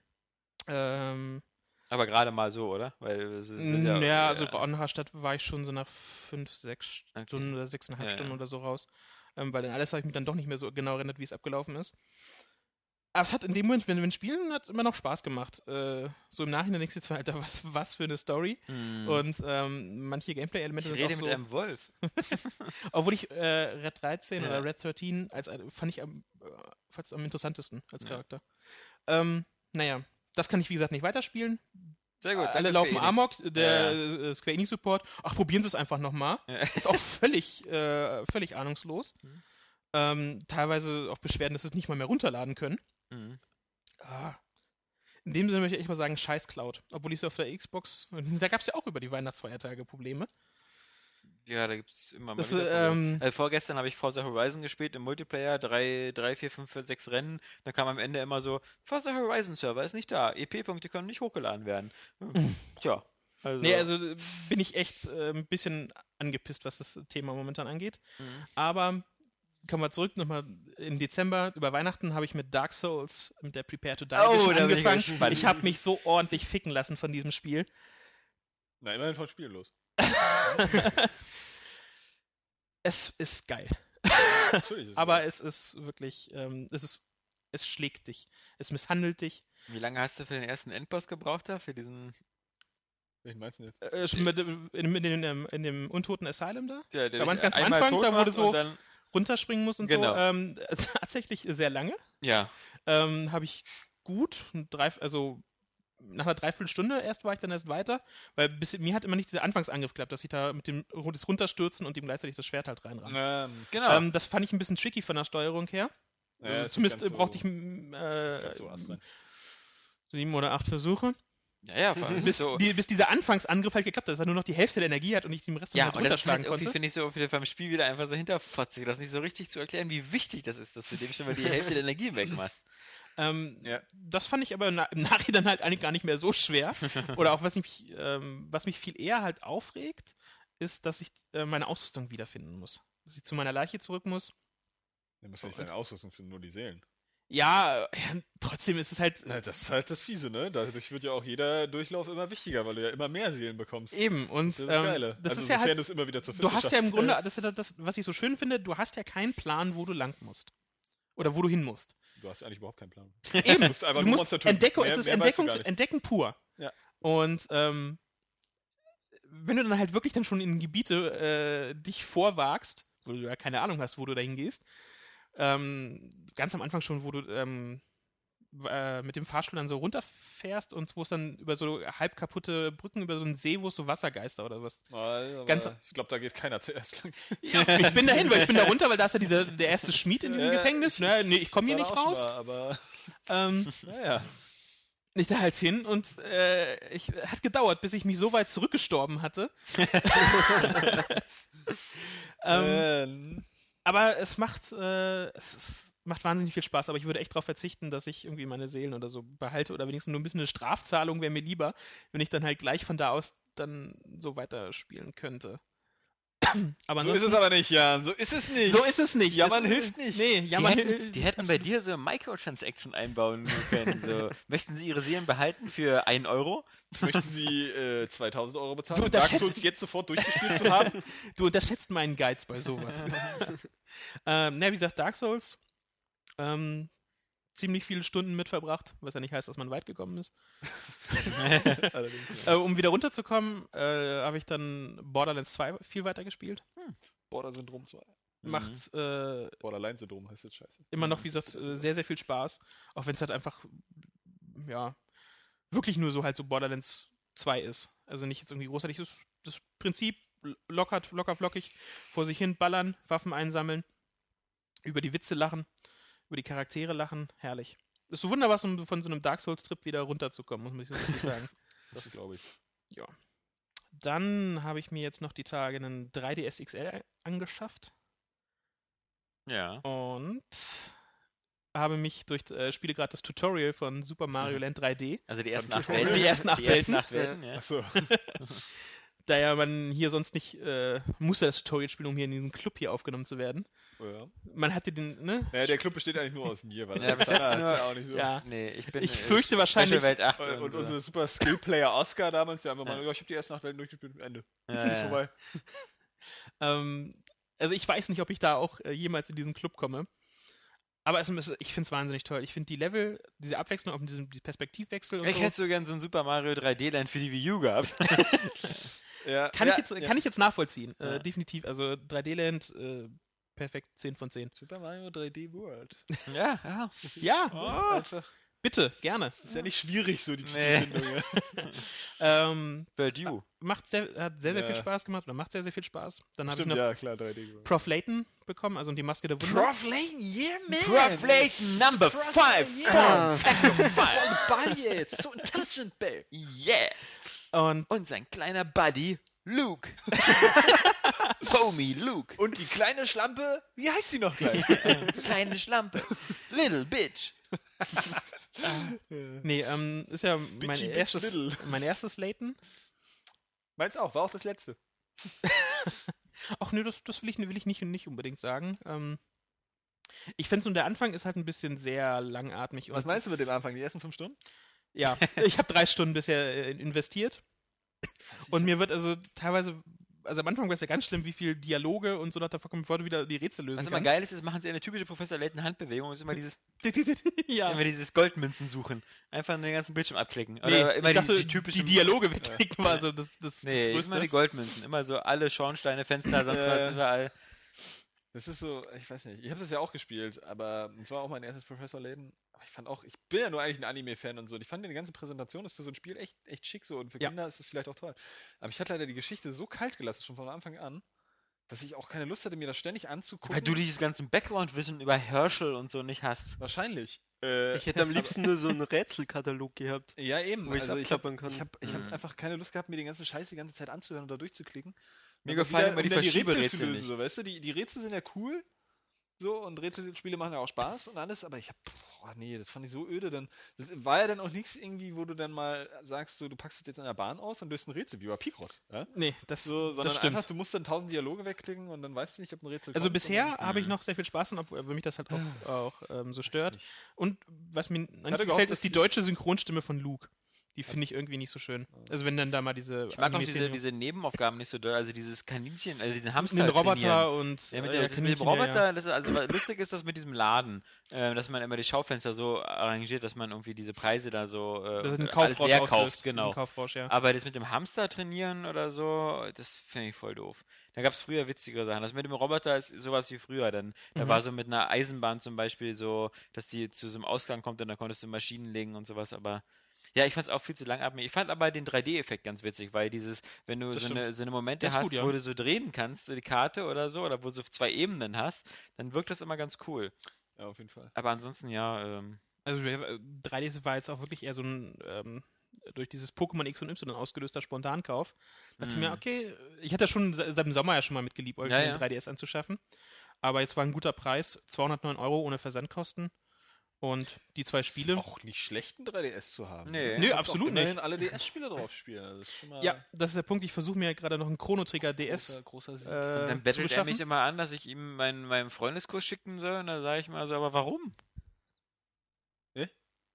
Speaker 3: ähm,
Speaker 1: Aber gerade mal so, oder? Weil es ist- sind
Speaker 3: ja,
Speaker 1: ja,
Speaker 3: also bei Onharstadt war ich schon so nach fünf, sechs
Speaker 1: Okay.
Speaker 3: Stunden oder sechseinhalb
Speaker 1: Ja,
Speaker 3: Stunden
Speaker 1: ja.
Speaker 3: oder so raus. Ähm, weil dann alles habe ich mich dann doch nicht mehr so genau erinnert, wie es abgelaufen ist. Aber es hat in dem Moment, wenn wir spielen, hat immer noch Spaß gemacht. Äh, so im Nachhinein denkst du jetzt, Alter, was, was für eine Story.
Speaker 1: Hm.
Speaker 3: Und ähm, manche Gameplay-Elemente
Speaker 1: ich
Speaker 3: sind
Speaker 1: rede
Speaker 3: auch
Speaker 1: mit
Speaker 3: so,
Speaker 1: einem Wolf.
Speaker 3: Obwohl ich äh, Red 13
Speaker 1: Ja.
Speaker 3: oder Red 13 als ein- fand ich am, äh, fast am interessantesten als
Speaker 1: Ja.
Speaker 3: Charakter. Ähm, naja, das kann ich wie gesagt nicht weiterspielen.
Speaker 1: Sehr gut.
Speaker 3: Äh,
Speaker 1: danke
Speaker 3: Alle laufen
Speaker 1: für Enix.
Speaker 3: Amok, der
Speaker 1: Ja, ja.
Speaker 3: äh, Square Enix Support. Ach, probieren Sie es einfach nochmal.
Speaker 1: Ja.
Speaker 3: Ist auch völlig, äh, völlig ahnungslos.
Speaker 1: Mhm.
Speaker 3: Ähm, teilweise auch Beschwerden, dass sie es nicht mal mehr runterladen können.
Speaker 1: Mhm.
Speaker 3: Ah. In dem Sinne möchte ich echt mal sagen, scheiß Cloud. Obwohl ich es auf der Xbox, da gab es ja auch über die Weihnachtsfeiertage Probleme.
Speaker 1: Ja, da gibt es immer mal
Speaker 3: Das,
Speaker 1: wieder
Speaker 3: äh,
Speaker 1: Probleme.
Speaker 3: ähm,
Speaker 1: äh, Vorgestern habe ich Forza Horizon gespielt im Multiplayer, 3, 4, 5, 6 Rennen. Da kam am Ende immer so, Forza Horizon Server ist nicht da, EP-Punkte können nicht hochgeladen werden. Hm. Tja. Also,
Speaker 3: Nee, also äh, bin ich echt äh, ein bisschen angepisst, was das Thema momentan angeht.
Speaker 1: Mhm.
Speaker 3: Aber kommen wir zurück nochmal im Dezember, über Weihnachten habe ich mit Dark Souls, mit der Prepare to Die
Speaker 1: Oh, da
Speaker 3: Edition
Speaker 1: bin ich
Speaker 3: angefangen.
Speaker 1: gespannt.
Speaker 3: ich habe mich so ordentlich ficken lassen von diesem Spiel.
Speaker 2: Na, immerhin von spiellos.
Speaker 3: es ist geil.
Speaker 2: Natürlich ist es
Speaker 3: Aber es ist wirklich, ähm, es ist, es schlägt dich. Es misshandelt dich.
Speaker 1: Wie lange hast du für den ersten Endboss gebraucht da? Für diesen,
Speaker 2: Welchen meinst du denn jetzt?
Speaker 3: Äh, schon mit, in, in, dem- in dem untoten Asylum da
Speaker 1: der,
Speaker 3: Da
Speaker 1: dich
Speaker 3: waren's ganz am
Speaker 1: einmal
Speaker 3: Anfang,
Speaker 1: tot
Speaker 3: da wurde
Speaker 1: macht
Speaker 3: so-
Speaker 1: und Dann,
Speaker 3: runterspringen muss und
Speaker 1: Genau.
Speaker 3: so. Ähm, tatsächlich sehr lange.
Speaker 1: ja,
Speaker 3: Ähm, habe ich gut, ein drei, also nach einer Dreiviertelstunde erst war ich dann erst weiter, weil bis, mir hat immer nicht dieser Anfangsangriff geklappt, dass ich da mit dem das Runterstürzen und ihm gleichzeitig das Schwert halt reinramme.
Speaker 2: Ähm,
Speaker 1: genau.
Speaker 3: Ähm, das fand ich ein bisschen tricky von der Steuerung her.
Speaker 2: naja,
Speaker 3: Ähm,
Speaker 2: ist
Speaker 3: Zumindest
Speaker 2: nicht
Speaker 3: äh,
Speaker 2: ganz
Speaker 3: brauchte ich
Speaker 2: so-
Speaker 3: m, äh,
Speaker 2: ganz so astrein.
Speaker 3: sieben oder acht Versuche,
Speaker 1: ja, ja, vor allem
Speaker 3: bis,
Speaker 1: so.
Speaker 3: die, bis dieser Anfangsangriff halt geklappt hat, dass er nur noch die Hälfte der Energie hat und ich den Rest dann
Speaker 1: Ja,
Speaker 3: halt
Speaker 1: und das ist halt
Speaker 3: runterschlagen
Speaker 1: irgendwie,
Speaker 3: konnte.
Speaker 1: finde ich, so wieder beim Spiel wieder einfach so hinterfotzig. Das ist nicht so richtig zu erklären, wie wichtig das ist, dass du dem schon mal die Hälfte der Energie wegmachst.
Speaker 3: Ähm,
Speaker 2: Ja.
Speaker 3: Das fand ich aber im Na- im Nachhinein halt eigentlich gar nicht mehr so schwer. Oder auch was mich, ähm, was mich viel eher halt aufregt, ist, dass ich äh, meine Ausrüstung wiederfinden muss. Dass ich zu meiner Leiche zurück muss.
Speaker 2: Du musst ja nicht deine Ausrüstung finden, nur die Seelen.
Speaker 3: Ja, äh, trotzdem ist es halt
Speaker 2: Na, das ist halt das Fiese, ne? Dadurch wird ja auch jeder Durchlauf immer wichtiger, weil du ja immer mehr Seelen bekommst.
Speaker 3: eben. Und
Speaker 2: Das ist das
Speaker 3: ähm,
Speaker 2: Geile.
Speaker 3: das
Speaker 2: also
Speaker 3: ist ja
Speaker 2: sofern
Speaker 3: halt.
Speaker 2: du es immer wieder zu
Speaker 3: Du
Speaker 2: finden
Speaker 3: hast ja im
Speaker 2: schaffst.
Speaker 3: Grunde, das ist ja das, was ich so schön finde, du hast ja keinen Plan, wo du lang musst. Oder wo du hin musst.
Speaker 2: Äh, du hast eigentlich überhaupt keinen Plan.
Speaker 3: Eben.
Speaker 2: Du musst einfach
Speaker 3: du
Speaker 2: nur
Speaker 3: musst
Speaker 2: Monster töten.
Speaker 3: Entdeckung,
Speaker 2: Mehr-
Speaker 3: es ist
Speaker 2: mehr weißt du
Speaker 3: Entdeckung,
Speaker 2: gar nicht.
Speaker 3: Entdecken pur.
Speaker 2: Ja.
Speaker 3: Und ähm, wenn du dann halt wirklich dann schon in Gebiete äh, dich vorwagst, wo du ja keine Ahnung hast, wo du dahin gehst, ähm, ganz am Anfang schon, wo du ähm, w- äh, mit dem Fahrstuhl dann so runterfährst und wo es dann über so halb kaputte Brücken, über so einen See, wo es so Wassergeister oder was.
Speaker 2: Mal, aber
Speaker 3: Ganz-
Speaker 2: ich glaube, da geht keiner zuerst lang.
Speaker 3: Ich bin dahin, weil ich bin da runter, weil da ist ja dieser, der erste Schmied in diesem
Speaker 2: Äh,
Speaker 3: Gefängnis. Ne, nee, ich komme hier
Speaker 2: War
Speaker 3: nicht
Speaker 2: da auch schon
Speaker 3: raus.
Speaker 2: Mal, aber
Speaker 3: Ähm,
Speaker 2: naja.
Speaker 3: ich da halt hin und äh, ich hat gedauert, bis ich mich so weit zurückgestorben hatte. ähm,
Speaker 2: Ähm,
Speaker 3: Aber es macht äh, es ist, macht wahnsinnig viel Spaß. Aber ich würde echt darauf verzichten, dass ich irgendwie meine Seelen oder so behalte oder wenigstens nur ein bisschen eine Strafzahlung wäre mir lieber, wenn ich dann halt gleich von da aus dann so weiterspielen könnte. aber
Speaker 2: so ist es aber nicht, Jan. So ist es nicht.
Speaker 3: so ist es nicht.
Speaker 2: Jammern
Speaker 3: es,
Speaker 2: hilft nicht.
Speaker 3: Nee,
Speaker 1: Die
Speaker 3: jammern
Speaker 1: hätten,
Speaker 3: hilft.
Speaker 1: die hätten bei dir so Microtransaction einbauen können. So. Möchten sie ihre Seelen behalten für einen Euro?
Speaker 2: Möchten Sie äh, 2000 Euro bezahlen,
Speaker 3: Du,
Speaker 2: um
Speaker 3: da
Speaker 2: Dark
Speaker 3: schätzt-
Speaker 2: Souls jetzt sofort durchgespielt zu haben?
Speaker 3: Du unterschätzt meinen Geiz bei sowas. ähm, na, wie gesagt, Dark Souls. Ähm, ziemlich viele Stunden mit verbracht, was ja nicht heißt, dass man weit gekommen ist.
Speaker 2: Allerdings.
Speaker 3: Äh, um wieder runterzukommen, äh, habe ich dann Borderlands 2 viel weiter gespielt.
Speaker 2: Border-Syndrom 2.
Speaker 1: Mhm.
Speaker 3: Macht äh,
Speaker 2: Borderline-Syndrom heißt jetzt scheiße.
Speaker 3: immer noch, wie gesagt, äh, sehr, sehr viel Spaß. Auch wenn es halt einfach, ja, wirklich nur so halt so Borderlands 2 ist. Also nicht jetzt irgendwie großartig. Das, das Prinzip lockert, locker flockig vor sich hin ballern, Waffen einsammeln, über die Witze lachen, über die Charaktere lachen. Herrlich. Ist so wunderbar, um von so einem Dark Souls-Trip wieder runterzukommen, muss man so richtig sagen.
Speaker 2: Das glaube ich.
Speaker 3: Dann habe ich mir jetzt noch die Tage einen 3DS XL angeschafft.
Speaker 1: Ja.
Speaker 3: und habe mich durch äh, spiele gerade das Tutorial von Super Mario Land 3D,
Speaker 1: Also die
Speaker 2: Das
Speaker 1: ersten
Speaker 2: hab
Speaker 1: acht
Speaker 2: ich
Speaker 1: Welten.
Speaker 2: schon. Die
Speaker 3: ersten acht Welten.
Speaker 1: acht Welten, ja.
Speaker 2: Achso.
Speaker 3: da ja man hier sonst nicht äh, muss das Tutorial spielen, um hier in diesen Club hier aufgenommen zu werden.
Speaker 2: ja.
Speaker 3: Man hatte den, ne?
Speaker 2: Naja, der Club besteht eigentlich nur aus mir, weil
Speaker 1: Ja, bis jetzt
Speaker 2: Alexander hat's
Speaker 1: nur-
Speaker 2: ja auch nicht so.
Speaker 3: Ja.
Speaker 1: Nee, ich bin.
Speaker 3: Ich
Speaker 1: äh,
Speaker 3: fürchte
Speaker 1: Special
Speaker 3: wahrscheinlich-
Speaker 1: Welt äh, 8
Speaker 2: Und, und
Speaker 1: so.
Speaker 2: unser super Skill-Player Oscar damals, der einfach
Speaker 1: Ja.
Speaker 2: mal, ja, ich habe die ersten acht Welten durchgespielt, Ende.
Speaker 1: Ja,
Speaker 2: Ist
Speaker 1: ja.
Speaker 2: vorbei.
Speaker 3: Ähm, also ich weiß nicht, ob ich da auch äh, jemals in diesen Club komme. Aber es, ist- ich finde es wahnsinnig toll. Ich finde die Level, diese Abwechslung auf diesem die Perspektivwechsel und
Speaker 1: Ich
Speaker 3: so.
Speaker 1: hätte so gern so ein Super Mario 3D-Land für die Wii U gehabt.
Speaker 2: Ja,
Speaker 3: Kann,
Speaker 2: ja,
Speaker 3: ich jetzt,
Speaker 2: ja.
Speaker 3: kann ich jetzt nachvollziehen.
Speaker 1: Ja.
Speaker 3: Äh, definitiv. Also 3D-Land, äh, perfekt 10 von 10.
Speaker 2: Super Mario 3D World.
Speaker 1: ja, ja.
Speaker 3: Ja,
Speaker 2: Oh, einfach.
Speaker 3: bitte, gerne.
Speaker 2: Ist ja nicht schwierig, so die
Speaker 1: Nee.
Speaker 2: Titelbindung. ja.
Speaker 3: Ähm,
Speaker 1: Berdue.
Speaker 3: macht sehr, hat sehr, sehr viel
Speaker 2: Ja.
Speaker 3: Spaß gemacht oder macht sehr, sehr viel Spaß. Dann habe ich
Speaker 2: Stimmt,
Speaker 3: noch
Speaker 2: ja, klar, 3D World.
Speaker 3: Prof. Layton bekommen, also die Maske der Wunder.
Speaker 5: Prof Lane, yeah, man.
Speaker 1: Proflate Number 5!
Speaker 5: Yeah.
Speaker 1: Buddy jetzt, so intelligent, babe! Yeah!
Speaker 3: Und
Speaker 1: Und sein kleiner Buddy, Luke. Homie Luke.
Speaker 2: Und die kleine Schlampe, wie heißt sie noch gleich?
Speaker 1: Kleine Schlampe. Little Bitch.
Speaker 3: nee, ähm, ist ja mein
Speaker 2: bitch
Speaker 3: erstes,
Speaker 2: little.
Speaker 3: mein erstes Layton.
Speaker 2: Meins auch, war auch das letzte.
Speaker 3: Ach nö, das, das will, ich, will ich nicht, nicht unbedingt sagen. Ähm, Ich finde nur, der Anfang ist halt ein bisschen sehr langatmig.
Speaker 2: Was meinst du mit dem Anfang? Die ersten fünf Stunden?
Speaker 3: Ja, ich habe drei Stunden bisher äh, investiert. Und mir wird also teilweise, also am Anfang war es ja ganz schlimm, wie viel Dialoge und so da vorkommen, bevor du wieder die Rätsel lösen
Speaker 1: Was immer geil ist, ist, machen sie eine typische Professor Layton Handbewegung, ist immer dieses,
Speaker 3: ja.
Speaker 1: immer dieses Goldmünzen suchen. Einfach den ganzen Bildschirm abklicken.
Speaker 3: Nee,
Speaker 1: Oder immer
Speaker 3: ich dachte,
Speaker 1: die, die typischen.
Speaker 3: Dialoge wegklicken war so das, das
Speaker 1: nee, immer
Speaker 3: Größte.
Speaker 1: die Goldmünzen. Immer so alle Schornsteine, Fenster, sonst
Speaker 2: Ja, ja.
Speaker 1: was, überall.
Speaker 2: Das ist so, ich weiß nicht, ich habe das ja auch gespielt, aber es war auch mein erstes Professor Layton. Aber ich fand auch, ich bin ja nur eigentlich ein Anime-Fan und so. Und ich fand die ganze Präsentation ist für so ein Spiel echt, echt schick so und für
Speaker 3: Ja.
Speaker 2: Kinder ist es vielleicht auch toll. Aber ich hatte leider die Geschichte so kalt gelassen, schon von Anfang an, dass ich auch keine Lust hatte, mir das ständig anzugucken.
Speaker 1: Weil du dieses ganze Background-Wissen über Herschel und so nicht hast.
Speaker 2: Wahrscheinlich. Äh,
Speaker 4: Ich hätte am liebsten nur so einen Rätselkatalog gehabt.
Speaker 2: ja, eben.
Speaker 4: wo ich's
Speaker 2: Also ich habe
Speaker 4: abklappern kann.
Speaker 2: ich hab, ich hab
Speaker 1: Mhm.
Speaker 2: einfach keine Lust gehabt, mir den ganzen Scheiß die ganze Zeit anzuhören oder durchzuklicken.
Speaker 1: Mir
Speaker 2: Aber
Speaker 1: gefallen
Speaker 2: wieder- um
Speaker 1: immer die
Speaker 2: dann
Speaker 1: Verschieberätsel
Speaker 2: zu lösen,
Speaker 1: nicht.
Speaker 2: So, weißt du, die, die Rätsel sind ja cool. So, und Rätselspiele machen ja auch Spaß und alles, aber ich hab, boah, nee, das fand ich so öde. Dann das war ja dann auch nichts irgendwie, wo du dann mal sagst, so, du packst das jetzt in der Bahn aus und löst ein Rätsel, wie bei Picross. Ja?
Speaker 3: Nee, das,
Speaker 2: So,
Speaker 3: das
Speaker 2: sondern
Speaker 3: stimmt.
Speaker 2: einfach, du musst dann tausend Dialoge wegklicken und dann weißt du nicht, ob ein Rätsel
Speaker 3: Also
Speaker 2: kommt,
Speaker 3: bisher
Speaker 2: sondern-
Speaker 3: habe ich
Speaker 1: Mhm.
Speaker 3: noch sehr viel Spaß und obwohl mich das halt auch, auch ähm, so stört. Und was mir nicht
Speaker 2: hatte
Speaker 3: so
Speaker 2: gehofft,
Speaker 3: gefällt,
Speaker 2: dass
Speaker 3: ist die
Speaker 2: die-
Speaker 3: deutsche Synchronstimme von Luke. Die finde ich irgendwie nicht so schön. Also wenn dann da mal diese
Speaker 1: Ich mag auch diese,
Speaker 3: Anime-Szene-
Speaker 1: diese Nebenaufgaben nicht so doll. Also dieses Kaninchen, also diesen Hamster.
Speaker 3: den
Speaker 1: trainieren.
Speaker 3: Roboter und
Speaker 1: Ja, mit,
Speaker 3: äh,
Speaker 1: der,
Speaker 3: ja,
Speaker 1: das mit dem
Speaker 3: Kaninchen, ja,
Speaker 1: Roboter,
Speaker 3: ja.
Speaker 1: Das ist, also was lustig ist das mit diesem Laden, äh, dass man immer die Schaufenster so arrangiert, dass man irgendwie diese Preise da so äh,
Speaker 3: Das ist ein
Speaker 1: und alles
Speaker 3: Kaufrausch
Speaker 1: leer
Speaker 3: auslöst.
Speaker 1: kauft,
Speaker 3: Das ist
Speaker 1: genau.
Speaker 3: Ein Kaufrausch, ja.
Speaker 1: Aber das mit dem Hamster trainieren oder so, das finde ich voll doof. Da gab es früher witzigere Sachen. Das mit dem Roboter ist sowas wie früher. Denn da
Speaker 3: Mhm.
Speaker 1: war so mit einer Eisenbahn zum Beispiel so, dass die zu so einem Ausgang kommt und da konntest du Maschinen legen und sowas. Aber ja, ich fand es auch viel zu langatmig. Ich fand aber den 3D-Effekt ganz witzig, weil dieses, wenn du
Speaker 3: Das
Speaker 1: so eine, so eine Momente
Speaker 3: Der ist
Speaker 1: hast,
Speaker 3: gut, ja.
Speaker 1: wo du so drehen kannst, so die Karte oder so, oder wo du so zwei Ebenen hast, dann wirkt das immer ganz cool.
Speaker 2: Ja, auf jeden Fall.
Speaker 1: Aber ansonsten ja, ähm,
Speaker 3: Also äh, 3D war jetzt auch wirklich eher so ein ähm, durch dieses Pokémon X und Y ausgelöster Spontankauf. Dachte ich
Speaker 1: Mm.
Speaker 3: mir, okay, ich hatte schon se- seit dem Sommer ja schon mal mitgeliebt,
Speaker 1: Ja,
Speaker 3: irgendwie
Speaker 1: ja.
Speaker 3: den 3DS anzuschaffen. Aber jetzt war ein guter Preis, 209 Euro ohne Versandkosten. Und die zwei Spiele.
Speaker 2: Ist auch nicht schlecht, einen 3DS zu haben.
Speaker 1: Nee.
Speaker 2: ne?
Speaker 1: Nö,
Speaker 2: Kannst auch
Speaker 3: absolut
Speaker 2: immerhin
Speaker 3: nicht.
Speaker 2: alle DS-Spiele drauf spielen. Also das ist schon mal
Speaker 3: ja, das ist der Punkt. Ich versuche mir gerade noch einen Chrono Trigger
Speaker 2: großer,
Speaker 3: DS.
Speaker 2: großer Sieg.
Speaker 3: Äh,
Speaker 1: Und dann
Speaker 3: zu
Speaker 1: bettelt er
Speaker 3: beschaffen.
Speaker 1: mich immer an, dass ich ihm meinen, meinen Freundeskurs schicken soll. Und da sage ich mal so, aber warum?
Speaker 2: Hä?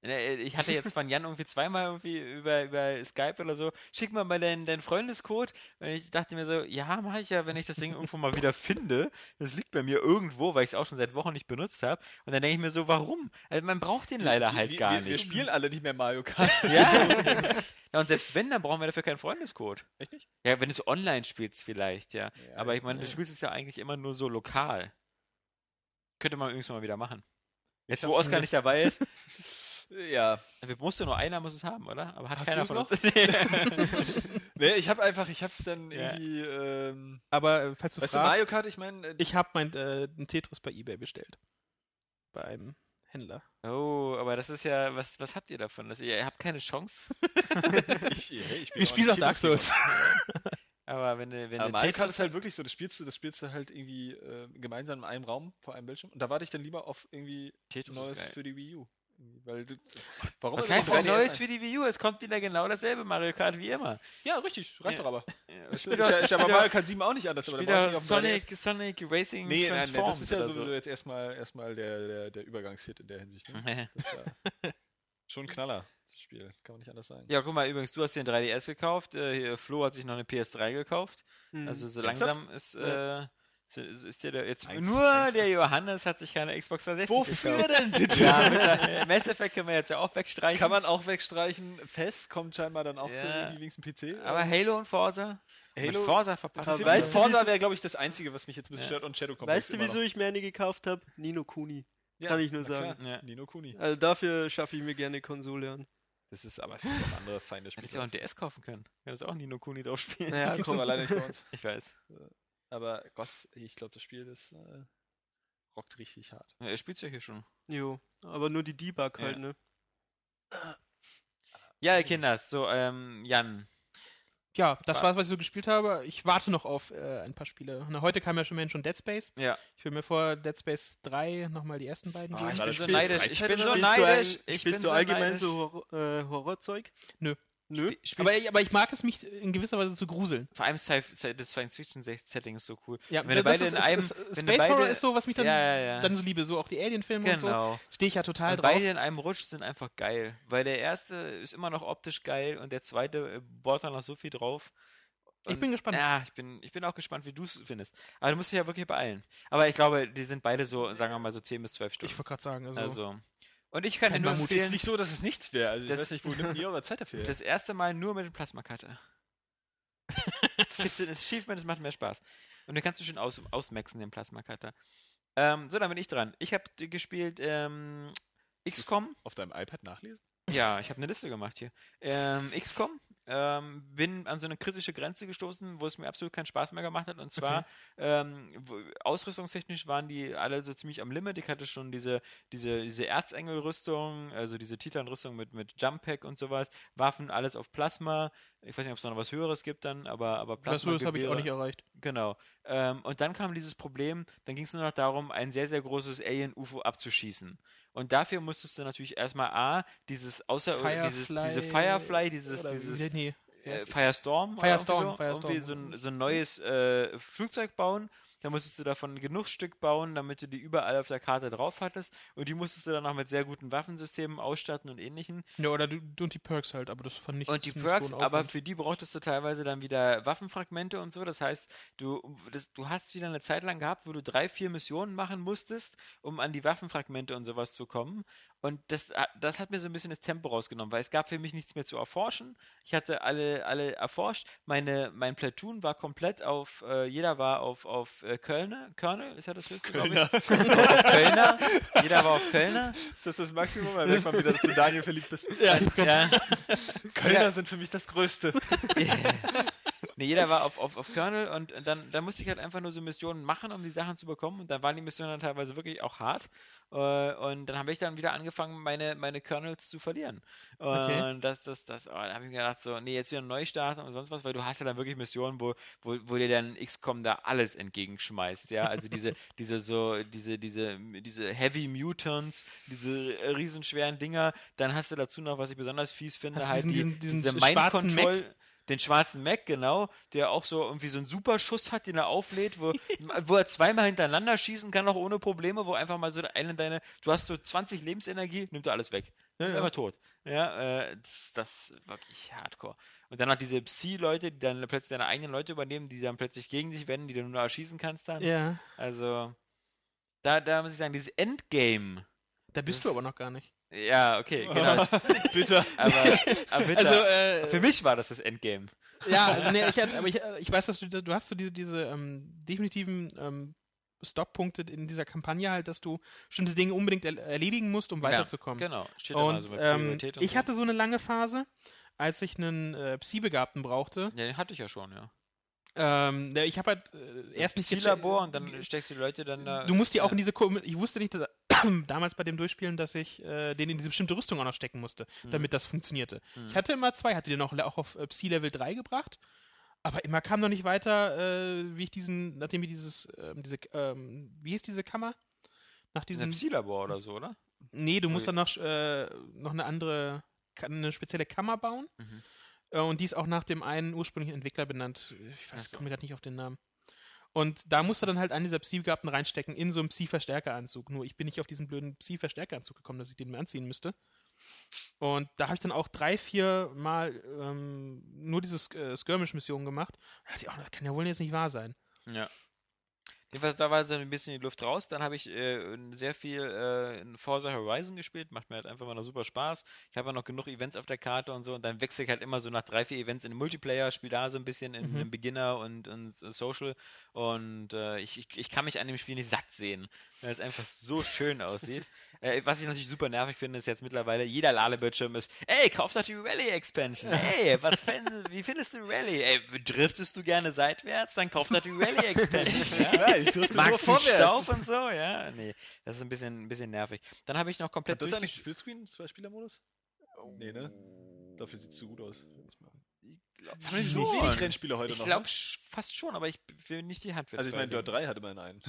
Speaker 1: Ne, Ich hatte jetzt von Jan irgendwie zweimal irgendwie über, über Skype oder so, schick mal mal deinen, deinen Freundescode. Und ich dachte mir so, ja, mache ich ja, wenn ich das Ding irgendwo mal wieder finde. Das liegt bei mir irgendwo, weil ich es auch schon seit Wochen nicht benutzt habe. Und dann denke ich mir so, warum? Also man braucht den leider
Speaker 2: Wir-
Speaker 1: halt
Speaker 2: wir,
Speaker 1: gar
Speaker 2: wir, Wir
Speaker 1: nicht.
Speaker 2: spielen alle nicht mehr Mario Kart.
Speaker 1: ja. ja, und selbst wenn, dann brauchen wir dafür keinen Freundescode.
Speaker 2: Echt nicht?
Speaker 1: Ja, wenn du es online spielst vielleicht, ja.
Speaker 2: Ja,
Speaker 1: Aber ich meine,
Speaker 2: ja.
Speaker 1: du spielst es ja eigentlich immer nur so lokal. Könnte man übrigens mal wieder machen. Jetzt, wo
Speaker 3: glaub,
Speaker 1: Oscar
Speaker 3: das-
Speaker 1: nicht dabei ist,
Speaker 2: Ja.
Speaker 1: wir- musste nur einer muss es haben, oder? Aber hat
Speaker 2: Hast
Speaker 1: keiner
Speaker 2: du
Speaker 1: von
Speaker 2: es
Speaker 1: uns.
Speaker 2: Nee, ich habe einfach, ich hab's dann
Speaker 1: Ja.
Speaker 2: irgendwie, ähm,
Speaker 3: Aber äh, falls du
Speaker 2: weißt du, Mario
Speaker 3: fragst,
Speaker 2: Kart, ich meine, äh,
Speaker 3: ich habe mein äh, ein Tetris bei eBay bestellt. Bei einem Händler.
Speaker 1: oh, aber das ist ja, was, was habt ihr davon? Das, ihr habt keine Chance.
Speaker 2: ich, hey, ich bin
Speaker 3: Wir
Speaker 2: auch
Speaker 3: spielen
Speaker 2: nicht
Speaker 3: doch Dark
Speaker 2: Tetris-Spieler.
Speaker 3: Souls.
Speaker 1: Aber wenn du, wenn
Speaker 2: Aber
Speaker 1: du
Speaker 2: Mario Kart
Speaker 1: Tetris-
Speaker 2: ist halt wirklich so, das spielst du, das spielst du halt irgendwie äh, gemeinsam in einem Raum vor einem Bildschirm. Und da warte ich dann lieber auf irgendwie
Speaker 1: Tetris ist
Speaker 2: Neues
Speaker 1: geil.
Speaker 2: für die Wii U. Irgendwie, Weil du, warum
Speaker 1: was
Speaker 2: denn
Speaker 1: heißt
Speaker 2: auf
Speaker 1: denn
Speaker 2: 3DS
Speaker 1: Neues
Speaker 2: ein?
Speaker 1: für die Wii U? Es kommt wieder genau dasselbe Mario Kart wie immer.
Speaker 2: Ja, richtig, reicht
Speaker 1: Ja.
Speaker 2: doch aber.
Speaker 1: Ja,
Speaker 2: Ich,
Speaker 1: spiel
Speaker 2: ich,
Speaker 1: doch-
Speaker 2: ich
Speaker 1: spiel
Speaker 2: habe
Speaker 1: doch-
Speaker 2: Mario Kart 7 auch nicht anders, aber
Speaker 1: spiel
Speaker 2: da brauchst du
Speaker 1: doch
Speaker 2: nicht auf dem 3DS.
Speaker 1: Sonic, Sonic Racing
Speaker 2: Nee, nein, nein, das
Speaker 1: Transformed
Speaker 2: ist ja
Speaker 1: oder
Speaker 2: sowieso jetzt erstmal, erstmal der, der, der Übergangshit in der Hinsicht. Ne?
Speaker 1: so.
Speaker 2: Das ist ja schon ein Knaller, das Spiel. Kann man nicht anders sagen.
Speaker 1: Ja, guck mal, übrigens, du hast dir ein 3DS gekauft, äh, hier, Flo hat sich noch eine PS3 gekauft.
Speaker 3: Mhm.
Speaker 4: Hm.
Speaker 1: Also so
Speaker 2: Ernsthaft?
Speaker 1: langsam ist, äh, so- so ist dir der jetzt
Speaker 2: Eins-
Speaker 1: nur
Speaker 2: eins-
Speaker 1: der Johannes hat sich keine Xbox 360
Speaker 2: Wofür
Speaker 1: gekauft. denn bitte? Ja, mit der, äh, Mass Effect können wir jetzt ja auch wegstreichen.
Speaker 2: Kann man auch wegstreichen. Fest kommt scheinbar dann auch
Speaker 1: Ja.
Speaker 2: für die wenigsten PC.
Speaker 1: aber Halo und Forza? Mit
Speaker 2: Halo-
Speaker 1: Forza
Speaker 2: Das
Speaker 1: verpasst
Speaker 2: ist
Speaker 1: du
Speaker 4: Aber
Speaker 2: immer-
Speaker 4: weißt
Speaker 1: wieder.
Speaker 4: du,
Speaker 2: Forza
Speaker 4: wieso-
Speaker 2: wäre, glaube ich, das Einzige, was mich jetzt ein bisschen
Speaker 1: Ja.
Speaker 2: stört. Und Shadow Complex.
Speaker 4: Weißt du, wieso ich mir eine gekauft habe? Nino Kuni.
Speaker 2: Ja,
Speaker 4: Kann ich nur
Speaker 2: na klar.
Speaker 4: sagen.
Speaker 1: Ja.
Speaker 2: Nino Kuni.
Speaker 4: Also dafür schaffe ich mir gerne Konsole an.
Speaker 2: Das ist aber es gibt auch andere feine Spiele.
Speaker 1: Hättest du auch einen DS kaufen können. Hättest auch einen Nino Kuni drauf spielen.
Speaker 4: Naja,
Speaker 2: Gibt's aber leider nicht bei uns.
Speaker 1: Ich weiß.
Speaker 2: Aber Gott, ich glaube, das Spiel, das äh, rockt richtig hart.
Speaker 1: Er spielt ja hier schon.
Speaker 4: Jo, aber nur die Debug halt,
Speaker 1: Ja.
Speaker 4: ne?
Speaker 1: Ja, ihr Kinders, so, ähm, Jan.
Speaker 3: Ja, das
Speaker 1: Wa-
Speaker 3: war's, was ich so gespielt habe. Ich warte noch auf äh, ein paar Spiele. Na, heute kam ja schon, schon Dead Space.
Speaker 1: Ja.
Speaker 3: Ich will mir vor Dead Space 3 nochmal die ersten beiden
Speaker 2: Ah,
Speaker 3: geben.
Speaker 1: ich
Speaker 2: gerade
Speaker 1: bin so
Speaker 2: spielst du
Speaker 1: neidisch.
Speaker 2: Freizeit
Speaker 1: Ich bin
Speaker 2: oder
Speaker 1: so
Speaker 4: Spielst du
Speaker 1: neidisch.
Speaker 4: ein-
Speaker 1: Ich
Speaker 4: spielst
Speaker 1: bin
Speaker 4: du
Speaker 1: so
Speaker 4: allgemein
Speaker 1: neidisch.
Speaker 4: so Horror, äh, Horrorzeug?
Speaker 3: Nö.
Speaker 4: Nö.
Speaker 1: Sp-
Speaker 3: Aber, aber ich mag es, mich in gewisser Weise zu gruseln.
Speaker 1: Vor allem Sci- Sci- das Science-Fiction-Setting ist so cool.
Speaker 3: Ja,
Speaker 1: wenn du
Speaker 3: das
Speaker 1: beide
Speaker 3: ist-
Speaker 1: in
Speaker 3: ist-
Speaker 1: einem.
Speaker 3: ist-
Speaker 1: wenn
Speaker 3: Space
Speaker 1: du beide,
Speaker 3: Horror ist so, was mich dann,
Speaker 1: Ja, ja, ja.
Speaker 3: dann so liebe, so auch die Alien-Filme und
Speaker 1: Genau.
Speaker 3: so. Stehe ich ja total
Speaker 1: Und
Speaker 3: drauf.
Speaker 1: beide in einem Rutsch sind einfach geil. Weil der erste ist immer noch optisch geil und der zweite äh, bohrt dann noch so viel drauf.
Speaker 3: Ich bin gespannt.
Speaker 1: Ja, ich bin, ich bin auch gespannt, wie du es findest. Aber du musst dich ja wirklich beeilen. Aber ich glaube, die sind beide so, sagen wir mal, so 10 bis 12
Speaker 3: Ich
Speaker 1: Stunden.
Speaker 3: wollte gerade sagen, also,
Speaker 1: also. Und ich kann dir
Speaker 3: Kein
Speaker 1: nur
Speaker 2: ist
Speaker 3: Mammut
Speaker 1: empfehlen,
Speaker 2: nicht so, dass es nichts wäre. Also ich
Speaker 1: Das-
Speaker 2: weiß nicht, wo nimmt ihr eure Zeit dafür?
Speaker 1: das erste Mal nur mit dem Plasmakarte. das gibt ein Achievement, das macht mehr Spaß. Und den kannst du schön aus, ausmaxen, den Plasmakarte. Ähm, so, dann bin ich dran. Ich habe gespielt ähm, XCOM.
Speaker 2: Auf deinem iPad nachlesen?
Speaker 1: Ja, ich habe eine Liste gemacht hier. Ähm, XCOM. Ähm, bin an so eine kritische Grenze gestoßen, wo es mir absolut keinen Spaß mehr gemacht hat. Und zwar, ähm, wo- ausrüstungstechnisch waren die alle so ziemlich am Limit. Ich hatte schon diese, diese, diese Erzengelrüstung, also diese Titanrüstung mit, mit Jump-Pack und sowas. Waffen, alles auf Plasma. Ich weiß nicht, ob es noch was Höheres gibt dann, aber, aber
Speaker 3: das, das habe ich auch
Speaker 1: Plasmagewehre.
Speaker 3: nicht erreicht.
Speaker 1: Genau. Ähm, und dann kam dieses Problem, dann ging es nur noch darum, ein sehr, sehr großes Alien-UFO abzuschießen. Und dafür musstest du natürlich erstmal A, dieses Außer äh, dieses, diese Firefly, dieses,
Speaker 3: oder wie-
Speaker 1: dieses
Speaker 3: nee, wie
Speaker 1: äh,
Speaker 3: heißt das?
Speaker 1: Firestorm, oder
Speaker 3: Firestorm,
Speaker 1: irgendwie so,
Speaker 3: Firestorm.
Speaker 1: irgendwie so ein, so ein neues äh, Flugzeug bauen. Da musstest du davon genug Stück bauen, damit du die überall auf der Karte drauf hattest. Und die musstest du dann noch mit sehr guten Waffensystemen ausstatten und ähnlichen.
Speaker 3: Ja, oder du, du und die Perks halt, aber das fand ich
Speaker 1: Und die
Speaker 3: jetzt nicht
Speaker 1: Perks,
Speaker 3: so ein
Speaker 1: aber
Speaker 3: Aufwand.
Speaker 1: für die brauchtest du teilweise dann wieder Waffenfragmente und so. Das heißt, du, das, du hast wieder eine Zeit lang gehabt, wo du drei, vier Missionen machen musstest, um an die Waffenfragmente und sowas zu kommen. Und das, ha- das hat mir so ein bisschen das Tempo rausgenommen, weil es gab für mich nichts mehr zu erforschen. Ich hatte alle, alle erforscht. Meine, mein Platoon war komplett auf, äh, jeder war auf, auf äh, Kölner. Kölner ist ja das höchste, glaub
Speaker 2: Kölner.
Speaker 1: Ich. Auf Kölner. Jeder war auf Kölner.
Speaker 2: Ist das das Maximum? Dann merkt man wieder, dass du Daniel verliebt bist.
Speaker 1: Ja.
Speaker 2: Kölner
Speaker 1: Ja.
Speaker 2: sind für mich das Größte.
Speaker 1: nee, jeder war auf, auf, auf Kernel und dann, dann musste ich halt einfach nur so Missionen machen, um die Sachen zu bekommen. Und dann waren die Missionen dann teilweise wirklich auch hart. Äh, Und dann habe ich dann wieder angefangen, meine, meine Kernels zu verlieren. Und
Speaker 3: Okay.
Speaker 1: das, das, das, oh, da habe ich mir gedacht, so, nee, jetzt wieder ein Neustart und sonst was, weil du hast ja dann wirklich Missionen, wo, wo, wo dir dann XCOM da alles entgegenschmeißt, ja. Also diese, diese so, diese, diese, diese Heavy Mutants, diese riesenschweren Dinger, dann hast du dazu noch, was ich besonders fies finde,
Speaker 3: Hast du
Speaker 1: halt
Speaker 3: diesen-
Speaker 1: die,
Speaker 3: diesen-
Speaker 1: diese
Speaker 3: diesen schwarzen Mac?
Speaker 1: Mind-Control den schwarzen Mac, genau, der auch so irgendwie so einen Superschuss hat, den er auflädt, wo, wo er zweimal hintereinander schießen kann, auch ohne Probleme, wo einfach mal so eine deine, du hast so 20 Lebensenergie, nimmt er alles weg.
Speaker 3: Ja,
Speaker 1: ist
Speaker 3: ja.
Speaker 1: Immer tot. Ja, äh, das, das ist wirklich hardcore. Und dann noch diese Psi-Leute, die dann plötzlich deine eigenen Leute übernehmen, die dann plötzlich gegen dich wenden, die du nur erschießen kannst dann.
Speaker 3: Ja,
Speaker 1: Also, da, da muss ich sagen, dieses Endgame.
Speaker 3: da bist
Speaker 1: Das-
Speaker 3: du aber noch gar nicht.
Speaker 1: Ja, okay, genau.
Speaker 2: Bitter.
Speaker 1: aber, aber bitte,
Speaker 3: Oh. Also, äh,
Speaker 1: für mich war das das Endgame.
Speaker 3: Ja, also nee, ich, hab- aber ich, äh, ich weiß, dass du, du hast so diese, diese ähm, definitiven ähm, Stopppunkte in dieser Kampagne halt, dass du bestimmte Dinge unbedingt er erledigen musst, um weiterzukommen.
Speaker 1: Genau. Steht immer
Speaker 3: Und,
Speaker 1: so mit
Speaker 3: ähm,
Speaker 1: Priorität und
Speaker 3: ich
Speaker 1: so.
Speaker 3: hatte so eine lange Phase, als ich einen äh, Psi-Begabten brauchte.
Speaker 1: Ja, den hatte ich ja schon, ja.
Speaker 3: Ähm, na, ich habe halt äh, erst nicht gecheckt- äh,
Speaker 1: Ziellabor und dann steckst du die Leute dann da.
Speaker 3: Du musst die auch in
Speaker 1: ja.
Speaker 3: diese. Ko- Ich wusste nicht, dass, damals bei dem Durchspielen, dass ich äh, den in diese bestimmte Rüstung auch noch stecken musste,
Speaker 1: Mhm.
Speaker 3: damit das funktionierte. Ich hatte immer zwei, hatte den auch, auch auf äh, Psi Level 3 gebracht, aber immer kam noch nicht weiter, äh, wie ich diesen, nachdem ich dieses, ähm, diese, ähm, wie hieß diese Kammer? Nach
Speaker 1: Ist ja
Speaker 3: diesem.
Speaker 1: Psi-Labor oder so, oder?
Speaker 3: Nee, du musst
Speaker 1: Nee.
Speaker 3: dann noch, äh, noch eine andere, ka- eine spezielle Kammer bauen.
Speaker 1: Mhm.
Speaker 3: Äh, und die ist auch nach dem einen ursprünglichen Entwickler benannt. Ich weiß,
Speaker 1: Ach so.
Speaker 3: ich komme gerade nicht auf den Namen. Und da musst du dann halt einen dieser Psi-Begabten reinstecken in so einen Psi-Verstärkeranzug. Nur ich bin nicht auf diesen blöden Psi-Verstärkeranzug gekommen, dass ich den mir anziehen müsste. Und da habe ich dann auch drei, vier Mal ähm, nur diese Sk äh, Skirmish-Mission gemacht. Da dachte ich, oh, das kann ja wohl jetzt nicht wahr sein.
Speaker 1: Ja. Jedenfalls, da war so ein bisschen die Luft raus. Dann habe ich äh, sehr viel äh, in Forza Horizon gespielt. Macht mir halt einfach mal noch super Spaß. Ich habe ja noch genug Events auf der Karte und so. Und dann wechsle ich halt immer so nach drei, vier Events in den Multiplayer, spiele da so ein bisschen in,
Speaker 3: Mhm.
Speaker 1: in Beginner und, und Social. Und äh, ich, ich, ich kann mich an dem Spiel nicht satt sehen, weil es einfach so schön aussieht. Äh, was ich natürlich super nervig finde, ist jetzt mittlerweile jeder Ladebildschirm ist, ey, kauf doch die Rally-Expansion. Ey, was fänd, wie findest du Rally? Ey, driftest du gerne seitwärts? Dann kauf doch die Rally-Expansion. ja?
Speaker 2: Ja, ich drückte
Speaker 1: Magst du
Speaker 2: nur vorwärts.
Speaker 1: Staub und so? Ja, nee, das ist ein bisschen, ein bisschen nervig. Dann habe ich noch komplett
Speaker 2: Hat das
Speaker 1: durchgespielt.
Speaker 2: eigentlich Splitscreen? Zwei-Spieler-Modus? Nee, ne? Dafür sieht's zu gut aus. Das haben nicht so
Speaker 1: schon.
Speaker 2: wenig Rennspiele heute
Speaker 1: Ich
Speaker 2: noch.
Speaker 1: glaube
Speaker 2: ne?
Speaker 1: fast schon, aber ich will nicht die Hand für
Speaker 2: Also ich
Speaker 1: zwei
Speaker 2: meine, Dirt
Speaker 1: geben.
Speaker 2: 3 hatte man einen.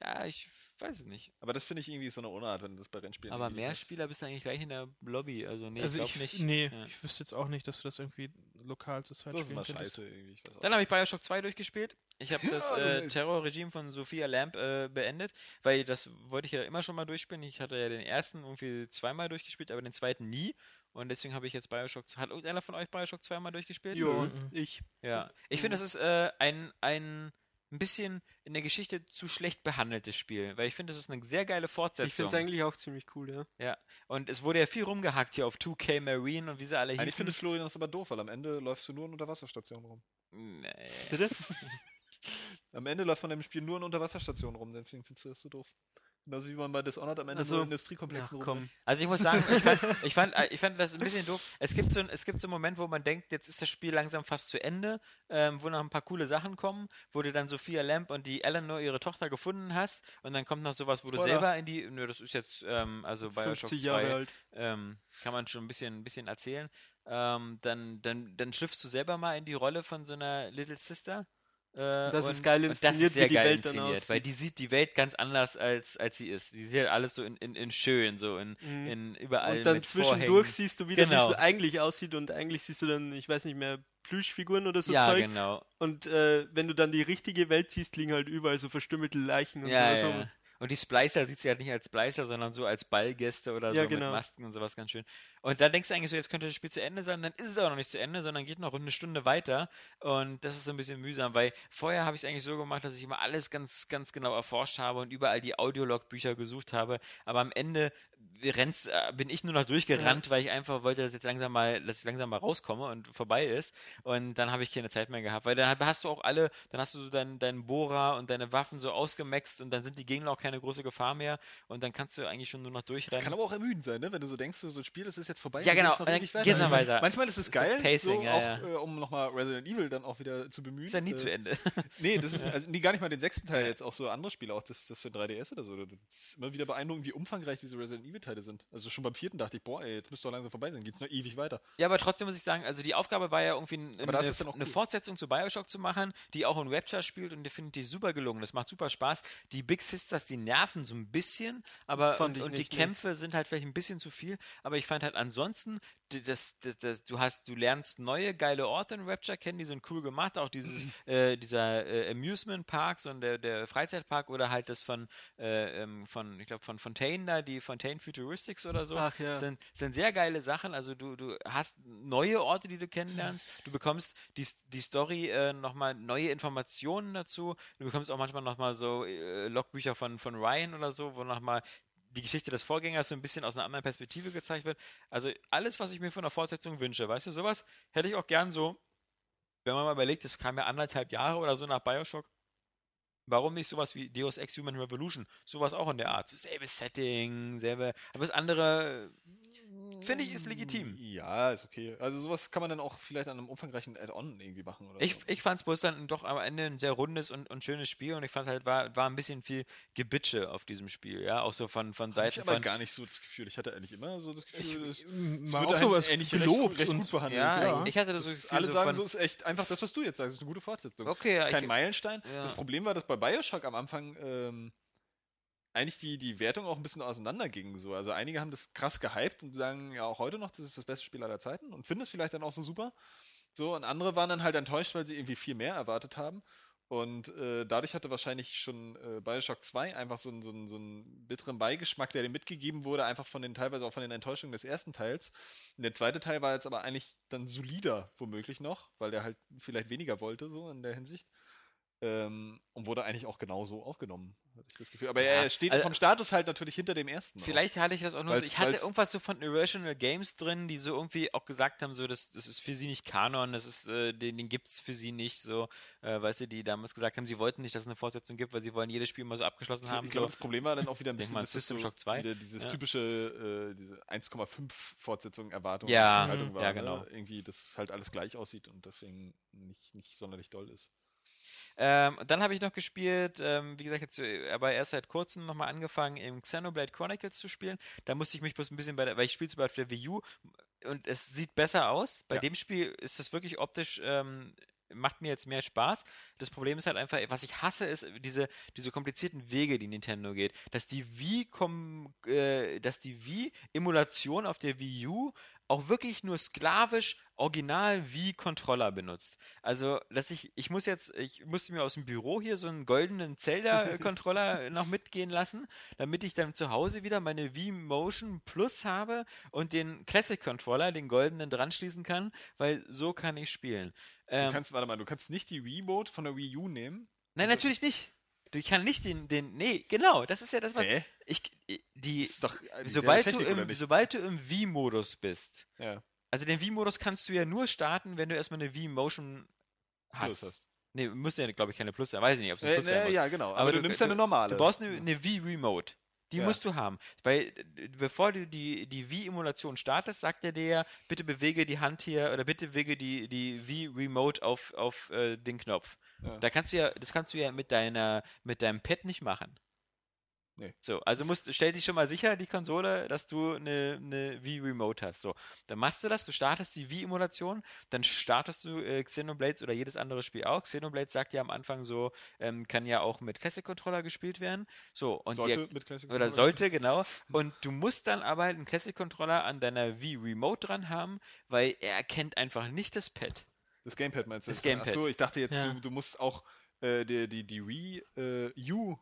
Speaker 1: Ja, ich weiß es nicht.
Speaker 2: Aber das finde ich irgendwie so eine Unart, wenn das bei Rennspielen
Speaker 1: Aber
Speaker 2: irgendwie
Speaker 1: mehr
Speaker 2: ist.
Speaker 1: Spieler bist du eigentlich gleich in der Lobby. Also, nee,
Speaker 3: also
Speaker 1: ich
Speaker 3: ich,
Speaker 1: glaube nicht.
Speaker 3: nee,
Speaker 1: Ja.
Speaker 3: ich wüsste jetzt auch nicht, dass du das irgendwie lokal zu zweit
Speaker 2: Das ist
Speaker 3: spielen
Speaker 2: immer
Speaker 3: könntest.
Speaker 2: scheiße irgendwie. Ich weiß auch
Speaker 1: Dann
Speaker 2: nicht.
Speaker 1: habe ich Bioshock 2 durchgespielt. Ich habe das
Speaker 2: Ja,
Speaker 1: äh,
Speaker 2: Mensch.
Speaker 1: Terrorregime von Sophia Lamb äh, beendet, weil das wollte ich ja immer schon mal durchspielen. Ich hatte ja den ersten irgendwie zweimal durchgespielt, aber den zweiten nie. Und deswegen habe ich jetzt Bioshock 2. Hat irgendeiner von euch Bioshock 2 mal durchgespielt?
Speaker 4: Jo,
Speaker 3: Mhm.
Speaker 4: ich.
Speaker 1: Ja. Ich finde, das ist äh, ein, ein ein bisschen in der Geschichte zu schlecht behandeltes Spiel, weil ich finde, das ist eine sehr geile
Speaker 4: Ich finde
Speaker 1: Fortsetzung.
Speaker 4: es eigentlich auch ziemlich cool, ja.
Speaker 1: und es wurde ja viel rumgehackt hier auf 2K Marine und wie sie alle
Speaker 2: Eigentlich
Speaker 1: hießen.
Speaker 2: findet Florian das aber doof, weil am Ende läufst du nur in Unterwasserstationen rum.
Speaker 1: Nee.
Speaker 4: Bitte?
Speaker 2: Am Ende läuft man im Spiel nur in Unterwasserstationen rum, deswegen findest du das so doof. Genauso wie man bei Dishonored am Ende
Speaker 4: Also,
Speaker 2: nur in
Speaker 4: Ach
Speaker 2: Industriekomplexen
Speaker 4: komm.
Speaker 1: Also ich muss sagen, ich fand, ich fand, äh, ich fand das ein bisschen doof. Es gibt, so, ein- es gibt so einen Moment, wo man denkt, jetzt ist das Spiel langsam fast zu Ende, ähm, wo noch ein paar coole Sachen kommen, wo du dann Sophia Lamb und die Eleanor, ihre Tochter, gefunden hast und dann kommt noch sowas, wo du
Speaker 4: Spoiler.
Speaker 1: selber in die... Nö, das ist jetzt, ähm, also Bioshock 2
Speaker 4: 50 Jahre alt.
Speaker 1: ähm, kann man schon ein bisschen, ein bisschen erzählen. Ähm, dann, dann, dann schlüpfst du selber mal in die Rolle von so einer Little Sister. äh,
Speaker 4: das ist geil inszeniert,
Speaker 1: ist
Speaker 4: wie
Speaker 1: sehr
Speaker 4: die
Speaker 1: geil
Speaker 4: Welt dann
Speaker 1: inszeniert, weil
Speaker 4: aussieht.
Speaker 1: die sieht die Welt ganz anders als, als sie ist. Die sieht halt alles so in, in, in schön, so in,
Speaker 4: Mhm.
Speaker 1: in überall
Speaker 4: Und dann
Speaker 1: mit
Speaker 4: zwischendurch
Speaker 1: Vorhängen.
Speaker 4: siehst du wieder,
Speaker 1: Genau.
Speaker 4: wie es eigentlich aussieht und eigentlich siehst du dann, ich weiß nicht mehr, Plüschfiguren oder so
Speaker 1: ja,
Speaker 4: Zeug.
Speaker 1: genau.
Speaker 4: Und äh, wenn du dann die richtige Welt siehst, liegen halt überall so verstümmelte Leichen und
Speaker 1: Ja,
Speaker 4: so.
Speaker 1: ja. ja. Und die Splicer sieht sie halt nicht als Splicer, sondern so als Ballgäste oder
Speaker 4: Ja,
Speaker 1: so
Speaker 4: genau.
Speaker 1: mit Masken und sowas ganz schön. Und dann denkst du eigentlich so, jetzt könnte das Spiel zu Ende sein, dann ist es aber noch nicht zu Ende, sondern geht noch eine Stunde weiter. Und das ist so ein bisschen mühsam, weil vorher habe ich es eigentlich so gemacht, dass ich immer alles ganz, ganz genau erforscht habe und überall die Audiolog-Bücher gesucht habe. Aber am Ende rennst, äh, bin ich nur noch durchgerannt, weil ich einfach wollte, dass jetzt langsam mal, dass ich langsam mal rauskomme und vorbei ist. Und dann habe ich keine Zeit mehr gehabt, weil dann hast du auch alle, dann hast du so deinen, deinen Bohrer und deine Waffen so ausgemaxt und dann sind die Gegner auch keine große Gefahr mehr und dann kannst du eigentlich schon nur noch
Speaker 2: Das kann
Speaker 1: durchrennen.
Speaker 2: aber auch ermüdend sein, ne? wenn du so denkst, so ein Spiel, das ist jetzt vorbei.
Speaker 1: Ja,
Speaker 2: dann
Speaker 1: genau,
Speaker 2: geht's noch
Speaker 1: dann
Speaker 2: ewig
Speaker 1: geht's noch weiter.
Speaker 2: Manchmal ist es
Speaker 1: Ist das
Speaker 2: geil,
Speaker 1: Pacing,
Speaker 2: so,
Speaker 1: ja,
Speaker 2: auch,
Speaker 1: ja.
Speaker 2: Äh, um nochmal Resident Evil dann auch wieder zu bemühen.
Speaker 1: Ist ja nie
Speaker 2: äh,
Speaker 1: zu Ende.
Speaker 2: Nee, das ist also, nee, gar nicht mal den sechsten Teil jetzt, auch so andere Spiele, auch das, das für 3DS oder so. Das ist immer wieder beeindruckend, wie umfangreich diese Resident Evil-Teile sind. Also schon beim vierten dachte ich, boah, ey, jetzt müsste doch langsam vorbei sein, geht's noch ewig weiter.
Speaker 1: Ja, aber trotzdem muss ich sagen, also die Aufgabe war ja irgendwie n-
Speaker 2: Aber das
Speaker 1: eine,
Speaker 2: ist dann auch
Speaker 1: eine
Speaker 2: cool.
Speaker 1: Fortsetzung zu Bioshock zu machen, die auch in Rapture spielt und die finde ich super gelungen. Das macht super Spaß. Die Big Sisters, die nerven so ein bisschen, aber und,
Speaker 4: Fand ich
Speaker 1: und
Speaker 4: nicht,
Speaker 1: die
Speaker 4: nee.
Speaker 1: Kämpfe sind halt vielleicht ein bisschen zu viel, aber ich fand halt ansonsten, d- das, das, das, du hast, du lernst neue geile Orte in Rapture kennen, die sind cool gemacht, auch dieses,
Speaker 4: Mhm.
Speaker 1: äh, dieser äh, Amusement Park, so der, der Freizeitpark oder halt das von, äh, ähm, von ich glaube von Fontaine da, die Fontaine Futuristics oder so
Speaker 4: Ach ja.
Speaker 1: sind, sind sehr geile Sachen. Also du, du hast neue Orte, die du kennenlernst. Du bekommst die, die Story äh, nochmal neue Informationen dazu. Du bekommst auch manchmal nochmal so äh, Logbücher von, von Ryan oder so, wo nochmal die Geschichte des Vorgängers so ein bisschen aus einer anderen Perspektive gezeigt wird. Also alles, was ich mir von der Fortsetzung wünsche, weißt du, sowas hätte ich auch gern so, wenn man mal überlegt, es kam ja anderthalb Jahre oder so nach Bioshock. Warum nicht sowas wie Deus Ex Human Revolution? Sowas auch in der Art. So selbes Setting, selbe. Aber das andere äh, finde ich ist legitim.
Speaker 2: Ja, ist okay. Also sowas kann man dann auch vielleicht an einem umfangreichen Add-on irgendwie machen oder
Speaker 1: Ich,
Speaker 2: so.
Speaker 1: ich fand es bloß dann doch am Ende ein sehr rundes und, und schönes Spiel und ich fand halt, war, war ein bisschen viel Gebitsche auf diesem Spiel, ja. Auch so von, von
Speaker 2: Hatte ich
Speaker 1: Seiten
Speaker 2: aber
Speaker 1: von.
Speaker 2: gar nicht so das Gefühl. Ich hatte eigentlich immer so das Gefühl, es-
Speaker 3: Ich,
Speaker 2: es
Speaker 3: mal
Speaker 2: wird
Speaker 3: auch
Speaker 2: einem
Speaker 3: sowas
Speaker 2: eigentlich
Speaker 3: gelobt
Speaker 2: recht, gut- recht
Speaker 3: und
Speaker 2: gut behandelt. Genau.
Speaker 1: Ja,
Speaker 3: Ja.
Speaker 1: ich hatte das,
Speaker 2: Das
Speaker 1: so
Speaker 2: alle
Speaker 1: so
Speaker 2: sagen,
Speaker 1: von,
Speaker 2: so ist echt einfach das, was du jetzt sagst, ist eine gute Fortsetzung.
Speaker 1: Okay, ja,
Speaker 2: ist kein
Speaker 1: ich-
Speaker 2: Meilenstein.
Speaker 1: ja.
Speaker 2: Das Problem war, dass bei Bioshock am Anfang ähm, eigentlich die, die Wertung auch ein bisschen auseinanderging. So. Also einige haben das krass gehypt und sagen ja auch heute noch, das ist das beste Spiel aller Zeiten und finden es vielleicht dann auch so super. So, und andere waren dann halt enttäuscht, weil sie irgendwie viel mehr erwartet haben. Und äh, dadurch hatte wahrscheinlich schon äh, Bioshock 2 einfach so einen, so, einen, so einen bitteren Beigeschmack, der dem mitgegeben wurde, einfach von den, teilweise auch von den Enttäuschungen des ersten Teils. Und der zweite Teil war jetzt aber eigentlich dann solider, womöglich noch, weil der halt vielleicht weniger wollte, so in der Hinsicht. Ähm, und wurde eigentlich auch genauso aufgenommen, hatte ich das Gefühl. Aber
Speaker 1: Ja,
Speaker 2: er steht
Speaker 1: also-
Speaker 2: vom Status halt natürlich hinter dem ersten. auch.
Speaker 1: Vielleicht hatte ich das auch nur so.
Speaker 2: Weil's-
Speaker 1: Ich hatte
Speaker 2: weil's-
Speaker 1: irgendwas so von Irrational Games drin, die so irgendwie auch gesagt haben, so, das, das ist für sie nicht Kanon, das ist, äh, den, den gibt's für sie nicht, so, äh, weißt du, die damals gesagt haben, sie wollten nicht, dass es eine Fortsetzung gibt, weil sie wollen jedes Spiel mal so abgeschlossen
Speaker 2: Also,
Speaker 1: haben.
Speaker 2: ich glaube,
Speaker 1: So.
Speaker 2: das Problem war dann auch wieder ein
Speaker 1: Denk
Speaker 2: bisschen
Speaker 1: mal an
Speaker 2: dass das
Speaker 1: System Shock 2.
Speaker 2: wieder dieses
Speaker 1: Ja.
Speaker 2: typische äh, diese 1,5 Fortsetzung Erwartung
Speaker 1: Ja,
Speaker 2: Haltung
Speaker 1: mhm,
Speaker 2: war,
Speaker 1: ja,
Speaker 2: ne?
Speaker 1: genau.
Speaker 2: irgendwie dass halt alles gleich aussieht und deswegen nicht, nicht sonderlich doll ist.
Speaker 1: Ähm, und dann habe ich noch gespielt, ähm, wie gesagt, jetzt, äh, aber erst seit kurzem nochmal angefangen, im Xenoblade Chronicles zu spielen. Da musste ich mich bloß ein bisschen bei der, weil ich spiele es bei der Wii U und es sieht besser aus. Bei
Speaker 2: Ja.
Speaker 1: dem Spiel ist das wirklich optisch ähm, macht mir jetzt mehr Spaß. Das Problem ist halt einfach, was ich hasse, ist äh, diese, diese komplizierten Wege, die Nintendo geht. Dass die Wii, kom, äh, dass die Wii-Emulation auf der Wii U auch wirklich nur sklavisch original wie Controller benutzt. Also, dass ich, ich muss jetzt, ich musste mir aus dem Büro hier so einen goldenen Zelda-Controller noch mitgehen lassen, damit ich dann zu Hause wieder meine Wii Motion Plus habe und den Classic-Controller, den goldenen, dran schließen kann, weil so kann ich spielen.
Speaker 2: Du
Speaker 1: Ähm,
Speaker 2: kannst, warte mal, du kannst nicht die Wiimote von der Wii U nehmen.
Speaker 1: nein,
Speaker 2: also-
Speaker 1: natürlich nicht. Ich kann nicht den, den, nee, genau, das ist ja das, was,
Speaker 2: Hä?
Speaker 1: ich, die,
Speaker 2: Ist doch äh,
Speaker 1: sobald,
Speaker 2: dieselbe
Speaker 1: du
Speaker 2: Technik, oder
Speaker 1: im,
Speaker 2: nicht?
Speaker 1: sobald du im Wii-Modus bist,
Speaker 2: ja,
Speaker 1: Also den Wii-Modus kannst du ja nur starten, wenn du erstmal eine Wii-Motion hast.
Speaker 2: Plus hast.
Speaker 1: Nee, müsste ja, glaube ich, keine Plus sein. Weiß ich nicht, ob es eine
Speaker 2: Äh,
Speaker 1: Plus sein
Speaker 2: ne,
Speaker 1: muss.
Speaker 2: ja, genau. Aber,
Speaker 1: Aber
Speaker 2: du,
Speaker 1: du-
Speaker 2: nimmst ja eine normale.
Speaker 1: Du brauchst eine, eine Wii-Remote. Die
Speaker 2: Ja.
Speaker 1: musst du haben. Weil äh, bevor du die, die Wii-Emulation startest, sagt er dir ja, bitte bewege die Hand hier oder bitte bewege die, die Wii-Remote auf, auf äh, den Knopf.
Speaker 2: Ja.
Speaker 1: Da kannst du ja, das kannst du ja mit deiner, mit deinem Pad nicht machen.
Speaker 2: Nee.
Speaker 1: So, also musst, stell dich schon mal sicher, die Konsole, dass du eine, eine Wii-Remote hast. So, dann machst du das, du startest die Wii-Emulation, dann startest du äh, Xenoblades oder jedes andere Spiel auch. Xenoblades sagt ja am Anfang so, ähm, kann ja auch mit Classic-Controller gespielt werden. So, und
Speaker 2: sollte
Speaker 1: der,
Speaker 2: mit Classic
Speaker 1: oder
Speaker 2: Controller.
Speaker 1: sollte, genau. Und du musst dann aber halt einen Classic-Controller an deiner Wii Remote dran haben, weil er erkennt einfach nicht das Pad.
Speaker 2: Das Gamepad meinst du?
Speaker 1: Das
Speaker 2: jetzt? Ach
Speaker 1: Gamepad.
Speaker 2: so, ich dachte jetzt,
Speaker 1: Ja.
Speaker 2: du, du musst auch äh, die, die, die Wii äh, U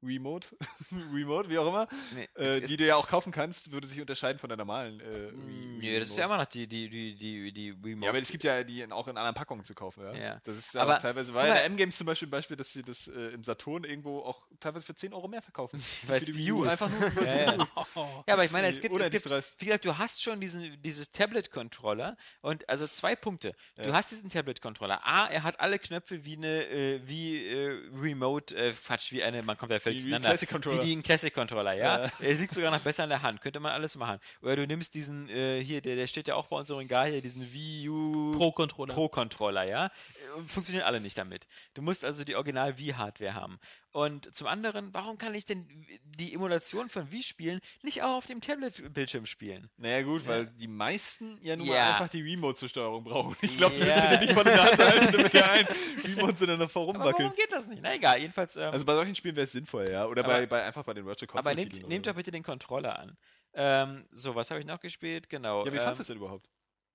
Speaker 2: Remote, Remote, wie auch immer,
Speaker 1: Nee,
Speaker 2: äh,
Speaker 1: es- es-
Speaker 2: die du ja auch kaufen kannst, würde sich unterscheiden von der normalen äh, Wii
Speaker 1: Nö, das ist ja
Speaker 2: Remote.
Speaker 1: immer noch die, die, die, die, die Remote.
Speaker 2: Ja, aber es gibt ja die in, auch in anderen Packungen zu kaufen, ja.
Speaker 1: Ja.
Speaker 2: Das ist
Speaker 1: Aber-
Speaker 2: aber teilweise, weil
Speaker 1: guck mal-
Speaker 2: bei M-Games zum Beispiel, Beispiel, dass sie das äh, im Saturn irgendwo auch teilweise für 10 Euro mehr verkaufen.
Speaker 1: Weil's
Speaker 2: Für die
Speaker 1: Wii
Speaker 2: Wii U
Speaker 1: U ist.
Speaker 2: einfach nur.
Speaker 1: Ja, ja.
Speaker 3: Oh.
Speaker 1: Ja, aber ich meine, es gibt,
Speaker 2: Oder
Speaker 1: es
Speaker 2: die
Speaker 1: gibt
Speaker 2: Stress.
Speaker 1: wie gesagt, du hast schon diesen, dieses Tablet-Controller und also zwei Punkte. Du
Speaker 2: Ja.
Speaker 1: hast diesen Tablet-Controller. A, er hat alle Knöpfe wie eine, äh, wie äh, Remote, äh, Quatsch, wie eine, man kommt ja völlig
Speaker 2: Wie- wie ein
Speaker 1: durcheinander.
Speaker 2: Classic-Controller.
Speaker 1: Wie die ein Classic-Controller, ja.
Speaker 2: Ja.
Speaker 1: Es liegt sogar noch besser in der Hand, könnte man alles machen. Oder du nimmst diesen, äh, hier, der, der steht ja auch bei uns im Regal hier, diesen Wii U
Speaker 3: Pro-Controller.
Speaker 1: Pro-Controller, ja. Äh, und Funktionieren alle nicht damit. Du musst also die Original-Wii-Hardware haben. Und zum anderen, warum kann ich denn die Emulation von Wii-Spielen nicht auch auf dem Tablet-Bildschirm spielen?
Speaker 2: Naja, gut, weil die meisten ja nun mal
Speaker 1: Ja.
Speaker 2: einfach die Remote zur Steuerung brauchen. Ich glaube, du
Speaker 1: Ja.
Speaker 2: willst sie dir nicht von der Hand halten, damit der ein Remote in einer V
Speaker 1: Aber
Speaker 2: rumwackelt.
Speaker 1: warum geht das nicht? Na egal, jedenfalls. Ähm,
Speaker 2: Also bei solchen Spielen wäre es sinnvoll, ja. Oder bei,
Speaker 1: Aber-
Speaker 2: bei einfach bei den Virtual Console.
Speaker 1: aber nehmt, nehmt doch bitte den Controller an. Ähm, so, was habe ich noch gespielt? Genau.
Speaker 2: Ja, wie
Speaker 1: ähm,
Speaker 2: fandest du es denn überhaupt?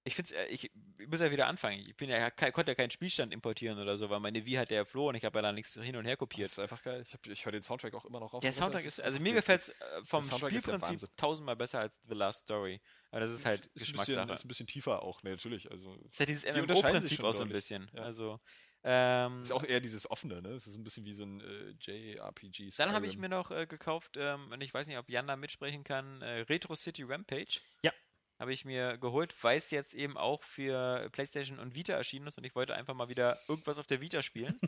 Speaker 1: Ich, find's, äh, ich, ich muss ja wieder anfangen. Ich bin ja, ke- konnte ja keinen Spielstand importieren oder so, weil meine Wii hat ja verloren. Ich habe ja da nichts hin und her kopiert.
Speaker 2: Das ist einfach geil. Ich, hab- ich höre den Soundtrack auch immer noch auf.
Speaker 1: Der
Speaker 2: und runter.
Speaker 1: Soundtrack
Speaker 2: Das
Speaker 1: ist, also mir
Speaker 2: wirklich-
Speaker 1: gefällt es äh, vom
Speaker 2: Soundtrack ist der
Speaker 1: Spielprinzip
Speaker 2: Wahnsinn.
Speaker 1: tausendmal besser als The Last Story. Aber das ist halt
Speaker 2: ist ein bisschen,
Speaker 1: Geschmackssache.
Speaker 2: ist ein bisschen tiefer auch, ne, natürlich. Also
Speaker 1: ist halt dieses
Speaker 2: die unterscheiden sich
Speaker 1: MMO-Prinzip
Speaker 2: schon
Speaker 1: auch so ein
Speaker 2: deutlich.
Speaker 1: bisschen.
Speaker 2: Ja.
Speaker 1: Also, ähm,
Speaker 2: ist auch eher dieses offene, ne? Es ist ein bisschen wie so ein äh, JRPG.
Speaker 1: dann habe ich
Speaker 2: Skyrim.
Speaker 1: mir noch äh, gekauft, ähm, und ich weiß nicht, ob Jan da mitsprechen kann, äh, Retro City Rampage.
Speaker 3: Ja.
Speaker 1: Habe ich mir geholt, weil es jetzt eben auch für PlayStation und Vita erschienen ist und ich wollte einfach mal wieder irgendwas auf der Vita spielen.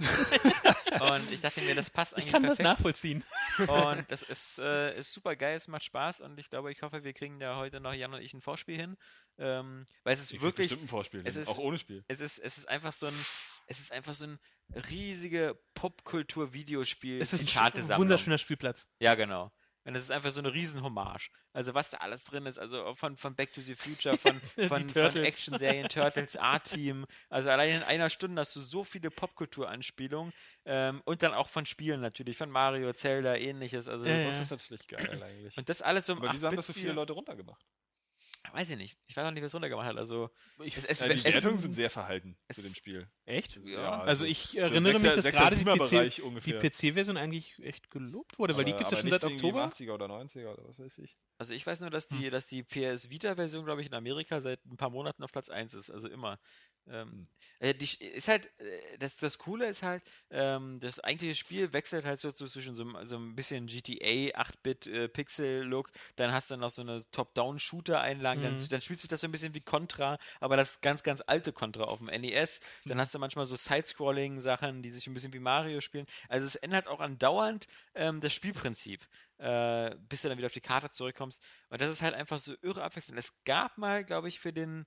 Speaker 1: und ich dachte mir, das passt eigentlich
Speaker 3: Ich kann das
Speaker 1: perfekt.
Speaker 3: nachvollziehen.
Speaker 1: Und das ist, äh, ist super geil, es macht Spaß und ich glaube, ich hoffe, wir kriegen da heute noch Jan und ich ein Vorspiel hin. Ähm, weil es ist
Speaker 2: Ihr könnt
Speaker 1: wirklich,
Speaker 2: bestimmt ein Vorspiel,
Speaker 1: es
Speaker 2: nehmen,
Speaker 1: ist-
Speaker 2: ne? auch ohne Spiel.
Speaker 1: es ist, es ist einfach so ein, es ist einfach so ein riesige Popkultur-Videospiel.
Speaker 3: Es ist ein
Speaker 1: Zitate-Sammlung.
Speaker 3: wunderschöner Spielplatz.
Speaker 1: Ja, genau. Und es ist einfach so eine Riesenhommage. Also was da alles drin ist, also von, von Back to the Future, von,
Speaker 3: Die
Speaker 1: von, von
Speaker 3: Turtles.
Speaker 1: Action-Serien, Turtles, A-Team. Also allein in einer Stunde hast du so viele Popkultur-Anspielungen ähm, und dann auch von Spielen natürlich, von Mario, Zelda, ähnliches. Also
Speaker 3: Ja,
Speaker 1: das-
Speaker 3: ja.
Speaker 2: Das ist natürlich geil eigentlich.
Speaker 1: Und das alles so im
Speaker 2: Aber wieso haben das so
Speaker 1: 8-Bit-Stil.
Speaker 2: viele Leute runtergemacht?
Speaker 1: Weiß ich nicht. Ich weiß auch nicht, wer es runtergemacht hat. Also es, es,
Speaker 2: Äh, die
Speaker 1: es,
Speaker 2: Wertungen sind sehr verhalten
Speaker 1: es-
Speaker 2: zu dem Spiel.
Speaker 3: Echt?
Speaker 1: ja.
Speaker 3: Also ich erinnere
Speaker 2: Sechser-
Speaker 3: mich, dass
Speaker 2: Sechser-
Speaker 3: gerade die
Speaker 2: Siebener
Speaker 3: PC
Speaker 2: Bereich
Speaker 3: die
Speaker 2: ungefähr.
Speaker 3: PC-Version eigentlich echt gelobt wurde, weil die
Speaker 2: Aber-
Speaker 3: gibt es ja
Speaker 2: aber
Speaker 3: schon seit
Speaker 2: nicht irgendwie im
Speaker 3: Oktober.
Speaker 2: 80er oder 90er oder was weiß ich.
Speaker 1: Also ich weiß nur, dass die, dass die PS Vita-Version, glaube ich, in Amerika seit ein paar Monaten auf Platz 1 ist, also immer. Ähm,
Speaker 2: Hm.
Speaker 1: äh, die, Sch- ist halt, äh, das, das Coole ist halt, ähm, das eigentliche Spiel wechselt halt so zu- zwischen so, einem- so ein bisschen GTA, 8-Bit-Pixel-Look, äh, dann hast du noch so eine Top-Down-Shooter-Einlagen, dann,
Speaker 3: Mhm.
Speaker 1: dann spielt sich das so ein bisschen wie Contra, aber das ganz, ganz alte Contra auf dem NES. Dann hast du manchmal so Side-Scrolling-Sachen, die sich ein bisschen wie Mario spielen. Also es ändert auch andauernd ähm, das Spielprinzip äh, bis du dann wieder auf die Karte zurückkommst. Und das ist halt einfach so irre abwechselnd. Es gab mal, glaube ich, für den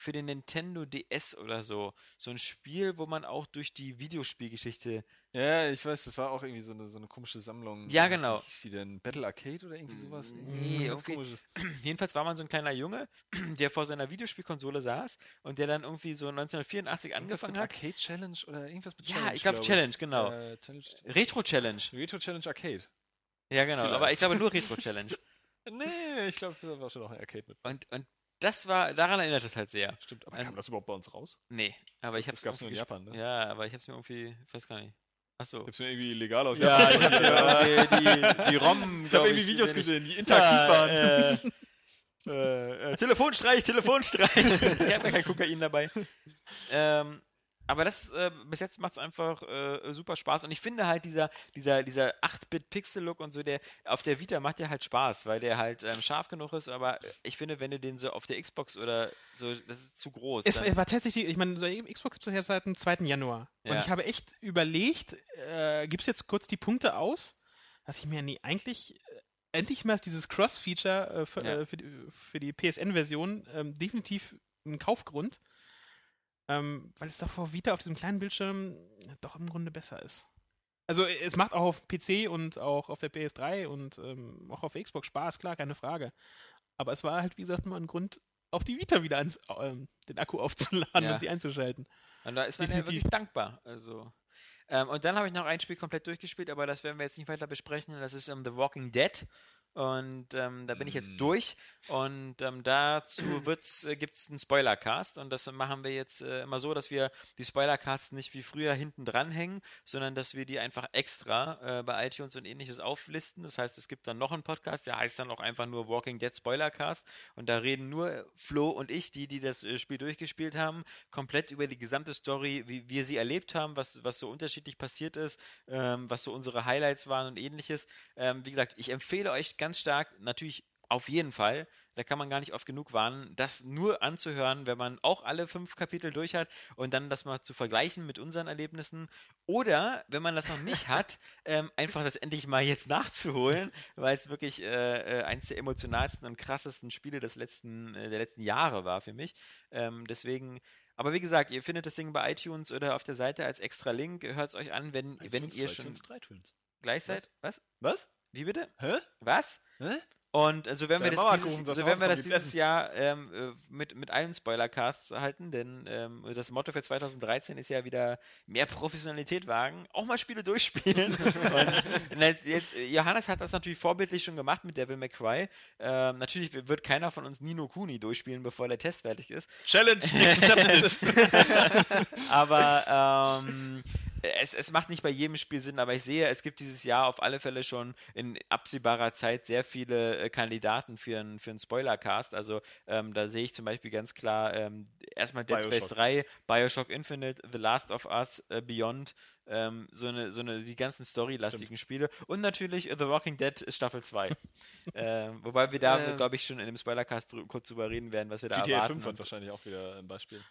Speaker 1: für den Nintendo DS oder so. So ein Spiel, wo man auch durch die Videospielgeschichte.
Speaker 2: Ja, ich weiß, das war auch irgendwie so eine, so eine komische Sammlung.
Speaker 1: Ja, genau.
Speaker 2: Wie hieß die denn? Battle Arcade oder irgendwie sowas?
Speaker 1: Nee,
Speaker 2: Irgendwas ganz
Speaker 1: irgendwie-
Speaker 2: komisches.
Speaker 1: Jedenfalls war man so ein kleiner Junge, der vor seiner Videospielkonsole saß und der dann irgendwie so 1984
Speaker 2: Irgendwas
Speaker 1: angefangen
Speaker 2: Oh, mit
Speaker 1: hat.
Speaker 2: Arcade Challenge oder irgendwas mit
Speaker 1: Ja, ich glaub, Challenge, genau.
Speaker 2: Äh, Challenge.
Speaker 1: Retro Challenge.
Speaker 2: Retro Challenge Arcade.
Speaker 1: Ja, genau. Aber
Speaker 2: Vielleicht.
Speaker 1: ich glaube nur Retro Challenge.
Speaker 2: Nee, ich glaube, da war schon noch ein Arcade mit.
Speaker 1: Und, und das war, daran erinnert es halt sehr.
Speaker 2: Stimmt, aber
Speaker 1: Ein-
Speaker 2: kam das überhaupt bei uns raus?
Speaker 1: Nee, aber ich habe
Speaker 2: Das gab's nur in Japan, ne?
Speaker 1: Ja, aber ich hab's mir irgendwie, ich weiß gar nicht. Achso.
Speaker 2: Gibt's mir irgendwie legal aus
Speaker 1: Ja,
Speaker 2: Japan?
Speaker 1: äh, die, die, die ROM.
Speaker 2: Ich
Speaker 1: glaub
Speaker 2: habe irgendwie Videos
Speaker 1: wenn ich-
Speaker 2: gesehen, die interaktiv waren.
Speaker 1: Ja, äh, äh, äh, Telefonstreich, Telefonstreich. ich habe ja kein Kokain dabei. Ähm, aber das, äh, bis jetzt macht es einfach äh, super Spaß. Und ich finde halt, dieser, dieser, dieser 8-Bit-Pixel-Look und so, der auf der Vita macht ja halt Spaß, weil der halt ähm, scharf genug ist. Aber ich finde, wenn du den so auf der Xbox oder so, das ist zu groß.
Speaker 3: Es
Speaker 1: dann-
Speaker 3: war tatsächlich, ich meine, so Xbox gibt es jetzt seit dem 2. Januar. Und
Speaker 1: Ja.
Speaker 3: ich habe echt überlegt, äh, gibt es jetzt kurz die Punkte aus? Dass ich mir, nee, eigentlich äh, endlich mal ist dieses Cross-Feature äh, für,
Speaker 1: Ja.
Speaker 3: äh, für, die- für die PSN-Version ähm, definitiv ein Kaufgrund. Ähm, weil es doch vor Vita auf diesem kleinen Bildschirm doch im Grunde besser ist. Also äh, es macht auch auf PC und auch auf der PS3 und ähm, auch auf Xbox Spaß, klar, keine Frage. Aber es war halt, wie gesagt, mal ein Grund, auch die Vita wieder ans, ähm, den Akku aufzuladen
Speaker 1: Ja.
Speaker 3: und sie einzuschalten.
Speaker 1: Und da ist man ja
Speaker 3: Definitiv.
Speaker 1: wirklich dankbar. Also. Ähm, und dann habe ich noch ein Spiel komplett durchgespielt, aber das werden wir jetzt nicht weiter besprechen. Das ist ähm, The Walking Dead. Und ähm, da bin ich jetzt
Speaker 2: Mm.
Speaker 1: durch. Und ähm, dazu wird's, äh, gibt es einen Spoilercast. Und das machen wir jetzt äh, immer so, dass wir die Spoilercasts nicht wie früher hinten dranhängen, sondern dass wir die einfach extra äh, bei iTunes und ähnliches auflisten. Das heißt, es gibt dann noch einen Podcast, der heißt dann auch einfach nur Walking Dead Spoilercast. Und da reden nur äh, Flo und ich, die, die das äh, Spiel durchgespielt haben, komplett über die gesamte Story, wie wir sie erlebt haben, was, was so unterschiedlich passiert ist, ähm, was so unsere Highlights waren und ähnliches. Ähm, wie gesagt, ich empfehle euch ganz stark, natürlich auf jeden Fall, da kann man gar nicht oft genug warnen, das nur anzuhören, wenn man auch alle fünf Kapitel durch hat und dann das mal zu vergleichen mit unseren Erlebnissen. Oder, wenn man das noch nicht hat, ähm, einfach das endlich mal jetzt nachzuholen, weil es wirklich äh, äh, eines der emotionalsten und krassesten Spiele des letzten, äh, der letzten Jahre war für mich. Ähm, deswegen, aber wie gesagt, ihr findet das Ding bei iTunes oder auf der Seite als extra Link. Hört es euch an, wenn, wenn ihr schon gleich seid. Was?
Speaker 2: Was?
Speaker 1: Wie bitte?
Speaker 2: Hä?
Speaker 1: Was?
Speaker 2: Hä?
Speaker 1: Und äh, so werden wir das
Speaker 2: Deine Mama hat
Speaker 1: dieses,
Speaker 2: gerufen, dass
Speaker 1: so
Speaker 2: du
Speaker 1: werden wir das
Speaker 2: rauskommen
Speaker 1: dieses
Speaker 2: gehst.
Speaker 1: Jahr ähm, äh, mit, mit allen Spoilercasts halten, denn ähm, das Motto für 2013 ist ja wieder mehr Professionalität wagen, auch mal Spiele durchspielen. und, und jetzt, jetzt, äh, Johannes hat das natürlich vorbildlich schon gemacht mit Devil May Cry. Ähm, natürlich wird keiner von uns Nino Kuni durchspielen, bevor der Test fertig ist.
Speaker 2: Challenge
Speaker 1: aber ähm, es, es macht nicht bei jedem Spiel Sinn, aber ich sehe, es gibt dieses Jahr auf alle Fälle schon in absehbarer Zeit sehr viele äh, Kandidaten für einen für einen Spoilercast. Also ähm, da sehe ich zum Beispiel ganz klar ähm, erstmal Dead Space
Speaker 2: Bioshock.
Speaker 1: 3, Bioshock Infinite, The Last of Us, äh, Beyond, ähm, so eine, so eine, die ganzen storylastigen Spiele und natürlich äh, The Walking Dead Staffel 2. ähm, wobei wir da,
Speaker 2: Ja.
Speaker 1: glaube ich, schon in dem Spoilercast drü- kurz drüber reden werden, was wir da
Speaker 2: GTA
Speaker 1: erwarten.
Speaker 2: 5
Speaker 1: und-
Speaker 2: wird wahrscheinlich auch wieder ein Beispiel.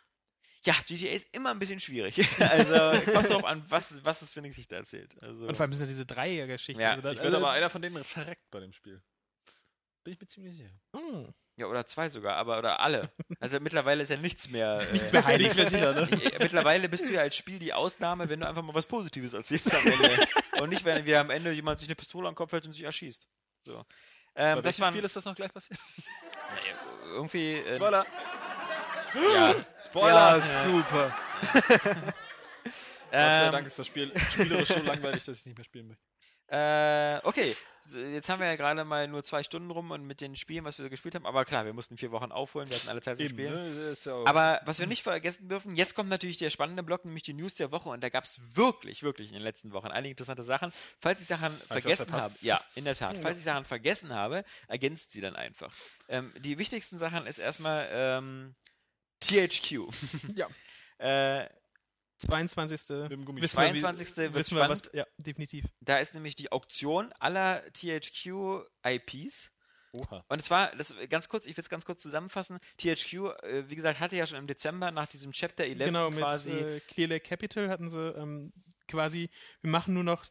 Speaker 1: ja, GTA ist immer ein bisschen schwierig. Also kommt drauf an, was, was es für eine Geschichte erzählt. Also,
Speaker 3: Und vor allem sind ja diese Dreiergeschichten.
Speaker 1: Ja,
Speaker 3: also da-
Speaker 2: Ich werde
Speaker 3: also-
Speaker 2: aber einer von denen verreckt bei dem Spiel. Bin ich mir ziemlich sicher.
Speaker 3: Hm.
Speaker 1: ja, oder zwei sogar, aber oder alle. Also mittlerweile ist ja nichts mehr. Äh, nichts
Speaker 3: mehr heilig.
Speaker 1: sicher, ne? Mittlerweile bist du ja als Spiel die Ausnahme, wenn du einfach mal was Positives erzählst am Ende. Und nicht, wenn wieder am Ende jemand sich eine Pistole am Kopf hält und sich erschießt. So. Ähm,
Speaker 2: bei
Speaker 1: das
Speaker 2: welchem
Speaker 1: war
Speaker 2: Spiel ist das noch gleich passiert?
Speaker 1: irgendwie. Äh,
Speaker 2: Spoiler!
Speaker 1: ja.
Speaker 2: Spoiler!
Speaker 1: Ja,
Speaker 2: super! Gott sei
Speaker 1: Ähm,
Speaker 2: Dank ist das Spiel spielerisch so langweilig, dass ich nicht mehr spielen möchte.
Speaker 1: Äh, okay. So, Jetzt haben wir ja gerade mal nur zwei Stunden rum und mit den Spielen, was wir so gespielt haben. Aber klar, wir mussten vier Wochen aufholen, wir hatten alle Zeit zu spielen.
Speaker 2: ne? Ist ja auch
Speaker 1: Aber was wir nicht vergessen dürfen, jetzt kommt natürlich der spannende Block, nämlich die News der Woche. Und da gab es wirklich, wirklich in den letzten Wochen einige interessante Sachen. Falls ich Sachen
Speaker 2: was
Speaker 1: vergessen
Speaker 2: verpasst?
Speaker 1: habe, ja, in der Tat. Falls ich Sachen vergessen habe, ergänzt sie dann einfach. Ähm, die wichtigsten Sachen ist erstmal ähm, THQ.
Speaker 3: Ja.
Speaker 1: Äh,
Speaker 3: 22.
Speaker 2: mit dem Gummi.
Speaker 3: Wissen wir, wie-
Speaker 1: 22. wird
Speaker 3: wissen wir,
Speaker 1: spannend.
Speaker 3: was, ja, definitiv.
Speaker 1: Da ist nämlich die Auktion aller THQ-IPs.
Speaker 2: Oha.
Speaker 1: Und es war, das ganz kurz, ich will es ganz kurz zusammenfassen. THQ, äh, wie gesagt, hatte ja schon im Dezember nach diesem Chapter 11
Speaker 3: genau, mit
Speaker 1: quasi.
Speaker 3: äh, Clear Lake Capital hatten sie ähm, quasi, wir machen nur noch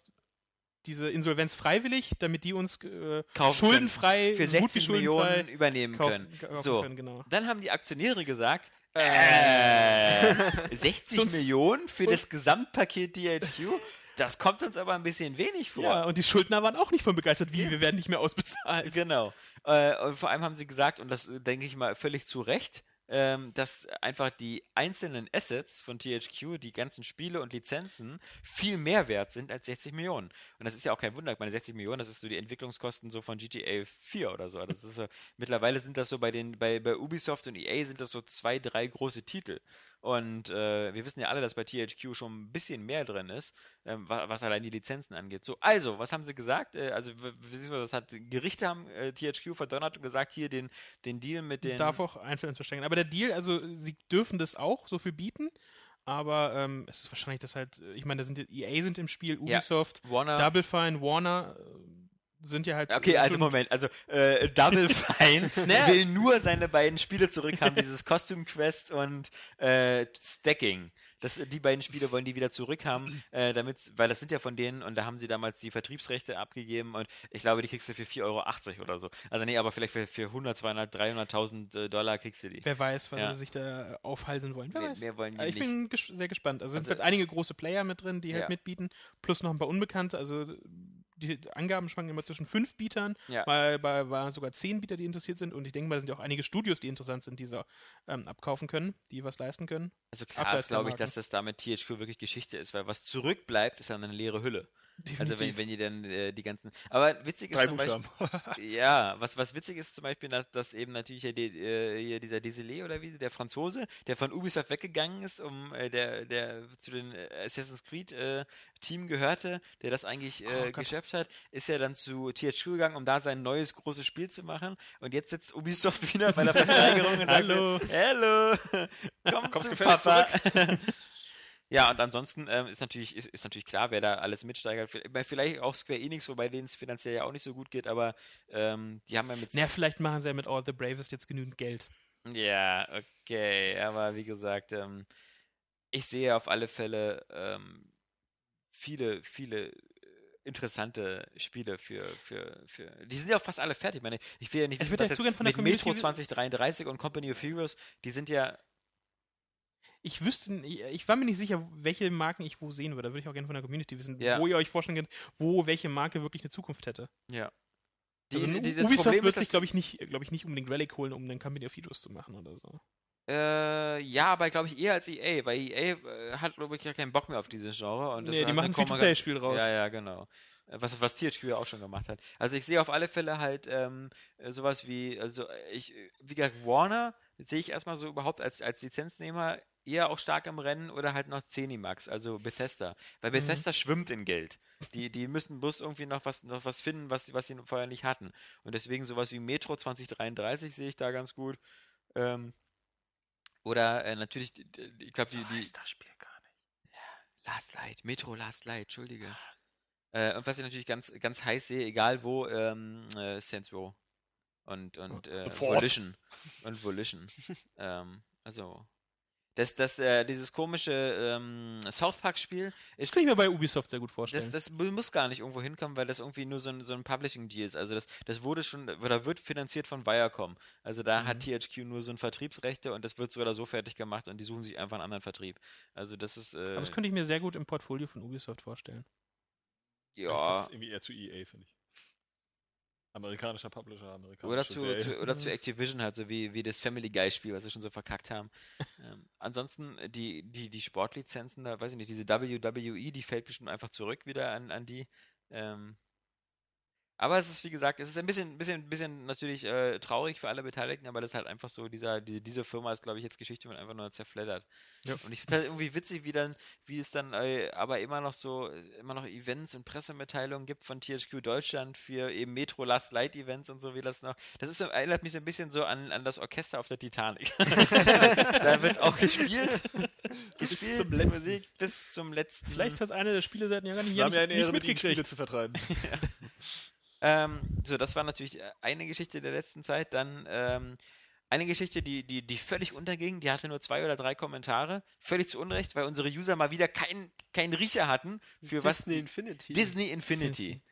Speaker 3: diese Insolvenz freiwillig, damit die uns äh,
Speaker 1: kaufen können.
Speaker 3: schuldenfrei,
Speaker 1: für
Speaker 3: so gut wie
Speaker 1: 16 Millionen
Speaker 3: schuldenfrei
Speaker 1: übernehmen
Speaker 3: kaufen
Speaker 1: können.
Speaker 3: kaufen
Speaker 1: So.
Speaker 3: können, genau.
Speaker 1: Dann haben die Aktionäre gesagt, Äh, 60
Speaker 3: Sonst-
Speaker 1: Millionen für
Speaker 3: und-
Speaker 1: das Gesamtpaket DHQ? Das kommt uns aber ein bisschen wenig vor.
Speaker 3: Ja, und die Schuldner waren auch nicht von begeistert, wie, wir werden nicht mehr ausbezahlt.
Speaker 1: Genau. Äh, und vor allem haben sie gesagt, und das äh, denke ich mal völlig zu Recht, ähm, dass einfach die einzelnen Assets von THQ, die ganzen Spiele und Lizenzen, viel mehr wert sind als 60 Millionen. Und das ist ja auch kein Wunder. Ich meine, 60 Millionen, das ist so die Entwicklungskosten so von GTA 4 oder so. Also Das ist so, mittlerweile sind das so bei den, bei, bei Ubisoft und EA sind das so zwei, drei große Titel. Und äh, wir wissen ja alle, dass bei THQ schon ein bisschen mehr drin ist, ähm, wa- was allein die Lizenzen angeht. So, also, was haben sie gesagt? Äh, also, w- beziehungsweise, das hat Gerichte haben äh, THQ verdonnert und gesagt, hier den, den Deal mit den.
Speaker 3: Darf auch Einfluss verstecken. Aber der Deal, also sie dürfen das auch so viel bieten, aber ähm, es ist wahrscheinlich, dass halt, äh, ich meine, da sind die- EA sind im Spiel,
Speaker 1: Ja.
Speaker 3: Ubisoft,
Speaker 1: Warner.
Speaker 3: Double Fine, Warner äh, sind ja halt.
Speaker 1: Okay, also Moment, also äh, Double Fine
Speaker 3: Naja.
Speaker 1: will nur seine beiden Spiele zurückhaben, dieses Costume Quest und äh, Stacking. Das, die beiden Spiele wollen die wieder zurückhaben, äh, damit, weil das sind ja von denen und da haben sie damals die Vertriebsrechte abgegeben und ich glaube, die kriegst du für 4,80 Euro oder so. Also nee, aber vielleicht für, für 100, 200, 300.000 äh, Dollar kriegst du die.
Speaker 3: Wer weiß, was
Speaker 1: Ja.
Speaker 3: sie sich da äh, aufhalsen wollen. Wer
Speaker 1: Mehr-
Speaker 3: weiß.
Speaker 1: mehr wollen die
Speaker 3: Aber ich
Speaker 1: nicht.
Speaker 3: bin ges sehr gespannt. Also, es sind
Speaker 1: Also-
Speaker 3: halt einige große Player mit drin, die halt
Speaker 1: Ja.
Speaker 3: mitbieten, plus noch ein paar Unbekannte. Also die Angaben schwanken immer zwischen fünf Bietern,
Speaker 1: Ja.
Speaker 3: mal bei waren sogar zehn Bieter, die interessiert sind. Und ich denke mal, es sind ja auch einige Studios, die interessant sind, die so ähm, abkaufen können, die was leisten können.
Speaker 1: Also klar
Speaker 3: abseits
Speaker 1: ist,
Speaker 3: der
Speaker 1: glaube ich,
Speaker 3: Marken.
Speaker 1: dass das damit THQ wirklich Geschichte ist, weil was zurückbleibt, ist dann eine leere Hülle. Also wenn,
Speaker 3: Definitiv.
Speaker 1: wenn die dann äh, die ganzen. Aber witzig ist
Speaker 2: Drei
Speaker 1: zum Beispiel.
Speaker 2: Buchstaben.
Speaker 1: Ja, was, was witzig ist zum Beispiel, dass, dass eben natürlich hier, die, äh, hier dieser Desilé oder wie, der Franzose, der von Ubisoft weggegangen ist, um äh, der, der zu den äh, Assassin's Creed äh, Team gehörte, der das eigentlich äh,
Speaker 3: Oh Gott.
Speaker 1: geschöpft hat, ist ja dann zu THQ gegangen, um da sein neues großes Spiel zu machen. Und jetzt sitzt Ubisoft wieder bei der Versteigerung und sagt,
Speaker 3: Hallo.
Speaker 1: Hallo, komm
Speaker 2: Kommst
Speaker 1: zu
Speaker 2: gefälligst
Speaker 1: Papa. Ja, und ansonsten ähm, ist, natürlich, ist, ist natürlich klar, wer da alles mitsteigert. Vi- bei- Vielleicht auch Square Enix, wobei denen es finanziell ja auch nicht so gut geht, aber ähm, die haben ja mit.
Speaker 3: Na, vielleicht machen sie ja mit All the Bravest jetzt genügend Geld.
Speaker 1: Ja, okay, aber wie gesagt, ähm, ich sehe auf alle Fälle ähm, viele, viele äh, interessante Spiele für, für, für. Die sind ja auch fast alle fertig. Ich meine, ich will ja nicht
Speaker 3: Ich
Speaker 1: wissen,
Speaker 3: würde
Speaker 1: was
Speaker 3: ja
Speaker 1: jetzt
Speaker 3: zugern von der
Speaker 1: mit Metro
Speaker 3: Community-
Speaker 1: 2033 und Company of Heroes, die sind ja.
Speaker 3: Ich wüsste, n- ich- ich war mir nicht sicher, welche Marken ich wo sehen würde. Da würde ich auch gerne von der Community wissen,
Speaker 1: Ja.
Speaker 3: wo ihr euch vorstellen könnt, wo welche Marke wirklich eine Zukunft hätte.
Speaker 1: Die,
Speaker 3: also,
Speaker 1: die, das
Speaker 3: Ubisoft
Speaker 1: Problem
Speaker 3: wird
Speaker 1: ist,
Speaker 3: sich,
Speaker 1: dass-
Speaker 3: glaube ich, nicht, glaube ich, nicht unbedingt Relic holen, um dann Company of Heroes zu machen oder so.
Speaker 1: Äh, ja, aber glaube ich eher als EA, weil EA äh, hat, glaube ich, gar keinen Bock mehr auf dieses Genre. Und
Speaker 3: Nee, die
Speaker 1: deshalb
Speaker 3: machen ein
Speaker 1: kommen wir-
Speaker 3: Free-to-Play-Spiel raus.
Speaker 1: Ja, ja, genau. Äh, Was, was THQ ja auch schon gemacht hat. Also ich sehe auf alle Fälle halt ähm, äh, sowas wie, also äh, ich, äh, wie gesagt, Warner sehe ich erstmal so überhaupt als, als Lizenznehmer eher auch stark im Rennen oder halt noch Zenimax, also Bethesda. Weil
Speaker 3: Mhm.
Speaker 1: Bethesda schwimmt in Geld. Die, die müssen bloß irgendwie noch was, noch was finden, was, was sie vorher nicht hatten. Und deswegen sowas wie Metro 2033 sehe ich da ganz gut. Ähm, oder äh, natürlich, d- d- ich glaube, die, die,
Speaker 4: das Spiel gar nicht.
Speaker 1: Last Light, Metro Last Light, Entschuldige. Äh, und was ich natürlich ganz, ganz heiß sehe, egal wo, ähm, äh, Saints Row. Und,
Speaker 4: Oh,
Speaker 1: und äh,
Speaker 2: Ford.
Speaker 1: Volition. Und Volition. ähm, also. Das, das, äh, dieses komische ähm, South Park-Spiel
Speaker 3: Das
Speaker 1: ist
Speaker 3: kann ich mir bei Ubisoft sehr gut
Speaker 1: das,
Speaker 3: vorstellen.
Speaker 1: das mu- muss gar nicht irgendwo hinkommen, weil das irgendwie nur so ein, so ein Publishing-Deal ist. Also das, das wurde schon, oder wird finanziert von Viacom. Also da
Speaker 3: Mhm.
Speaker 1: hat THQ nur so ein Vertriebsrechte und das wird so oder so fertig gemacht und die suchen sich einfach einen anderen Vertrieb. Also das ist, äh,
Speaker 3: Aber das könnte ich mir sehr gut im Portfolio von Ubisoft vorstellen.
Speaker 2: Das
Speaker 1: ja,
Speaker 2: ist irgendwie eher zu EA, finde ich. Amerikanischer Publisher, amerikanische
Speaker 1: oder zu,
Speaker 2: Serie.
Speaker 1: zu, oder zu Activision halt, so wie, wie das Family Guy-Spiel, was sie schon so verkackt haben. ähm, ansonsten äh, die, die, die Sportlizenzen, da weiß ich nicht, diese WWE, die fällt bestimmt einfach zurück wieder an, an die. Ähm, Aber es ist, wie gesagt, es ist ein bisschen, bisschen, bisschen natürlich äh, traurig für alle Beteiligten, aber das ist halt einfach so, dieser, die, diese Firma ist, glaube ich, jetzt Geschichte und einfach nur zerfleddert.
Speaker 3: Ja.
Speaker 1: Und ich finde halt irgendwie witzig, wie dann, wie es dann äh, aber immer noch so, äh, immer noch Events und Pressemitteilungen gibt von THQ Deutschland für eben Metro Last Light Events und so, wie das noch. Das ist so, erinnert mich so ein bisschen so an, an das Orchester auf der Titanic. da wird auch gespielt. gespielt,
Speaker 3: zum
Speaker 1: die
Speaker 3: letzten.
Speaker 1: Musik bis zum letzten.
Speaker 3: Vielleicht hat eine der Spieleseiten ja gar nicht,
Speaker 2: Wir haben ja
Speaker 3: nicht,
Speaker 2: eine Ehre,
Speaker 3: nicht
Speaker 2: mit ihnen Spiele
Speaker 3: mitgekriegt.
Speaker 2: zu vertreiben.
Speaker 1: Ähm, so, das war natürlich äh, eine Geschichte der letzten Zeit. Dann ähm, eine Geschichte, die, die, die völlig unterging. Die hatte nur zwei oder drei Kommentare. Völlig zu Unrecht, weil unsere User mal wieder keinen keinen Riecher hatten für was.
Speaker 4: Disney Infinity.
Speaker 1: Disney Infinity.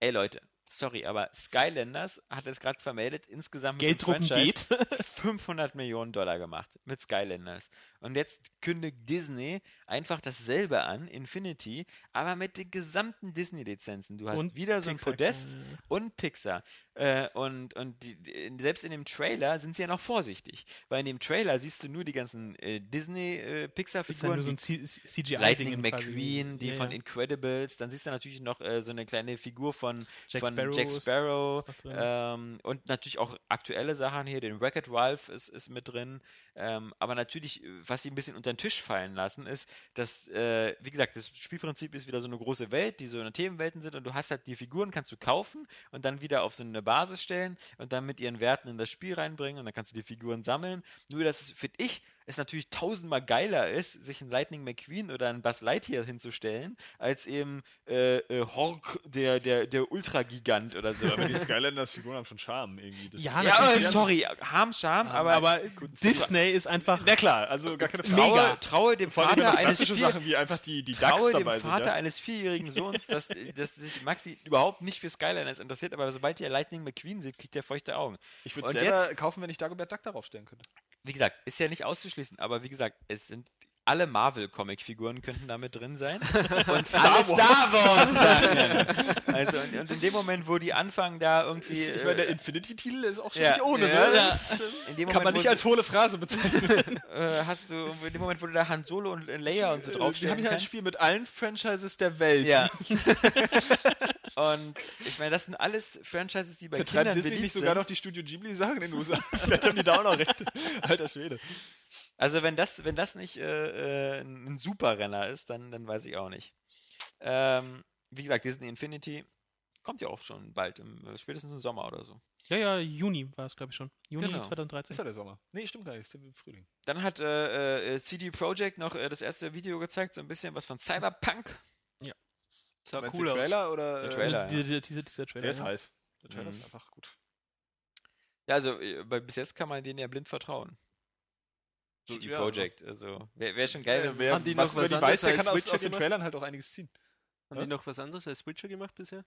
Speaker 1: Ey, Leute. sorry, aber Skylanders hat es gerade vermeldet, insgesamt mit dem
Speaker 3: Gelddrucken
Speaker 1: Franchise
Speaker 3: geht.
Speaker 1: 500 Millionen Dollar gemacht mit Skylanders. Und jetzt kündigt Disney einfach dasselbe an, Infinity, aber mit den gesamten Disney-Lizenzen. Du hast
Speaker 3: Und
Speaker 1: wieder so ein
Speaker 3: Pixar,
Speaker 1: Podest
Speaker 3: ja, ja.
Speaker 1: und Pixar. Äh, und und die, die, selbst in dem Trailer sind sie ja noch vorsichtig, weil in dem Trailer siehst du nur die ganzen äh,
Speaker 3: Das ist ja
Speaker 1: Disney-Pixar-Figuren,
Speaker 3: nur so
Speaker 1: die
Speaker 3: ein CGI-Ding.
Speaker 1: Lightning McQueen, die
Speaker 3: ja,
Speaker 1: von
Speaker 3: ja.
Speaker 1: Incredibles, dann siehst du natürlich noch äh, so eine kleine Figur von
Speaker 3: Jack
Speaker 1: von
Speaker 3: Sparrow
Speaker 1: Jack
Speaker 3: ist-
Speaker 1: Sparrow
Speaker 3: ist noch drin.
Speaker 1: ähm, und natürlich auch aktuelle Sachen hier, den Wreck-It Ralph ist, ist mit drin, ähm, aber natürlich, äh, was sie ein bisschen unter den Tisch fallen lassen, ist, dass, äh, wie gesagt, das Spielprinzip ist wieder so eine große Welt, die so eine Themenwelten sind und du hast halt die Figuren, kannst du kaufen und dann wieder auf so eine Basis stellen und dann mit ihren Werten in das Spiel reinbringen und dann kannst du die Figuren sammeln, nur dass es, finde ich, es natürlich tausendmal geiler ist, sich einen Lightning McQueen oder einen Buzz Lightyear hinzustellen, als eben äh, äh, Hork, der, der, der Ultragigant oder so.
Speaker 2: Aber die Skylanders-Figuren haben schon Charme irgendwie. Das
Speaker 3: Ja,
Speaker 2: ist-
Speaker 1: ja, aber
Speaker 3: natürlich.
Speaker 1: sorry, Harm, Scham,
Speaker 3: aber,
Speaker 1: aber,
Speaker 3: Disney ist einfach.
Speaker 2: Na klar, also gar keine Frage.
Speaker 1: traue, traue dem
Speaker 2: Vor allem
Speaker 1: Vater eines
Speaker 2: klassische
Speaker 1: vier,
Speaker 2: Sachen wie einfach die, die Ducks
Speaker 1: traue dem
Speaker 2: dabei
Speaker 1: Vater
Speaker 2: sind. Ja?
Speaker 1: eines vierjährigen Sohns, dass, dass sich Maxi überhaupt nicht für Skyliners interessiert, aber sobald er Lightning McQueen sieht, kriegt er feuchte Augen.
Speaker 2: Ich
Speaker 1: Und
Speaker 2: würde selber
Speaker 1: jetzt-
Speaker 2: kaufen, wenn ich Dagobert Duck darauf stellen könnte.
Speaker 1: Wie gesagt, ist ja nicht auszuschließen, aber wie gesagt, es sind alle Marvel-Comic-Figuren könnten damit drin sein. Und alle
Speaker 2: Star Wars.
Speaker 1: Star Wars-Sachen. also, und, und in dem Moment, wo die anfangen, da irgendwie.
Speaker 2: Ich, ich meine, der
Speaker 1: äh,
Speaker 2: Infinity-Titel ist auch schon
Speaker 1: ja.
Speaker 2: nicht ohne,
Speaker 1: Ja,
Speaker 2: ne?
Speaker 1: ja.
Speaker 2: Das ist schon-
Speaker 1: in dem
Speaker 2: Kann man
Speaker 1: wo
Speaker 2: nicht als hohle Phrase bezeichnen.
Speaker 1: sie- äh, hast du in dem Moment, wo du da Han Solo und äh, Leia und so
Speaker 2: Wir
Speaker 1: draufstehen
Speaker 2: haben ja ein
Speaker 1: kannst.
Speaker 2: Spiel mit allen Franchises der Welt.
Speaker 1: Ja. und ich meine, das sind alles Franchises, die bei
Speaker 2: Vertreibt
Speaker 1: Kindern
Speaker 2: Disney
Speaker 1: beliebt
Speaker 2: nicht sogar
Speaker 1: sind.
Speaker 2: noch die Studio Ghibli-Sachen in den USA? Vielleicht haben die da auch noch recht. Alter Schwede.
Speaker 1: Also wenn das, wenn das nicht äh, äh, ein Superrenner ist, dann, dann weiß ich auch nicht. Ähm, wie gesagt, Disney Infinity kommt ja auch schon bald, im, äh, spätestens im Sommer oder so.
Speaker 3: Ja, ja, Juni war es, glaube ich, schon. Juni
Speaker 1: Genau.
Speaker 2: Ist
Speaker 3: 2013.
Speaker 2: ja der Sommer. Nee, stimmt gar nicht. Ist der Frühling.
Speaker 1: Dann hat äh, äh, CD Projekt noch äh, das erste Video gezeigt, so ein bisschen was von Cyberpunk.
Speaker 4: Sah
Speaker 2: Meinst du
Speaker 4: cool
Speaker 2: den
Speaker 4: aus.
Speaker 2: Trailer oder?
Speaker 1: Der
Speaker 2: äh,
Speaker 1: Trailer, ja.
Speaker 3: dieser, dieser, dieser, dieser Trailer.
Speaker 2: Der ist
Speaker 3: halt, ja.
Speaker 2: heiß. Der Trailer
Speaker 1: Mhm.
Speaker 2: ist einfach gut.
Speaker 1: Ja, also äh, weil bis jetzt kann man denen ja blind vertrauen.
Speaker 4: So,
Speaker 1: CD
Speaker 4: ja,
Speaker 1: Projekt, also wäre wär schon geil, wenn
Speaker 4: wer-
Speaker 1: sie-
Speaker 4: haben die
Speaker 2: was über
Speaker 4: noch was
Speaker 2: Äh, die
Speaker 4: anderes
Speaker 2: weiß, der
Speaker 4: als
Speaker 2: kann aus,
Speaker 4: Witcher
Speaker 2: aus den
Speaker 4: gemacht?
Speaker 2: Trailern halt auch einiges ziehen.
Speaker 4: Haben die noch was anderes als Witcher gemacht bisher?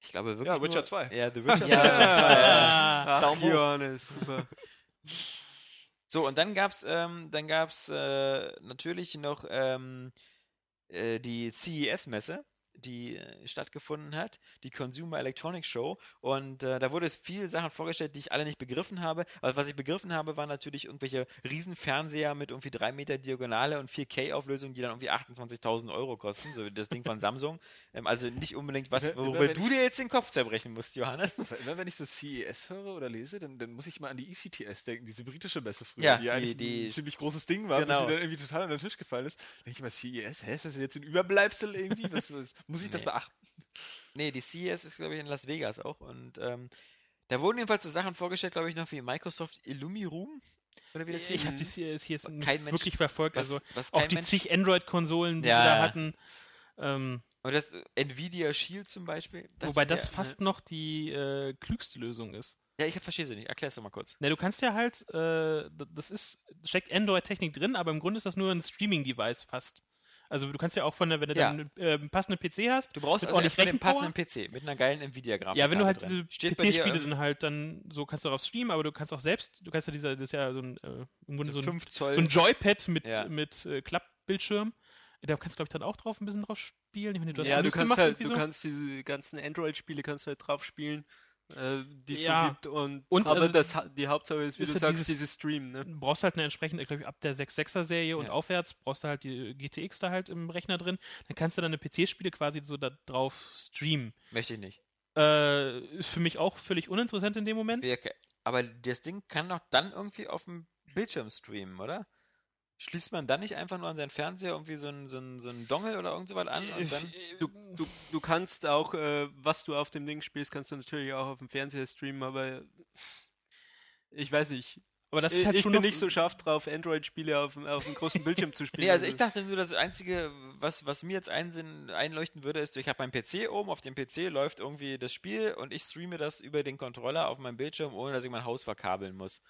Speaker 1: Ich glaube wirklich
Speaker 2: Ja, Witcher
Speaker 1: nur,
Speaker 2: 2.
Speaker 1: Ja, The Witcher 2.
Speaker 4: Ja.
Speaker 1: ja.
Speaker 3: Ah,
Speaker 4: Ach,
Speaker 2: Daumen hoch.
Speaker 4: Johannes, super.
Speaker 1: So, und dann gab's, ähm, dann gab's äh, natürlich noch ähm, äh, die CES-Messe, die äh, stattgefunden hat, die Consumer Electronics Show. Und äh, da wurde viel Sachen vorgestellt, die ich alle nicht begriffen habe. Aber was ich begriffen habe, waren natürlich irgendwelche Riesenfernseher mit irgendwie 3 Meter Diagonale und 4K-Auflösung, die dann irgendwie 28.000 Euro kosten. So das Ding von Samsung. Ähm, also nicht unbedingt was,
Speaker 2: Über-
Speaker 1: worüber
Speaker 2: über-
Speaker 1: du dir jetzt den Kopf zerbrechen musst, Johannes.
Speaker 2: Also immer wenn ich so CES höre oder lese, dann, dann muss ich mal an die E ECTS denken, diese britische Messe früher,
Speaker 1: Ja,
Speaker 2: die,
Speaker 1: die-
Speaker 2: eigentlich
Speaker 1: die-
Speaker 2: ein ziemlich großes Ding war,
Speaker 1: Genau.
Speaker 2: bis sie dann irgendwie total an den Tisch gefallen ist. Denke ich mal, CES, hä, ist das jetzt ein Überbleibsel irgendwie? Was, was, muss ich das
Speaker 1: Nee.
Speaker 2: beachten?
Speaker 1: Nee, die CES ist, glaube ich, in Las Vegas auch. Und ähm, da wurden jedenfalls so Sachen vorgestellt, glaube ich, noch wie Microsoft Illumiroom. Oder wie das
Speaker 3: Ich
Speaker 1: hieß.
Speaker 3: habe das hier, das hier jetzt
Speaker 1: Kein
Speaker 3: nicht
Speaker 1: Mensch-
Speaker 3: wirklich verfolgt.
Speaker 1: Was,
Speaker 3: also
Speaker 1: was
Speaker 3: auch
Speaker 1: kein
Speaker 3: die
Speaker 1: Mensch.
Speaker 3: zig Android-Konsolen, die
Speaker 1: Ja,
Speaker 3: sie da
Speaker 1: ja.
Speaker 3: hatten. Ähm,
Speaker 1: Oder das äh, Nvidia Shield zum Beispiel. Dachte
Speaker 3: wobei
Speaker 1: ich mir, äh,
Speaker 3: das fast noch die äh, klügste Lösung ist.
Speaker 1: Ja, ich hab- verstehe sie nicht. Erklär's doch mal kurz.
Speaker 3: Na, du kannst ja halt, äh, d- das ist, steckt Android-Technik drin, aber im Grunde ist das nur ein Streaming-Device fast. Also du kannst ja auch von der, wenn du
Speaker 1: Ja.
Speaker 3: dann äh, einen passenden PC hast,
Speaker 1: Du brauchst
Speaker 3: Mit
Speaker 1: also
Speaker 3: ordentlich
Speaker 1: erstmal den
Speaker 3: Rechenpower?
Speaker 1: passenden PC mit einer geilen Nvidia-Grafikkarte.
Speaker 3: ja, wenn du halt
Speaker 1: drin.
Speaker 3: diese
Speaker 1: Steht bei dir
Speaker 3: PC-Spiele
Speaker 1: irgendwie
Speaker 3: dann halt dann so kannst du darauf streamen, aber du kannst auch selbst, du kannst ja dieser, das ist ja so ein, äh, im Grunde so,
Speaker 1: so
Speaker 3: ein,
Speaker 1: 5 Zoll.
Speaker 3: so ein Joypad mit,
Speaker 1: Ja.
Speaker 3: mit äh, Klappbildschirm. Da kannst du, glaube ich, dann auch drauf ein bisschen drauf spielen. Ich meine, hast
Speaker 4: ja, du
Speaker 3: News
Speaker 4: kannst
Speaker 3: gemacht
Speaker 4: halt,
Speaker 3: irgendwie
Speaker 4: du
Speaker 3: so.
Speaker 4: kannst diese ganzen Android-Spiele kannst du halt drauf spielen, äh, die es
Speaker 3: Ja.
Speaker 4: so gibt. Und,
Speaker 3: Und
Speaker 4: aber
Speaker 3: also
Speaker 4: das, ha- die Hauptsache ist, wie
Speaker 3: ist
Speaker 4: du
Speaker 3: halt
Speaker 4: sagst,
Speaker 3: dieses-
Speaker 4: dieses Stream, ne?
Speaker 3: Du brauchst halt eine entsprechende, glaube ich, ab der 6.6er-Serie und
Speaker 1: Ja.
Speaker 3: aufwärts brauchst du halt die GTX da halt im Rechner drin. Dann kannst du deine PC-Spiele quasi so da drauf streamen.
Speaker 1: Möchte ich nicht.
Speaker 3: Äh, ist für mich auch völlig uninteressant in dem Moment.
Speaker 1: Wir- Aber das Ding kann doch dann irgendwie auf dem Bildschirm streamen, oder? Schließt man dann nicht einfach nur an seinen Fernseher irgendwie so einen so einen- so einen Dongle oder irgend sowas an und dann.
Speaker 4: Du, du, du kannst auch, äh, was du auf dem Ding spielst, kannst du natürlich auch auf dem Fernseher streamen, aber ich weiß nicht.
Speaker 3: aber das ist
Speaker 4: ich
Speaker 3: halt
Speaker 4: ich
Speaker 3: schon
Speaker 4: bin
Speaker 3: noch,
Speaker 4: nicht so scharf drauf, Android-Spiele auf, dem- auf dem großen Bildschirm zu spielen.
Speaker 1: Nee, also ich dachte nur, das Einzige, was, was mir jetzt einsinn, einleuchten würde, ist, ich habe meinen PC oben, auf dem PC läuft irgendwie das Spiel und ich streame das über den Controller auf meinem Bildschirm, ohne dass ich mein Haus verkabeln muss.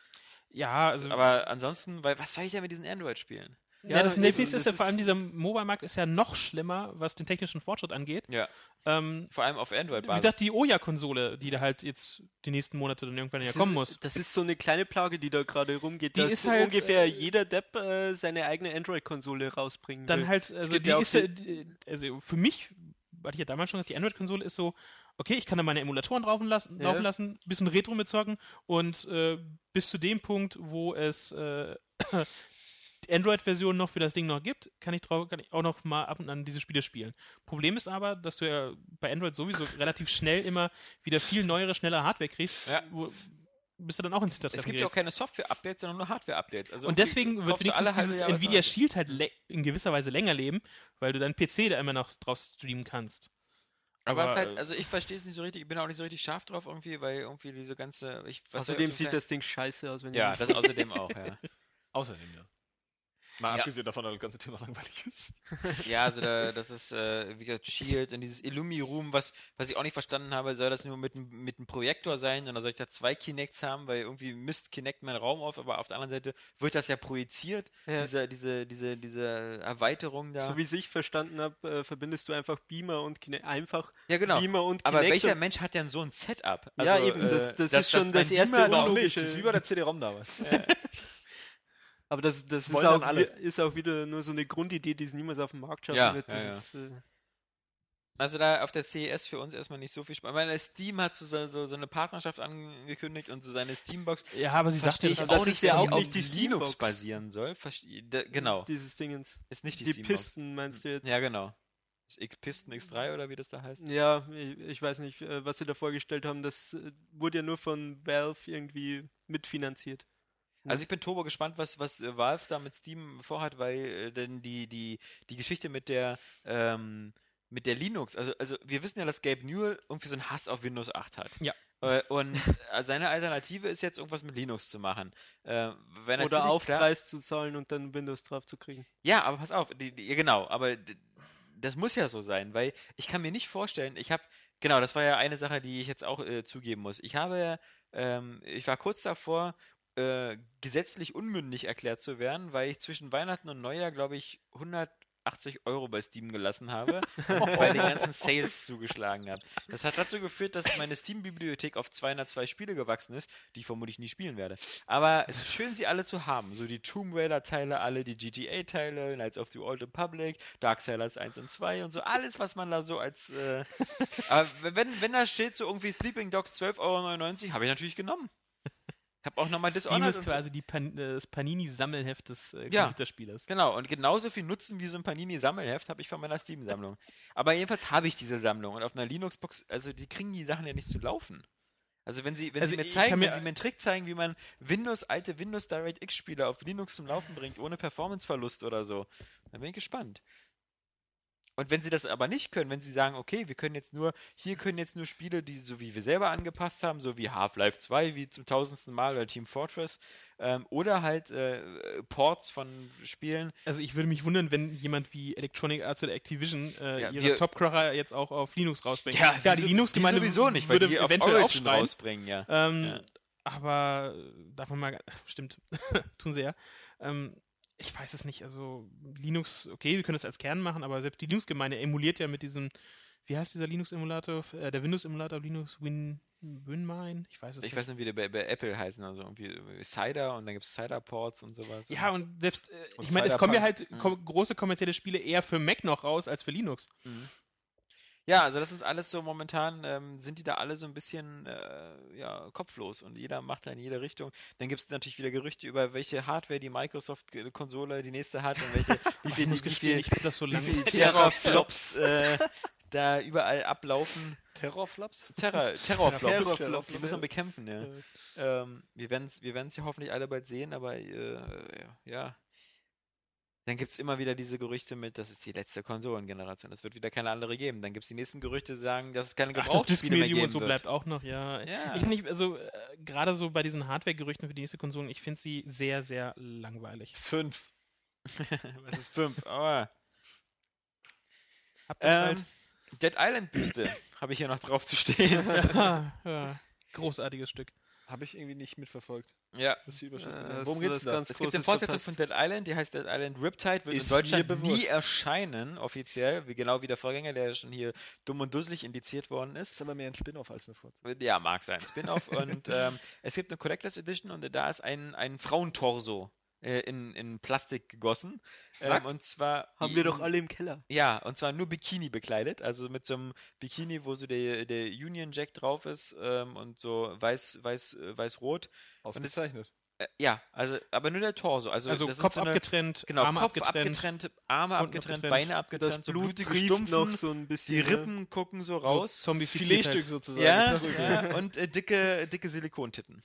Speaker 3: Ja, also
Speaker 1: Aber ansonsten, weil was soll ich denn mit diesen Android-Spielen?
Speaker 3: Ja, das,
Speaker 1: eben,
Speaker 3: das nächste ist
Speaker 1: das
Speaker 3: ja vor allem, dieser Mobile-Markt ist ja noch schlimmer, was den technischen Fortschritt angeht.
Speaker 1: Ja,
Speaker 3: Ähm,
Speaker 1: vor allem auf
Speaker 3: wie
Speaker 1: Android-Basis.
Speaker 3: gesagt, die Oya-Konsole, die da halt jetzt die nächsten Monate dann irgendwann ja
Speaker 4: Das
Speaker 3: kommen
Speaker 4: ist-
Speaker 3: muss.
Speaker 4: Das ist so eine kleine Plage, die da gerade rumgeht,
Speaker 3: Die
Speaker 4: dass
Speaker 3: ist halt,
Speaker 4: ungefähr
Speaker 3: äh,
Speaker 4: jeder Depp äh, seine eigene Android-Konsole rausbringen
Speaker 3: Dann
Speaker 4: will.
Speaker 3: halt, also
Speaker 4: gibt
Speaker 3: die
Speaker 4: ja auch
Speaker 3: ist ja, die- also für mich, hatte ich ja damals schon gesagt, die Android-Konsole ist so, okay, ich kann da meine Emulatoren draufen lassen,
Speaker 4: Ja.
Speaker 3: laufen lassen, bisschen Retro mitzocken und äh, bis zu dem Punkt, wo es äh, die Android-Version noch für das Ding noch gibt, kann ich, drauf, kann ich auch noch mal ab und an diese Spiele spielen. Problem ist aber, dass du ja bei Android sowieso relativ schnell immer wieder viel neuere, schnellere Hardware kriegst,
Speaker 1: Ja.
Speaker 3: wo, bist du dann auch ins Hintertreffen
Speaker 1: es gibt ja auch
Speaker 3: gerätst.
Speaker 1: keine Software-Updates, sondern nur Hardware-Updates. Also
Speaker 3: und
Speaker 1: irgendwie
Speaker 3: deswegen wird
Speaker 1: kaufst du
Speaker 3: wenigstens
Speaker 1: alle halbe
Speaker 3: dieses
Speaker 1: Jahr was
Speaker 3: Nvidia
Speaker 1: Neues.
Speaker 3: Shield halt le- in gewisser Weise länger leben, weil du deinen PC da immer noch drauf streamen kannst.
Speaker 1: Aber, es ist
Speaker 3: äh,
Speaker 1: halt, also ich verstehe es nicht so richtig, ich bin auch nicht so richtig scharf drauf irgendwie, weil irgendwie diese ganze. Ich, was soll
Speaker 4: Außerdem
Speaker 1: ich auf so
Speaker 4: sieht
Speaker 1: kleinen-
Speaker 4: das Ding scheiße aus,
Speaker 1: Also,
Speaker 4: wenn
Speaker 1: Ja,
Speaker 4: ihr-
Speaker 1: das außerdem auch, ja.
Speaker 2: Außerdem, ja. Mal
Speaker 1: Ja.
Speaker 2: abgesehen davon, dass das ganze Thema langweilig ist.
Speaker 1: Ja, also da, das ist, äh, wie gesagt, Shield und dieses Illumi-Room, was, was ich auch nicht verstanden habe, soll das nur mit, einem- mit einem Projektor sein oder soll ich da zwei Kinects haben, weil irgendwie misst Kinect meinen Raum auf, aber auf der anderen Seite wird das ja projiziert,
Speaker 4: Ja.
Speaker 1: Diese, diese, diese, diese Erweiterung da.
Speaker 4: So wie ich verstanden habe, äh, verbindest du einfach Beamer und Kinect. Einfach
Speaker 1: ja, genau.
Speaker 4: Beamer und Kinect.
Speaker 1: Aber welcher
Speaker 4: und,
Speaker 1: Mensch hat denn so ein Setup?
Speaker 4: Ja, eben, das-
Speaker 1: äh,
Speaker 4: das ist
Speaker 1: dass-
Speaker 4: schon
Speaker 1: dass
Speaker 4: das
Speaker 1: mein
Speaker 4: erste
Speaker 1: Beamer
Speaker 4: Urlaub.
Speaker 1: doch-
Speaker 4: logisch,
Speaker 2: Das ist
Speaker 4: äh.
Speaker 2: wie bei der CD-ROM damals.
Speaker 4: aber das, das ist,
Speaker 2: wollen dann
Speaker 4: auch,
Speaker 2: alle.
Speaker 4: wi- ist auch wieder nur so eine Grundidee, die es niemals auf dem Markt schaffen
Speaker 1: Ja,
Speaker 4: wird. Das
Speaker 1: ja, ja.
Speaker 4: Ist, äh,
Speaker 1: Also da auf der CES für uns erstmal nicht so viel Spaß. Ich meine, Steam hat so, so, so eine Partnerschaft angekündigt und so seine Steambox.
Speaker 3: Ja, aber sie sagt
Speaker 1: Verstehe
Speaker 3: ja,
Speaker 1: ich
Speaker 4: das-
Speaker 1: auch
Speaker 4: das
Speaker 1: nicht,
Speaker 4: ist ja
Speaker 3: Also
Speaker 1: wenn
Speaker 4: auch
Speaker 1: die auf
Speaker 4: nicht die
Speaker 1: Linux
Speaker 4: Steambox.
Speaker 1: basieren soll. Verste da, genau,
Speaker 4: Dieses Dingens.
Speaker 1: ist nicht die,
Speaker 4: Die,
Speaker 1: Steambox.
Speaker 4: Pisten meinst du jetzt? Mhm.
Speaker 1: Ja, genau. Das X Pisten X3 oder wie das da heißt.
Speaker 4: Ja, ich, ich weiß nicht, äh, was sie da vorgestellt haben. Das äh, wurde ja nur von Valve irgendwie mitfinanziert.
Speaker 1: Also ich bin turbo gespannt, was, was äh, Valve da mit Steam vorhat, weil äh, denn die, die, die Geschichte mit der ähm, mit der Linux, also, also wir wissen ja, dass Gabe Newell irgendwie so einen Hass auf Windows 8 hat.
Speaker 3: Ja.
Speaker 1: Äh, und äh, seine Alternative ist jetzt irgendwas mit Linux zu machen. Äh, wenn
Speaker 4: Oder
Speaker 1: natürlich klar-
Speaker 4: Aufpreis zu zahlen und dann Windows drauf zu kriegen.
Speaker 1: Ja, aber pass auf, die, die, ja, genau, aber d- das muss ja so sein, weil ich kann mir nicht vorstellen, ich habe, genau, das war ja eine Sache, die ich jetzt auch äh, zugeben muss. Ich habe, ähm, ich war kurz davor, äh, gesetzlich unmündig erklärt zu werden, weil ich zwischen Weihnachten und Neujahr, glaube ich, 180 Euro bei Steam gelassen habe, und bei den ganzen Sales zugeschlagen habe. Das hat dazu geführt, dass meine Steam-Bibliothek auf 202 Spiele gewachsen ist, die ich vermutlich nie spielen werde. Aber es ist schön, sie alle zu haben. So die Tomb Raider-Teile, alle die GTA-Teile, Knights of the Old Republic, Darksellers 1 und 2 und so. Alles, was man da so als. Äh, aber wenn, wenn da steht, so irgendwie Sleeping Dogs 12,99 Euro, habe ich natürlich genommen. Habe auch nochmal
Speaker 3: Steam
Speaker 1: Dishonored.
Speaker 3: ist
Speaker 1: und so.
Speaker 3: quasi die Pan äh, das Panini-Sammelheft des äh,
Speaker 1: Ja.
Speaker 3: Computerspielers.
Speaker 1: Genau, und genauso viel Nutzen wie so ein Panini-Sammelheft habe ich von meiner Steam-Sammlung. Aber jedenfalls habe ich diese Sammlung und auf einer Linux-Box, also die kriegen die Sachen ja nicht zu laufen. Also wenn sie, wenn
Speaker 3: Also
Speaker 1: sie mir
Speaker 3: ich
Speaker 1: zeigen,
Speaker 3: kann mir-
Speaker 1: wenn sie mir einen Trick zeigen, wie man Windows, alte Windows DirectX-Spiele auf Linux zum Laufen bringt, ohne Performanceverlust oder so, dann bin ich gespannt. Und wenn sie das aber nicht können, wenn sie sagen, okay, wir können jetzt nur, hier können jetzt nur Spiele, die so wie wir selber angepasst haben, so wie Half-Life 2, wie zum tausendsten Mal oder Team Fortress, ähm, oder halt äh, Ports von Spielen,
Speaker 3: Also ich würde mich wundern, wenn jemand wie Electronic Arts oder Activision äh,
Speaker 1: Ja,
Speaker 3: ihre
Speaker 1: wir-
Speaker 3: Topcracher jetzt auch auf Linux rausbringt.
Speaker 1: Ja,
Speaker 3: Klar,
Speaker 1: die
Speaker 3: die,
Speaker 1: so-
Speaker 3: Linux-Gemeinde
Speaker 1: die sowieso nicht, weil
Speaker 3: würde
Speaker 1: die auf
Speaker 3: eventuell
Speaker 1: Origin
Speaker 3: aufschreien.
Speaker 1: rausbringen, ja.
Speaker 3: Ähm,
Speaker 1: Ja.
Speaker 3: Aber äh, davon mal, stimmt, tun sie ja. Ähm, ich weiß es nicht, also Linux, okay, sie können es als Kern machen, aber selbst die Linux-Gemeinde emuliert ja mit diesem, wie heißt dieser Linux-Emulator, äh, der Windows-Emulator, Linux, Win, WinMine, ich weiß es
Speaker 1: Ich
Speaker 3: nicht.
Speaker 1: weiß nicht, wie die bei, bei Apple heißen, also irgendwie Cider und dann gibt es Cider-Ports und sowas.
Speaker 3: ja, und selbst, äh,
Speaker 2: Und
Speaker 3: ich meine, es kommen ja halt
Speaker 1: Cyberpunk.
Speaker 3: ko große kommerzielle Spiele eher für Mac noch raus als für Linux.
Speaker 1: ja, also das ist alles so momentan, ähm, sind die da alle so ein bisschen äh, ja, kopflos und jeder macht da in jede Richtung. Dann gibt es natürlich wieder Gerüchte über welche Hardware die Microsoft-Konsole die nächste hat und welche, wie
Speaker 3: Ich
Speaker 1: viel,
Speaker 3: muss
Speaker 1: wie viel,
Speaker 3: gestehen, ich finde das so
Speaker 1: wie
Speaker 3: lange.
Speaker 1: viel Terraflops äh, da überall ablaufen.
Speaker 2: Terrorflaps?
Speaker 1: Terra, Terrorflops.
Speaker 4: Terrorflops,
Speaker 1: Die müssen wir bekämpfen, ja. Ähm, wir werden es wir werden's ja hoffentlich alle bald sehen, aber äh, ja. Dann gibt es immer wieder diese Gerüchte mit, das ist die letzte Konsolengeneration, es wird wieder keine andere geben. Dann gibt es die nächsten Gerüchte, die sagen, dass es keine
Speaker 3: Ach, das
Speaker 1: Gebrauchsspiele mehr
Speaker 3: Disk-Medium
Speaker 1: geben
Speaker 3: und so
Speaker 1: wird.
Speaker 3: bleibt auch noch, ja.
Speaker 1: Ja.
Speaker 3: Ich bin nicht, also äh, gerade so bei diesen Hardware-Gerüchten für die nächste Konsole, ich finde sie sehr, sehr langweilig.
Speaker 2: Fünf.
Speaker 1: Was ist fünf? Aua.
Speaker 3: Habt ihr
Speaker 1: Ähm, Dead Island Büste habe ich hier noch drauf zu stehen.
Speaker 3: halt? ja, ja. Großartiges Stück.
Speaker 2: Habe ich irgendwie nicht mitverfolgt.
Speaker 1: Ja.
Speaker 2: Das ist die Überschrift.
Speaker 4: Äh,
Speaker 2: gewesen.
Speaker 4: das
Speaker 2: Worum
Speaker 4: ist
Speaker 2: geht's
Speaker 4: das
Speaker 2: da?
Speaker 4: ganz-
Speaker 1: Es gibt eine
Speaker 4: Großes
Speaker 1: Fortsetzung von
Speaker 4: verpasst.
Speaker 1: Dead Island, die heißt Dead Island Riptide, wird
Speaker 2: Ist
Speaker 1: in
Speaker 2: mir
Speaker 1: Deutschland nie
Speaker 2: bewusst.
Speaker 1: erscheinen, offiziell, wie genau wie der Vorgänger, der ja schon hier dumm und dusselig indiziert worden ist.
Speaker 2: Das ist aber mehr ein Spin-off als eine Fortsetzung.
Speaker 1: Ja, mag sein. Spin-off. und ähm, es gibt eine Collectors Edition und da ist ein, ein Frauentorso äh, in, in Plastik gegossen. Ähm,
Speaker 4: Nackt?
Speaker 1: und zwar.
Speaker 4: Haben wir
Speaker 1: in-
Speaker 4: doch alle im Keller.
Speaker 1: Ja, und zwar nur Bikini bekleidet. Also mit so einem Bikini, wo so der, der Union Jack drauf ist ähm, und so weiß, weiß, äh, weiß-rot.
Speaker 2: Ausgezeichnet.
Speaker 1: Äh, ja, also, aber nur der Torso. Also,
Speaker 3: Also
Speaker 1: das sind
Speaker 3: Kopf
Speaker 1: so eine-
Speaker 3: abgetrennt,
Speaker 1: Genau,
Speaker 3: Arme
Speaker 1: Kopf
Speaker 3: abgetrennt.
Speaker 1: abgetrennt, Arme
Speaker 3: Unten
Speaker 1: abgetrennt,
Speaker 3: abgetrennt.
Speaker 1: Beine abgetrennt, so blutige Stumpfen,
Speaker 4: so ein
Speaker 1: die
Speaker 4: bisschen. ne?
Speaker 1: Rippen gucken so raus.
Speaker 3: So zombifiziert
Speaker 2: Filetstück
Speaker 3: halt.
Speaker 2: sozusagen.
Speaker 1: ja,
Speaker 2: Ist doch okay.
Speaker 1: ja, und äh, dicke, dicke Silikontitten.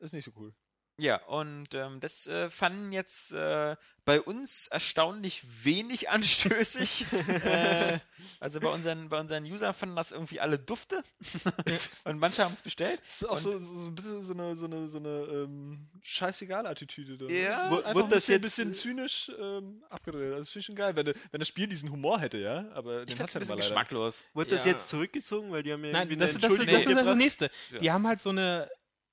Speaker 2: Ist nicht so cool.
Speaker 1: Ja, und ähm, das äh, fanden jetzt äh, bei uns erstaunlich wenig anstößig. äh, also bei unseren, bei unseren Usern fanden das irgendwie alle Dufte. und manche haben es bestellt.
Speaker 2: Das ist auch so, so, so ein bisschen so eine, so eine, so eine ähm, scheißegal-Attitüde. da, ne?
Speaker 1: Ja,
Speaker 2: so,
Speaker 4: wird
Speaker 2: einfach ein
Speaker 4: das
Speaker 2: bisschen,
Speaker 4: jetzt-
Speaker 2: bisschen zynisch ähm, abgedreht. Also, das finde ich schon geil, wenn, wenn das Spiel diesen Humor hätte, ja. Aber den
Speaker 1: halt
Speaker 2: hat's ja nun mal leider.
Speaker 1: geschmacklos.
Speaker 4: Wurde das
Speaker 3: Ja.
Speaker 4: jetzt zurückgezogen, weil die haben ja
Speaker 3: Nein,
Speaker 4: irgendwie
Speaker 3: das,
Speaker 4: eine
Speaker 3: das, das, das ist
Speaker 4: Entschuldigung
Speaker 3: das
Speaker 4: gebracht?
Speaker 3: nächste.
Speaker 1: Ja.
Speaker 3: Die haben halt so eine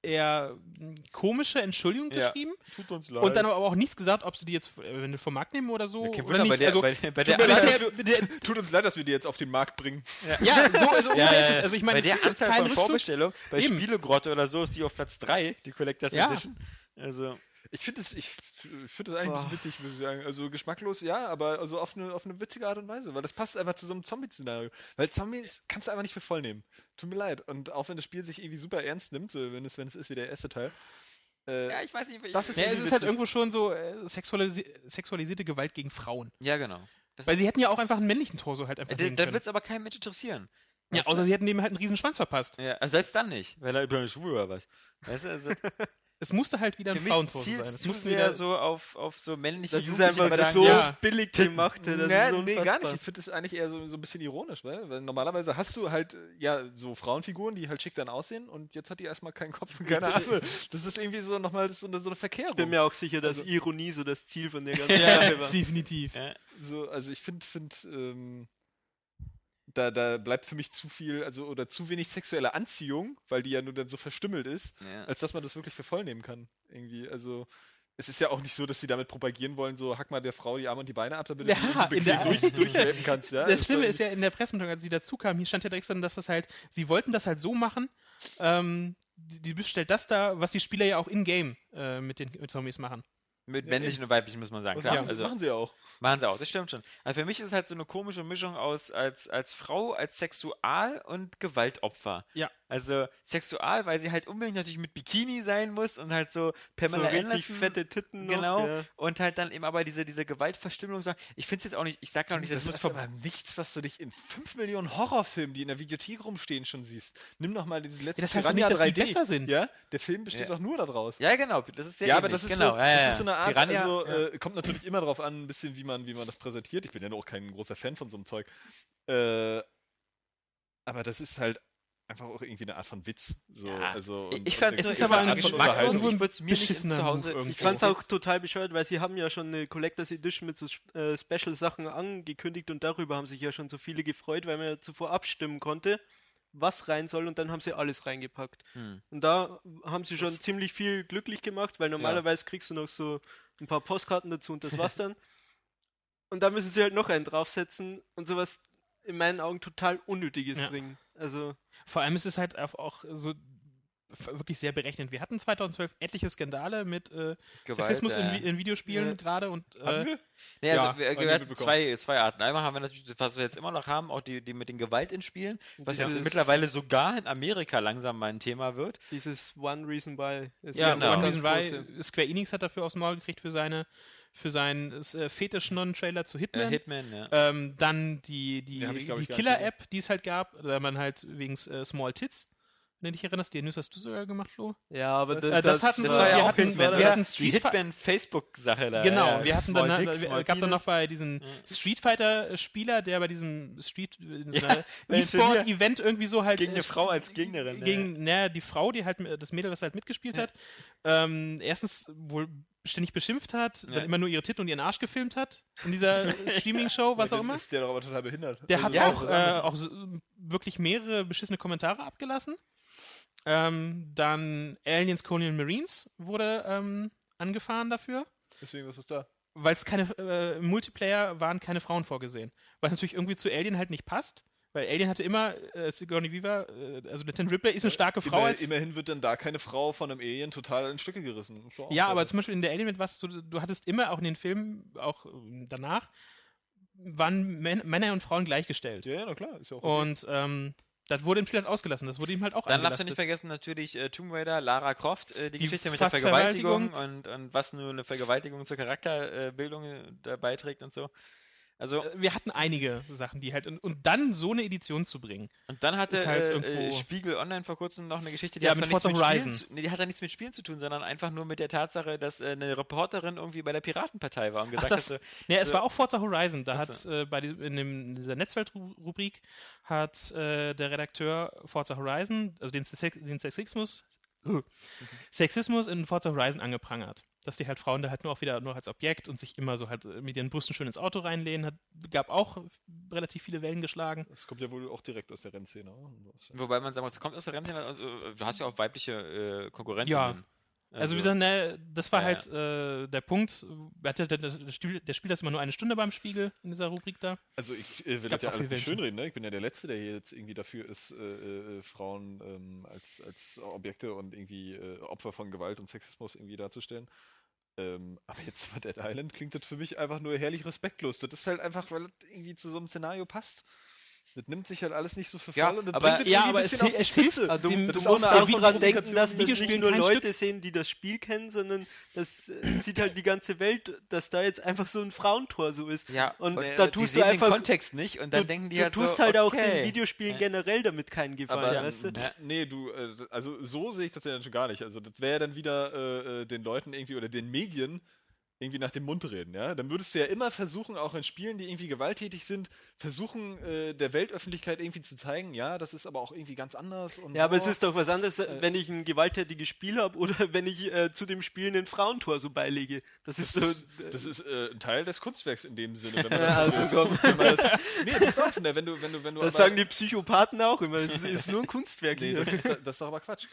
Speaker 3: eher mm, komische Entschuldigung
Speaker 1: Ja.
Speaker 3: geschrieben
Speaker 2: Tut uns leid.
Speaker 3: und dann aber auch nichts gesagt, ob sie die jetzt äh, vom Markt nehmen oder so.
Speaker 1: Ja, kein
Speaker 3: oder
Speaker 1: Wunder, bei
Speaker 3: nicht.
Speaker 1: der,
Speaker 3: also,
Speaker 1: bei, der- bei der,
Speaker 2: mir leid.
Speaker 1: Anzahl-
Speaker 3: der, der, der,
Speaker 2: Tut uns leid, dass wir die jetzt auf den Markt bringen.
Speaker 3: ja, so also
Speaker 1: ja,
Speaker 3: ungefähr ist
Speaker 1: ja,
Speaker 3: es. Also ich
Speaker 1: bei
Speaker 3: meine, es
Speaker 1: der
Speaker 3: ist
Speaker 1: Anzahl
Speaker 3: kein
Speaker 1: von
Speaker 3: Rückzug.
Speaker 1: Vorbestellungen, bei
Speaker 3: Eben.
Speaker 1: Spielegrotte oder so, ist die auf Platz 3, die Collectors
Speaker 3: Ja.
Speaker 1: Edition. Also,
Speaker 2: Ich finde das, ich, ich find das eigentlich ein bisschen
Speaker 4: Boah.
Speaker 2: witzig, muss ich sagen. Also geschmacklos, ja, aber also auf eine, auf eine witzige Art und Weise, weil das passt einfach zu so einem Zombie-Szenario. Weil Zombies kannst du einfach nicht für voll nehmen. Tut mir leid. Und auch wenn das Spiel sich irgendwie super ernst nimmt, so wenn es, wenn es ist wie der erste Teil, äh,
Speaker 1: ja, ich weiß nicht, wie
Speaker 2: das ist
Speaker 3: Ja, es
Speaker 2: irgendwie
Speaker 3: ist halt
Speaker 2: witzig.
Speaker 3: irgendwo schon so äh, sexualisi sexualisierte Gewalt gegen Frauen.
Speaker 1: Ja, genau. Das Äh,
Speaker 3: Weil sie hätten ja auch einfach einen männlichen Torso halt einfach
Speaker 1: Da,
Speaker 3: nehmen
Speaker 1: da
Speaker 3: können.
Speaker 1: wird es aber kein Mensch interessieren.
Speaker 3: Ja,
Speaker 1: Weißt du?
Speaker 3: außer sie hätten dem halt einen riesen Schwanz verpasst.
Speaker 1: Ja, also selbst dann nicht, weil er über eine Schwule oder was. Weißt du, also
Speaker 3: Es musste halt wieder
Speaker 1: für
Speaker 3: ein
Speaker 1: mich
Speaker 3: Frauentorso
Speaker 1: zielt
Speaker 3: sein.
Speaker 1: es
Speaker 3: Es
Speaker 1: zu
Speaker 3: mussten
Speaker 1: sehr
Speaker 3: wieder
Speaker 1: so auf, auf so männliche
Speaker 4: Das ist
Speaker 1: Jugendliche,
Speaker 4: einfach
Speaker 1: die sagen,
Speaker 4: so
Speaker 1: ja,
Speaker 4: billig gemacht. Das
Speaker 2: Nee,
Speaker 4: ist so
Speaker 2: nee, gar nicht.
Speaker 4: unfassbar.
Speaker 2: Ich finde das eigentlich eher so, so ein bisschen ironisch, weil, weil normalerweise hast du halt äh, ja so Frauenfiguren, die halt schick dann aussehen und jetzt hat die erstmal keinen Kopf und keine Arme. Das ist irgendwie so nochmal so eine, so eine Verkehrung.
Speaker 4: Ich bin mir auch sicher, dass
Speaker 2: Also-
Speaker 4: Ironie so das Ziel von der ganzen Sache
Speaker 3: ja,
Speaker 4: war.
Speaker 3: definitiv.
Speaker 2: so, also ich finde, find, ähm, da, da bleibt für mich zu viel, also oder zu wenig sexuelle Anziehung, weil die ja nur dann so verstümmelt ist,
Speaker 1: ja.
Speaker 2: als dass man das wirklich für voll nehmen kann. Irgendwie, also es ist ja auch nicht so, dass sie damit propagieren wollen, so hack mal der Frau die Arme und die Beine ab, damit
Speaker 3: Ja,
Speaker 2: du
Speaker 3: in
Speaker 2: die
Speaker 3: der-
Speaker 2: bequem durch, durchrappen kannst. Ja?
Speaker 3: das Schlimme
Speaker 2: doch-
Speaker 3: ist ja in der Pressemitteilung, als sie dazu kamen, hier stand ja direkt drin, dass das halt, sie wollten das halt so machen, ähm, die, die bestellt das da, was die Spieler ja auch in-game äh, mit den mit Zombies machen.
Speaker 1: Mit
Speaker 2: Ja,
Speaker 1: männlichen und weiblichen muss man sagen,
Speaker 2: Was
Speaker 1: klar.
Speaker 2: machen, sie,
Speaker 1: Also
Speaker 2: machen sie auch.
Speaker 1: machen sie auch, das stimmt schon. Also für mich ist es halt so eine komische Mischung aus als, als Frau, als Sexual und Gewaltopfer.
Speaker 3: Ja.
Speaker 1: Also Sexual, weil sie halt unbedingt natürlich mit Bikini sein muss und halt so
Speaker 4: So
Speaker 1: Pamela
Speaker 4: richtig
Speaker 1: Anderson
Speaker 4: fette Titten.
Speaker 1: Genau.
Speaker 4: Noch, ja.
Speaker 1: und halt dann eben aber diese, diese Gewaltverstümmelung sagen. Ich finde es jetzt auch nicht, ich sage gar nicht, das, muss
Speaker 2: ist
Speaker 1: vorbei.
Speaker 2: aber nichts, was du dich in 5 Millionen Horrorfilmen, die in der Videothek rumstehen, schon siehst. Nimm doch mal diesen letzten
Speaker 3: Ja, das heißt doch nicht, dass die besser sind.
Speaker 2: Ja, der Film besteht
Speaker 1: Ja.
Speaker 2: doch nur daraus.
Speaker 1: Ja, genau, das ist sehr
Speaker 3: eh
Speaker 2: Ja, aber
Speaker 1: ähnlich,
Speaker 2: das ist,
Speaker 1: genau.
Speaker 2: so,
Speaker 1: ja, ja,
Speaker 2: das
Speaker 1: ja.
Speaker 2: ist so eine Art,
Speaker 1: Piranha,
Speaker 2: also
Speaker 1: ja.
Speaker 2: äh, kommt natürlich immer darauf an, ein bisschen, wie man, wie man das präsentiert. Ich bin ja auch kein großer Fan von so einem Zeug. Äh, aber das ist halt einfach auch irgendwie eine Art von Witz. So,
Speaker 1: Ja.
Speaker 2: also,
Speaker 1: Ich-
Speaker 2: und-
Speaker 1: ich fand's
Speaker 2: und-
Speaker 3: nur-
Speaker 2: und
Speaker 3: es ist aber
Speaker 2: eine
Speaker 3: ein
Speaker 2: Art von
Speaker 3: Geschmack
Speaker 2: Unterhaltung.
Speaker 3: irgendwo
Speaker 1: ich würde es mir nicht ins
Speaker 3: beschissener
Speaker 2: ähm,
Speaker 1: Zuhause.
Speaker 3: Buch irgendwo.
Speaker 4: Ich fand's auch total bescheuert, weil sie haben ja schon eine Collectors Edition mit so Sp- äh, Special-Sachen angekündigt und darüber haben sich ja schon so viele gefreut, weil man ja zuvor abstimmen konnte, was rein soll und dann haben sie alles reingepackt.
Speaker 1: Hm.
Speaker 4: Und da haben sie schon ziemlich viel glücklich gemacht, weil normalerweise kriegst du noch so ein paar Postkarten dazu und das war's dann. und da müssen sie halt noch einen draufsetzen und sowas in meinen Augen total Unnötiges
Speaker 3: Ja.
Speaker 4: bringen. Also,
Speaker 3: Vor allem ist es halt auch- auch so f- wirklich sehr berechnet. Wir hatten 2012 etliche Skandale mit äh,
Speaker 1: Hm, Gewalt,
Speaker 3: Sexismus in,
Speaker 1: ja.
Speaker 3: Vi- in Videospielen
Speaker 4: Ja.
Speaker 3: gerade und
Speaker 2: Haben
Speaker 3: äh,
Speaker 2: wir?
Speaker 1: Nee,
Speaker 3: Ja,
Speaker 1: also
Speaker 3: haben
Speaker 1: wir,
Speaker 2: wir
Speaker 1: wir hatten
Speaker 2: mitbekommen.
Speaker 1: zwei, zwei Arten. Einmal haben wir natürlich, was wir jetzt immer noch haben, auch die, die mit den Gewalt in Spielen, was
Speaker 4: Dieses-
Speaker 1: jetzt mittlerweile sogar in Amerika langsam mal ein Thema wird.
Speaker 4: dieses One Reason Why ist
Speaker 1: Ja, genau.
Speaker 3: One
Speaker 4: ganz
Speaker 3: Reason Why,
Speaker 4: große.
Speaker 3: Square Enix hat dafür aufs Maul gekriegt für seine für seinen äh, Fetisch-Non-Trailer
Speaker 1: Äh,
Speaker 3: zu Hitman.
Speaker 1: Hitman, ja.
Speaker 3: Ähm, dann die, die,
Speaker 2: Die hab ich, glaub
Speaker 3: die
Speaker 2: ich, gar nicht
Speaker 3: Killer-App, die es halt gab, da man halt wegen äh, Small Tits, wenn du dich erinnerst, die News hast du sogar gemacht, Flo.
Speaker 4: Ja, aber
Speaker 3: Äh, das hatten
Speaker 1: Das
Speaker 3: wir-
Speaker 1: war ja
Speaker 3: wir
Speaker 1: auch
Speaker 3: hatten-
Speaker 1: Hitman.
Speaker 3: wir
Speaker 1: oder?
Speaker 3: hatten
Speaker 1: die
Speaker 3: Street Fi-
Speaker 1: Hitman-Facebook-Sache da.
Speaker 3: genau,
Speaker 1: Äh, ja,
Speaker 3: wir hatten
Speaker 1: Small
Speaker 3: danach,
Speaker 1: Dick,
Speaker 3: äh,
Speaker 1: Small
Speaker 3: gab dann noch
Speaker 1: Penis.
Speaker 3: bei diesem Street Fighter Spieler, der bei diesem Street in so
Speaker 1: Ja,
Speaker 3: einer
Speaker 1: bei dem
Speaker 3: E-Sport-Event irgendwie so halt
Speaker 1: Gegen
Speaker 3: äh,
Speaker 1: eine Frau als Gegnerin. ja.
Speaker 3: gegen naja, die Frau, die halt das Mädel, was halt mitgespielt hat, ähm, erstens wohl ständig beschimpft hat,
Speaker 1: Ja.
Speaker 3: dann immer nur ihre Titel und ihren Arsch gefilmt hat in dieser Streaming-Show, was auch
Speaker 2: Dann
Speaker 3: immer.
Speaker 2: Ist der doch aber total behindert. Also,
Speaker 3: Der hat
Speaker 1: ja,
Speaker 3: äh, auch, äh, auch so, wirklich mehrere beschissene Kommentare abgelassen. Ähm, dann Aliens Colonial Marines wurde ähm, angefahren dafür.
Speaker 2: Deswegen, was ist da?
Speaker 3: weil es keine äh, im Multiplayer waren keine Frauen vorgesehen, was natürlich irgendwie zu Alien halt nicht passt, weil Alien hatte immer äh, Sigourney Weaver, äh, also Lieutenant Ripley ist eine starke Frau
Speaker 2: Immer,
Speaker 3: als
Speaker 2: immerhin wird dann da keine Frau von einem Alien total in Stücke gerissen. Ist schon auch
Speaker 3: ja,
Speaker 2: so.
Speaker 3: aber zum Beispiel in der Alien mit was du, du hattest immer auch in den Filmen auch ähm, danach waren Män Männer und Frauen gleichgestellt
Speaker 2: ja, ja, na klar, ist ja auch okay.
Speaker 3: und ähm, das wurde im Spiel halt ausgelassen, das wurde ihm halt auch
Speaker 1: Dann darfst du
Speaker 3: angelastet.
Speaker 1: nicht vergessen, natürlich äh, Tomb Raider, Lara Croft, äh, die,
Speaker 3: Die
Speaker 1: Geschichte mit der
Speaker 3: Fast-
Speaker 1: Vergewaltigung und, und was nur eine Vergewaltigung zur Charakterbildung äh, da beiträgt und so. Also,
Speaker 3: Äh, wir hatten einige Sachen, die halt und, und dann so eine Edition zu bringen.
Speaker 1: und dann hatte
Speaker 3: ist halt
Speaker 1: äh, äh,
Speaker 3: irgendwo-
Speaker 1: Spiegel Online vor kurzem noch eine Geschichte, die,
Speaker 3: Ja,
Speaker 1: hat,
Speaker 3: mit
Speaker 1: zwar nichts
Speaker 3: Forza
Speaker 1: mit Spielen
Speaker 3: Horizon.
Speaker 1: zu, nee, die hat ja nichts mit Spielen zu tun, sondern einfach nur mit der Tatsache, dass äh, eine Reporterin irgendwie bei der Piratenpartei war und gesagt
Speaker 3: das-
Speaker 1: hat,
Speaker 3: Ja, es
Speaker 1: So.
Speaker 3: war auch Forza Horizon. Da
Speaker 1: Ach
Speaker 3: hat äh, bei die- in, dem, in dieser Netzwelt-Rubrik hat äh, der Redakteur Forza Horizon, also den, Sex den Sexismus, Sexismus in Forza Horizon angeprangert. Dass die halt Frauen da halt nur auch wieder nur als Objekt und sich immer so halt äh, mit ihren Brüsten schön ins Auto reinlehnen, hat, gab auch relativ viele Wellen geschlagen.
Speaker 2: Das kommt ja wohl auch direkt aus der Rennszene. oder?
Speaker 1: wobei man sagen muss, es kommt aus der Rente, also, du hast ja auch weibliche äh, Konkurrenten.
Speaker 3: Also, wie gesagt, ne, das war
Speaker 1: Ja,
Speaker 3: halt äh, der Punkt. Hat der, der, der Spiel der spielt das immer nur eine Stunde beim Spiegel in dieser Rubrik da.
Speaker 2: Also ich äh, will
Speaker 3: Gab
Speaker 2: das ja
Speaker 3: auch
Speaker 2: alles nicht
Speaker 3: Eventen.
Speaker 2: schönreden, ne? Ich bin ja der Letzte, der hier jetzt irgendwie dafür ist, äh, äh, äh, Frauen ähm, als, als Objekte und irgendwie äh, Opfer von Gewalt und Sexismus irgendwie darzustellen. Ähm, aber jetzt bei Dead Island klingt das für mich einfach nur herrlich respektlos. Das ist halt einfach, weil das irgendwie zu so einem Szenario passt. Das nimmt sich halt alles nicht so für voll
Speaker 1: Ja,
Speaker 2: und das
Speaker 1: aber-
Speaker 2: bringt das
Speaker 3: ja,
Speaker 2: irgendwie
Speaker 3: aber
Speaker 2: ein
Speaker 3: es
Speaker 2: bisschen auf
Speaker 3: hilft-
Speaker 2: die
Speaker 3: es hilft-
Speaker 2: Spitze.
Speaker 3: also dem-
Speaker 2: das
Speaker 4: du
Speaker 2: ist auch
Speaker 4: musst
Speaker 2: eine
Speaker 4: auch
Speaker 2: Art von
Speaker 4: dran denken,
Speaker 2: Provokation,
Speaker 4: dass
Speaker 2: die
Speaker 4: das nicht
Speaker 3: Videospielen
Speaker 4: nur
Speaker 3: kein
Speaker 4: Leute
Speaker 3: Stück-
Speaker 4: sehen, die das Spiel kennen, sondern das äh, sieht halt die ganze Welt, dass da jetzt einfach so ein Frauentor so ist.
Speaker 1: Ja,
Speaker 4: und
Speaker 1: äh,
Speaker 4: da
Speaker 1: die
Speaker 4: tust du
Speaker 1: sehen
Speaker 4: einfach-
Speaker 1: den Kontext nicht und dann
Speaker 4: du,
Speaker 1: denken die
Speaker 4: du
Speaker 1: halt
Speaker 4: tust
Speaker 1: so,
Speaker 4: halt auch
Speaker 1: okay.
Speaker 4: den Videospielen
Speaker 1: Ja.
Speaker 4: generell damit keinen Gefallen,
Speaker 1: Aber,
Speaker 4: weißt du?
Speaker 1: ähm,
Speaker 2: Na, nee, du, äh, also so sehe ich das ja dann schon gar nicht. Also das wäre ja dann wieder äh, äh, den Leuten irgendwie oder den Medien irgendwie nach dem Mund reden, ja? Dann würdest du ja immer versuchen, auch in Spielen, die irgendwie gewalttätig sind, versuchen, äh, der Weltöffentlichkeit irgendwie zu zeigen, ja, das ist aber auch irgendwie ganz anders und
Speaker 4: Ja, aber es
Speaker 2: oh.
Speaker 4: ist doch was anderes, wenn ich ein gewalttätiges Spiel habe oder wenn ich äh, zu dem Spiel einen Frauentor so beilege. Das ist
Speaker 2: Das
Speaker 4: so.
Speaker 2: ist, das ist äh, ein Teil des Kunstwerks in dem Sinne. Wenn man
Speaker 4: Ja,
Speaker 2: das,
Speaker 4: also komm.
Speaker 2: wenn man das, nee, pass auf, ne, wenn du, wenn du, wenn du
Speaker 4: das
Speaker 2: aber-
Speaker 4: sagen die Psychopathen auch immer. Es ist, ist nur ein Kunstwerk.
Speaker 2: Nee,
Speaker 4: hier.
Speaker 2: das ist, das ist doch aber Quatsch.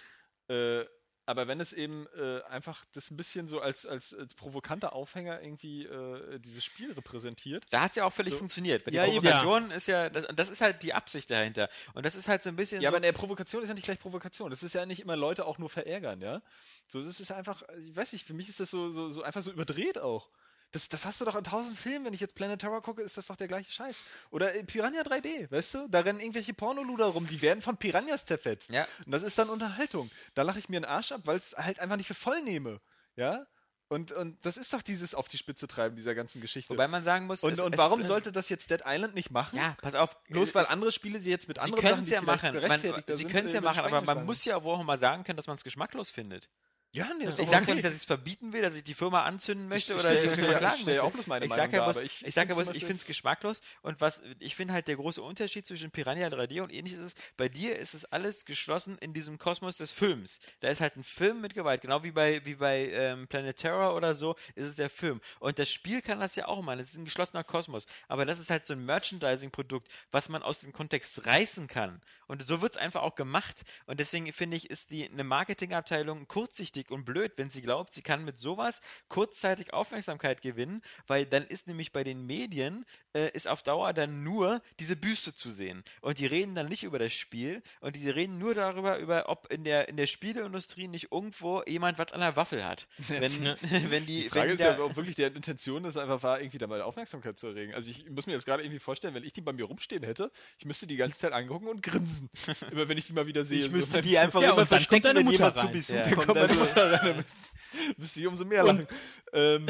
Speaker 2: Äh, aber wenn es eben äh, einfach das ein bisschen so als, als, als provokanter Aufhänger irgendwie äh, dieses Spiel repräsentiert.
Speaker 1: Da hat es ja auch völlig
Speaker 2: So.
Speaker 1: funktioniert. Weil
Speaker 4: Ja,
Speaker 1: die
Speaker 4: eben.
Speaker 1: Provokation ist ja, das, das ist halt die Absicht dahinter. Und das ist halt so ein bisschen
Speaker 2: Ja,
Speaker 1: so,
Speaker 2: aber ne eine Provokation ist ja nicht gleich Provokation. Das ist ja nicht immer Leute auch nur verärgern, ja? So, das ist einfach, ich weiß nicht, für mich ist das so, so, so einfach so überdreht auch. Das, das hast du doch in tausend Filmen. Wenn ich jetzt Planet Terror gucke, ist das doch der gleiche Scheiß. Oder äh, Piranha 3D, weißt du? Da rennen irgendwelche Pornoluder rum, die werden von Piranhas zerfetzt.
Speaker 1: ja,
Speaker 2: Und das ist dann Unterhaltung. Da lache ich mir einen Arsch ab, weil es halt einfach nicht für voll nehme. Ja? Und, und das ist doch dieses auf die Spitze treiben dieser ganzen Geschichte.
Speaker 1: wobei man sagen muss,
Speaker 2: und,
Speaker 1: es-
Speaker 2: und
Speaker 1: es-
Speaker 2: warum
Speaker 1: äh,
Speaker 2: sollte das jetzt Dead Island nicht machen?
Speaker 1: ja, pass auf,
Speaker 2: Bloß weil
Speaker 1: es-
Speaker 2: andere Spiele sie jetzt mit
Speaker 1: Sie
Speaker 2: anderen
Speaker 1: können es ja
Speaker 2: vielleicht
Speaker 1: machen. Man,
Speaker 2: gerechtfertigter
Speaker 1: sie
Speaker 2: sind,
Speaker 1: können es
Speaker 2: äh,
Speaker 1: ja
Speaker 2: über den
Speaker 1: machen, aber man
Speaker 2: Schwein
Speaker 1: muss ja auch mal sagen können, dass man es geschmacklos findet.
Speaker 2: geschlagen. Ja, nee, das
Speaker 1: ich
Speaker 2: ist auch
Speaker 1: sage ja nicht, dass ich es verbieten will, dass ich die Firma anzünden möchte oder
Speaker 2: stell-
Speaker 1: die
Speaker 2: ich
Speaker 1: Firma
Speaker 2: stell-
Speaker 1: klagen
Speaker 2: ich stell
Speaker 1: möchte.
Speaker 2: ja auch bloß meine
Speaker 1: ich sage
Speaker 2: Meinung
Speaker 1: ja
Speaker 2: dar,
Speaker 1: bloß,
Speaker 2: aber ich
Speaker 1: ich, sag ja
Speaker 2: find's
Speaker 1: bloß,
Speaker 2: zum
Speaker 1: ich
Speaker 2: Beispiel-
Speaker 1: finde es geschmacklos und was ich finde halt der große Unterschied zwischen Piranha 3D und ähnliches ist, bei dir ist es alles geschlossen in diesem Kosmos des Films. Da ist halt ein Film mit Gewalt, genau wie bei, wie bei ähm, Planet Terror oder so, ist es der Film. Und das Spiel kann das ja auch machen, es ist ein geschlossener Kosmos. Aber das ist halt so ein Merchandising-Produkt, was man aus dem Kontext reißen kann. Und so wird es einfach auch gemacht. Und deswegen finde ich, ist die eine Marketingabteilung kurzsichtig und blöd, wenn sie glaubt, sie kann mit sowas kurzzeitig Aufmerksamkeit gewinnen, weil dann ist nämlich bei den Medien äh, ist auf Dauer dann nur diese Büste zu sehen. Und die reden dann nicht über das Spiel und die reden nur darüber, über ob in der, in der Spieleindustrie nicht irgendwo jemand was an der Waffel hat. Wenn,
Speaker 3: Ja.
Speaker 1: wenn die,
Speaker 2: Die
Speaker 1: wenn
Speaker 2: Frage
Speaker 1: die
Speaker 2: ist ja, ob wirklich deren Intention das einfach war, irgendwie da mal Aufmerksamkeit zu erregen. Also ich muss mir jetzt gerade irgendwie vorstellen, wenn ich die bei mir rumstehen hätte, ich müsste die ganze Zeit angucken und grinsen. Immer wenn ich die mal wieder sehe.
Speaker 4: ich
Speaker 2: so.
Speaker 4: müsste die einfach
Speaker 3: Ja, und
Speaker 4: immer
Speaker 3: dann kommt
Speaker 4: verstecken,
Speaker 3: deine
Speaker 4: wenn
Speaker 3: Mutter
Speaker 4: jemand zu
Speaker 3: rein.
Speaker 4: Besuch
Speaker 1: Ja.
Speaker 2: Dann
Speaker 4: kommt.
Speaker 2: kommt meine
Speaker 4: Also,
Speaker 2: Mutter rein, dann müsste- müsste ich umso mehr
Speaker 3: Und-
Speaker 2: lachen. Ähm,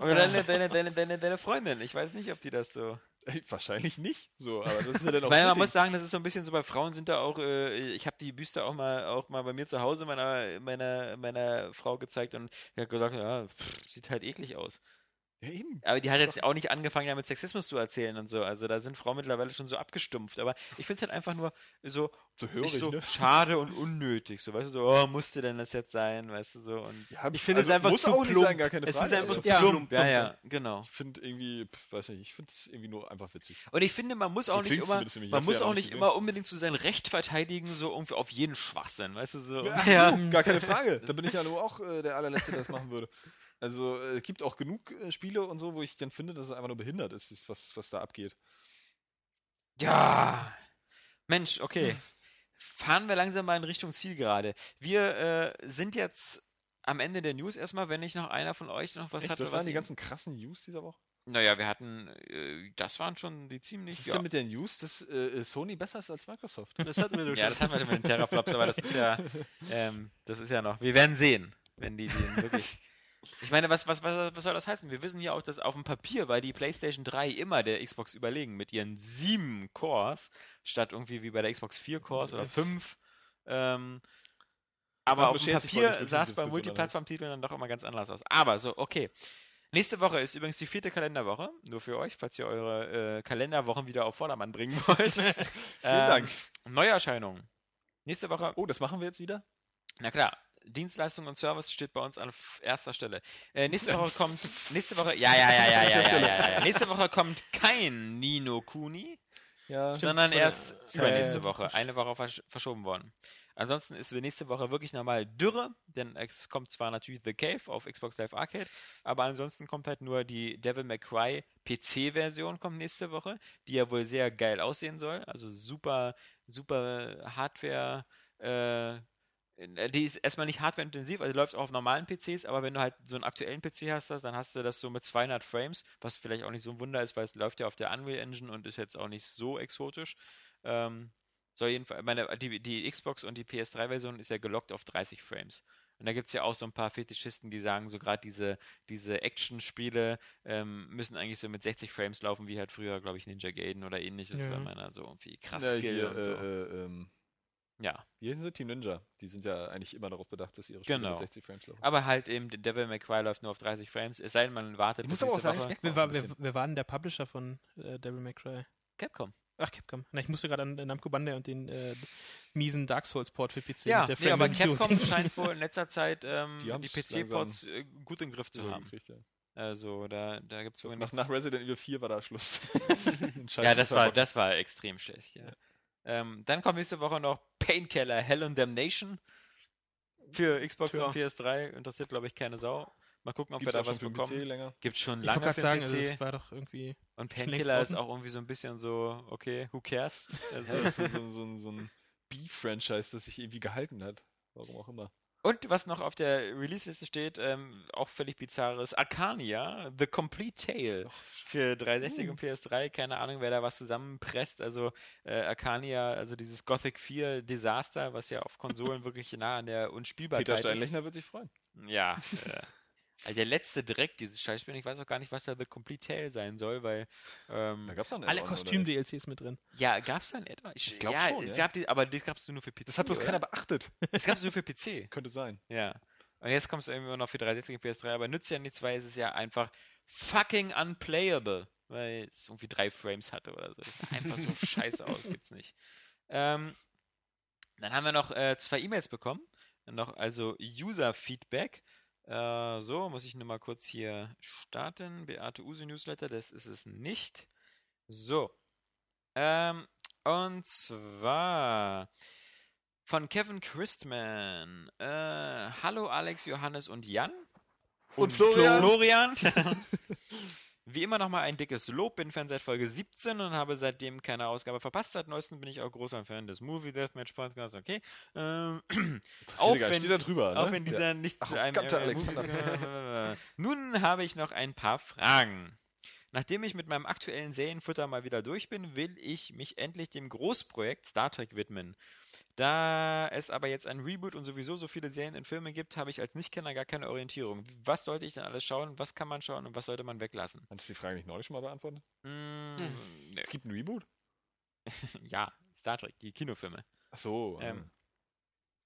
Speaker 1: oder deine, deine, deine, deine, deine Freundin, ich weiß nicht, ob die das so.
Speaker 2: ey, wahrscheinlich nicht. So, aber das ist ja dann auch.
Speaker 1: Weil man
Speaker 2: nötig.
Speaker 1: muss sagen, das ist so ein bisschen so, bei Frauen sind da auch, äh, ich habe die Büste auch mal auch mal bei mir zu Hause meiner, meiner, meiner Frau gezeigt und die hat gesagt, ja, pff, sieht halt eklig aus.
Speaker 2: Ja, eben.
Speaker 1: Aber die hat jetzt auch nicht angefangen, damit Sexismus zu erzählen und so. Also da sind Frauen mittlerweile schon so abgestumpft. Aber ich finde es halt einfach nur so,
Speaker 2: So hörig,
Speaker 1: nicht so
Speaker 2: ne?
Speaker 1: schade und unnötig. So, weißt du, so, oh, musste denn das jetzt sein, weißt du, so. Und
Speaker 2: Ja, also
Speaker 4: Ich finde es einfach
Speaker 2: muss
Speaker 4: zu
Speaker 2: auch Nicht
Speaker 4: plump.
Speaker 2: sein, gar keine
Speaker 4: Es
Speaker 2: Frage,
Speaker 4: ist einfach
Speaker 2: aber
Speaker 4: zu
Speaker 1: ja,
Speaker 4: plump.
Speaker 1: ja, ja, genau.
Speaker 2: Ich finde irgendwie, pf, weiß nicht, ich finde es irgendwie nur einfach witzig.
Speaker 1: Und ich finde, man muss auch nicht
Speaker 2: klingt's
Speaker 1: immer,
Speaker 2: zumindest nämlich. Ich
Speaker 1: man
Speaker 2: hab's
Speaker 1: muss
Speaker 2: ja
Speaker 1: auch
Speaker 2: noch nicht
Speaker 1: nicht immer unbedingt zu sein Recht verteidigen, so irgendwie auf jeden Schwachsinn, weißt du, so.
Speaker 4: Ja.
Speaker 2: Gar keine Frage. Da bin ich ja nur auch äh, der allerletzte, der das machen würde. Also äh, es gibt auch genug äh, Spiele und so, wo ich dann finde, dass es einfach nur behindert ist, wie's- was, was da abgeht.
Speaker 1: Ja. Mensch, okay. Fahren wir langsam mal in Richtung Zielgerade. Wir äh, sind jetzt am Ende der News erstmal, wenn nicht noch einer von euch noch was
Speaker 2: Echt,
Speaker 1: hatte.
Speaker 2: das waren
Speaker 1: was
Speaker 2: die
Speaker 1: ihn-
Speaker 2: ganzen krassen News dieser Woche.
Speaker 1: Naja, wir hatten, äh, das waren schon die
Speaker 2: Was
Speaker 1: ziemlich.
Speaker 2: ist
Speaker 1: Ja,
Speaker 2: denn mit der News, dass äh, äh, Sony besser ist als Microsoft?
Speaker 4: Das hatten wir doch
Speaker 1: ja,
Speaker 4: schon.
Speaker 1: das hatten wir schon mit den Terraflops, aber das ist ja, ähm, das ist ja noch. Wir werden sehen, wenn die den wirklich. Ich meine, was, was, was, was soll das heißen? Wir wissen ja auch, dass auf dem Papier war die PlayStation 3 immer der Xbox überlegen mit ihren sieben Cores, statt irgendwie wie bei der Xbox 4 Cores oder fünf. Ähm, aber
Speaker 2: Man
Speaker 1: auf dem
Speaker 2: beschert sich vor nicht
Speaker 1: Papier
Speaker 2: mit
Speaker 1: sah es
Speaker 2: diesen
Speaker 1: bei
Speaker 2: Diskussionen,
Speaker 1: Multiplattform-Titeln dann doch immer ganz anders aus. Aber so, okay. Nächste Woche ist übrigens die vierte Kalenderwoche, nur für euch, falls ihr eure äh, Kalenderwochen wieder auf Vordermann bringen wollt. Vielen
Speaker 2: Dank.
Speaker 1: Neuerscheinungen. Nächste Woche,
Speaker 2: Oh, das machen wir jetzt wieder?
Speaker 1: na klar, Dienstleistung und Service steht bei uns an f- erster Stelle. Äh, nächste Woche kommt, nächste Woche, ja, ja, ja, ja, ja, ja, ja, ja, ja. Nächste Woche kommt kein Nino Kuni,
Speaker 2: Ja.
Speaker 1: sondern
Speaker 2: das war
Speaker 1: erst
Speaker 2: ja-
Speaker 1: übernächste
Speaker 2: äh,
Speaker 1: Woche, eine Woche versch verschoben worden. Ansonsten ist für nächste Woche wirklich normal Dürre, denn es kommt zwar natürlich The Cave auf Xbox Live Arcade, aber ansonsten kommt halt nur die Devil May Cry PC-Version kommt nächste Woche, die ja wohl sehr geil aussehen soll, also super, super Hardware, äh, äh, die ist erstmal nicht hardwareintensiv, also läuft auch auf normalen PCs, aber wenn du halt so einen aktuellen PC hast, dann hast du das so mit 200 Frames, was vielleicht auch nicht so ein Wunder ist, weil es läuft ja auf der Unreal Engine und ist jetzt auch nicht so exotisch. Ähm, soll jedenfalls, meine, die, die Xbox und die PS3-Version ist ja gelockt auf 30 Frames. Und da gibt es ja auch so ein paar Fetischisten, die sagen, so gerade diese, diese Action-Spiele ähm, müssen eigentlich so mit 60 Frames laufen, wie halt früher, glaube ich, Ninja Gaiden oder ähnliches,
Speaker 3: Ja.
Speaker 1: weil man da so irgendwie krass
Speaker 2: Ja,
Speaker 1: Skill
Speaker 2: hier,
Speaker 1: und so.
Speaker 2: äh, äh, ähm,
Speaker 1: ja.
Speaker 2: wie heißen sie? Team Ninja. Die sind ja eigentlich immer darauf bedacht, dass ihre
Speaker 1: Genau.
Speaker 2: mit 60 Frames laufen.
Speaker 1: Aber halt eben, der Devil May Cry läuft nur auf 30 Frames, es sei denn, man wartet
Speaker 2: Ich muss aber auch sagen, es merkt man
Speaker 3: Wer,
Speaker 2: auch
Speaker 3: war,
Speaker 2: ein
Speaker 3: wer,
Speaker 2: bisschen.
Speaker 3: wer war denn der Publisher von äh, Devil May Cry?
Speaker 1: Capcom.
Speaker 3: Ach, Capcom. Na, ich musste gerade an äh, Namco Bandai und den äh, miesen Dark Souls-Port für PC
Speaker 1: Ja, nee, aber
Speaker 3: Framerate
Speaker 1: Capcom
Speaker 3: denken.
Speaker 1: scheint wohl in letzter Zeit ähm,
Speaker 2: Die
Speaker 1: die,
Speaker 2: haben's
Speaker 1: PC-Ports äh, gut im Griff zu haben.
Speaker 2: Übergekriegt, ja.
Speaker 1: Also da, da gibt es wohl
Speaker 2: Nach,
Speaker 1: nichts.
Speaker 2: nach Resident Evil 4 war da Schluss.
Speaker 1: Ja, das war, das war extrem schlecht, ja. Ähm, dann kommt nächste Woche noch Painkiller Hell and Damnation für Xbox
Speaker 3: Tja.
Speaker 1: und PS3. Interessiert, glaube ich, keine Sau. Mal gucken, ob wir da was bekommen.
Speaker 2: länger.
Speaker 1: Gibt schon
Speaker 3: Ich wollte
Speaker 1: lange
Speaker 3: gerade
Speaker 1: für
Speaker 3: sagen,
Speaker 1: den
Speaker 3: also,
Speaker 1: PC.
Speaker 3: das war doch irgendwie.
Speaker 1: und
Speaker 3: schon längst
Speaker 1: Painkiller ist
Speaker 3: draußen.
Speaker 1: auch irgendwie so ein bisschen so, okay, who cares? Also,
Speaker 2: Ja, das ist so, so, so ein, so ein B-Franchise, das sich irgendwie gehalten hat. Warum auch immer.
Speaker 1: Und was noch auf der Release-Liste steht, ähm, auch völlig bizarres, Arcania, The Complete Tale. Für
Speaker 2: uh.
Speaker 1: 360 und PS3, keine Ahnung, wer da was zusammenpresst. Also äh, Arcania, also dieses Gothic 4 Desaster, was ja auf Konsolen wirklich nah an der
Speaker 2: Peter
Speaker 1: Unspielbarkeit ist.
Speaker 2: Steinlechner wird sich freuen.
Speaker 1: Ja. Äh, also der letzte Dreck dieses Scheißspiel. Ich weiß auch gar nicht, was da The Complete Tale sein soll, weil ähm,
Speaker 2: Da gab's doch einen
Speaker 3: Alle
Speaker 2: Add-on, oder?
Speaker 3: Kostüm-DLCs mit drin.
Speaker 1: ja, gab es da ein etwa? Ich,
Speaker 2: glaub
Speaker 1: ja,
Speaker 2: schon,
Speaker 1: es
Speaker 2: ja.
Speaker 1: gab die, aber das gab es nur für PC.
Speaker 2: Das hat bloß
Speaker 1: oder?
Speaker 2: keiner beachtet.
Speaker 1: Das gab es nur für PC.
Speaker 2: Könnte sein.
Speaker 1: Ja. Und jetzt kommt es irgendwie noch für 360 und PS3, aber nützt ja nichts, weil es ist ja einfach fucking unplayable, weil es irgendwie drei Frames hatte oder so. Das sah einfach so scheiße aus, gibt's nicht. Ähm, dann haben wir noch äh, zwei E-Mails bekommen. Noch also User-Feedback. Äh, so, muss ich nur mal kurz hier starten. Beate Use Newsletter, das ist es nicht. So. Ähm, und zwar von Kevin Christman. Äh, hallo Alex, Johannes und Jan.
Speaker 2: Und Florian.
Speaker 1: Florian. Wie immer nochmal ein dickes Lob, bin Fan seit Folge 17 und habe seitdem keine Ausgabe verpasst. Seit neuestem bin ich auch großer Fan des Movie Deathmatch Podcasts, okay. Ähm, Auch
Speaker 2: Interessiert egal,
Speaker 1: wenn-
Speaker 2: steht da drüber.
Speaker 1: Auch
Speaker 2: ne?
Speaker 1: wenn dieser
Speaker 2: Ja.
Speaker 1: nicht zu einem
Speaker 2: Arroganter
Speaker 1: MMO
Speaker 2: Alexander.
Speaker 1: Movie- Nun habe ich noch ein paar Fragen. Nachdem ich mit meinem aktuellen Serienfutter mal wieder durch bin, will ich mich endlich dem Großprojekt Star Trek widmen. Da es aber jetzt ein Reboot und sowieso so viele Serien und Filme gibt, habe ich als Nichtkenner gar keine Orientierung. Was sollte ich denn alles schauen? Was kann man schauen und was sollte man weglassen?
Speaker 2: Hattest du die Frage nicht neulich schon mal beantwortet?
Speaker 1: Mm, nö.
Speaker 2: Es gibt ein Reboot?
Speaker 1: Ja, Star Trek, die Kinofilme.
Speaker 2: Ach so.
Speaker 1: Ähm,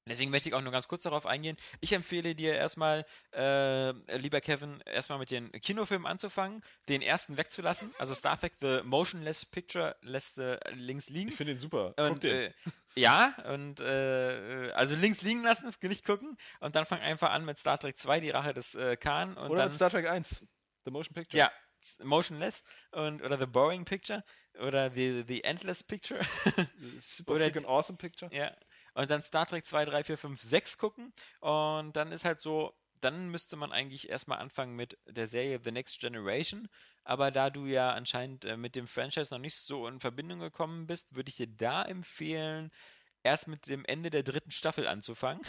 Speaker 1: Deswegen möchte ich auch nur ganz kurz darauf eingehen. Ich empfehle dir erstmal, äh, lieber Kevin, erstmal mit den Kinofilmen anzufangen, den ersten wegzulassen. Also Star Trek The Motionless Picture lässt äh, links liegen.
Speaker 2: Ich finde den super. Guck
Speaker 1: Und
Speaker 2: den.
Speaker 1: äh, ja, und äh, also links liegen lassen, nicht gucken. Und dann fang einfach an mit Star Trek 2, die Rache des äh, Khan. Und
Speaker 2: Oder
Speaker 1: dann,
Speaker 2: mit Star Trek 1. The Motion Picture.
Speaker 1: ja, Motionless und oder The Boring Picture oder The, the Endless Picture.
Speaker 2: Super
Speaker 1: Oder
Speaker 2: freaking awesome Picture.
Speaker 1: Ja. Und dann Star Trek 2, 3, 4, 5, 6 gucken. Und dann ist halt so, dann müsste man eigentlich erstmal anfangen mit der Serie The Next Generation. Aber da du ja anscheinend äh, mit dem Franchise noch nicht so in Verbindung gekommen bist, würde ich dir da empfehlen, erst mit dem Ende der dritten Staffel anzufangen.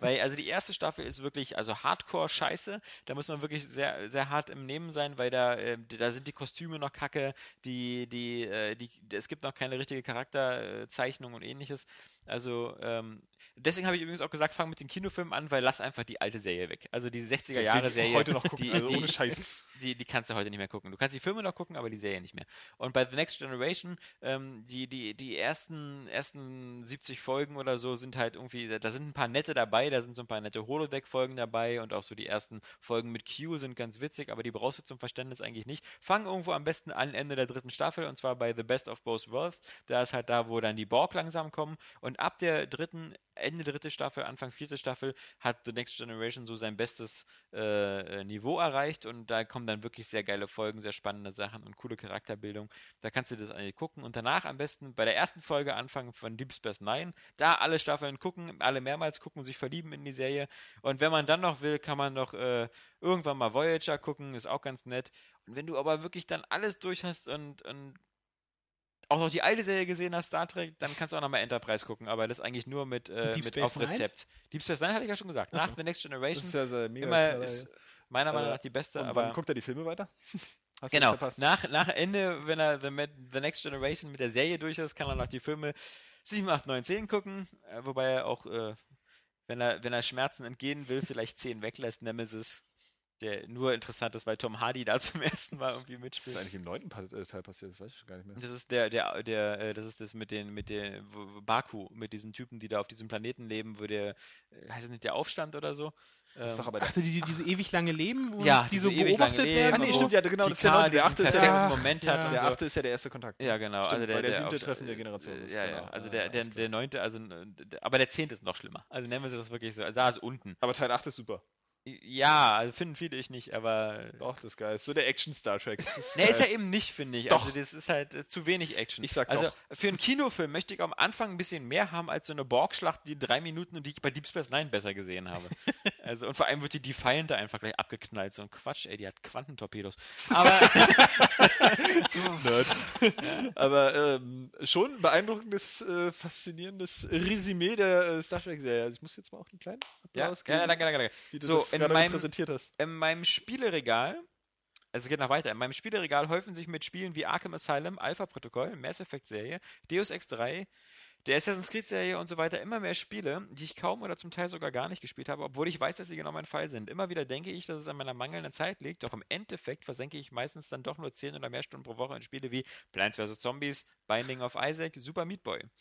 Speaker 1: Weil, also die erste Staffel ist wirklich, also hardcore scheiße. Da muss man wirklich sehr, sehr hart im Nehmen sein, weil da, äh, da sind die Kostüme noch kacke, die, die, äh, die, es gibt noch keine richtige Charakterzeichnung und ähnliches. Also, ähm, deswegen habe ich übrigens auch gesagt, fang mit den Kinofilmen an, weil lass einfach die alte Serie weg. Also die 60er Jahre
Speaker 2: Die will ich
Speaker 1: Serie.
Speaker 2: heute noch gucken,
Speaker 1: die,
Speaker 2: also
Speaker 1: die,
Speaker 2: ohne Scheiß.
Speaker 1: die, die kannst du heute nicht mehr gucken. Du kannst die Filme noch gucken, aber die Serie nicht mehr. Und bei The Next Generation, ähm, die, die, die ersten, ersten 70 Folgen oder so sind halt irgendwie, da- da sind ein paar nette dabei, da sind so ein paar nette Holodeck-Folgen dabei und auch so die ersten Folgen mit Q sind ganz witzig, aber die brauchst du zum Verständnis eigentlich nicht. Fang irgendwo am besten an, Ende der dritten Staffel und zwar bei The Best of Both Worlds. Da ist halt da, wo dann die Borg langsam kommen und ab der dritten, Ende dritte Staffel, Anfang vierte Staffel hat The Next Generation so sein bestes äh, äh, Niveau erreicht und da kommen dann wirklich sehr geile Folgen, sehr spannende Sachen und coole Charakterbildung. Da kannst du das eigentlich gucken und danach am besten bei der ersten Folge anfangen von Deep Space Nine. Da alle Staffeln gucken, alle mehrmals gucken, sich verlieben in die Serie und wenn man dann noch will, kann man noch äh, irgendwann mal Voyager gucken, ist auch ganz nett. Und wenn du aber wirklich dann alles durch hast und, und auch noch die alte Serie gesehen hast, Star Trek, dann kannst du auch nochmal Enterprise gucken, aber das eigentlich nur mit, äh,
Speaker 3: Deep
Speaker 1: mit
Speaker 3: Space
Speaker 1: auf
Speaker 3: Nine?
Speaker 1: Rezept. Deep Space Nine hatte ich ja schon gesagt.
Speaker 2: Ach so.
Speaker 1: Nach The Next Generation
Speaker 2: Das ist ja so mega
Speaker 1: immer
Speaker 2: knaller,
Speaker 1: ist
Speaker 2: ja.
Speaker 1: meiner Meinung
Speaker 2: Äh,
Speaker 1: nach die beste,
Speaker 2: Und
Speaker 1: aber
Speaker 2: wann guckt er die Filme weiter? Hast du
Speaker 1: genau.
Speaker 2: nicht verpasst.
Speaker 1: Nach, nach Ende, wenn er The, Met- The Next Generation mit der Serie durch ist, kann er noch die Filme 7, 8, 9, 10 gucken, äh, wobei er auch, äh, wenn er, wenn er Schmerzen entgehen will, vielleicht 10 weglässt, Nemesis, der nur interessant ist, weil Tom Hardy da zum ersten Mal irgendwie
Speaker 2: Das ist
Speaker 1: mitspielt.
Speaker 2: eigentlich im neunten Pa- äh, Teil passiert, das weiß ich schon gar nicht mehr.
Speaker 1: Das ist der, der, der, äh, das ist das mit den, mit den wo- wo- Baku, mit diesen Typen, die da auf diesem Planeten leben, wo der, äh, heißt es nicht der Aufstand oder so?
Speaker 2: Das ist
Speaker 1: Ähm,
Speaker 2: doch aber der.
Speaker 3: Achte, die, die diese ewig lange leben und
Speaker 1: Ja,
Speaker 3: die
Speaker 1: diese
Speaker 3: so
Speaker 1: ewig lange
Speaker 3: beobachtet
Speaker 1: leben
Speaker 3: werden.
Speaker 1: Ah, nee,
Speaker 3: und so.
Speaker 1: stimmt,
Speaker 2: ja, genau,
Speaker 1: die K,
Speaker 2: der
Speaker 1: diesen
Speaker 2: achte ist ja,
Speaker 1: perfekten
Speaker 3: Ach,
Speaker 1: Moment
Speaker 3: ja.
Speaker 1: hat und
Speaker 2: der
Speaker 1: so.
Speaker 2: achte ist ja der erste Kontakt.
Speaker 1: Ja, genau.
Speaker 2: Stimmt,
Speaker 1: also der,
Speaker 2: weil der siebte
Speaker 1: Aufst-
Speaker 2: Treffen der
Speaker 1: äh,
Speaker 2: Generation ist,
Speaker 1: Ja,
Speaker 2: genau.
Speaker 1: ja. Also
Speaker 2: Ah,
Speaker 1: der,
Speaker 2: alles
Speaker 1: der,
Speaker 2: klar.
Speaker 1: der neunte, also, äh, der- aber der zehnte ist noch schlimmer. Also nennen wir es das wirklich so. Also da ist unten.
Speaker 2: Aber Teil 8 ist super.
Speaker 1: Ja, also finden viele ich nicht, aber.
Speaker 2: Doch, das ist geil. Ist so der Action-Star Trek. Das
Speaker 1: Ne, ist ja
Speaker 2: geil.
Speaker 1: eben nicht, finde ich.
Speaker 2: Doch.
Speaker 1: Also das ist halt äh, zu wenig Action.
Speaker 2: Ich sag
Speaker 1: Also
Speaker 2: doch.
Speaker 1: für einen Kinofilm möchte ich am Anfang ein bisschen mehr haben als so eine Borgschlacht, die drei Minuten und die ich bei Deep Space Nine besser gesehen habe. also und vor allem wird die Defiant da einfach gleich abgeknallt. So ein Quatsch, ey, die hat Quantentorpedos. Aber
Speaker 2: Nerd. Aber ähm, schon ein beeindruckendes, äh, faszinierendes Resümee der äh, Star Trek-Serie. Also ich muss jetzt mal auch einen kleinen
Speaker 1: ja, ja,
Speaker 2: Applaus geben,
Speaker 1: danke, danke, danke.
Speaker 2: wie du
Speaker 1: So,
Speaker 2: das
Speaker 1: in
Speaker 2: gerade
Speaker 1: meinem-
Speaker 2: präsentiert hast.
Speaker 1: in meinem Spieleregal, also es geht noch weiter, in meinem Spieleregal häufen sich mit Spielen wie Arkham Asylum, Alpha Protokoll, Mass Effect Serie, Deus Ex 3, der Assassin's Creed Serie und so weiter immer mehr Spiele, die ich kaum oder zum Teil sogar gar nicht gespielt habe, obwohl ich weiß, dass sie genau mein Fall sind. Immer wieder denke ich, dass es an meiner mangelnden Zeit liegt, doch im Endeffekt versenke ich meistens dann doch nur 10 oder mehr Stunden pro Woche in Spiele wie Plants vs. Zombies, Binding of Isaac, Super Meat Boy. Es liegt-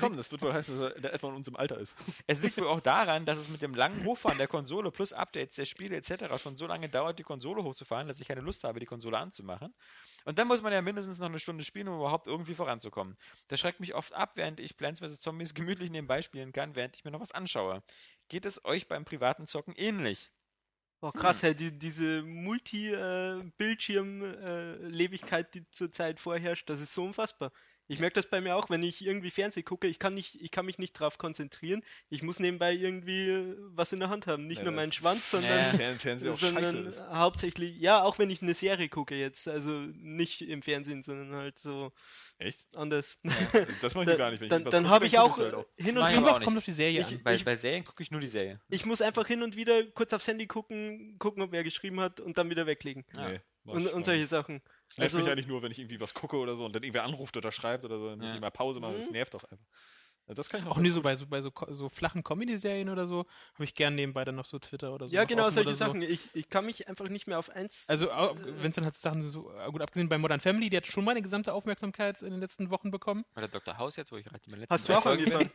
Speaker 2: Willkommen, das wird wohl heißen, dass er der etwa in unserem Alter ist.
Speaker 1: es liegt wohl auch daran, dass es mit dem langen Hochfahren der Konsole plus Updates der Spiele etc. schon so lange dauert, die Konsole hochzufahren, dass ich keine Lust habe, die Konsole anzumachen. Und dann muss man ja mindestens noch eine Stunde spielen, um überhaupt irgendwie voranzukommen. Das schreckt mich oft ab, während ich Plants vs. Zombies gemütlich nebenbei spielen kann, während ich mir noch was anschaue. Geht es euch beim privaten Zocken ähnlich?
Speaker 4: Oh, krass, hey, die, diese Multi-Bildschirm-Lebigkeit, die zurzeit vorherrscht, das ist so unfassbar. Ich merke das bei mir auch, wenn ich irgendwie Fernsehen gucke, ich kann, nicht, ich kann mich nicht drauf konzentrieren. Ich muss nebenbei irgendwie äh, was in der Hand haben. Nicht
Speaker 2: Ja,
Speaker 4: nur
Speaker 2: das-
Speaker 4: meinen Schwanz,
Speaker 1: Ja.
Speaker 4: sondern,
Speaker 2: Fern Fernsehen auch scheiße
Speaker 4: sondern
Speaker 2: ist.
Speaker 4: hauptsächlich, ja, auch wenn ich eine Serie gucke jetzt. Also nicht im Fernsehen, sondern halt so
Speaker 2: Echt?
Speaker 4: anders.
Speaker 2: Das mache ich
Speaker 4: Da-
Speaker 2: gar nicht. Wenn
Speaker 4: dann
Speaker 2: irgendwas
Speaker 4: dann
Speaker 2: gucke,
Speaker 4: habe ich
Speaker 2: gucke
Speaker 4: auch
Speaker 2: halt
Speaker 4: hin
Speaker 1: Das
Speaker 4: und
Speaker 1: mach ich
Speaker 4: wieder
Speaker 1: aber auch
Speaker 3: Kommt auf die Serie
Speaker 4: Ich-
Speaker 3: an.
Speaker 1: Bei, bei Serien gucke ich nur die Serie.
Speaker 4: Ich muss einfach hin und wieder kurz aufs Handy gucken, gucken, ob wer geschrieben hat und dann wieder weglegen.
Speaker 1: Ja.
Speaker 2: Nee, mach
Speaker 4: Und,
Speaker 2: ich
Speaker 4: und
Speaker 2: nicht.
Speaker 4: solche Sachen.
Speaker 2: Das nervt
Speaker 4: also-
Speaker 2: mich eigentlich nur, wenn ich irgendwie was gucke oder so und dann irgendwer anruft oder schreibt oder so, dann muss
Speaker 1: Ja.
Speaker 2: ich mal Pause machen, das
Speaker 4: Mhm.
Speaker 2: nervt doch einfach. Also Das kann ich noch.
Speaker 3: Auch nie so bei so, bei so, Ko- so flachen Comedy-Serien oder so, habe ich gern nebenbei dann noch so Twitter oder so.
Speaker 4: Ja,
Speaker 3: noch
Speaker 4: genau,
Speaker 3: offen
Speaker 4: solche
Speaker 3: oder so.
Speaker 4: Sachen. Ich, ich kann mich einfach nicht mehr auf eins.
Speaker 3: Also, wenn es dann halt so Sachen so, gut, abgesehen bei Modern Family, die hat schon meine gesamte Aufmerksamkeit in den letzten Wochen bekommen.
Speaker 1: Oder Dr. House jetzt, wo ich gerade meine letzten
Speaker 4: Hast du
Speaker 1: drei
Speaker 4: auch
Speaker 1: Folgen-
Speaker 4: angefangen?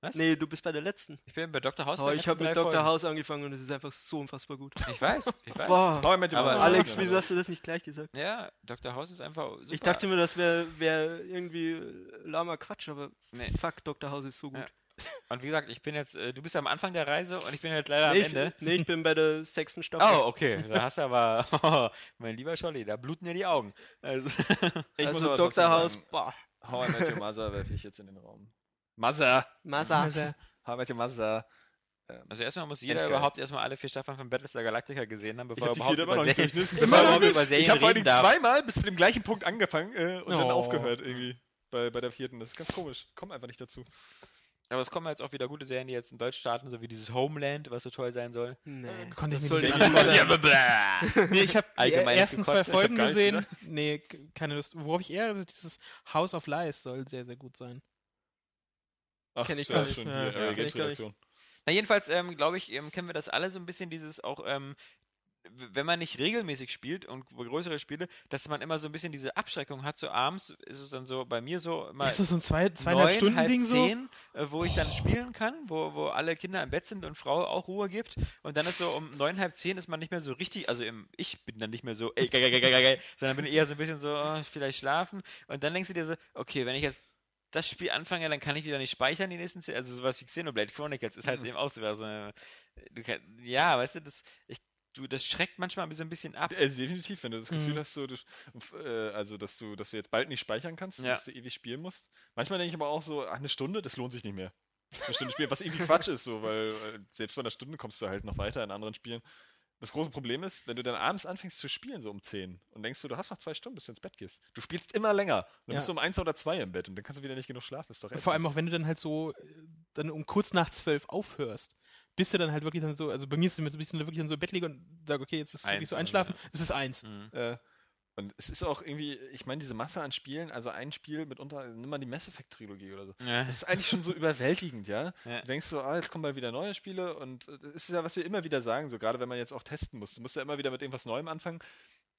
Speaker 1: Was?
Speaker 4: Nee, du bist bei der letzten.
Speaker 1: Ich bin bei Dr. House.
Speaker 4: Oh,
Speaker 1: bei den
Speaker 4: ich
Speaker 1: letzten
Speaker 4: habe mit
Speaker 1: drei
Speaker 4: Dr.
Speaker 1: Folgen.
Speaker 4: House angefangen und es ist einfach so unfassbar gut.
Speaker 1: Ich weiß, ich weiß.
Speaker 4: Boah.
Speaker 2: How I Met Your
Speaker 1: Aber-
Speaker 2: Mother.
Speaker 4: Alex,
Speaker 1: Ja.
Speaker 4: wieso hast du das nicht gleich gesagt?
Speaker 1: Ja, Dr. House ist einfach super.
Speaker 4: Ich dachte mir, das wäre wär irgendwie lahmer Quatsch, aber
Speaker 1: Nee.
Speaker 4: fuck, Dr. House ist so gut.
Speaker 1: Ja. Und wie gesagt, ich bin jetzt, äh, du bist am Anfang der Reise und ich bin jetzt leider
Speaker 4: nee,
Speaker 1: am Ende.
Speaker 4: ich, nee, ich bin bei der sechsten Staffel.
Speaker 1: Oh, okay. Da hast du aber, mein lieber Scholli, da bluten dir die Augen. Also,
Speaker 2: Ich muss
Speaker 4: also
Speaker 2: aber
Speaker 4: Dr.
Speaker 2: trotzdem
Speaker 4: House,
Speaker 2: sagen,
Speaker 4: boah.
Speaker 2: How I Met Your Mother werfe ich jetzt in den Raum. Mother!
Speaker 4: Masa.
Speaker 2: How I Met Your Mother. Ähm,
Speaker 1: also erstmal muss jeder
Speaker 2: Endgeil.
Speaker 1: überhaupt erstmal alle vier Staffeln von Battlestar Galactica gesehen haben, bevor
Speaker 2: hab
Speaker 1: er
Speaker 2: die
Speaker 1: überhaupt
Speaker 2: vierte
Speaker 1: über
Speaker 2: immer noch
Speaker 1: Serien,
Speaker 2: nicht durch, ne?
Speaker 1: bevor er
Speaker 2: Immer noch
Speaker 1: überhaupt
Speaker 2: nicht.
Speaker 1: über
Speaker 2: ich habe
Speaker 1: Serien
Speaker 2: vor allen
Speaker 1: reden
Speaker 2: Dingen
Speaker 1: darf.
Speaker 2: zweimal bis zu dem gleichen Punkt angefangen äh, und dann
Speaker 3: Oh.
Speaker 2: aufgehört irgendwie. Bei, bei der vierten. Das ist ganz komisch. Komm einfach nicht dazu.
Speaker 1: Aber es kommen jetzt auch wieder gute Serien, die jetzt in Deutsch starten, so wie dieses Homeland, was so toll sein soll.
Speaker 4: Nee.
Speaker 3: Konnte ich
Speaker 4: Das
Speaker 3: mir
Speaker 4: soll
Speaker 3: nicht
Speaker 4: die
Speaker 2: Oh,
Speaker 3: angucken.
Speaker 4: Liebe sein.
Speaker 3: Nee, ich habe die
Speaker 1: Allgemeines
Speaker 3: ersten zwei
Speaker 1: Gekotze, ich hab
Speaker 3: Folgen
Speaker 2: gar nicht
Speaker 3: gesehen. Nee, k- keine Lust. Worauf ich eher dieses House of Lies soll sehr, sehr gut sein.
Speaker 2: Ach,
Speaker 4: Kenn ich
Speaker 2: ja,
Speaker 4: gar nicht.
Speaker 2: schon. hier,
Speaker 3: Ja, ja,
Speaker 2: äh,
Speaker 4: kenn ich
Speaker 2: Geldredaktion.
Speaker 1: Na, jedenfalls, ähm, glaube ich, ähm, kennen wir das alle so ein bisschen, dieses auch, ähm, w- wenn man nicht regelmäßig spielt und größere Spiele, dass man immer so ein bisschen diese Abschreckung hat. So abends ist es dann so bei mir so immer
Speaker 3: Ist das so ein zwei, zweieinhalb
Speaker 1: neun,
Speaker 3: Stunden
Speaker 1: halb
Speaker 3: Ding so?
Speaker 1: zehn, äh, wo ich dann spielen kann, wo, wo alle Kinder im Bett sind und Frau auch Ruhe gibt. Und dann ist so um neun, halb zehn ist man nicht mehr so richtig, also im, ich bin dann nicht mehr so, ey, geil, geil, geil, geil, geil, sondern bin eher so ein bisschen so, oh, vielleicht schlafen. Und dann denkst du dir so, okay, wenn ich jetzt das Spiel anfange, dann kann ich wieder nicht speichern die nächsten zehn, also sowas wie Xenoblade Chronicles ist halt
Speaker 3: Mhm.
Speaker 1: eben auch so, so eine, du kann, ja, weißt du, das, ich, du, das schreckt manchmal so ein bisschen ab.
Speaker 2: Äh, definitiv, wenn du das Gefühl
Speaker 3: Mhm.
Speaker 2: hast, so, du, äh, also, dass, du, dass du jetzt bald nicht speichern kannst,
Speaker 1: Ja.
Speaker 2: dass du ewig spielen musst. Manchmal denke ich aber auch so, ach, eine Stunde, das lohnt sich nicht mehr. Eine Stunde spielen, was irgendwie Quatsch ist, so, weil äh, selbst bei einer Stunde kommst du halt noch weiter in anderen Spielen. Das große Problem ist, wenn du dann abends anfängst zu spielen, so um 10 und denkst du, du hast noch zwei Stunden, bis du ins Bett gehst. Du spielst immer länger. Dann
Speaker 3: Ja.
Speaker 2: bist du um eins oder zwei im Bett und dann kannst du wieder nicht genug schlafen. Ist doch
Speaker 3: Vor allem
Speaker 2: ätzend.
Speaker 3: auch, wenn du dann halt so äh, dann um kurz nach zwölf aufhörst. Bis du dann halt wirklich dann so, also bei mir ist es immer so ein bisschen wirklich dann so im Bett liege und sage, okay, jetzt ist wirklich
Speaker 1: Eins
Speaker 3: so
Speaker 1: oder
Speaker 3: einschlafen.
Speaker 1: so,
Speaker 3: Es ist eins.
Speaker 1: Mhm.
Speaker 2: Äh, und es ist auch irgendwie, ich meine, diese Masse an Spielen, also ein Spiel mitunter, nimm mal die Mass Effect Trilogie oder so.
Speaker 1: Ja.
Speaker 2: Das ist eigentlich schon so überwältigend, ja?
Speaker 1: Ja.
Speaker 2: Du denkst so, ah, jetzt kommen mal wieder neue Spiele und äh, das ist ja, was wir immer wieder sagen, so gerade wenn man jetzt auch testen muss. Du musst ja immer wieder mit irgendwas Neuem anfangen,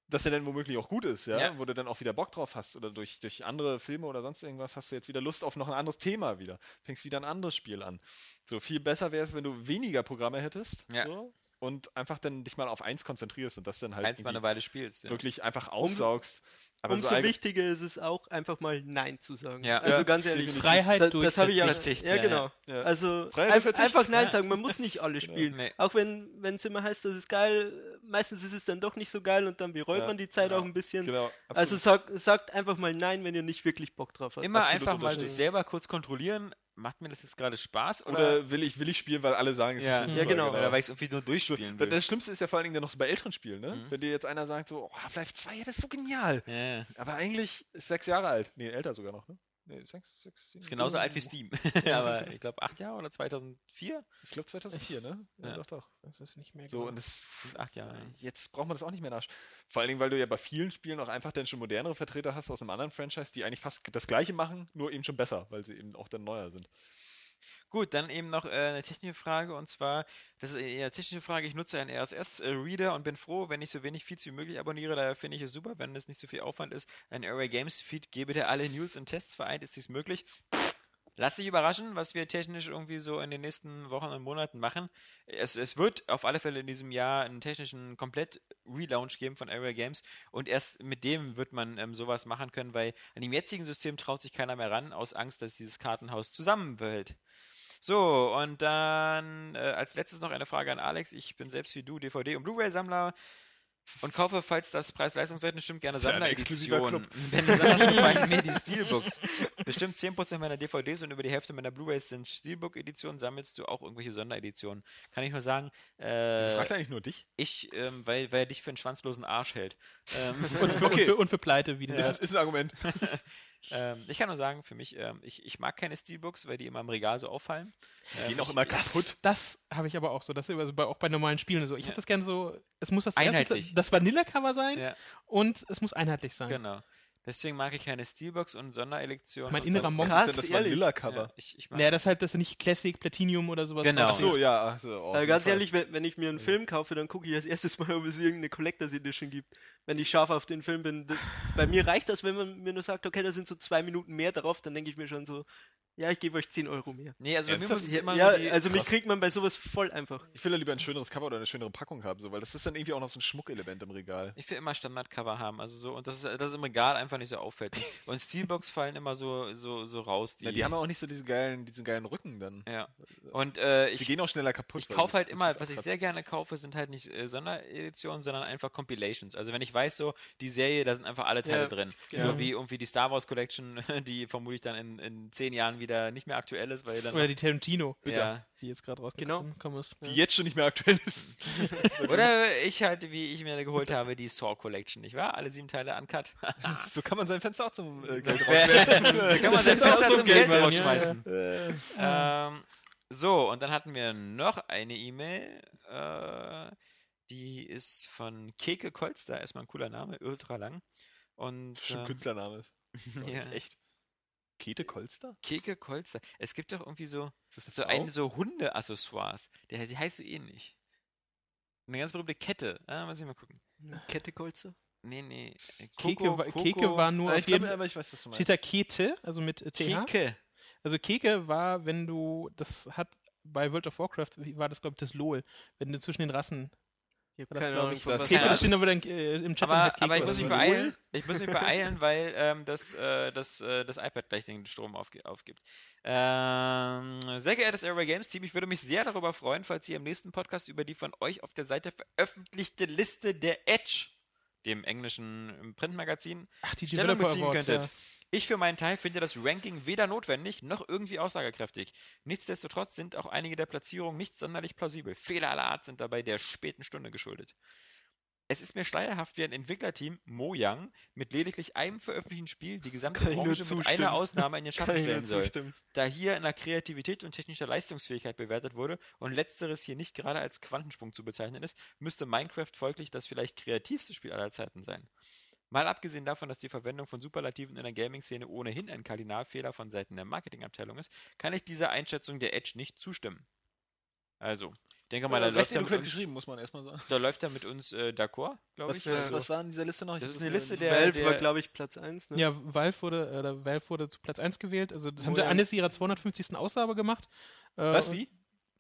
Speaker 2: das ja dann womöglich auch gut ist, ja?
Speaker 1: Ja.
Speaker 2: Wo du dann auch wieder Bock drauf hast oder durch, durch andere Filme oder sonst irgendwas hast du jetzt wieder Lust auf noch ein anderes Thema wieder. Fängst wieder ein anderes Spiel an. So viel besser wäre es, wenn du weniger Programme hättest
Speaker 1: Ja.
Speaker 2: so, und einfach dann dich mal auf eins konzentrierst und das dann halt
Speaker 1: Eins mal eine
Speaker 2: irgendwie
Speaker 1: Weile spielst. ja.
Speaker 2: wirklich einfach aussaugst. Aber
Speaker 4: Umso
Speaker 2: so allge-
Speaker 4: wichtiger ist es auch, einfach mal Nein zu sagen.
Speaker 1: Ja.
Speaker 4: Also
Speaker 2: Ja,
Speaker 4: ganz ehrlich.
Speaker 1: Mhm.
Speaker 2: definitiv.
Speaker 3: Freiheit
Speaker 4: da,
Speaker 3: durch
Speaker 4: das habe ich ja,
Speaker 1: Verzicht,
Speaker 4: ja,
Speaker 1: ja,
Speaker 4: genau.
Speaker 2: ja.
Speaker 4: Also
Speaker 2: Freiheit
Speaker 4: ein,
Speaker 2: durch Verzicht,
Speaker 4: einfach Nein
Speaker 1: ja.
Speaker 4: sagen, man muss nicht
Speaker 2: Genau.
Speaker 4: alle spielen.
Speaker 1: Nee.
Speaker 4: Auch wenn es immer heißt, das ist geil, meistens ist es dann doch nicht so geil und dann bereut
Speaker 2: Ja,
Speaker 4: man die Zeit
Speaker 1: genau.
Speaker 4: auch ein bisschen.
Speaker 2: Genau,
Speaker 4: Also
Speaker 2: absolut.
Speaker 4: sag, sagt einfach mal Nein, wenn ihr nicht wirklich Bock drauf habt.
Speaker 1: Immer
Speaker 2: Absolut
Speaker 1: einfach mal
Speaker 2: unterstützen.
Speaker 1: sich selber kurz kontrollieren. Macht mir das jetzt gerade Spaß? Oder,
Speaker 2: oder will ich, will ich spielen, weil alle sagen, es
Speaker 1: ja,
Speaker 2: ist nicht
Speaker 4: ja,
Speaker 2: super,
Speaker 4: genau.
Speaker 1: Oder weil ich es irgendwie nur durchspielen
Speaker 2: Das-
Speaker 1: will.
Speaker 2: Das Schlimmste ist ja vor allen Dingen dann noch so bei älteren Spielen, ne?
Speaker 1: Mhm.
Speaker 2: Wenn dir jetzt einer sagt, so, oh, Half-Life 2, ja, das ist so genial.
Speaker 1: Ja, ja.
Speaker 2: Aber eigentlich ist sechs Jahre alt. Nee, älter sogar noch, ne? Nee, sechs, sechs, sieben.
Speaker 1: Ist genau genauso alt wie Steam. Aber ich glaube, acht Jahre oder 2004?
Speaker 2: Ich glaube 2004, ne?
Speaker 1: Ja.
Speaker 2: doch, doch.
Speaker 3: Das ist nicht mehr
Speaker 2: So,
Speaker 3: genau.
Speaker 2: und das, äh,
Speaker 1: Sind acht Jahre, ja.
Speaker 2: jetzt braucht man das auch nicht mehr nach. Vor allen Dingen, weil du ja bei vielen Spielen auch einfach dann schon modernere Vertreter hast aus einem anderen Franchise, die eigentlich fast das Gleiche machen, nur eben schon besser, weil sie eben auch dann neuer sind.
Speaker 1: Gut, dann eben noch äh, eine technische Frage und zwar, das ist eher eine technische Frage, ich nutze einen RSS-Reader und bin froh, wenn ich so wenig Feeds wie möglich abonniere, daher finde ich es super, wenn es nicht so viel Aufwand ist. Ein Array Games Feed gebe der alle News und Tests vereint, ist dies möglich? Lass dich überraschen, was wir technisch irgendwie so in den nächsten Wochen und Monaten machen. Es, es wird auf alle Fälle in diesem Jahr einen technischen Komplett-Relaunch geben von Area Games und erst mit dem wird man ähm, sowas machen können, weil an dem jetzigen System traut sich keiner mehr ran, aus Angst, dass dieses Kartenhaus zusammenfällt. So, und dann äh, als letztes noch eine Frage an Alex. Ich bin selbst wie du DVD- und Blu-ray-Sammler und kaufe, falls das Preis-Leistungsverhältnis stimmt, gerne
Speaker 2: Ist ja ein exklusiver
Speaker 1: Sammlereditionen. Wenn besonders gefallen mir die Steelbooks. Bestimmt 10% meiner DVDs und über die Hälfte meiner Blu-rays sind Steelbook-Editionen. Sammelst du auch irgendwelche Sondereditionen? Kann ich nur sagen,
Speaker 2: ich
Speaker 1: äh,
Speaker 2: fragte eigentlich nur dich.
Speaker 1: ich, ähm, weil, weil er dich für einen schwanzlosen Arsch hält. Ähm,
Speaker 3: und, für, und,
Speaker 2: Okay.
Speaker 3: für, und für Pleite, wie du
Speaker 2: Ist,
Speaker 3: bist.
Speaker 2: ist ein Argument.
Speaker 1: ähm, ich kann nur sagen, für mich, ähm, ich, ich mag keine Steelbooks, weil die immer im Regal so auffallen. Ähm,
Speaker 2: Gehen auch
Speaker 1: ich-
Speaker 2: immer kaputt.
Speaker 3: Das habe ich aber auch so, das also bei, auch bei normalen Spielen so. Ich habe das gerne so, es muss das erste-
Speaker 1: Einheitlich.
Speaker 3: das Vanilla-Cover sein
Speaker 1: Ja.
Speaker 3: und es muss einheitlich sein.
Speaker 1: Genau. Deswegen mag ich keine Steelbooks und Sonderelektionen.
Speaker 3: Mein
Speaker 1: und
Speaker 3: innerer
Speaker 1: so-
Speaker 3: Monk
Speaker 4: Krass,
Speaker 2: das
Speaker 4: ehrlich.
Speaker 2: Vanilla-Cover.
Speaker 1: Ja, ich, ich mag
Speaker 3: Naja, das halt, dass er nicht Classic, Platinum oder sowas
Speaker 1: Genau.
Speaker 2: Ach
Speaker 3: draufsteht.
Speaker 2: so, ja. Ach so, oh,
Speaker 4: Äh, ganz
Speaker 2: super.
Speaker 4: ehrlich, wenn, wenn ich mir einen Film kaufe, dann gucke ich als erstes mal, ob es irgendeine Collectors Edition gibt. wenn ich scharf auf den Film bin. Das, bei mir reicht das, wenn man mir nur sagt, okay, da sind so zwei Minuten mehr drauf, dann denke ich mir schon so, ja, ich gebe euch 10 Euro mehr.
Speaker 1: Nee, also bei mir muss
Speaker 2: Ernsthaft?
Speaker 1: es
Speaker 4: Ja,
Speaker 1: immer
Speaker 4: ja
Speaker 1: so die,
Speaker 4: also mich
Speaker 2: krass.
Speaker 4: kriegt man bei sowas voll einfach.
Speaker 2: Ich will ja lieber ein schöneres Cover oder eine schönere Packung haben, so, weil das ist dann irgendwie auch noch so ein Schmuckelement im Regal.
Speaker 1: Ich will immer Standardcover haben, also so, und das ist, das ist im Regal einfach nicht so auffällt. Und Steelbox fallen immer so, so, so raus, die.
Speaker 2: Na, die haben auch nicht so diesen geilen, diesen geilen Rücken dann.
Speaker 1: ja. Und äh,
Speaker 2: Sie
Speaker 1: ich,
Speaker 2: gehen auch schneller kaputt.
Speaker 1: ich
Speaker 2: weil
Speaker 1: kaufe
Speaker 2: das
Speaker 1: halt immer,
Speaker 2: Paket
Speaker 1: was ich
Speaker 2: abkratzt.
Speaker 1: sehr gerne kaufe, sind halt nicht äh, Sondereditionen, sondern einfach Compilations. Also wenn ich weiß, so, die Serie, da sind einfach alle Teile
Speaker 4: Ja,
Speaker 1: drin.
Speaker 3: genau.
Speaker 1: So wie irgendwie die Star Wars Collection, die vermutlich dann in, in zehn Jahren wieder nicht mehr aktuell ist, weil dann.
Speaker 3: Oder die Tarantino,
Speaker 1: Ja.
Speaker 3: die jetzt gerade
Speaker 4: Genau.
Speaker 3: rausgekommen genau. ist.
Speaker 2: Die jetzt schon nicht mehr aktuell ist.
Speaker 1: Oder ich halt, wie ich mir geholt habe, die Saw Collection, nicht wahr? Alle sieben Teile uncut. Ah.
Speaker 2: so kann man sein Fenster auch zum äh, Geld
Speaker 1: Da kann man sein
Speaker 3: auch
Speaker 1: Fenster
Speaker 3: so
Speaker 1: zum Geld
Speaker 3: Geld machen, ja,
Speaker 1: rausschmeißen.
Speaker 2: rausschmeißen. Äh,
Speaker 3: Hm.
Speaker 1: Ähm, so, und dann hatten wir noch eine E-Mail. Äh, die ist von Keke Kolster. Erstmal ein cooler Name, ultra lang. Und
Speaker 2: Schon
Speaker 1: ähm,
Speaker 2: Künstlername. Glaub ich,
Speaker 1: ja,
Speaker 2: Echt? Kete Kolster?
Speaker 1: Keke Kolster. Es gibt doch irgendwie so,
Speaker 2: Ist das eine
Speaker 1: so ein so
Speaker 2: Frau?
Speaker 1: Hunde-Accessoires. Der, die heißt so ähnlich. Eine ganz berühmte Kette. Ah, muss ich mal gucken.
Speaker 4: Kette Kolze?
Speaker 1: Nee, nee. äh,
Speaker 3: Keke, wa- Keke war
Speaker 4: Äh,
Speaker 3: nur
Speaker 2: Ah,
Speaker 3: auf jeden
Speaker 2: glaube, aber ich weiß, was du
Speaker 3: Steht da Kete, also mit äh, TH?
Speaker 1: Keke.
Speaker 3: Also Keke war, wenn du, das hat bei World of Warcraft, wie war das, glaube ich, das LOL. Wenn du zwischen den Rassen,
Speaker 4: Ich
Speaker 3: war das, glaube ich,
Speaker 1: was
Speaker 3: Keke,
Speaker 1: das
Speaker 3: das
Speaker 1: ist.
Speaker 3: steht aber dann äh, im Chat.
Speaker 1: Aber,
Speaker 3: halt Keke
Speaker 1: aber ich
Speaker 3: oder
Speaker 1: muss
Speaker 3: so.
Speaker 1: mich
Speaker 2: bei-
Speaker 1: beeilen, ich muss mich beeilen weil ähm, das, äh, das, äh, das iPad gleich den Strom aufge aufgibt. Ähm, sehr geehrtes Airway Games Team, ich würde mich sehr darüber freuen, falls ihr im nächsten Podcast über die von euch auf der Seite veröffentlichte Liste der Edge, dem englischen Printmagazin,
Speaker 3: Ach, die
Speaker 1: Stellung
Speaker 3: Developer
Speaker 1: beziehen
Speaker 3: Awards,
Speaker 1: könntet.
Speaker 3: ja.
Speaker 1: Ich für meinen Teil finde das Ranking weder notwendig noch irgendwie aussagekräftig. Nichtsdestotrotz sind auch einige der Platzierungen nicht sonderlich plausibel. Fehler aller Art sind dabei der späten Stunde geschuldet. Es ist mir schleierhaft, wie ein Entwicklerteam, Mojang, mit lediglich einem veröffentlichten Spiel die gesamte
Speaker 4: Kann ich nur
Speaker 1: Branche mit einer
Speaker 4: zustimmen.
Speaker 1: Ausnahme in den Schatten stellen soll,
Speaker 4: zustimmen.
Speaker 1: da hier in der Kreativität und technischer Leistungsfähigkeit bewertet wurde und letzteres hier nicht gerade als Quantensprung zu bezeichnen ist, müsste Minecraft folglich das vielleicht kreativste Spiel aller Zeiten sein. Mal abgesehen davon, dass die Verwendung von Superlativen in der Gaming-Szene ohnehin ein Kardinalfehler von Seiten der Marketingabteilung ist, kann ich dieser Einschätzung der Edge nicht zustimmen. Also, ich denke
Speaker 3: Äh,
Speaker 1: mal, da, läuft er, mit
Speaker 2: Dokument
Speaker 1: uns,
Speaker 2: geschrieben, muss man erstmal sagen.
Speaker 1: da läuft er mit uns äh, d'accord, glaube
Speaker 2: Was,
Speaker 1: ich.
Speaker 2: was,
Speaker 1: also,
Speaker 2: was war in dieser Liste noch? Ich
Speaker 1: Das
Speaker 2: hab
Speaker 1: ist eine
Speaker 2: leider
Speaker 1: Liste
Speaker 2: nicht-
Speaker 1: der-
Speaker 4: Valve war,
Speaker 1: der-
Speaker 4: glaube ich, Platz 1, ne?
Speaker 3: Ja, Valve wurde, äh, oder Valve wurde zu Platz 1 gewählt. Also
Speaker 1: Oh
Speaker 3: das haben sie
Speaker 4: ja.
Speaker 3: eines ihrer 250. Ausgabe gemacht. Äh,
Speaker 2: Was, wie?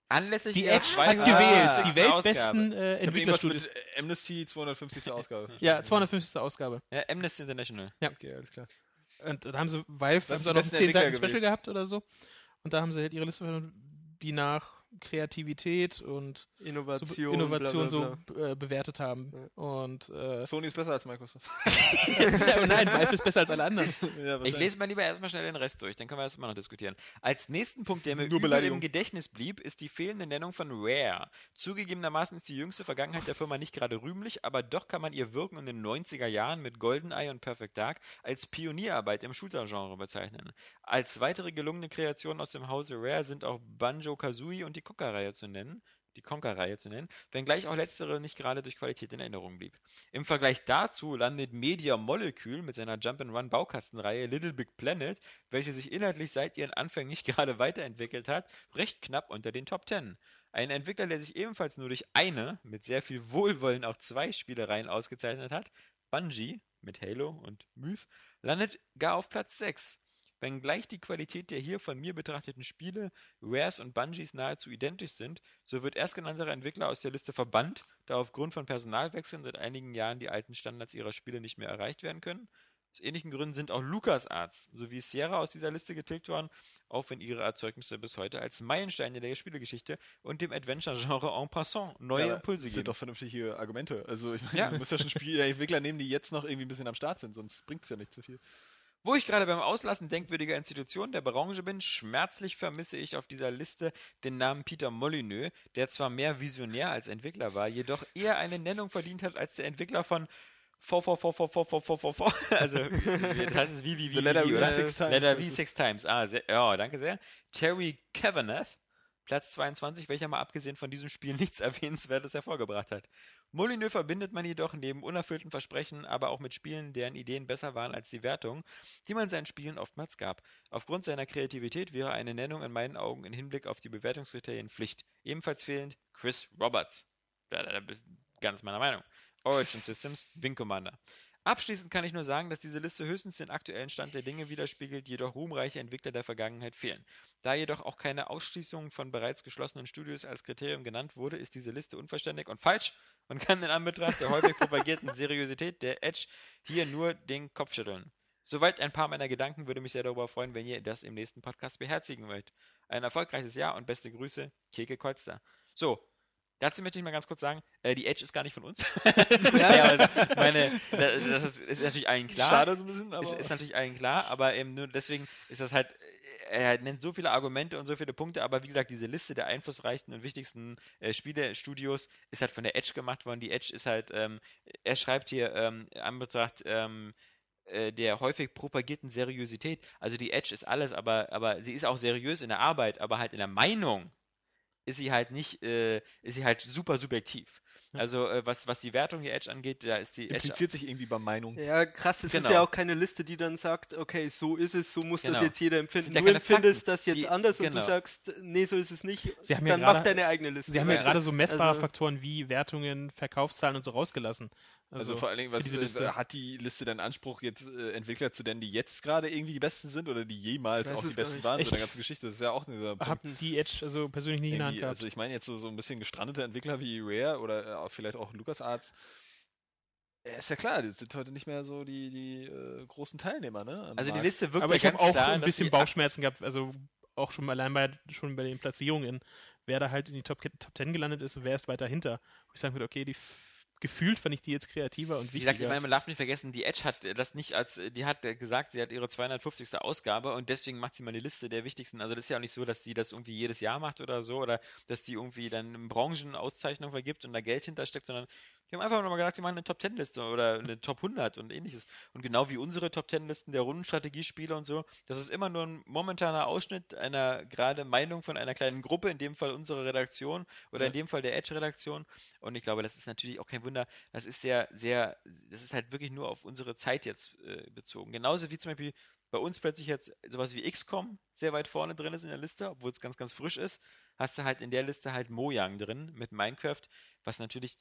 Speaker 1: anlässlich
Speaker 3: Die
Speaker 1: ihrer
Speaker 3: Edge hat
Speaker 1: 250.
Speaker 3: gewählt. Die
Speaker 1: Ausgabe.
Speaker 3: weltbesten äh,
Speaker 2: Ich habe irgendwas
Speaker 3: Entwicklerstudios.
Speaker 2: mit Amnesty 250. Ausgabe.
Speaker 3: Ja, 250. Ausgabe.
Speaker 1: Ja, Amnesty International.
Speaker 2: Okay, alles klar.
Speaker 3: Und da haben sie Valve, haben
Speaker 2: ist
Speaker 3: sie auch
Speaker 2: die
Speaker 3: noch ein
Speaker 2: besten
Speaker 3: 10 Seiten
Speaker 2: Entwickler
Speaker 3: Special gehabt oder so. Und da haben sie halt ihre Liste verwendet, die nach Kreativität und so Be-
Speaker 4: Innovation,
Speaker 3: Innovation
Speaker 4: bla, bla, bla.
Speaker 3: so äh, bewertet haben. Und äh,
Speaker 2: Sony ist besser als Microsoft.
Speaker 3: ja, aber nein, Valve ist besser als alle anderen.
Speaker 2: Ja,
Speaker 1: Ich lese mal lieber erstmal schnell den Rest durch, dann können wir das immer noch diskutieren. Als nächsten Punkt, der mir
Speaker 2: Nur
Speaker 1: übel
Speaker 2: Beleidigung.
Speaker 1: im Äh, Gedächtnis blieb, ist die fehlende Nennung von Rare. Zugegebenermaßen ist die jüngste Vergangenheit der Firma nicht gerade rühmlich, aber doch kann man ihr Wirken in den 90er Jahren mit GoldenEye und Perfect Dark als Pionierarbeit im Shooter-Genre bezeichnen. Als weitere gelungene Kreationen aus dem Hause Rare sind auch Banjo-Kazooie und die Conker-Reihe zu nennen. Die Conker-Reihe zu nennen, wenngleich auch letztere nicht gerade durch Qualität in Erinnerung blieb. Im Vergleich dazu landet Media Molecule mit seiner Jump'n'Run Baukastenreihe Little Big Planet, welche sich inhaltlich seit ihren Anfängen nicht gerade weiterentwickelt hat, recht knapp unter den Top Ten. Ein Entwickler, der sich ebenfalls nur durch eine, mit sehr viel Wohlwollen auch zwei Spielereien ausgezeichnet hat, Bungie mit Halo und Myth, landet gar auf Platz 6. Wenngleich die Qualität der hier von mir betrachteten Spiele, Rares und Bungies nahezu identisch sind, so wird erstgenannter Entwickler aus der Liste verbannt, da aufgrund von Personalwechseln seit einigen Jahren die alten Standards ihrer Spiele nicht mehr erreicht werden können. Aus ähnlichen Gründen sind auch LucasArts sowie Sierra aus dieser Liste getilgt worden, auch wenn ihre Erzeugnisse bis heute als Meilensteine der Spielegeschichte und dem Adventure-Genre en passant neue Impulse
Speaker 2: sind
Speaker 1: geben.
Speaker 2: doch vernünftige Argumente. Also ich meine,
Speaker 1: Ja.
Speaker 2: du musst ja schon Spiel Entwickler nehmen, die jetzt noch irgendwie ein bisschen am Start sind, sonst bringt es ja nicht so viel.
Speaker 1: Wo ich gerade beim Auslassen denkwürdiger Institutionen der Branche bin, schmerzlich vermisse ich auf dieser Liste den Namen Peter Molyneux, der zwar mehr Visionär als Entwickler war, jedoch eher eine Nennung verdient hat als der Entwickler von vor, vor, vor, vor, vor, vor, vor, vor, vor. Also, wie- das heißt es wie, wie, wie,
Speaker 2: The letter
Speaker 1: wie,
Speaker 2: V
Speaker 1: oder?
Speaker 2: six times.
Speaker 1: Letter V six times. Ah, sehr, ja, danke sehr. Terry Kavanagh, Platz 22, welcher mal abgesehen von diesem Spiel nichts Erwähnenswertes hervorgebracht hat. Molyneux verbindet man jedoch neben unerfüllten Versprechen, aber auch mit Spielen, deren Ideen besser waren als die Wertung, die man seinen Spielen oftmals gab. Aufgrund seiner Kreativität wäre eine Nennung in meinen Augen im Hinblick auf die Bewertungskriterien Pflicht. Ebenfalls fehlend Chris Roberts. Ja, da- da- Ganz meiner Meinung. Origin Systems, Wing Commander. Abschließend kann ich nur sagen, dass diese Liste höchstens den aktuellen Stand der Dinge widerspiegelt, jedoch ruhmreiche Entwickler der Vergangenheit fehlen. Da jedoch auch keine Ausschließung von bereits geschlossenen Studios als Kriterium genannt wurde, ist diese Liste unverständlich und falsch und kann in Anbetracht der häufig propagierten Seriosität der Edge hier nur den Kopf schütteln. Soweit ein paar meiner Gedanken, würde mich sehr darüber freuen, wenn ihr das im nächsten Podcast beherzigen wollt. Ein erfolgreiches Jahr und beste Grüße, Keke Kolster. So, Dazu möchte ich mal ganz kurz sagen, äh, die Edge ist gar nicht von uns. naja, also meine, da- das ist, ist natürlich allen klar.
Speaker 2: Schade so ein bisschen, aber.
Speaker 1: Ist, ist natürlich allen klar, aber eben nur deswegen ist das halt, er nennt so viele Argumente und so viele Punkte, aber wie gesagt, diese Liste der einflussreichsten und wichtigsten äh, Spielestudios ist halt von der Edge gemacht worden. Die Edge ist halt, ähm, er schreibt hier ähm, anbetracht ähm, äh, der häufig propagierten Seriosität. Also die Edge ist alles, aber, aber sie ist auch seriös in der Arbeit, aber halt in der Meinung ist sie halt nicht, äh, ist sie halt super subjektiv.
Speaker 3: Ja.
Speaker 1: Also äh, was, was die Wertung der Edge angeht, da ist die Edge
Speaker 2: impliziert sich irgendwie bei Meinung.
Speaker 4: Ja, krass, das
Speaker 1: Genau.
Speaker 4: ist ja auch keine Liste, die dann sagt, okay, so ist es, so muss
Speaker 1: Genau.
Speaker 4: das jetzt jeder empfinden.
Speaker 1: Sind ja
Speaker 4: du
Speaker 1: keine
Speaker 4: empfindest
Speaker 1: Fakten,
Speaker 4: das jetzt
Speaker 1: die-
Speaker 4: anders und
Speaker 1: genau.
Speaker 4: du sagst, nee, so ist es nicht,
Speaker 3: Sie haben ja
Speaker 4: dann
Speaker 3: gerade-
Speaker 4: mach deine eigene Liste.
Speaker 3: Sie haben ja
Speaker 4: weißt du?
Speaker 3: gerade so messbare
Speaker 4: Also-
Speaker 3: Faktoren wie Wertungen, Verkaufszahlen und so rausgelassen.
Speaker 2: Also, vor allen Dingen, was
Speaker 3: diese
Speaker 2: ist,
Speaker 3: Liste.
Speaker 2: hat die Liste denn Anspruch, jetzt äh, Entwickler zu nennen, die jetzt gerade irgendwie die Besten sind oder die jemals
Speaker 4: Ich weiß
Speaker 2: auch die
Speaker 4: es gar
Speaker 2: Besten
Speaker 4: nicht.
Speaker 2: waren, so
Speaker 3: Echt?
Speaker 2: der ganzen Geschichte? Das ist ja auch dieser Punkt.
Speaker 3: hab die Edge also persönlich nicht in der Hand
Speaker 2: Irgendwie,
Speaker 3: gehabt.
Speaker 2: also ich meine jetzt so, so ein bisschen gestrandete Entwickler wie Rare oder äh, auch vielleicht auch LucasArts. Ja, ist ja klar, das sind heute nicht mehr so die, die äh, großen Teilnehmer, ne? am
Speaker 1: Also die
Speaker 2: Markt.
Speaker 1: Liste wirkt
Speaker 3: aber
Speaker 1: ja
Speaker 3: ich habe
Speaker 1: ganz
Speaker 3: auch
Speaker 1: klar,
Speaker 3: ein
Speaker 1: dass
Speaker 3: bisschen
Speaker 1: sie-
Speaker 3: Bauchschmerzen gehabt, also auch schon allein bei, schon bei den Platzierungen. Wer da halt in die Top, Top 10 gelandet ist, wer ist weiter hinter? Wo ich sagen würde, okay, die f- gefühlt fand ich die jetzt kreativer und
Speaker 1: Wie gesagt, ich
Speaker 3: wichtiger.
Speaker 1: meine, man darf nicht vergessen, die Edge hat äh, das nicht als, äh, die hat äh, gesagt, sie hat ihre 250. Ausgabe und deswegen macht sie mal eine Liste der wichtigsten. Also das ist ja auch nicht so, dass die das irgendwie jedes Jahr macht oder so oder dass die irgendwie dann Branchenauszeichnung vergibt und da Geld hintersteckt, sondern die haben einfach nur mal gesagt, sie machen eine Top 10 Liste oder eine Top 100 und ähnliches. Und genau wie unsere Top 10 Listen der Rundenstrategiespiele und so, das ist immer nur ein momentaner Ausschnitt einer gerade Meinung von einer kleinen Gruppe, in dem Fall unsere Redaktion oder in dem Fall der Edge-Redaktion. Und ich glaube, das ist natürlich auch kein Wunder. Das ist sehr, sehr, das ist halt wirklich nur auf unsere Zeit jetzt äh, bezogen. Genauso wie zum Beispiel bei uns plötzlich jetzt sowas wie XCOM sehr weit vorne drin ist in der Liste, obwohl es ganz, ganz frisch ist, hast du halt in der Liste halt Mojang drin mit Minecraft, was natürlich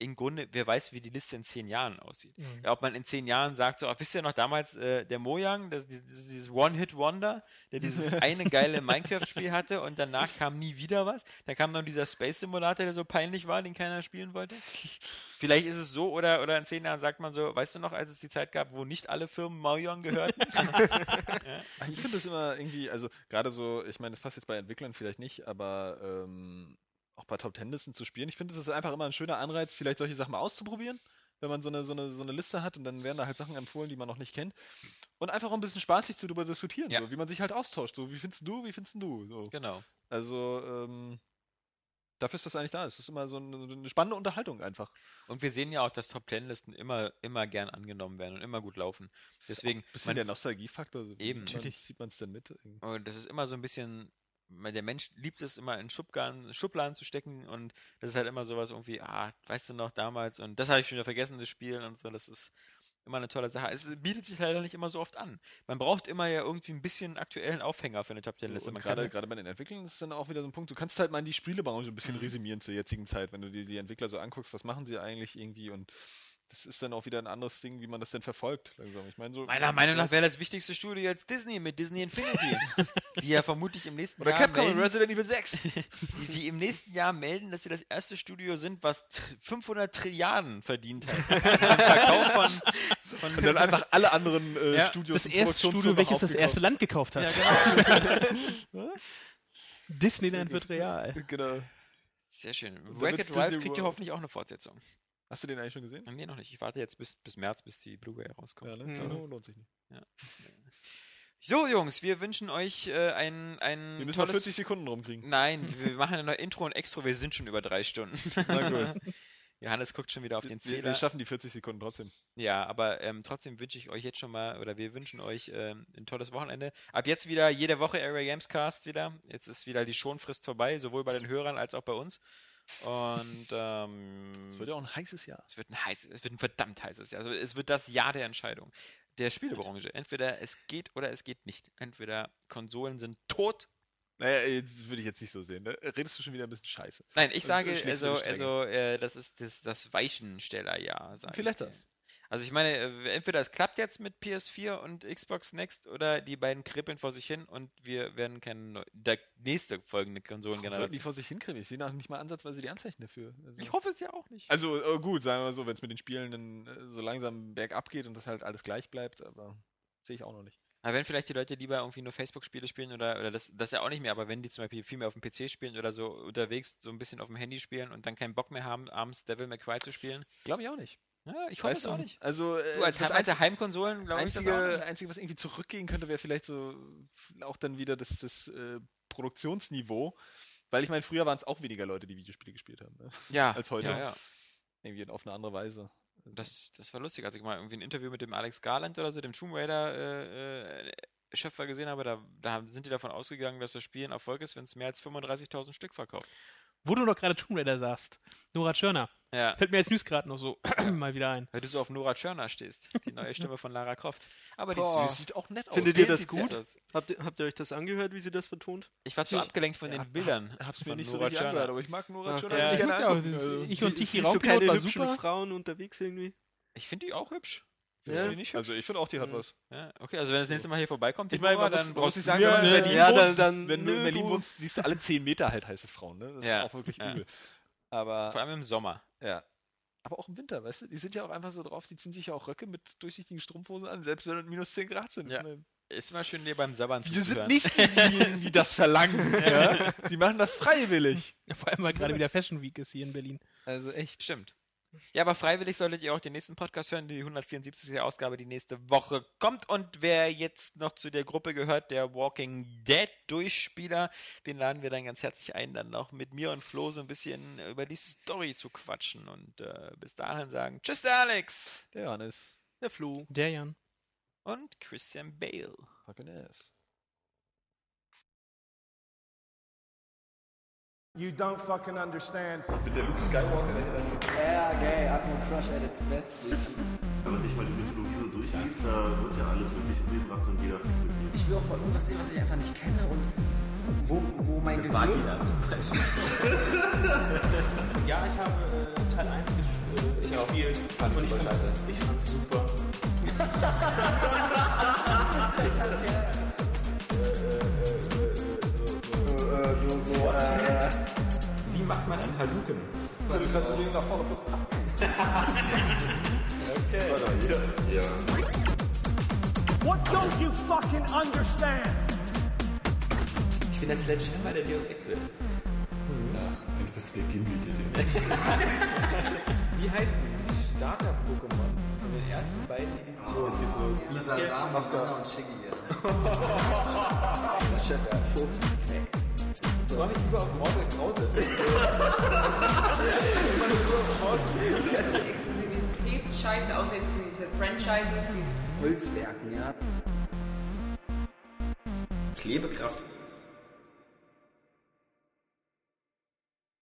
Speaker 1: im Grunde, wer weiß, wie die Liste in zehn Jahren aussieht.
Speaker 3: Mhm.
Speaker 1: Ja, ob man in zehn Jahren sagt, so, ach, wisst ihr noch damals äh, der Mojang, das, dieses, dieses One-Hit-Wonder, der dieses eine geile Minecraft-Spiel hatte und danach kam nie wieder was. Da kam noch dieser Space-Simulator, der so peinlich war, den keiner spielen wollte. Vielleicht ist es so, oder, oder in zehn Jahren sagt man so, weißt du noch, als es die Zeit gab, wo nicht alle Firmen Mojang gehörten?
Speaker 2: Ich finde das immer irgendwie, also gerade so, ich meine, das passt jetzt bei Entwicklern vielleicht nicht, aber ähm, auch bei Top Ten Listen zu spielen, ich finde, es ist einfach immer ein schöner Anreiz, vielleicht solche Sachen mal auszuprobieren, wenn man so eine, so eine, so eine Liste hat und dann werden da halt Sachen empfohlen, die man noch nicht kennt. Und einfach auch ein bisschen spaßig zu darüber diskutieren,
Speaker 1: Ja.
Speaker 2: so, wie man sich halt austauscht, so, wie findest du, wie findest du, so.
Speaker 1: genau.
Speaker 2: Also, ähm, dafür ist das eigentlich da. Es ist immer so eine, so eine spannende Unterhaltung einfach.
Speaker 1: Und wir sehen ja auch, dass Top-10-Listen immer, immer gern angenommen werden und immer gut laufen.
Speaker 2: Das ist auch
Speaker 1: Deswegen,
Speaker 2: ein bisschen
Speaker 1: man-
Speaker 2: der Nostalgiefaktor. so wie
Speaker 1: Eben.
Speaker 2: man-
Speaker 3: Natürlich.
Speaker 2: Sieht man es denn mit? irgendwie.
Speaker 1: Und das ist immer so ein bisschen, weil der Mensch liebt es immer in Schubladen, Schubladen zu stecken und das ist halt immer sowas irgendwie, ah, weißt du noch damals und das habe ich schon wieder vergessen, das Spiel und so, das ist immer eine tolle Sache. Es bietet sich leider nicht immer so oft an. Man braucht immer ja irgendwie ein bisschen aktuellen Aufhänger für eine Top Ten Liste.
Speaker 2: So, und
Speaker 1: Man kann
Speaker 2: gerade
Speaker 1: ja-
Speaker 2: gerade bei den Entwicklern ist dann auch wieder so ein Punkt. Du kannst halt mal in die Spielebranche ein bisschen
Speaker 1: Mhm.
Speaker 2: resümieren zur jetzigen Zeit, wenn du dir die Entwickler so anguckst, was machen sie eigentlich irgendwie und das ist dann auch wieder ein anderes Ding, wie man das denn verfolgt. Langsam. Ich meine so.
Speaker 1: meiner Meinung nach wäre das wichtigste Studio jetzt Disney mit Disney Infinity, die ja vermutlich im nächsten
Speaker 2: oder
Speaker 1: Jahr
Speaker 2: Capcom und
Speaker 1: melden-
Speaker 2: Resident Evil 6.
Speaker 1: die, die im nächsten Jahr melden, dass sie das erste Studio sind, was tr- 500 Trilliarden verdient hat. Verkauf von, von
Speaker 2: Und dann einfach alle anderen äh,
Speaker 1: Ja,
Speaker 2: Studios.
Speaker 3: das
Speaker 2: und
Speaker 3: erste Studio,
Speaker 2: Produktionsfirmen
Speaker 3: welches das
Speaker 2: aufgekauft.
Speaker 3: erste Land gekauft hat.
Speaker 1: Ja, genau.
Speaker 3: Disneyland wird real.
Speaker 2: Genau.
Speaker 1: Sehr schön.
Speaker 2: Und damit
Speaker 1: Wreck-It
Speaker 2: Disney
Speaker 1: Ralph kriegt ja
Speaker 2: World.
Speaker 1: hoffentlich auch eine Fortsetzung.
Speaker 2: Hast du den eigentlich schon gesehen?
Speaker 1: Bei mir noch nicht. Ich warte jetzt bis, bis März, bis die Blu-ray rauskommt.
Speaker 2: Ja, ne?
Speaker 4: Mhm.
Speaker 2: Klar, lohnt sich nicht.
Speaker 1: So, Jungs, wir wünschen euch äh, ein, ein
Speaker 2: Wir müssen noch 40 Sekunden rumkriegen.
Speaker 1: Nein, wir machen ja noch Intro und Extro. Wir sind schon über drei Stunden.
Speaker 2: Na gut.
Speaker 1: Johannes guckt schon wieder auf den
Speaker 2: wir,
Speaker 1: Zähler.
Speaker 2: wir schaffen die 40 Sekunden trotzdem.
Speaker 1: Ja, aber ähm, trotzdem wünsche ich euch jetzt schon mal, oder wir wünschen euch ähm, ein tolles Wochenende. Ab jetzt wieder jede Woche Area Gamescast wieder. Jetzt ist wieder die Schonfrist vorbei, sowohl bei den Hörern als auch bei uns. Und ähm,
Speaker 2: Es wird ja auch ein heißes Jahr.
Speaker 1: es wird ein heißes, es wird ein verdammt heißes Jahr. Also es wird das Jahr der Entscheidung der Spielebranche. Entweder es geht oder es geht nicht. Entweder Konsolen sind tot
Speaker 2: Naja, jetzt würde ich jetzt nicht so sehen. Ne? Redest du schon wieder ein bisschen scheiße.
Speaker 1: Nein, ich
Speaker 2: Und
Speaker 1: sage,
Speaker 2: schlägst du
Speaker 1: also,
Speaker 2: die Stränge.
Speaker 1: also äh, das ist das, das Weichenstellerjahr. sag ich
Speaker 2: Vielleicht
Speaker 1: dir.
Speaker 2: das.
Speaker 1: Also ich meine, äh, entweder es klappt jetzt mit PS4 und Xbox Next oder die beiden kribbeln vor sich hin und wir werden keine neu der nächste folgende
Speaker 2: Warum sollten die
Speaker 1: Konsolengeneration.
Speaker 2: vor sich hinkriegen? Ich sehe noch nicht mal ansatzweise die Anzeichen dafür. Also,
Speaker 1: Ich hoffe es ja auch nicht.
Speaker 2: also äh, gut, sagen wir mal so, wenn es mit den Spielen dann äh, so langsam bergab geht und das halt alles gleich bleibt, aber sehe ich auch noch nicht.
Speaker 1: Aber wenn vielleicht die Leute lieber irgendwie nur Facebook-Spiele spielen oder, oder das, das ja auch nicht mehr, aber wenn die zum Beispiel viel mehr auf dem PC spielen oder so unterwegs so ein bisschen auf dem Handy spielen und dann keinen Bock mehr haben, abends Devil May Cry zu spielen,
Speaker 2: Glaube ich auch nicht.
Speaker 1: ja, ich hoffe es auch nicht.
Speaker 2: Also äh,
Speaker 1: Du, als
Speaker 2: das
Speaker 1: alte Heimkonsolen, glaube ich, das
Speaker 2: einzige,
Speaker 1: auch
Speaker 2: einzige,
Speaker 1: nicht.
Speaker 2: einzige, was irgendwie zurückgehen könnte, wäre vielleicht so äh, auch dann wieder das, das äh, Produktionsniveau. Weil ich meine, früher waren es auch weniger Leute, die Videospiele gespielt haben. Ne?
Speaker 1: ja,
Speaker 2: als heute.
Speaker 1: Ja, ja.
Speaker 2: Irgendwie auf eine andere Weise. Also,
Speaker 1: Das, das war lustig, als ich mal irgendwie ein Interview mit dem Alex Garland oder so, dem Tomb Raider äh, äh, Schöpfer gesehen habe, da, da haben- sind die davon ausgegangen, dass das Spiel ein Erfolg ist, wenn es mehr als 35.000 Stück verkauft.
Speaker 3: Wo du noch gerade Tomb Raider saßt. Nora Tschirner.
Speaker 1: Ja,
Speaker 3: Fällt mir als News gerade noch so mal wieder ein.
Speaker 1: weil du so auf Nora Tschirner stehst, die neue Stimme von Lara Croft. Aber die
Speaker 2: Boah.
Speaker 1: die sieht auch nett aus.
Speaker 4: Findet
Speaker 1: Wie
Speaker 4: ihr das
Speaker 1: sieht sie
Speaker 4: gut?
Speaker 1: aus?
Speaker 4: Habt ihr, habt ihr euch das angehört, wie sie das vertont?
Speaker 1: Ich war zu
Speaker 2: Ich-
Speaker 1: abgelenkt von
Speaker 2: Ja,
Speaker 1: den Bildern.
Speaker 2: Hab's
Speaker 1: von
Speaker 2: mir nicht so
Speaker 1: Nora
Speaker 2: richtig
Speaker 1: Tschirner.
Speaker 2: angehört, aber ich mag Nora
Speaker 4: Ach,
Speaker 2: Turner
Speaker 1: ja. genau. Ich
Speaker 2: nicht gerne
Speaker 3: mag ja auch
Speaker 2: angucken,
Speaker 3: das-
Speaker 2: also.
Speaker 3: Ich und
Speaker 4: Sie-
Speaker 3: Tiki
Speaker 4: siehst du
Speaker 3: Raumpilot
Speaker 4: keine
Speaker 3: war
Speaker 4: hübschen
Speaker 3: super.
Speaker 4: Frauen unterwegs irgendwie?
Speaker 1: Ich finde die auch hübsch. ne?
Speaker 2: Findest
Speaker 4: Ja.
Speaker 2: du die nicht hübsch? Also ich finde auch, die hat
Speaker 4: Mhm.
Speaker 2: was.
Speaker 1: Ja, okay, also wenn das nächste Mal hier vorbeikommt, die
Speaker 2: Ich meine,
Speaker 1: Nora,
Speaker 2: man muss-
Speaker 1: dann
Speaker 2: man muss
Speaker 1: brauchst du
Speaker 2: nicht sagen,
Speaker 1: Ja,
Speaker 2: wenn man
Speaker 1: ja,
Speaker 2: in Berlin
Speaker 1: ja.
Speaker 4: ja,
Speaker 2: wohnst,
Speaker 4: dann, dann
Speaker 2: Wenn du in
Speaker 4: nö,
Speaker 2: Berlin
Speaker 4: du.
Speaker 2: wohnst, siehst du alle 10 Meter halt heiße Frauen. Ne? Das
Speaker 1: Ja,
Speaker 2: ist auch wirklich
Speaker 1: ja.
Speaker 2: übel. Aber
Speaker 1: Vor allem im Sommer.
Speaker 2: Ja. Aber auch im Winter, weißt du? Die sind ja auch einfach so drauf, die ziehen sich ja auch Röcke mit durchsichtigen Strumpfhosen an, selbst wenn es minus 10 Grad sind.
Speaker 1: Ja.
Speaker 2: Ich meine,
Speaker 1: Ist immer schön, dir beim Sabbern
Speaker 2: Wir sind
Speaker 1: zuzuhören.
Speaker 2: nicht diejenigen, die das verlangen. ja? Die machen das freiwillig.
Speaker 3: Vor allem, weil gerade wieder Fashion Week ist hier in Berlin.
Speaker 2: Also echt.
Speaker 1: Stimmt. Ja, aber freiwillig solltet ihr auch den nächsten Podcast hören, die 174. Ausgabe, die nächste Woche kommt. Und wer jetzt noch zu der Gruppe gehört, der Walking Dead Durchspieler, den laden wir dann ganz herzlich ein, dann noch mit mir und Flo so ein bisschen über die Story zu quatschen. Und äh, bis dahin sagen Tschüss, der Alex
Speaker 2: Der Johannes.
Speaker 4: Der Flo.
Speaker 3: Der Jan.
Speaker 1: und Christian Bale.
Speaker 2: Fucking ass.
Speaker 5: You don't fucking understand.
Speaker 6: Yeah, okay, Admiral Crush at its best, please.
Speaker 7: Wenn man sich mal die Mythologie so durchliest, da wird ja alles wirklich umgebracht und jeder fickt mit jedem.
Speaker 6: Ich will auch mal irgendwas sehen, was ich einfach nicht kenne und wo, wo mein Gewinn...
Speaker 7: zum Beispiel.
Speaker 3: Ja, ich habe Teil 1 gespielt.
Speaker 7: Ich fand's super.
Speaker 1: Wie macht man einen Haluken?
Speaker 5: What don't you fucking understand?
Speaker 1: Ich bin der Sledgehammer der Deus Ex will.
Speaker 7: Eigentlich bist du der Gimli, der den
Speaker 1: Wie heißt denn Starter-Pokémon von den ersten beiden Editionen?
Speaker 6: Lisa Sam, Mascara und Shiggy. Chef,
Speaker 1: Freue mich lieber auf Morbel Krause.
Speaker 8: Exklusivitätsscheiße, außer jetzt diese Franchises, diese
Speaker 6: Holzwerken, ja.
Speaker 7: Klebekraft